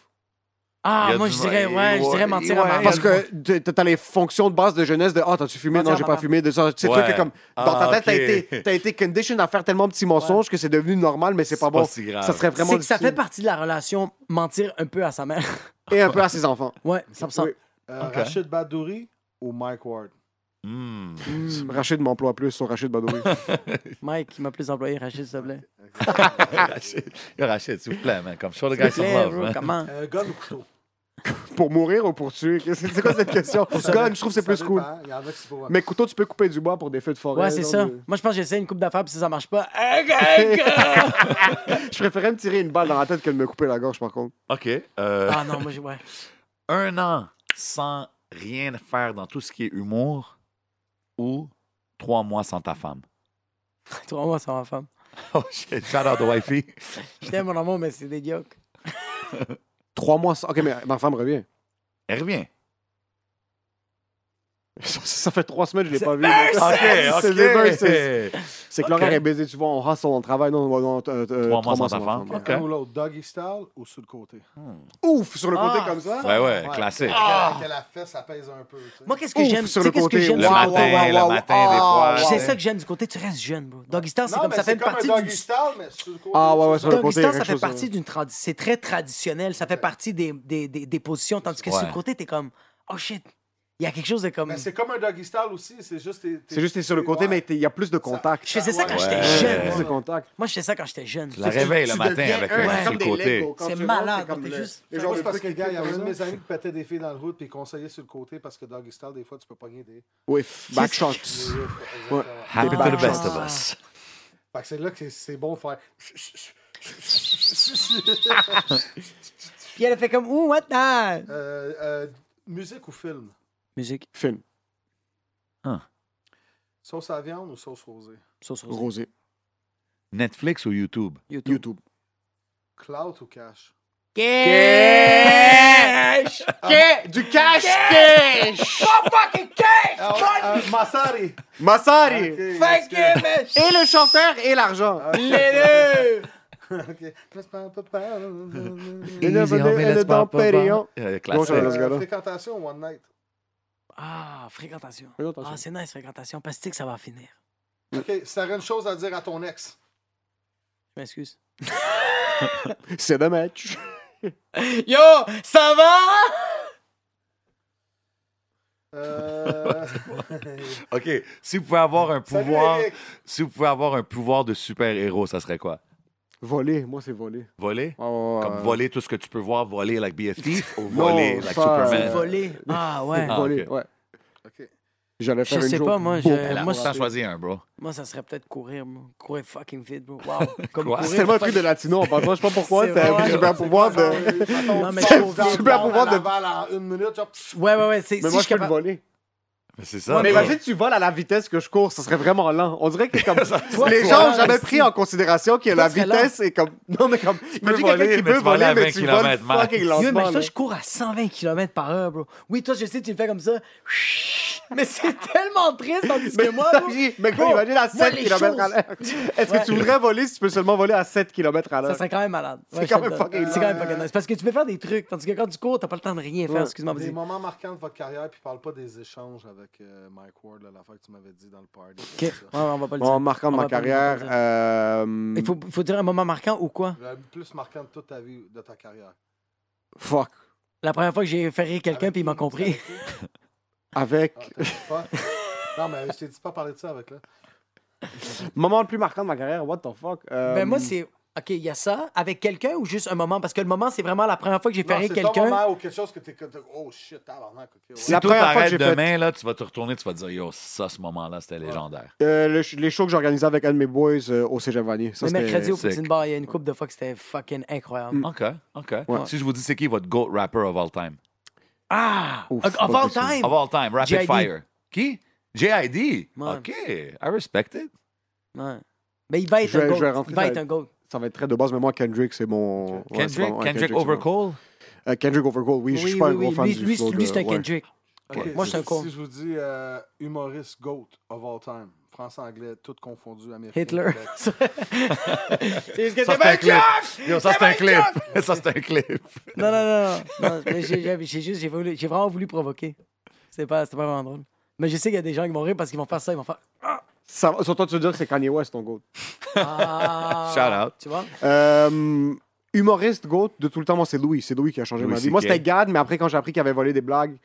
Speaker 3: Il y
Speaker 4: Ah,
Speaker 3: a
Speaker 4: moi,
Speaker 3: du-
Speaker 4: je dirais,
Speaker 3: ouais,
Speaker 4: ouais, je dirais mentir
Speaker 3: ouais,
Speaker 4: à ma
Speaker 3: ouais.
Speaker 5: Ah, Parce que t'es- t'as les fonctions de base de jeunesse de Ah, t'as-tu fumé?
Speaker 4: Mentir
Speaker 5: Non,
Speaker 4: à
Speaker 5: j'ai
Speaker 4: papa.
Speaker 5: pas fumé. De ça, c'est
Speaker 3: Ouais.
Speaker 5: trucs que comme. Dans ta
Speaker 3: Ah,
Speaker 5: tête, t'as
Speaker 3: ok.
Speaker 5: été, t'as été conditioned à faire tellement de petits mensonges que c'est devenu normal, mais c'est pas bon.
Speaker 3: si grave.
Speaker 5: Ça serait vraiment.
Speaker 4: C'est que ça fait
Speaker 5: difficile.
Speaker 4: partie de la relation mentir un peu à sa mère. *laughs*
Speaker 5: Et un peu à ses enfants.
Speaker 4: Ouais, 100%.
Speaker 5: Oui.
Speaker 2: Euh,
Speaker 3: Ok.
Speaker 2: Rachid Badouri ou Mike Ward?
Speaker 3: Hmm.
Speaker 4: Mm.
Speaker 5: Rachid m'emploie plus sur Rachid Badouri. *laughs*
Speaker 4: Mike, il m'a plus employé, Rachid, s'il te plaît.
Speaker 3: *laughs* Rachid, Yo, Rachid, s'il vous plaît, man. Comme show the guys
Speaker 4: S'il
Speaker 3: some
Speaker 4: te plaît,
Speaker 3: love.
Speaker 4: bro,
Speaker 3: man.
Speaker 4: comment?
Speaker 2: *laughs* Euh, gun ou couteau?
Speaker 5: pour mourir ou pour tuer? Qu'est-ce- C'est quoi cette question?
Speaker 2: Ça
Speaker 5: Gun,
Speaker 2: dé-
Speaker 5: je trouve que c'est
Speaker 2: ça
Speaker 5: plus cool.
Speaker 2: dépend. Il y en a qui c'est pas-
Speaker 5: Mais couteau, tu peux couper du bois pour des feux de forêt.
Speaker 4: Ouais, c'est
Speaker 5: genre,
Speaker 4: ça.
Speaker 5: mais-
Speaker 4: Moi, je pense que j'essaie une coupe d'affaires, puis si ça marche pas. hey, hey, gars!
Speaker 5: Je préférais me tirer une balle dans la tête que de me couper la gorge, par contre.
Speaker 3: OK. euh,
Speaker 4: ah non, moi, j'ai- ouais.
Speaker 3: Un an sans rien faire dans tout ce qui est humour ou trois mois sans ta femme?
Speaker 4: Trois mois sans ma femme.
Speaker 3: *laughs* Oh shit, shout out to wifey.
Speaker 4: Je t'aime, mon amour, mais c'est des jokes.
Speaker 5: Trois mois sans. Ok, mais ma femme revient. *laughs*
Speaker 3: Elle revient.
Speaker 5: Ça, ça fait trois semaines que je l'ai
Speaker 4: C'est
Speaker 5: pas vu. mais-
Speaker 3: *laughs* OK,
Speaker 5: C'est
Speaker 3: OK.
Speaker 5: des versus. C'est que
Speaker 3: Ok.
Speaker 5: l'horaire est baisé, tu vois, on hustle, on travaille. Non, non, non, euh, euh,
Speaker 3: Trois mois sans ta
Speaker 5: ma
Speaker 3: femme.
Speaker 5: femme.
Speaker 3: Ok.
Speaker 2: Un ou l'autre, doggy style ou sur le côté?
Speaker 5: Ouf, sur le côté
Speaker 4: Ah,
Speaker 5: comme ça.
Speaker 3: Hmm. Ouais, ouais, classique.
Speaker 2: Que la fesse, ça pèse un peu. tu sais.
Speaker 4: Moi, qu'est-ce que
Speaker 5: Ouf,
Speaker 4: j'aime? Tu
Speaker 5: sur le
Speaker 4: sais, qu'est-ce que
Speaker 5: côté.
Speaker 4: j'aime?
Speaker 3: Le
Speaker 4: du
Speaker 3: matin,
Speaker 4: côté?
Speaker 3: le matin, des fois.
Speaker 4: C'est
Speaker 3: ouais.
Speaker 4: ça que j'aime du côté, tu restes jeune, bro. Doggy Star, c'est
Speaker 2: Non,
Speaker 4: comme
Speaker 2: mais
Speaker 4: ça fait une
Speaker 2: comme un
Speaker 4: partie
Speaker 2: doggy
Speaker 4: du
Speaker 2: style, mais sur le côté.
Speaker 5: Ah, ouais, ouais, sur le
Speaker 4: Doggy
Speaker 5: côté,
Speaker 4: style,
Speaker 5: quelque
Speaker 4: ça fait
Speaker 5: chose, euh,
Speaker 4: partie d'une tradition. C'est très traditionnel. Ça fait partie des, des, des, des positions. Tandis que sur le
Speaker 3: Ouais.
Speaker 4: côté, t'es comme, oh shit, il y a quelque chose de comme.
Speaker 2: Mais c'est comme un doggy style aussi, c'est juste. t'es-
Speaker 5: Hmm. C'est juste, t'es sur le côté,
Speaker 2: ouais.
Speaker 5: mais t'es- il y a plus de contact.
Speaker 4: Je faisais ça quand
Speaker 2: Ouais.
Speaker 4: j'étais
Speaker 5: Plus
Speaker 4: jeune.
Speaker 5: de
Speaker 4: moi.
Speaker 5: contact.
Speaker 4: Moi, je faisais ça quand j'étais jeune.
Speaker 3: Tu la réveilles le matin avec
Speaker 5: un,
Speaker 3: un sur
Speaker 5: c'est
Speaker 3: le
Speaker 5: comme des
Speaker 3: côté.
Speaker 5: Legos. Quand
Speaker 4: C'est
Speaker 5: tu
Speaker 4: malade,
Speaker 5: rentres, c'est
Speaker 4: t'es
Speaker 5: comme le-
Speaker 4: juste-
Speaker 5: les
Speaker 2: Moi,
Speaker 5: genres
Speaker 2: c'est
Speaker 5: de
Speaker 2: parce que,
Speaker 5: petits
Speaker 2: gars, il y avait un de
Speaker 5: trucs.
Speaker 2: mes amis qui pétait des filles dans le route, puis il conseillait sur le côté parce que doggy style, des fois, tu peux pogner des.
Speaker 5: Oui, backshots.
Speaker 2: des- Exactement.
Speaker 5: Ouais.
Speaker 3: Happy to the
Speaker 4: Ah.
Speaker 3: best of us.
Speaker 2: Fait que c'est là que c'est- c'est bon de faire.
Speaker 4: Puis elle a fait comme, ouh, what the?
Speaker 2: Euh, euh, musique ou film?
Speaker 4: Musique,
Speaker 5: Film,
Speaker 2: Sauce à la viande ou sauce rosée?
Speaker 4: sauce rosée,
Speaker 5: rosé,
Speaker 3: Netflix ou YouTube?
Speaker 4: YouTube.
Speaker 5: YouTube.
Speaker 2: Clout ou cash?
Speaker 4: Cash!
Speaker 5: Du cash cash!
Speaker 2: Ah, ouais, euh, Massari!
Speaker 5: Massari!
Speaker 4: Fuck yeah, man!
Speaker 5: Et le chanteur et l'argent.
Speaker 4: Les deux!
Speaker 2: Ah, *laughs* Ok. Euh,
Speaker 5: Et le
Speaker 3: oh,
Speaker 5: volet, et le Damperion.
Speaker 3: Euh,
Speaker 5: Non, ça, là,
Speaker 3: Classique.
Speaker 5: ce gars-là.
Speaker 2: Fréquentation ou one night?
Speaker 4: Ah, fréquentation.
Speaker 5: Fréquentation.
Speaker 4: Ah, c'est nice, fréquentation, parce que tu sais que ça va finir.
Speaker 2: Ok, si t'aurais une chose à dire à ton ex.
Speaker 4: Je m'excuse.
Speaker 5: C'est de match.
Speaker 4: *laughs* Yo, ça va? *laughs*
Speaker 2: Euh...
Speaker 3: OK, si vous pouvez avoir un
Speaker 2: Salut,
Speaker 3: pouvoir,
Speaker 2: Eric.
Speaker 3: si vous pouvez avoir un pouvoir de super-héros, ça serait quoi?
Speaker 5: Voler, moi c'est voler.
Speaker 3: Voler?
Speaker 5: Oh,
Speaker 3: Comme
Speaker 5: euh,
Speaker 3: voler tout ce que tu peux voir, voler like BFT ou
Speaker 5: Non,
Speaker 3: voler like
Speaker 5: ça,
Speaker 3: Superman.
Speaker 5: Euh,
Speaker 4: Voler. Ah, ouais.
Speaker 3: Ah,
Speaker 5: Voler,
Speaker 3: ok.
Speaker 5: ouais.
Speaker 2: Ok.
Speaker 5: J'allais
Speaker 4: Je
Speaker 5: faire une
Speaker 4: sais
Speaker 5: joke
Speaker 4: pas, moi,
Speaker 5: beaucoup.
Speaker 4: je-
Speaker 3: Là,
Speaker 4: moi,
Speaker 3: moi,
Speaker 4: ça-
Speaker 3: t'en choisis un, bro.
Speaker 4: Moi, ça serait peut-être courir, moi. Courir fucking vite, bro. Wow.
Speaker 5: *laughs*
Speaker 4: Comme
Speaker 3: Quoi?
Speaker 5: C'est tellement le truc de latino en passant, je sais pas pourquoi,
Speaker 4: C'est
Speaker 5: c'est
Speaker 4: vrai,
Speaker 5: un super pouvoir de...
Speaker 4: Non, mais
Speaker 5: C'est
Speaker 4: je trouve-
Speaker 5: Ah, ben. super pouvoir de-
Speaker 2: Laval en une minute, genre, pff,
Speaker 4: Ouais, ouais, ouais. c'est-
Speaker 5: Mais
Speaker 4: si
Speaker 5: moi,
Speaker 4: je
Speaker 5: je peux le
Speaker 4: capa-
Speaker 5: voler.
Speaker 3: Mais c'est ça.
Speaker 5: Mais
Speaker 3: bro.
Speaker 5: imagine, tu voles à la vitesse que je cours, ça serait vraiment lent. On dirait que *laughs* comme...
Speaker 4: Toi,
Speaker 5: les
Speaker 4: tu
Speaker 5: gens
Speaker 4: voles,
Speaker 5: n'ont jamais
Speaker 4: si.
Speaker 5: pris en considération que la
Speaker 4: ce serait
Speaker 5: vitesse est comme... *laughs* Non, mais comme... Imagine
Speaker 3: voler,
Speaker 5: quelqu'un qui
Speaker 3: mais
Speaker 5: peut
Speaker 3: tu vas aller à
Speaker 5: voler,
Speaker 3: 20
Speaker 5: mais tu voles
Speaker 3: kilomètres max.
Speaker 5: fucking
Speaker 4: Yo, mais
Speaker 5: *laughs* lentement.
Speaker 4: toi,
Speaker 5: là.
Speaker 4: je cours à 120 km par heure, bro. Oui, toi, je sais, tu le fais comme ça. Mais c'est *laughs* tellement triste, tandis que
Speaker 5: Mais
Speaker 4: moi,
Speaker 5: moi,
Speaker 4: bro,
Speaker 5: mais
Speaker 4: bro,
Speaker 5: imagine à
Speaker 4: moi,
Speaker 5: 7
Speaker 4: les
Speaker 5: km à
Speaker 4: choses-
Speaker 5: l'heure. *laughs* Est-ce
Speaker 4: Ouais.
Speaker 5: que tu voudrais voler si tu peux seulement voler à 7 km à
Speaker 4: Ça
Speaker 5: l'heure?
Speaker 4: serait quand même malade.
Speaker 5: C'est
Speaker 4: Ouais, je
Speaker 5: quand
Speaker 4: te
Speaker 5: même
Speaker 4: le
Speaker 5: fucking
Speaker 4: donne. C'est quand même fucking nice. Parce que tu peux faire des trucs, tandis que quand tu cours, t'as pas le temps de rien faire.
Speaker 5: Ouais.
Speaker 4: Excuse-moi,
Speaker 2: Des
Speaker 4: vas-y.
Speaker 2: moments marquants de votre carrière, puis parle pas des échanges avec euh, Mike Ward, là, l'affaire que tu m'avais dit dans le party.
Speaker 4: Ok. Ouais, on va pas le dire.
Speaker 5: Bon, en marquant
Speaker 4: On
Speaker 5: ma
Speaker 4: va pas le dire, on va
Speaker 5: carrière,
Speaker 4: pas le dire.
Speaker 5: euh...
Speaker 4: Il faut, faut dire un moment marquant ou quoi?
Speaker 2: Le plus marquant de toute ta vie, de ta carrière.
Speaker 5: Fuck.
Speaker 4: La première fois que j'ai fait rire quelqu'un
Speaker 2: Avec
Speaker 4: puis il m'a
Speaker 2: qui?
Speaker 4: compris.
Speaker 2: Avec qui?
Speaker 5: Avec...
Speaker 2: Ah, t'as dit fuck. Non, mais je t'ai dit pas parler de ça avec là.
Speaker 5: Moment le plus marquant de ma carrière, what the fuck? euh,
Speaker 4: Ben moi c'est OK, il y a ça avec quelqu'un ou juste un moment parce que le moment c'est vraiment la première fois que j'ai fait
Speaker 2: Non,
Speaker 4: rire
Speaker 2: c'est ton
Speaker 4: quelqu'un.
Speaker 2: moment ou quelque chose que t'es comme oh shit tabarnak ok ouais.
Speaker 3: Si
Speaker 5: La
Speaker 3: toi,
Speaker 5: première fois que
Speaker 3: t'arrêtes
Speaker 5: j'ai fait-
Speaker 3: demain, là, tu vas te retourner, tu vas te dire, yo, ça, ce moment-là, c'était légendaire.
Speaker 5: Euh, le ch- les shows que j'organisais avec un de mes boys euh, au Cégep Vanier. Ça,
Speaker 4: Le
Speaker 5: c'était-
Speaker 4: mercredi au
Speaker 3: sick.
Speaker 4: Poutine Bar, il y a une couple de fois que c'était fucking incroyable.
Speaker 3: OK, OK.
Speaker 5: Ouais.
Speaker 3: Si je vous dis c'est qui votre GOAT rapper of all time?
Speaker 4: Ah,
Speaker 5: Ouf,
Speaker 4: of
Speaker 5: pas
Speaker 4: all
Speaker 5: possible.
Speaker 4: time.
Speaker 3: Of all time, Rapid
Speaker 4: J.I.D..
Speaker 3: Fire. Qui? J.I.D.
Speaker 4: Ouais.
Speaker 3: OK, I respect it.
Speaker 4: Ouais. Mais il va être
Speaker 5: Je vais-
Speaker 4: un
Speaker 5: je vais
Speaker 4: goat.
Speaker 5: rentrer
Speaker 4: Il va
Speaker 5: dans-
Speaker 4: être un goat.
Speaker 5: Ça va être très de base, mais moi, Kendrick, c'est mon. ouais, c'est
Speaker 3: Kendrick,
Speaker 5: vraiment- ouais,
Speaker 3: Kendrick
Speaker 5: c'est
Speaker 3: over
Speaker 5: mon-
Speaker 3: Cole?
Speaker 5: Euh, Kendrick Overgold, oui, je suis pas un gros fan
Speaker 4: Lui,
Speaker 5: du
Speaker 4: lui,
Speaker 5: flow
Speaker 4: lui,
Speaker 5: de-
Speaker 4: c'est un
Speaker 3: *laughs*
Speaker 5: ouais.
Speaker 4: Kendrick.
Speaker 2: Ok,
Speaker 4: Moi, je suis
Speaker 2: si-
Speaker 4: un con.
Speaker 2: Si je vous dis euh, humoriste GOAT of all time, français, anglais, tout confondu, américain.
Speaker 4: Hitler. *laughs* c'est
Speaker 2: Québec.
Speaker 4: juste que
Speaker 3: Ça,
Speaker 4: c'est
Speaker 3: c'est un
Speaker 4: bien
Speaker 3: clip.
Speaker 4: clair.
Speaker 3: Yo, ça, c'est un clip. Ça, c'est un clip.
Speaker 4: Non, non, non. non. non mais j'ai- j'ai j'ai juste, j'ai voulu- j'ai vraiment voulu provoquer. C'est pas, c'est pas vraiment drôle. Mais je sais qu'il y a des gens qui vont rire parce qu'ils vont faire ça, ils vont faire.
Speaker 5: Ça, sur toi, tu veux dire que c'est Kanye West, ton goat.
Speaker 4: Ah.
Speaker 3: *laughs* Shout out.
Speaker 4: Tu vois?
Speaker 5: Euh, humoriste goat de tout le temps, moi, c'est Louis. C'est Louis qui a changé
Speaker 3: Louis
Speaker 5: ma vie. Moi,
Speaker 3: CK.
Speaker 5: c'était Gad, mais après, quand j'ai appris qu'il avait volé des blagues,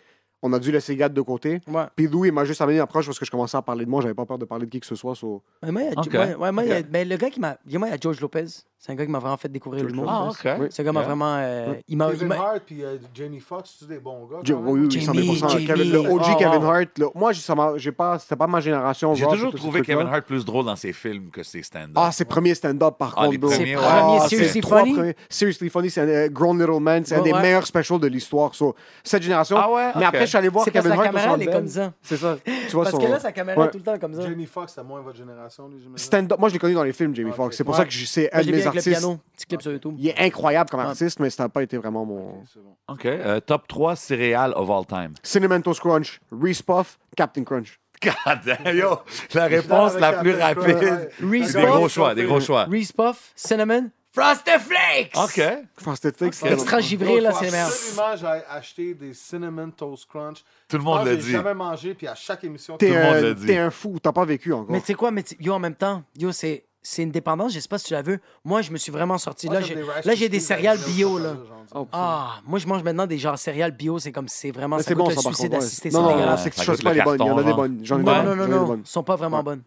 Speaker 5: on a dû laisser Gad de côté.
Speaker 4: Ouais.
Speaker 5: Puis Louis, il m'a juste amené une approche parce que je commençais à parler de moi. J'avais pas peur de parler de qui que ce soit. so-
Speaker 4: Ouais, moi, il y a-
Speaker 3: Ok.
Speaker 4: ouais, ouais, moi, il y a- ben, le gars qui m'a. il y a- Moi, il y a George Lopez. C'est un gars qui m'a vraiment fait découvrir
Speaker 5: George
Speaker 4: l'humour.
Speaker 5: Lopez.
Speaker 3: Ah, OK.
Speaker 5: Oui.
Speaker 4: Ce gars m'a
Speaker 3: Yeah.
Speaker 4: vraiment. euh, il m'a. il
Speaker 2: Kevin
Speaker 4: m'a-
Speaker 2: Hart puis euh, Jamie Foxx, c'est des bons gars.
Speaker 5: Je-
Speaker 2: quand même?
Speaker 5: oui, oui, oui,
Speaker 4: Jamie,
Speaker 5: 100%.
Speaker 4: Jamie.
Speaker 5: Kevin- le OG
Speaker 4: Oh,
Speaker 5: Kevin
Speaker 4: wow.
Speaker 5: Hart. là. moi, j'ai- ça m'a- j'ai pas, c'était pas ma génération.
Speaker 3: J'ai
Speaker 5: Rock et
Speaker 3: toujours
Speaker 5: tous ces
Speaker 3: trouvé
Speaker 5: trucs-là.
Speaker 3: Kevin Hart plus drôle dans ses films que ses stand-up.
Speaker 5: Ah, ses premiers stand-up, par
Speaker 3: Ah, les
Speaker 5: contre, bro.
Speaker 3: premiers,
Speaker 4: Ses
Speaker 3: ouais.
Speaker 4: premiers,
Speaker 5: Ah,
Speaker 4: Seriously
Speaker 5: ses trois
Speaker 4: Funny?
Speaker 5: premiers- Seriously Funny, c'est un euh, Grown Little Man, c'est un
Speaker 4: Ouais,
Speaker 5: des
Speaker 4: ouais.
Speaker 5: meilleurs specials de l'histoire. so, cette génération.
Speaker 3: Ah ouais,
Speaker 5: Mais
Speaker 3: ok.
Speaker 5: après, je suis allé voir
Speaker 4: C'est parce
Speaker 5: Kevin
Speaker 4: que la
Speaker 5: Hart au
Speaker 4: caméra,
Speaker 5: Centre
Speaker 4: elle est
Speaker 5: Bell.
Speaker 4: comme ça.
Speaker 5: C'est ça. Tu vois
Speaker 4: Parce
Speaker 5: son...
Speaker 4: que là, sa caméra est
Speaker 5: Ouais.
Speaker 4: tout le temps comme ça.
Speaker 2: Jamie Foxx, c'est moins votre génération, lui, j'imagine.
Speaker 5: Stand-up. Moi, je l'ai connu dans les films, Jamie
Speaker 2: Ok.
Speaker 5: Foxx. C'est pour
Speaker 4: Ouais.
Speaker 5: ça que je- c'est un
Speaker 4: Moi, j'ai
Speaker 5: de
Speaker 4: vu
Speaker 5: mes
Speaker 4: avec le
Speaker 5: artistes.
Speaker 4: piano. Petit clip sur YouTube.
Speaker 5: Il est incroyable comme
Speaker 4: Ouais.
Speaker 5: artiste, mais ça n'a pas été vraiment
Speaker 2: Ok,
Speaker 5: mon.
Speaker 2: c'est bon.
Speaker 3: OK. euh, top 3 céréales of all time. *laughs*
Speaker 5: Cinnamon Toast Crunch, Reese Puff, Captain Crunch.
Speaker 3: God damn, yo, la réponse la plus rapide.
Speaker 4: Reese
Speaker 3: C'est des gros
Speaker 4: Puff.
Speaker 3: choix, des gros choix.
Speaker 4: Reese Puff, Cinnamon, Frosted Flakes!
Speaker 3: OK.
Speaker 5: Frosted
Speaker 3: Ok.
Speaker 5: Flakes. c'était-
Speaker 4: Extra givré, là,
Speaker 2: Faut
Speaker 4: c'est le meilleur.
Speaker 2: Absolument, j'ai acheté des Cinnamon Toast Crunch.
Speaker 3: Tout le monde
Speaker 2: Ah,
Speaker 3: l'a
Speaker 2: j'ai
Speaker 3: dit.
Speaker 2: jamais mangé, puis à chaque émission,
Speaker 5: T'es
Speaker 3: le monde l'a
Speaker 5: un,
Speaker 3: dit.
Speaker 5: t'es un fou, t'as pas vécu encore.
Speaker 4: Mais tu sais quoi, mais tu- yo, en même temps, yo, c'est. C'est une dépendance, je sais pas si tu la veux. Moi, je me suis vraiment sorti. Là, j'ai là, j'ai des céréales bio, là.
Speaker 5: Oh,
Speaker 4: Ah, moi, je mange maintenant des genres céréales bio. C'est comme, c'est vraiment,
Speaker 5: Mais
Speaker 4: ça
Speaker 5: c'est
Speaker 4: goûte
Speaker 5: bon,
Speaker 4: le
Speaker 5: ça, par
Speaker 4: suicide
Speaker 5: contre.
Speaker 4: assisté.
Speaker 5: ouais.
Speaker 4: c'est
Speaker 5: Non, non,
Speaker 4: dégueulasse.
Speaker 5: non, c'est que
Speaker 3: Ça
Speaker 5: je choisis
Speaker 3: goûte
Speaker 5: pas
Speaker 3: le
Speaker 5: les bonnes. Il y en a
Speaker 3: carton,
Speaker 5: des
Speaker 3: genre.
Speaker 5: bonnes. J'en ai des
Speaker 4: Non,
Speaker 5: bonnes.
Speaker 4: non, non,
Speaker 5: J'en ai des
Speaker 4: non.
Speaker 5: bonnes.
Speaker 4: Ils sont pas vraiment bonnes.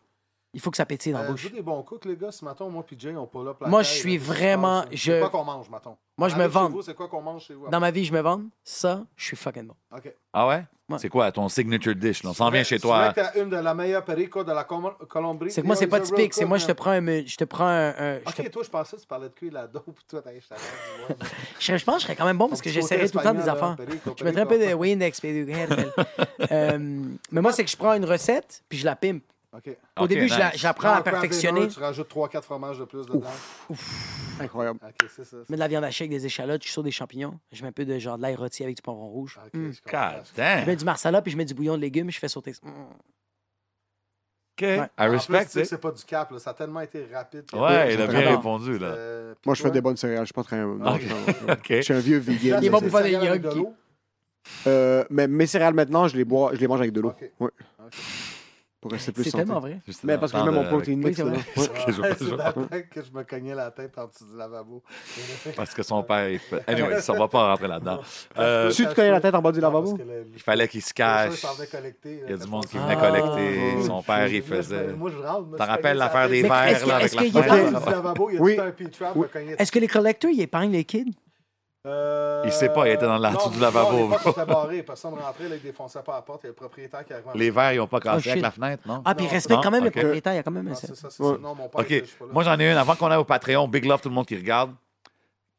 Speaker 4: Il faut que ça pétille dans la
Speaker 2: Euh,
Speaker 4: bouche.
Speaker 2: Vous des bons cooks, les gars, ce matin, moi puis Jay, on pull up la
Speaker 4: Moi,
Speaker 2: taille,
Speaker 4: je suis
Speaker 2: là, qu'est-ce qui se
Speaker 4: vraiment-
Speaker 2: passe, là?
Speaker 4: je-
Speaker 2: C'est quoi qu'on mange, mettons?
Speaker 4: Moi, je me
Speaker 2: Allez chez
Speaker 4: vends.
Speaker 2: vous, C'est quoi qu'on mange chez vous?
Speaker 4: Dans ma vie, je me vends. Ça, je suis fucking bon.
Speaker 2: OK.
Speaker 3: Ah ouais?
Speaker 4: Ouais.
Speaker 3: C'est quoi ton signature dish? là? On s'en vient chez
Speaker 2: Tu
Speaker 3: toi.
Speaker 2: vois
Speaker 3: hein.
Speaker 2: que t'as une de la meilleure perico de la Com- Colombie.
Speaker 4: C'est que moi, c'est pas typique. C'est moi, je te prends un. mu- Je te prends un. un- je, te-
Speaker 2: Ok, toi, je pensais que tu parlais de cuir là-dedans, puis toi, t'as acheté la
Speaker 4: *laughs*
Speaker 2: dent, tu
Speaker 4: je- je pense que je serais quand même bon parce
Speaker 2: Ton
Speaker 4: que
Speaker 2: petit
Speaker 4: j'essaierais
Speaker 2: côté
Speaker 4: tout le temps des
Speaker 2: espagnol, là,
Speaker 4: affaires.
Speaker 2: perico,
Speaker 4: Je mettrais un peu
Speaker 2: perico.
Speaker 4: de oui, index, perico,
Speaker 3: *laughs*
Speaker 4: hell, hell. Euh, Mais moi, c'est que je prends une recette puis je la pimpe.
Speaker 2: vois. OK.
Speaker 4: Au
Speaker 3: Ok,
Speaker 4: début, je la-
Speaker 3: nice.
Speaker 4: j'apprends
Speaker 2: Prends
Speaker 4: à
Speaker 2: un peu
Speaker 4: perfectionner.
Speaker 2: Avener, Ah, Tu rajoutes 3-4 fromages de plus dedans.
Speaker 5: Incroyable.
Speaker 2: OK, c'est ça.
Speaker 4: Je mets de la viande hachée avec des échalotes, je saute des champignons. Je mets un peu de genre de l'ail rôti avec du poivron rouge.
Speaker 2: OK, je comprends.
Speaker 3: God
Speaker 4: Je mets
Speaker 3: damn.
Speaker 4: du marsala puis je mets du bouillon de légumes, je fais sauter. ça. Mm.
Speaker 3: OK. I
Speaker 2: En plus, tu
Speaker 3: respect
Speaker 2: sais que
Speaker 3: it.
Speaker 2: c'est pas du cap, là. ça a tellement été rapide. que-
Speaker 3: Ouais, il a bien
Speaker 4: J'adore.
Speaker 3: répondu, là.
Speaker 2: Euh, puis
Speaker 5: Moi, je fais
Speaker 2: toi,
Speaker 5: des bonnes céréales. Je suis pas très.
Speaker 4: *laughs*
Speaker 5: non, je-
Speaker 3: OK.
Speaker 5: Je suis un vieux vegan.
Speaker 2: Jess,
Speaker 4: Il est bon
Speaker 2: c'est
Speaker 4: pour faire des
Speaker 2: céréales avec
Speaker 4: gnocchis.
Speaker 2: de l'eau?
Speaker 5: Euh, mais mes céréales maintenant, je les bois, je les mange avec de l'eau.
Speaker 2: Ok.
Speaker 5: Ouais.
Speaker 2: Ok.
Speaker 5: Pour rester plus
Speaker 4: C'est
Speaker 5: santé.
Speaker 4: tellement vrai.
Speaker 3: Juste
Speaker 5: Mais parce que je mets
Speaker 3: d'entendre
Speaker 5: mon protein
Speaker 4: Oui,
Speaker 5: mix
Speaker 4: c'est vrai.
Speaker 5: dedans.
Speaker 3: avec-
Speaker 2: Ah,
Speaker 3: *laughs* Ok, je vois, je
Speaker 2: c'est
Speaker 3: vois.
Speaker 2: la *laughs* tête que je me cognais la tête en dessous du lavabo.
Speaker 3: Parce que son père, il fait... Anyway, ça va pas rentrer
Speaker 5: *laughs*
Speaker 3: là-dedans. Euh,
Speaker 5: Tu te cognes la tête en bas du lavabo?
Speaker 3: il fallait qu'il se cache. Il y a du monde qui venait collecter.
Speaker 4: Ah.
Speaker 3: Son père, il faisait...
Speaker 2: Moi, je rentre. me
Speaker 3: T'en
Speaker 2: suis
Speaker 3: rappelles
Speaker 2: cogné la
Speaker 3: l'affaire
Speaker 2: tête.
Speaker 3: des
Speaker 4: Mais
Speaker 3: verres,
Speaker 4: est-ce que-
Speaker 3: là, avec
Speaker 4: est-ce
Speaker 3: la
Speaker 4: qu'il y a-
Speaker 2: Dans le
Speaker 3: fenêtre?
Speaker 2: lavabo, il y a
Speaker 5: Oui.
Speaker 2: tout un P-trap.
Speaker 5: Oui.
Speaker 2: cogné-
Speaker 4: Est-ce que les collecteurs, ils épargnent les kids?
Speaker 2: Euh,
Speaker 3: Il sait pas, il était dans la-
Speaker 2: non,
Speaker 3: du lavabo.
Speaker 2: Non, à l'époque, c'était barré. Personne rentrait, là, il défonçait pas la porte. Il y a le propriétaire qui arrivait. en-
Speaker 3: Les verres, ils n'ont pas
Speaker 4: Oh,
Speaker 3: cassé
Speaker 4: shit.
Speaker 3: avec la fenêtre, non?
Speaker 4: Ah, puis il
Speaker 2: Non.
Speaker 4: respecte quand même
Speaker 3: Non,
Speaker 4: le
Speaker 3: ok.
Speaker 4: propriétaire. Il y a quand même un
Speaker 2: Non,
Speaker 4: ça.
Speaker 2: c'est ça, c'est
Speaker 5: Ouais.
Speaker 2: ça. Non, mon père,
Speaker 3: OK.
Speaker 2: était- je suis pas là.
Speaker 3: Moi, j'en ai une. Avant qu'on aille au Patreon, big love tout le monde qui regarde.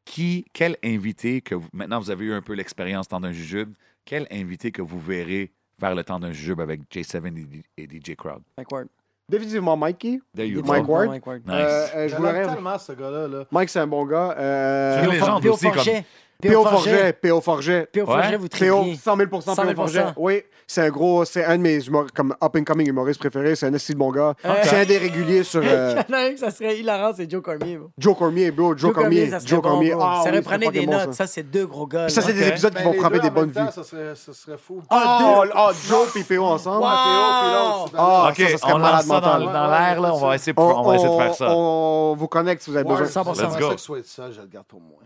Speaker 3: Qui, quel invité que vous, maintenant vous avez eu un peu l'expérience temps d'un jujube, quel invité que vous verrez faire le temps d'un jujube avec J7 et DJ Crowd?
Speaker 4: Mike Ward.
Speaker 5: Définitivement Mikey.
Speaker 3: There you go.
Speaker 5: Mike Ward.
Speaker 4: Mike Ward.
Speaker 3: Nice.
Speaker 5: Euh, euh, je
Speaker 2: Je
Speaker 5: voudrais.
Speaker 2: l'aime tellement, ce gars-là. Là.
Speaker 5: Mike, c'est un bon gars. Euh,
Speaker 3: C'est une légende
Speaker 4: P.O.
Speaker 3: aussi, comme-
Speaker 4: Forget.
Speaker 5: P.O. Forget. P.O. Forget.
Speaker 4: P.O. Forget,
Speaker 3: Ouais.
Speaker 4: vous
Speaker 5: P.O.
Speaker 4: tripiez.
Speaker 5: 100 000 P.O.
Speaker 4: 100
Speaker 5: Forget. Oui, c'est un gros. C'est un de mes humor- comme up-and-coming humoristes préférés. C'est un esti de bon gars. C'est un des réguliers sur. euh,
Speaker 4: *laughs* Il y en a un que ça serait hilarant, c'est Joe Cormier. bro.
Speaker 5: Joe Cormier, bro. Joe, Cormier.
Speaker 4: ça serait
Speaker 5: Joe
Speaker 4: bon,
Speaker 5: Cormier.
Speaker 4: bro.
Speaker 5: Ah
Speaker 4: ça
Speaker 5: oui, c'est
Speaker 4: reprenait des
Speaker 5: fucking bon,
Speaker 4: notes. Ça, c'est deux gros gars.
Speaker 5: Ça,
Speaker 4: là.
Speaker 5: c'est des
Speaker 3: Ok.
Speaker 5: épisodes qui
Speaker 2: Ben,
Speaker 5: vont
Speaker 2: les
Speaker 5: frapper
Speaker 2: deux
Speaker 5: des
Speaker 2: en
Speaker 5: bonnes
Speaker 2: même temps,
Speaker 5: vues.
Speaker 2: Ça serait, ça serait fou.
Speaker 5: Ah, ah, Joe et P.O. ensemble.
Speaker 2: P.O. puis l'autre, c'est dans-
Speaker 5: Ah,
Speaker 3: OK,
Speaker 5: ça, ça serait
Speaker 3: on
Speaker 5: malade
Speaker 3: lance ça dans,
Speaker 5: mental.
Speaker 3: dans l'air, là. On va essayer, on va essayer de faire ça.
Speaker 5: On vous connecte si vous avez
Speaker 2: Ouais,
Speaker 5: besoin.
Speaker 2: c'est
Speaker 3: Let's
Speaker 2: pour
Speaker 3: go.
Speaker 2: ça que soit ça, je le garde pour moi.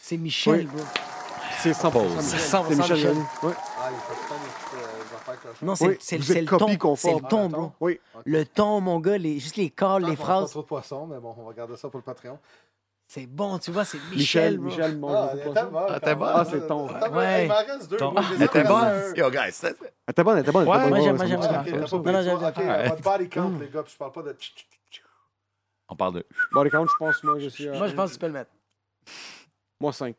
Speaker 4: C'est Michel, bro.
Speaker 5: C'est 100
Speaker 4: 100%
Speaker 5: C'est Michel
Speaker 4: Michel.
Speaker 5: Joly. Oui.
Speaker 2: Ah, il faut tout le temps des petites euh, affaires clochons.
Speaker 4: Non, c'est
Speaker 5: Oui,
Speaker 4: c'est-
Speaker 5: vous
Speaker 4: c'est
Speaker 5: êtes
Speaker 4: le
Speaker 5: copie
Speaker 4: ton.
Speaker 5: conforme.
Speaker 4: C'est le ton,
Speaker 2: Ah,
Speaker 4: bro.
Speaker 5: Oui.
Speaker 4: Le ton, mon gars, les- juste les calls, les
Speaker 2: On prend Ah, pas
Speaker 4: phrases.
Speaker 2: trop de poissons, mais bon, on va garder ça pour le Patreon.
Speaker 4: C'est bon, tu vois, c'est Michel,
Speaker 5: Michel,
Speaker 4: bro.
Speaker 5: Michel, mon
Speaker 2: Ah,
Speaker 5: Dieu,
Speaker 2: elle
Speaker 5: pas
Speaker 2: était
Speaker 5: ça.
Speaker 2: bonne.
Speaker 3: Ah, t'es bonne.
Speaker 5: Ah, c'est ton.
Speaker 4: Ouais.
Speaker 2: Il m'en reste deux.
Speaker 3: Ton-
Speaker 2: moi, je les ai
Speaker 3: Elle était
Speaker 2: pas
Speaker 3: bonne.
Speaker 2: gardés.
Speaker 7: Ah,
Speaker 3: Yo, guys, c'est-
Speaker 5: Elle était bonne, elle
Speaker 3: Ouais,
Speaker 5: était bonne. elle était bonne.
Speaker 4: moi,
Speaker 5: Ouais,
Speaker 4: j'aime,
Speaker 5: ouais,
Speaker 4: moi,
Speaker 5: c'est
Speaker 4: j'aime,
Speaker 5: bon.
Speaker 2: Ouais,
Speaker 4: j'aime.
Speaker 2: ok, t'as pas
Speaker 4: Non, non,
Speaker 2: pris
Speaker 4: j'aime,
Speaker 2: toi. Ok,
Speaker 3: j'aime.
Speaker 2: on va te body count, les gars, puis je parle pas de.
Speaker 3: On parle de...
Speaker 5: Body count, je pense, moi, je suis. à-
Speaker 4: Moi, je pense que tu peux le mettre.
Speaker 5: Moi, 5.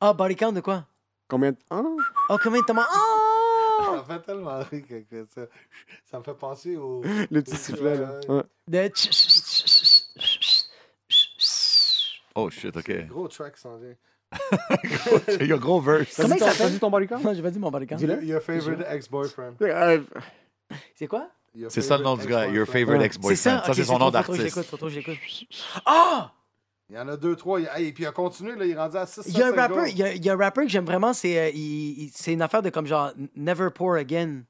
Speaker 4: Ah, body count de quoi?
Speaker 5: Combien de. Ah,
Speaker 4: Ah, combien de temps? Ah!
Speaker 2: Ça me fait tellement rire que que ça. Ça me fait penser au. euh,
Speaker 5: le petit sifflet, là.
Speaker 4: Euh,
Speaker 5: Ouais.
Speaker 4: De... tch- tch- tch- tch- tch- tch- tch-
Speaker 3: Oh, shit,
Speaker 5: *laughs*
Speaker 3: OK.
Speaker 2: Gros track qui s'en vient.
Speaker 3: Yo, gros verse.
Speaker 4: Comment il
Speaker 5: T'as- t'as
Speaker 4: s'appelle?
Speaker 5: dit ton body count?
Speaker 4: Non, j'ai pas dit mon body count.
Speaker 2: Your your favorite ex-boyfriend.
Speaker 5: Euh,
Speaker 4: C'est quoi?
Speaker 2: Your
Speaker 3: C'est ça le nom
Speaker 2: favorite
Speaker 3: du gars, Your
Speaker 2: ex-boyfriend.
Speaker 3: Favorite
Speaker 5: Ouais.
Speaker 3: Ex-Boyfriend. Ça,
Speaker 4: ok,
Speaker 3: c'est son nom
Speaker 4: trop, faut trop que je
Speaker 3: d'artiste.
Speaker 4: l'écoute, faut trop que je l'écoute. Ah!
Speaker 2: Il y en a deux, trois. il- hey, Et puis il a continué, là, il est rendu à 6
Speaker 4: Il y a un rappeur, il y a, il y a un rappeur que j'aime vraiment, c'est euh, il- il- c'est une affaire de comme genre Never Pour Again.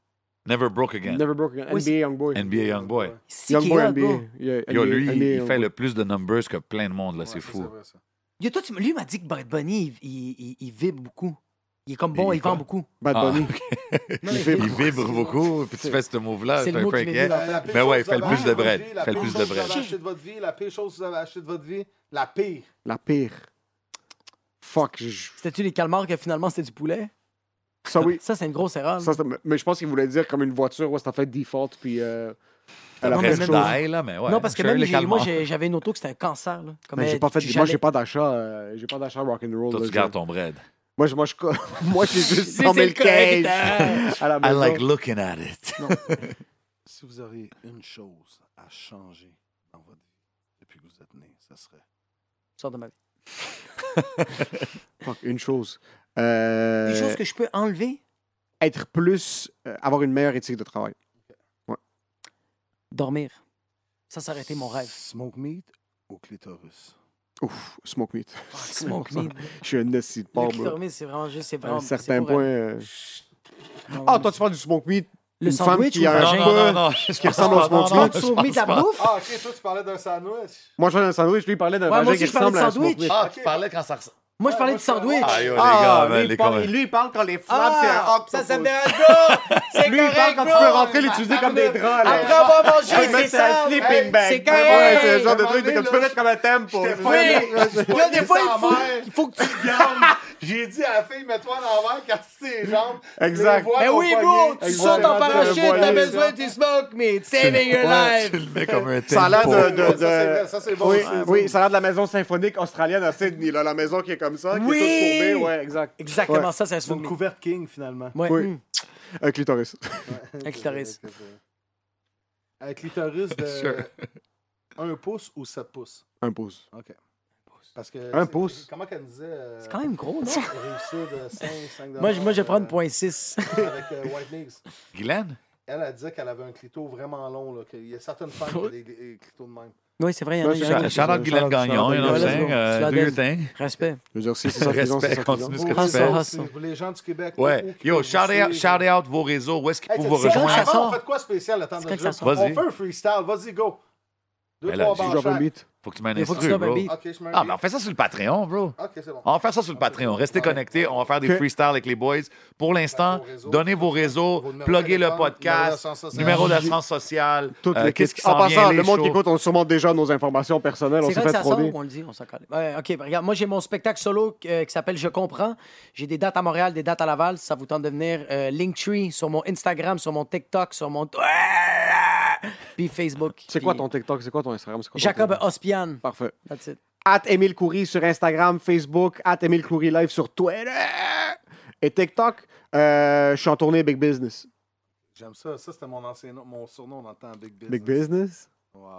Speaker 3: Never Broke Again.
Speaker 5: Never broke again.
Speaker 4: Oui,
Speaker 5: NBA Youngboy.
Speaker 3: NBA Youngboy.
Speaker 4: C'est qui
Speaker 5: Youngboy
Speaker 4: hot,
Speaker 5: NBA.
Speaker 4: bro.
Speaker 5: Yeah,
Speaker 3: Yo,
Speaker 5: NBA,
Speaker 3: lui, il-
Speaker 5: NBA,
Speaker 3: il fait
Speaker 5: Youngboy.
Speaker 3: le plus de numbers que plein de monde, là. C'est fou.
Speaker 4: Yo, toi, tu m- lui il m'a dit que Bad Bunny, il, il, il- il vibre beaucoup. Il est comme bon,
Speaker 3: Il
Speaker 4: il,
Speaker 3: quoi?
Speaker 4: vend beaucoup.
Speaker 5: Bad
Speaker 3: Ah,
Speaker 5: Bunny.
Speaker 3: ok.
Speaker 4: Non,
Speaker 5: Il
Speaker 4: mais
Speaker 5: vibre.
Speaker 3: Il vibre beaucoup, puis tu fais ce move-là,
Speaker 4: C'est
Speaker 3: t'es
Speaker 4: le
Speaker 3: un
Speaker 4: mot
Speaker 3: peu
Speaker 4: qui m'est venu
Speaker 3: inquiet.
Speaker 4: dans la tête.
Speaker 3: Ben ouais, fais le plus de
Speaker 2: bread.
Speaker 3: bread. Fais le plus de bread.
Speaker 2: La pire chose que vous avez acheté de votre vie, la pire chose que vous avez acheté de votre vie, la pire.
Speaker 5: La pire. Fuck. je-
Speaker 4: C'était-tu les calmars que finalement c'était du poulet?
Speaker 5: Ça, oui.
Speaker 4: Ça, c'est une grosse erreur.
Speaker 5: Ça, c'est- mais je pense qu'il voulait dire comme une voiture, ouais, c'est en fait default, puis. Euh, à la
Speaker 4: Non, mais
Speaker 3: Reste
Speaker 5: même
Speaker 4: même-
Speaker 5: chose.
Speaker 3: d'ail, là, mais ouais.
Speaker 4: non, parce que
Speaker 3: Shirley
Speaker 4: même j'ai- moi,
Speaker 3: Calmar.
Speaker 4: j'ai- j'avais une auto que c'était un cancer. Là. Comme,
Speaker 5: Mais Ben, j'ai
Speaker 4: euh,
Speaker 5: pas fait.
Speaker 4: j'allais-
Speaker 5: Moi, j'ai pas d'achat. euh, j'ai pas d'achat rock'n'roll.
Speaker 3: Toi,
Speaker 5: là,
Speaker 3: tu
Speaker 5: je-
Speaker 3: gardes ton bread.
Speaker 5: Moi, je, moi, je, *laughs* moi, j'ai
Speaker 4: *laughs*
Speaker 5: juste
Speaker 4: C'est
Speaker 5: 100 000
Speaker 4: le correct,
Speaker 5: *laughs*
Speaker 4: hein.
Speaker 5: cash à la
Speaker 3: I
Speaker 5: maison.
Speaker 3: like looking at it.
Speaker 4: *laughs*
Speaker 7: Si vous auriez une chose à changer dans votre vie depuis que vous êtes né, ça serait.
Speaker 4: Sors de ma vie.
Speaker 5: Fuck, une chose. Euh,
Speaker 4: Une chose que je peux enlever,
Speaker 5: Être plus. euh, avoir une meilleure éthique de travail.
Speaker 4: dormir. Ça, ça aurait été mon rêve.
Speaker 7: Smoke meat ou clitoris?
Speaker 5: Ouf, smoke meat. *laughs*
Speaker 4: Smoke me.
Speaker 5: Je suis un assis de porc,
Speaker 4: Le
Speaker 5: bro.
Speaker 4: clitoris, c'est vraiment juste. C'est
Speaker 5: À
Speaker 4: vraiment.
Speaker 5: un
Speaker 4: c'est
Speaker 5: certain
Speaker 4: pour
Speaker 5: point.
Speaker 4: elle.
Speaker 5: euh,
Speaker 4: Non,
Speaker 5: Ah,
Speaker 4: non,
Speaker 5: toi, tu parles du smoke meat.
Speaker 4: Le
Speaker 5: une femme
Speaker 4: sandwich
Speaker 5: qui
Speaker 4: ou
Speaker 5: a un
Speaker 4: le
Speaker 3: Ah, Non,
Speaker 4: vagin?
Speaker 5: pas-
Speaker 3: non, non, non. je pense
Speaker 5: ressemble au
Speaker 3: pas, non,
Speaker 5: smoke
Speaker 3: non,
Speaker 4: Tu veux
Speaker 3: je
Speaker 4: sauver
Speaker 3: pense
Speaker 4: ta
Speaker 3: pas.
Speaker 4: bouffe?
Speaker 2: Ah, ok, toi, tu parlais d'un sandwich.
Speaker 5: Moi, je parlais d'un sandwich. Lui, il parlait d'un
Speaker 4: Ouais, moi
Speaker 5: vagin
Speaker 4: aussi,
Speaker 5: qui
Speaker 4: je parlais de
Speaker 5: ressemble à un smoke
Speaker 4: sandwich.
Speaker 5: meat.
Speaker 3: Ah, tu parlais quand ça ressemble.
Speaker 4: Moi, je parlais de sandwich.
Speaker 3: Ah, yo, les
Speaker 5: Ah,
Speaker 3: gars, man,
Speaker 5: lui,
Speaker 3: les
Speaker 5: il parle,
Speaker 3: commentaires.
Speaker 5: lui, il parle quand les flaps, c'est un Ah,
Speaker 4: Ah,
Speaker 5: hop.
Speaker 4: ça, ça me dérange,
Speaker 5: *laughs*
Speaker 4: bro! C'est
Speaker 5: Lui, il parle
Speaker 4: correct,
Speaker 5: quand tu
Speaker 4: bro.
Speaker 5: peux rentrer l'utiliser comme des draps. là.
Speaker 4: Après avoir
Speaker 5: Ah,
Speaker 4: mangé,
Speaker 5: mais
Speaker 4: c'est
Speaker 5: c'est un
Speaker 4: ça!
Speaker 5: sleeping bag.
Speaker 4: C'est
Speaker 5: Ouais, c'est le genre
Speaker 4: correct!
Speaker 5: de truc, t'es comme tu peux mettre comme un tempo.
Speaker 2: J'étais pas
Speaker 4: Oui! Il y a des fois, il faut- il faut que tu...
Speaker 2: Regarde, J'ai dit à la fille, mets-toi à l'envers, casse tes jambes.
Speaker 5: Exact.
Speaker 2: Les voix
Speaker 4: Ben
Speaker 2: t'ont
Speaker 4: oui,
Speaker 2: pogné.
Speaker 4: bro! Tu sautes en
Speaker 5: Exactement,
Speaker 4: parachute,
Speaker 5: t'as le
Speaker 4: t'as
Speaker 5: voilier,
Speaker 4: besoin du smoke, mais saving your
Speaker 3: Ouais,
Speaker 4: life!
Speaker 3: *laughs* tu le mets comme un
Speaker 5: Ça a l'air de, de,
Speaker 2: Ouais, ça, c'est
Speaker 5: de-
Speaker 2: vrai, ça, c'est bon,
Speaker 5: oui,
Speaker 2: ça, c'est
Speaker 5: oui,
Speaker 2: bon.
Speaker 5: ça a l'air de la maison symphonique australienne à Sydney, là, la maison qui est comme ça, qui
Speaker 4: Oui.
Speaker 5: est toute courbée, ouais, exact.
Speaker 4: Exactement ça, c'est un
Speaker 2: C'est une
Speaker 4: smoke.
Speaker 2: couverte king, finalement.
Speaker 4: Ouais,
Speaker 5: Oui.
Speaker 4: hum,
Speaker 5: Un clitoris.
Speaker 4: un clitoris.
Speaker 2: Un clitoris
Speaker 3: Sure.
Speaker 2: de 1 pouce ou 7 pouces.
Speaker 5: Un pouce.
Speaker 2: Parce que,
Speaker 5: Un
Speaker 2: c'est-
Speaker 5: pouce.
Speaker 2: Comment qu'elle disait euh,
Speaker 4: C'est quand même gros, non?
Speaker 2: Réussir de 5, 5
Speaker 4: *laughs* Moi, je, moi, je vais prendre point 6.
Speaker 2: euh, Avec euh, White Mix.
Speaker 3: Guylaine?
Speaker 2: Elle, elle disait qu'elle avait un clito vraiment long. Là, qu'il y a certaines femmes qui ont des, des clitos de même.
Speaker 4: Oui, c'est vrai, il y en a,
Speaker 5: Non,
Speaker 4: il y
Speaker 5: c'est
Speaker 4: en a.
Speaker 5: ça.
Speaker 3: Shout out Guylaine Gagnon, you know what I'm saying? Euh, Do your thing.
Speaker 4: Respect.
Speaker 5: Je veux dire, si c'est ça qu'ils ont, c'est
Speaker 3: Respect,
Speaker 5: ça qu'ils ont.
Speaker 3: continue ce que
Speaker 4: Ah,
Speaker 3: tu fais.
Speaker 4: ça,
Speaker 2: C'est pour les gens du Québec.
Speaker 3: Ouais. Yo, shout out, shout out vos réseaux. Où est-ce qu'ils peuvent vous
Speaker 4: quand que
Speaker 3: rejoindre?
Speaker 4: ça
Speaker 2: Avant,
Speaker 4: sort?
Speaker 2: on fait de quoi spécial le temps de
Speaker 4: C'est quand que
Speaker 2: jeu?
Speaker 4: ça sort?
Speaker 3: Vas-y.
Speaker 2: On fait un freestyle. Vas-y, go. Deux,
Speaker 3: Mais là,
Speaker 2: trois
Speaker 3: j'ai-
Speaker 2: barres
Speaker 5: Drop a
Speaker 2: chaque.
Speaker 5: beat.
Speaker 3: Faut que tu
Speaker 4: Mais faut que tu
Speaker 3: m'instruis,
Speaker 4: stoppes un
Speaker 3: bro.
Speaker 4: beat.
Speaker 2: Ok, je me
Speaker 3: Ah, mais on fait ça sur le Patreon, bro.
Speaker 2: Ok, c'est bon.
Speaker 3: On va faire ça sur le Patreon. Restez connectés. On va faire des
Speaker 5: Ok.
Speaker 3: freestyles avec les boys. Pour l'instant,
Speaker 2: Vos réseaux.
Speaker 3: donnez vos réseaux,
Speaker 2: Vos numéros
Speaker 3: pluguez
Speaker 2: de
Speaker 3: le
Speaker 2: téléphone,
Speaker 3: podcast, numéro
Speaker 2: numéro
Speaker 3: d'assurance sociale.
Speaker 5: Toutes
Speaker 3: euh,
Speaker 5: les
Speaker 3: Qu'est-ce qui
Speaker 5: En
Speaker 3: s'en vient,
Speaker 5: passant,
Speaker 3: les
Speaker 5: le monde qui
Speaker 3: shows.
Speaker 5: écoute, on sûrement déjà nos informations personnelles. On
Speaker 4: C'est
Speaker 5: s'est
Speaker 4: quand que
Speaker 5: fait
Speaker 4: ça sort,
Speaker 5: frauder.
Speaker 4: on le dit, on s'en calme. Ouais, OK, ben, regarde, moi, j'ai mon spectacle solo euh, qui s'appelle Je comprends. J'ai des dates à Montréal, des dates à Laval. Si ça vous tente de venir, euh, Linktree sur mon Instagram, sur mon TikTok, sur mon... *laughs* Puis Facebook.
Speaker 5: C'est quoi
Speaker 4: Puis
Speaker 5: ton TikTok? C'est quoi ton Instagram? C'est quoi ton
Speaker 4: Jacob
Speaker 5: Twitter?
Speaker 4: Ospian.
Speaker 5: Parfait.
Speaker 4: That's it.
Speaker 5: At Émile Coury sur Instagram, Facebook, at Émile Coury Live sur Twitter et TikTok. Euh, je suis en tournée Big Business.
Speaker 2: J'aime ça. Ça, c'était mon ancien nom, mon surnom dans le temps, Big Business.
Speaker 5: Big Business?
Speaker 2: Wow.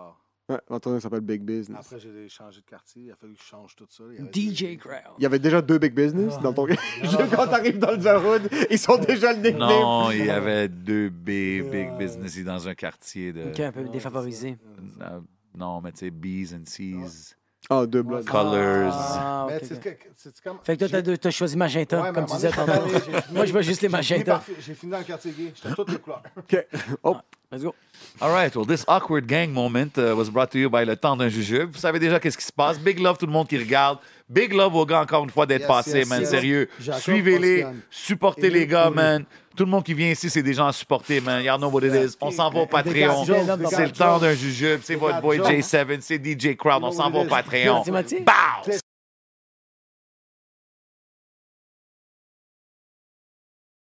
Speaker 5: Ouais, ma tournée s'appelle Big Business.
Speaker 2: Après, j'ai changé de quartier. Il a fallu que je change tout ça. Il y avait
Speaker 4: DJ
Speaker 2: des-
Speaker 5: Il
Speaker 4: Crowd.
Speaker 5: y avait déjà deux Big Business dans ton. *laughs* Quand t'arrives dans le Zahood, ils sont déjà le nickname.
Speaker 3: Non, il y avait deux B, Big Business, il est dans un quartier de.
Speaker 4: OK, un peu défavorisé.
Speaker 3: Euh, non, mais tu sais, Bees and C's,
Speaker 5: Ah, deux blocs.
Speaker 3: Colors.
Speaker 4: Ah,
Speaker 2: Mais
Speaker 4: ok,
Speaker 2: c'est
Speaker 4: ok.
Speaker 2: que- c'est comme.
Speaker 4: Fait que toi,
Speaker 2: j'ai-
Speaker 4: t'as- t'as choisi Magenta,
Speaker 2: Ouais, mais à un
Speaker 4: comme tu
Speaker 2: moment
Speaker 4: disais
Speaker 2: donné,
Speaker 4: tantôt.
Speaker 2: j'ai
Speaker 4: *laughs*
Speaker 2: fini-
Speaker 4: Moi, je veux juste les hein.
Speaker 2: j'ai fini
Speaker 4: Magenta.
Speaker 2: par- J'ai fini dans le quartier gay. J'étais toutes les couleurs.
Speaker 5: Ok. Oh,
Speaker 4: Let's go.
Speaker 3: All right, well, this awkward gang moment uh, was brought to you by Le Temps d'un Jujube. Vous savez déjà qu'est-ce qui se passe. Big love tout le monde qui regarde. Big love aux gars, encore une fois, d'être
Speaker 2: Yes,
Speaker 3: passés,
Speaker 2: yes,
Speaker 3: man.
Speaker 2: yes.
Speaker 3: Sérieux.
Speaker 2: Jacob
Speaker 3: Suivez-les.
Speaker 2: Ospian.
Speaker 3: Supportez les gars, man. Tout le monde qui vient ici, c'est des gens à supporter, man. Y'all know what it is. On s'en va au Patreon.
Speaker 2: Dégage,
Speaker 4: Joe,
Speaker 3: C'est le
Speaker 2: dégage,
Speaker 3: temps
Speaker 2: Joe.
Speaker 3: d'un Jujube. C'est votre
Speaker 2: Dégage,
Speaker 3: boy
Speaker 2: Joe.
Speaker 3: J7. C'est DJ Crowd. On s'en va au Patreon.
Speaker 4: Merci, Mathieu.
Speaker 3: Bow!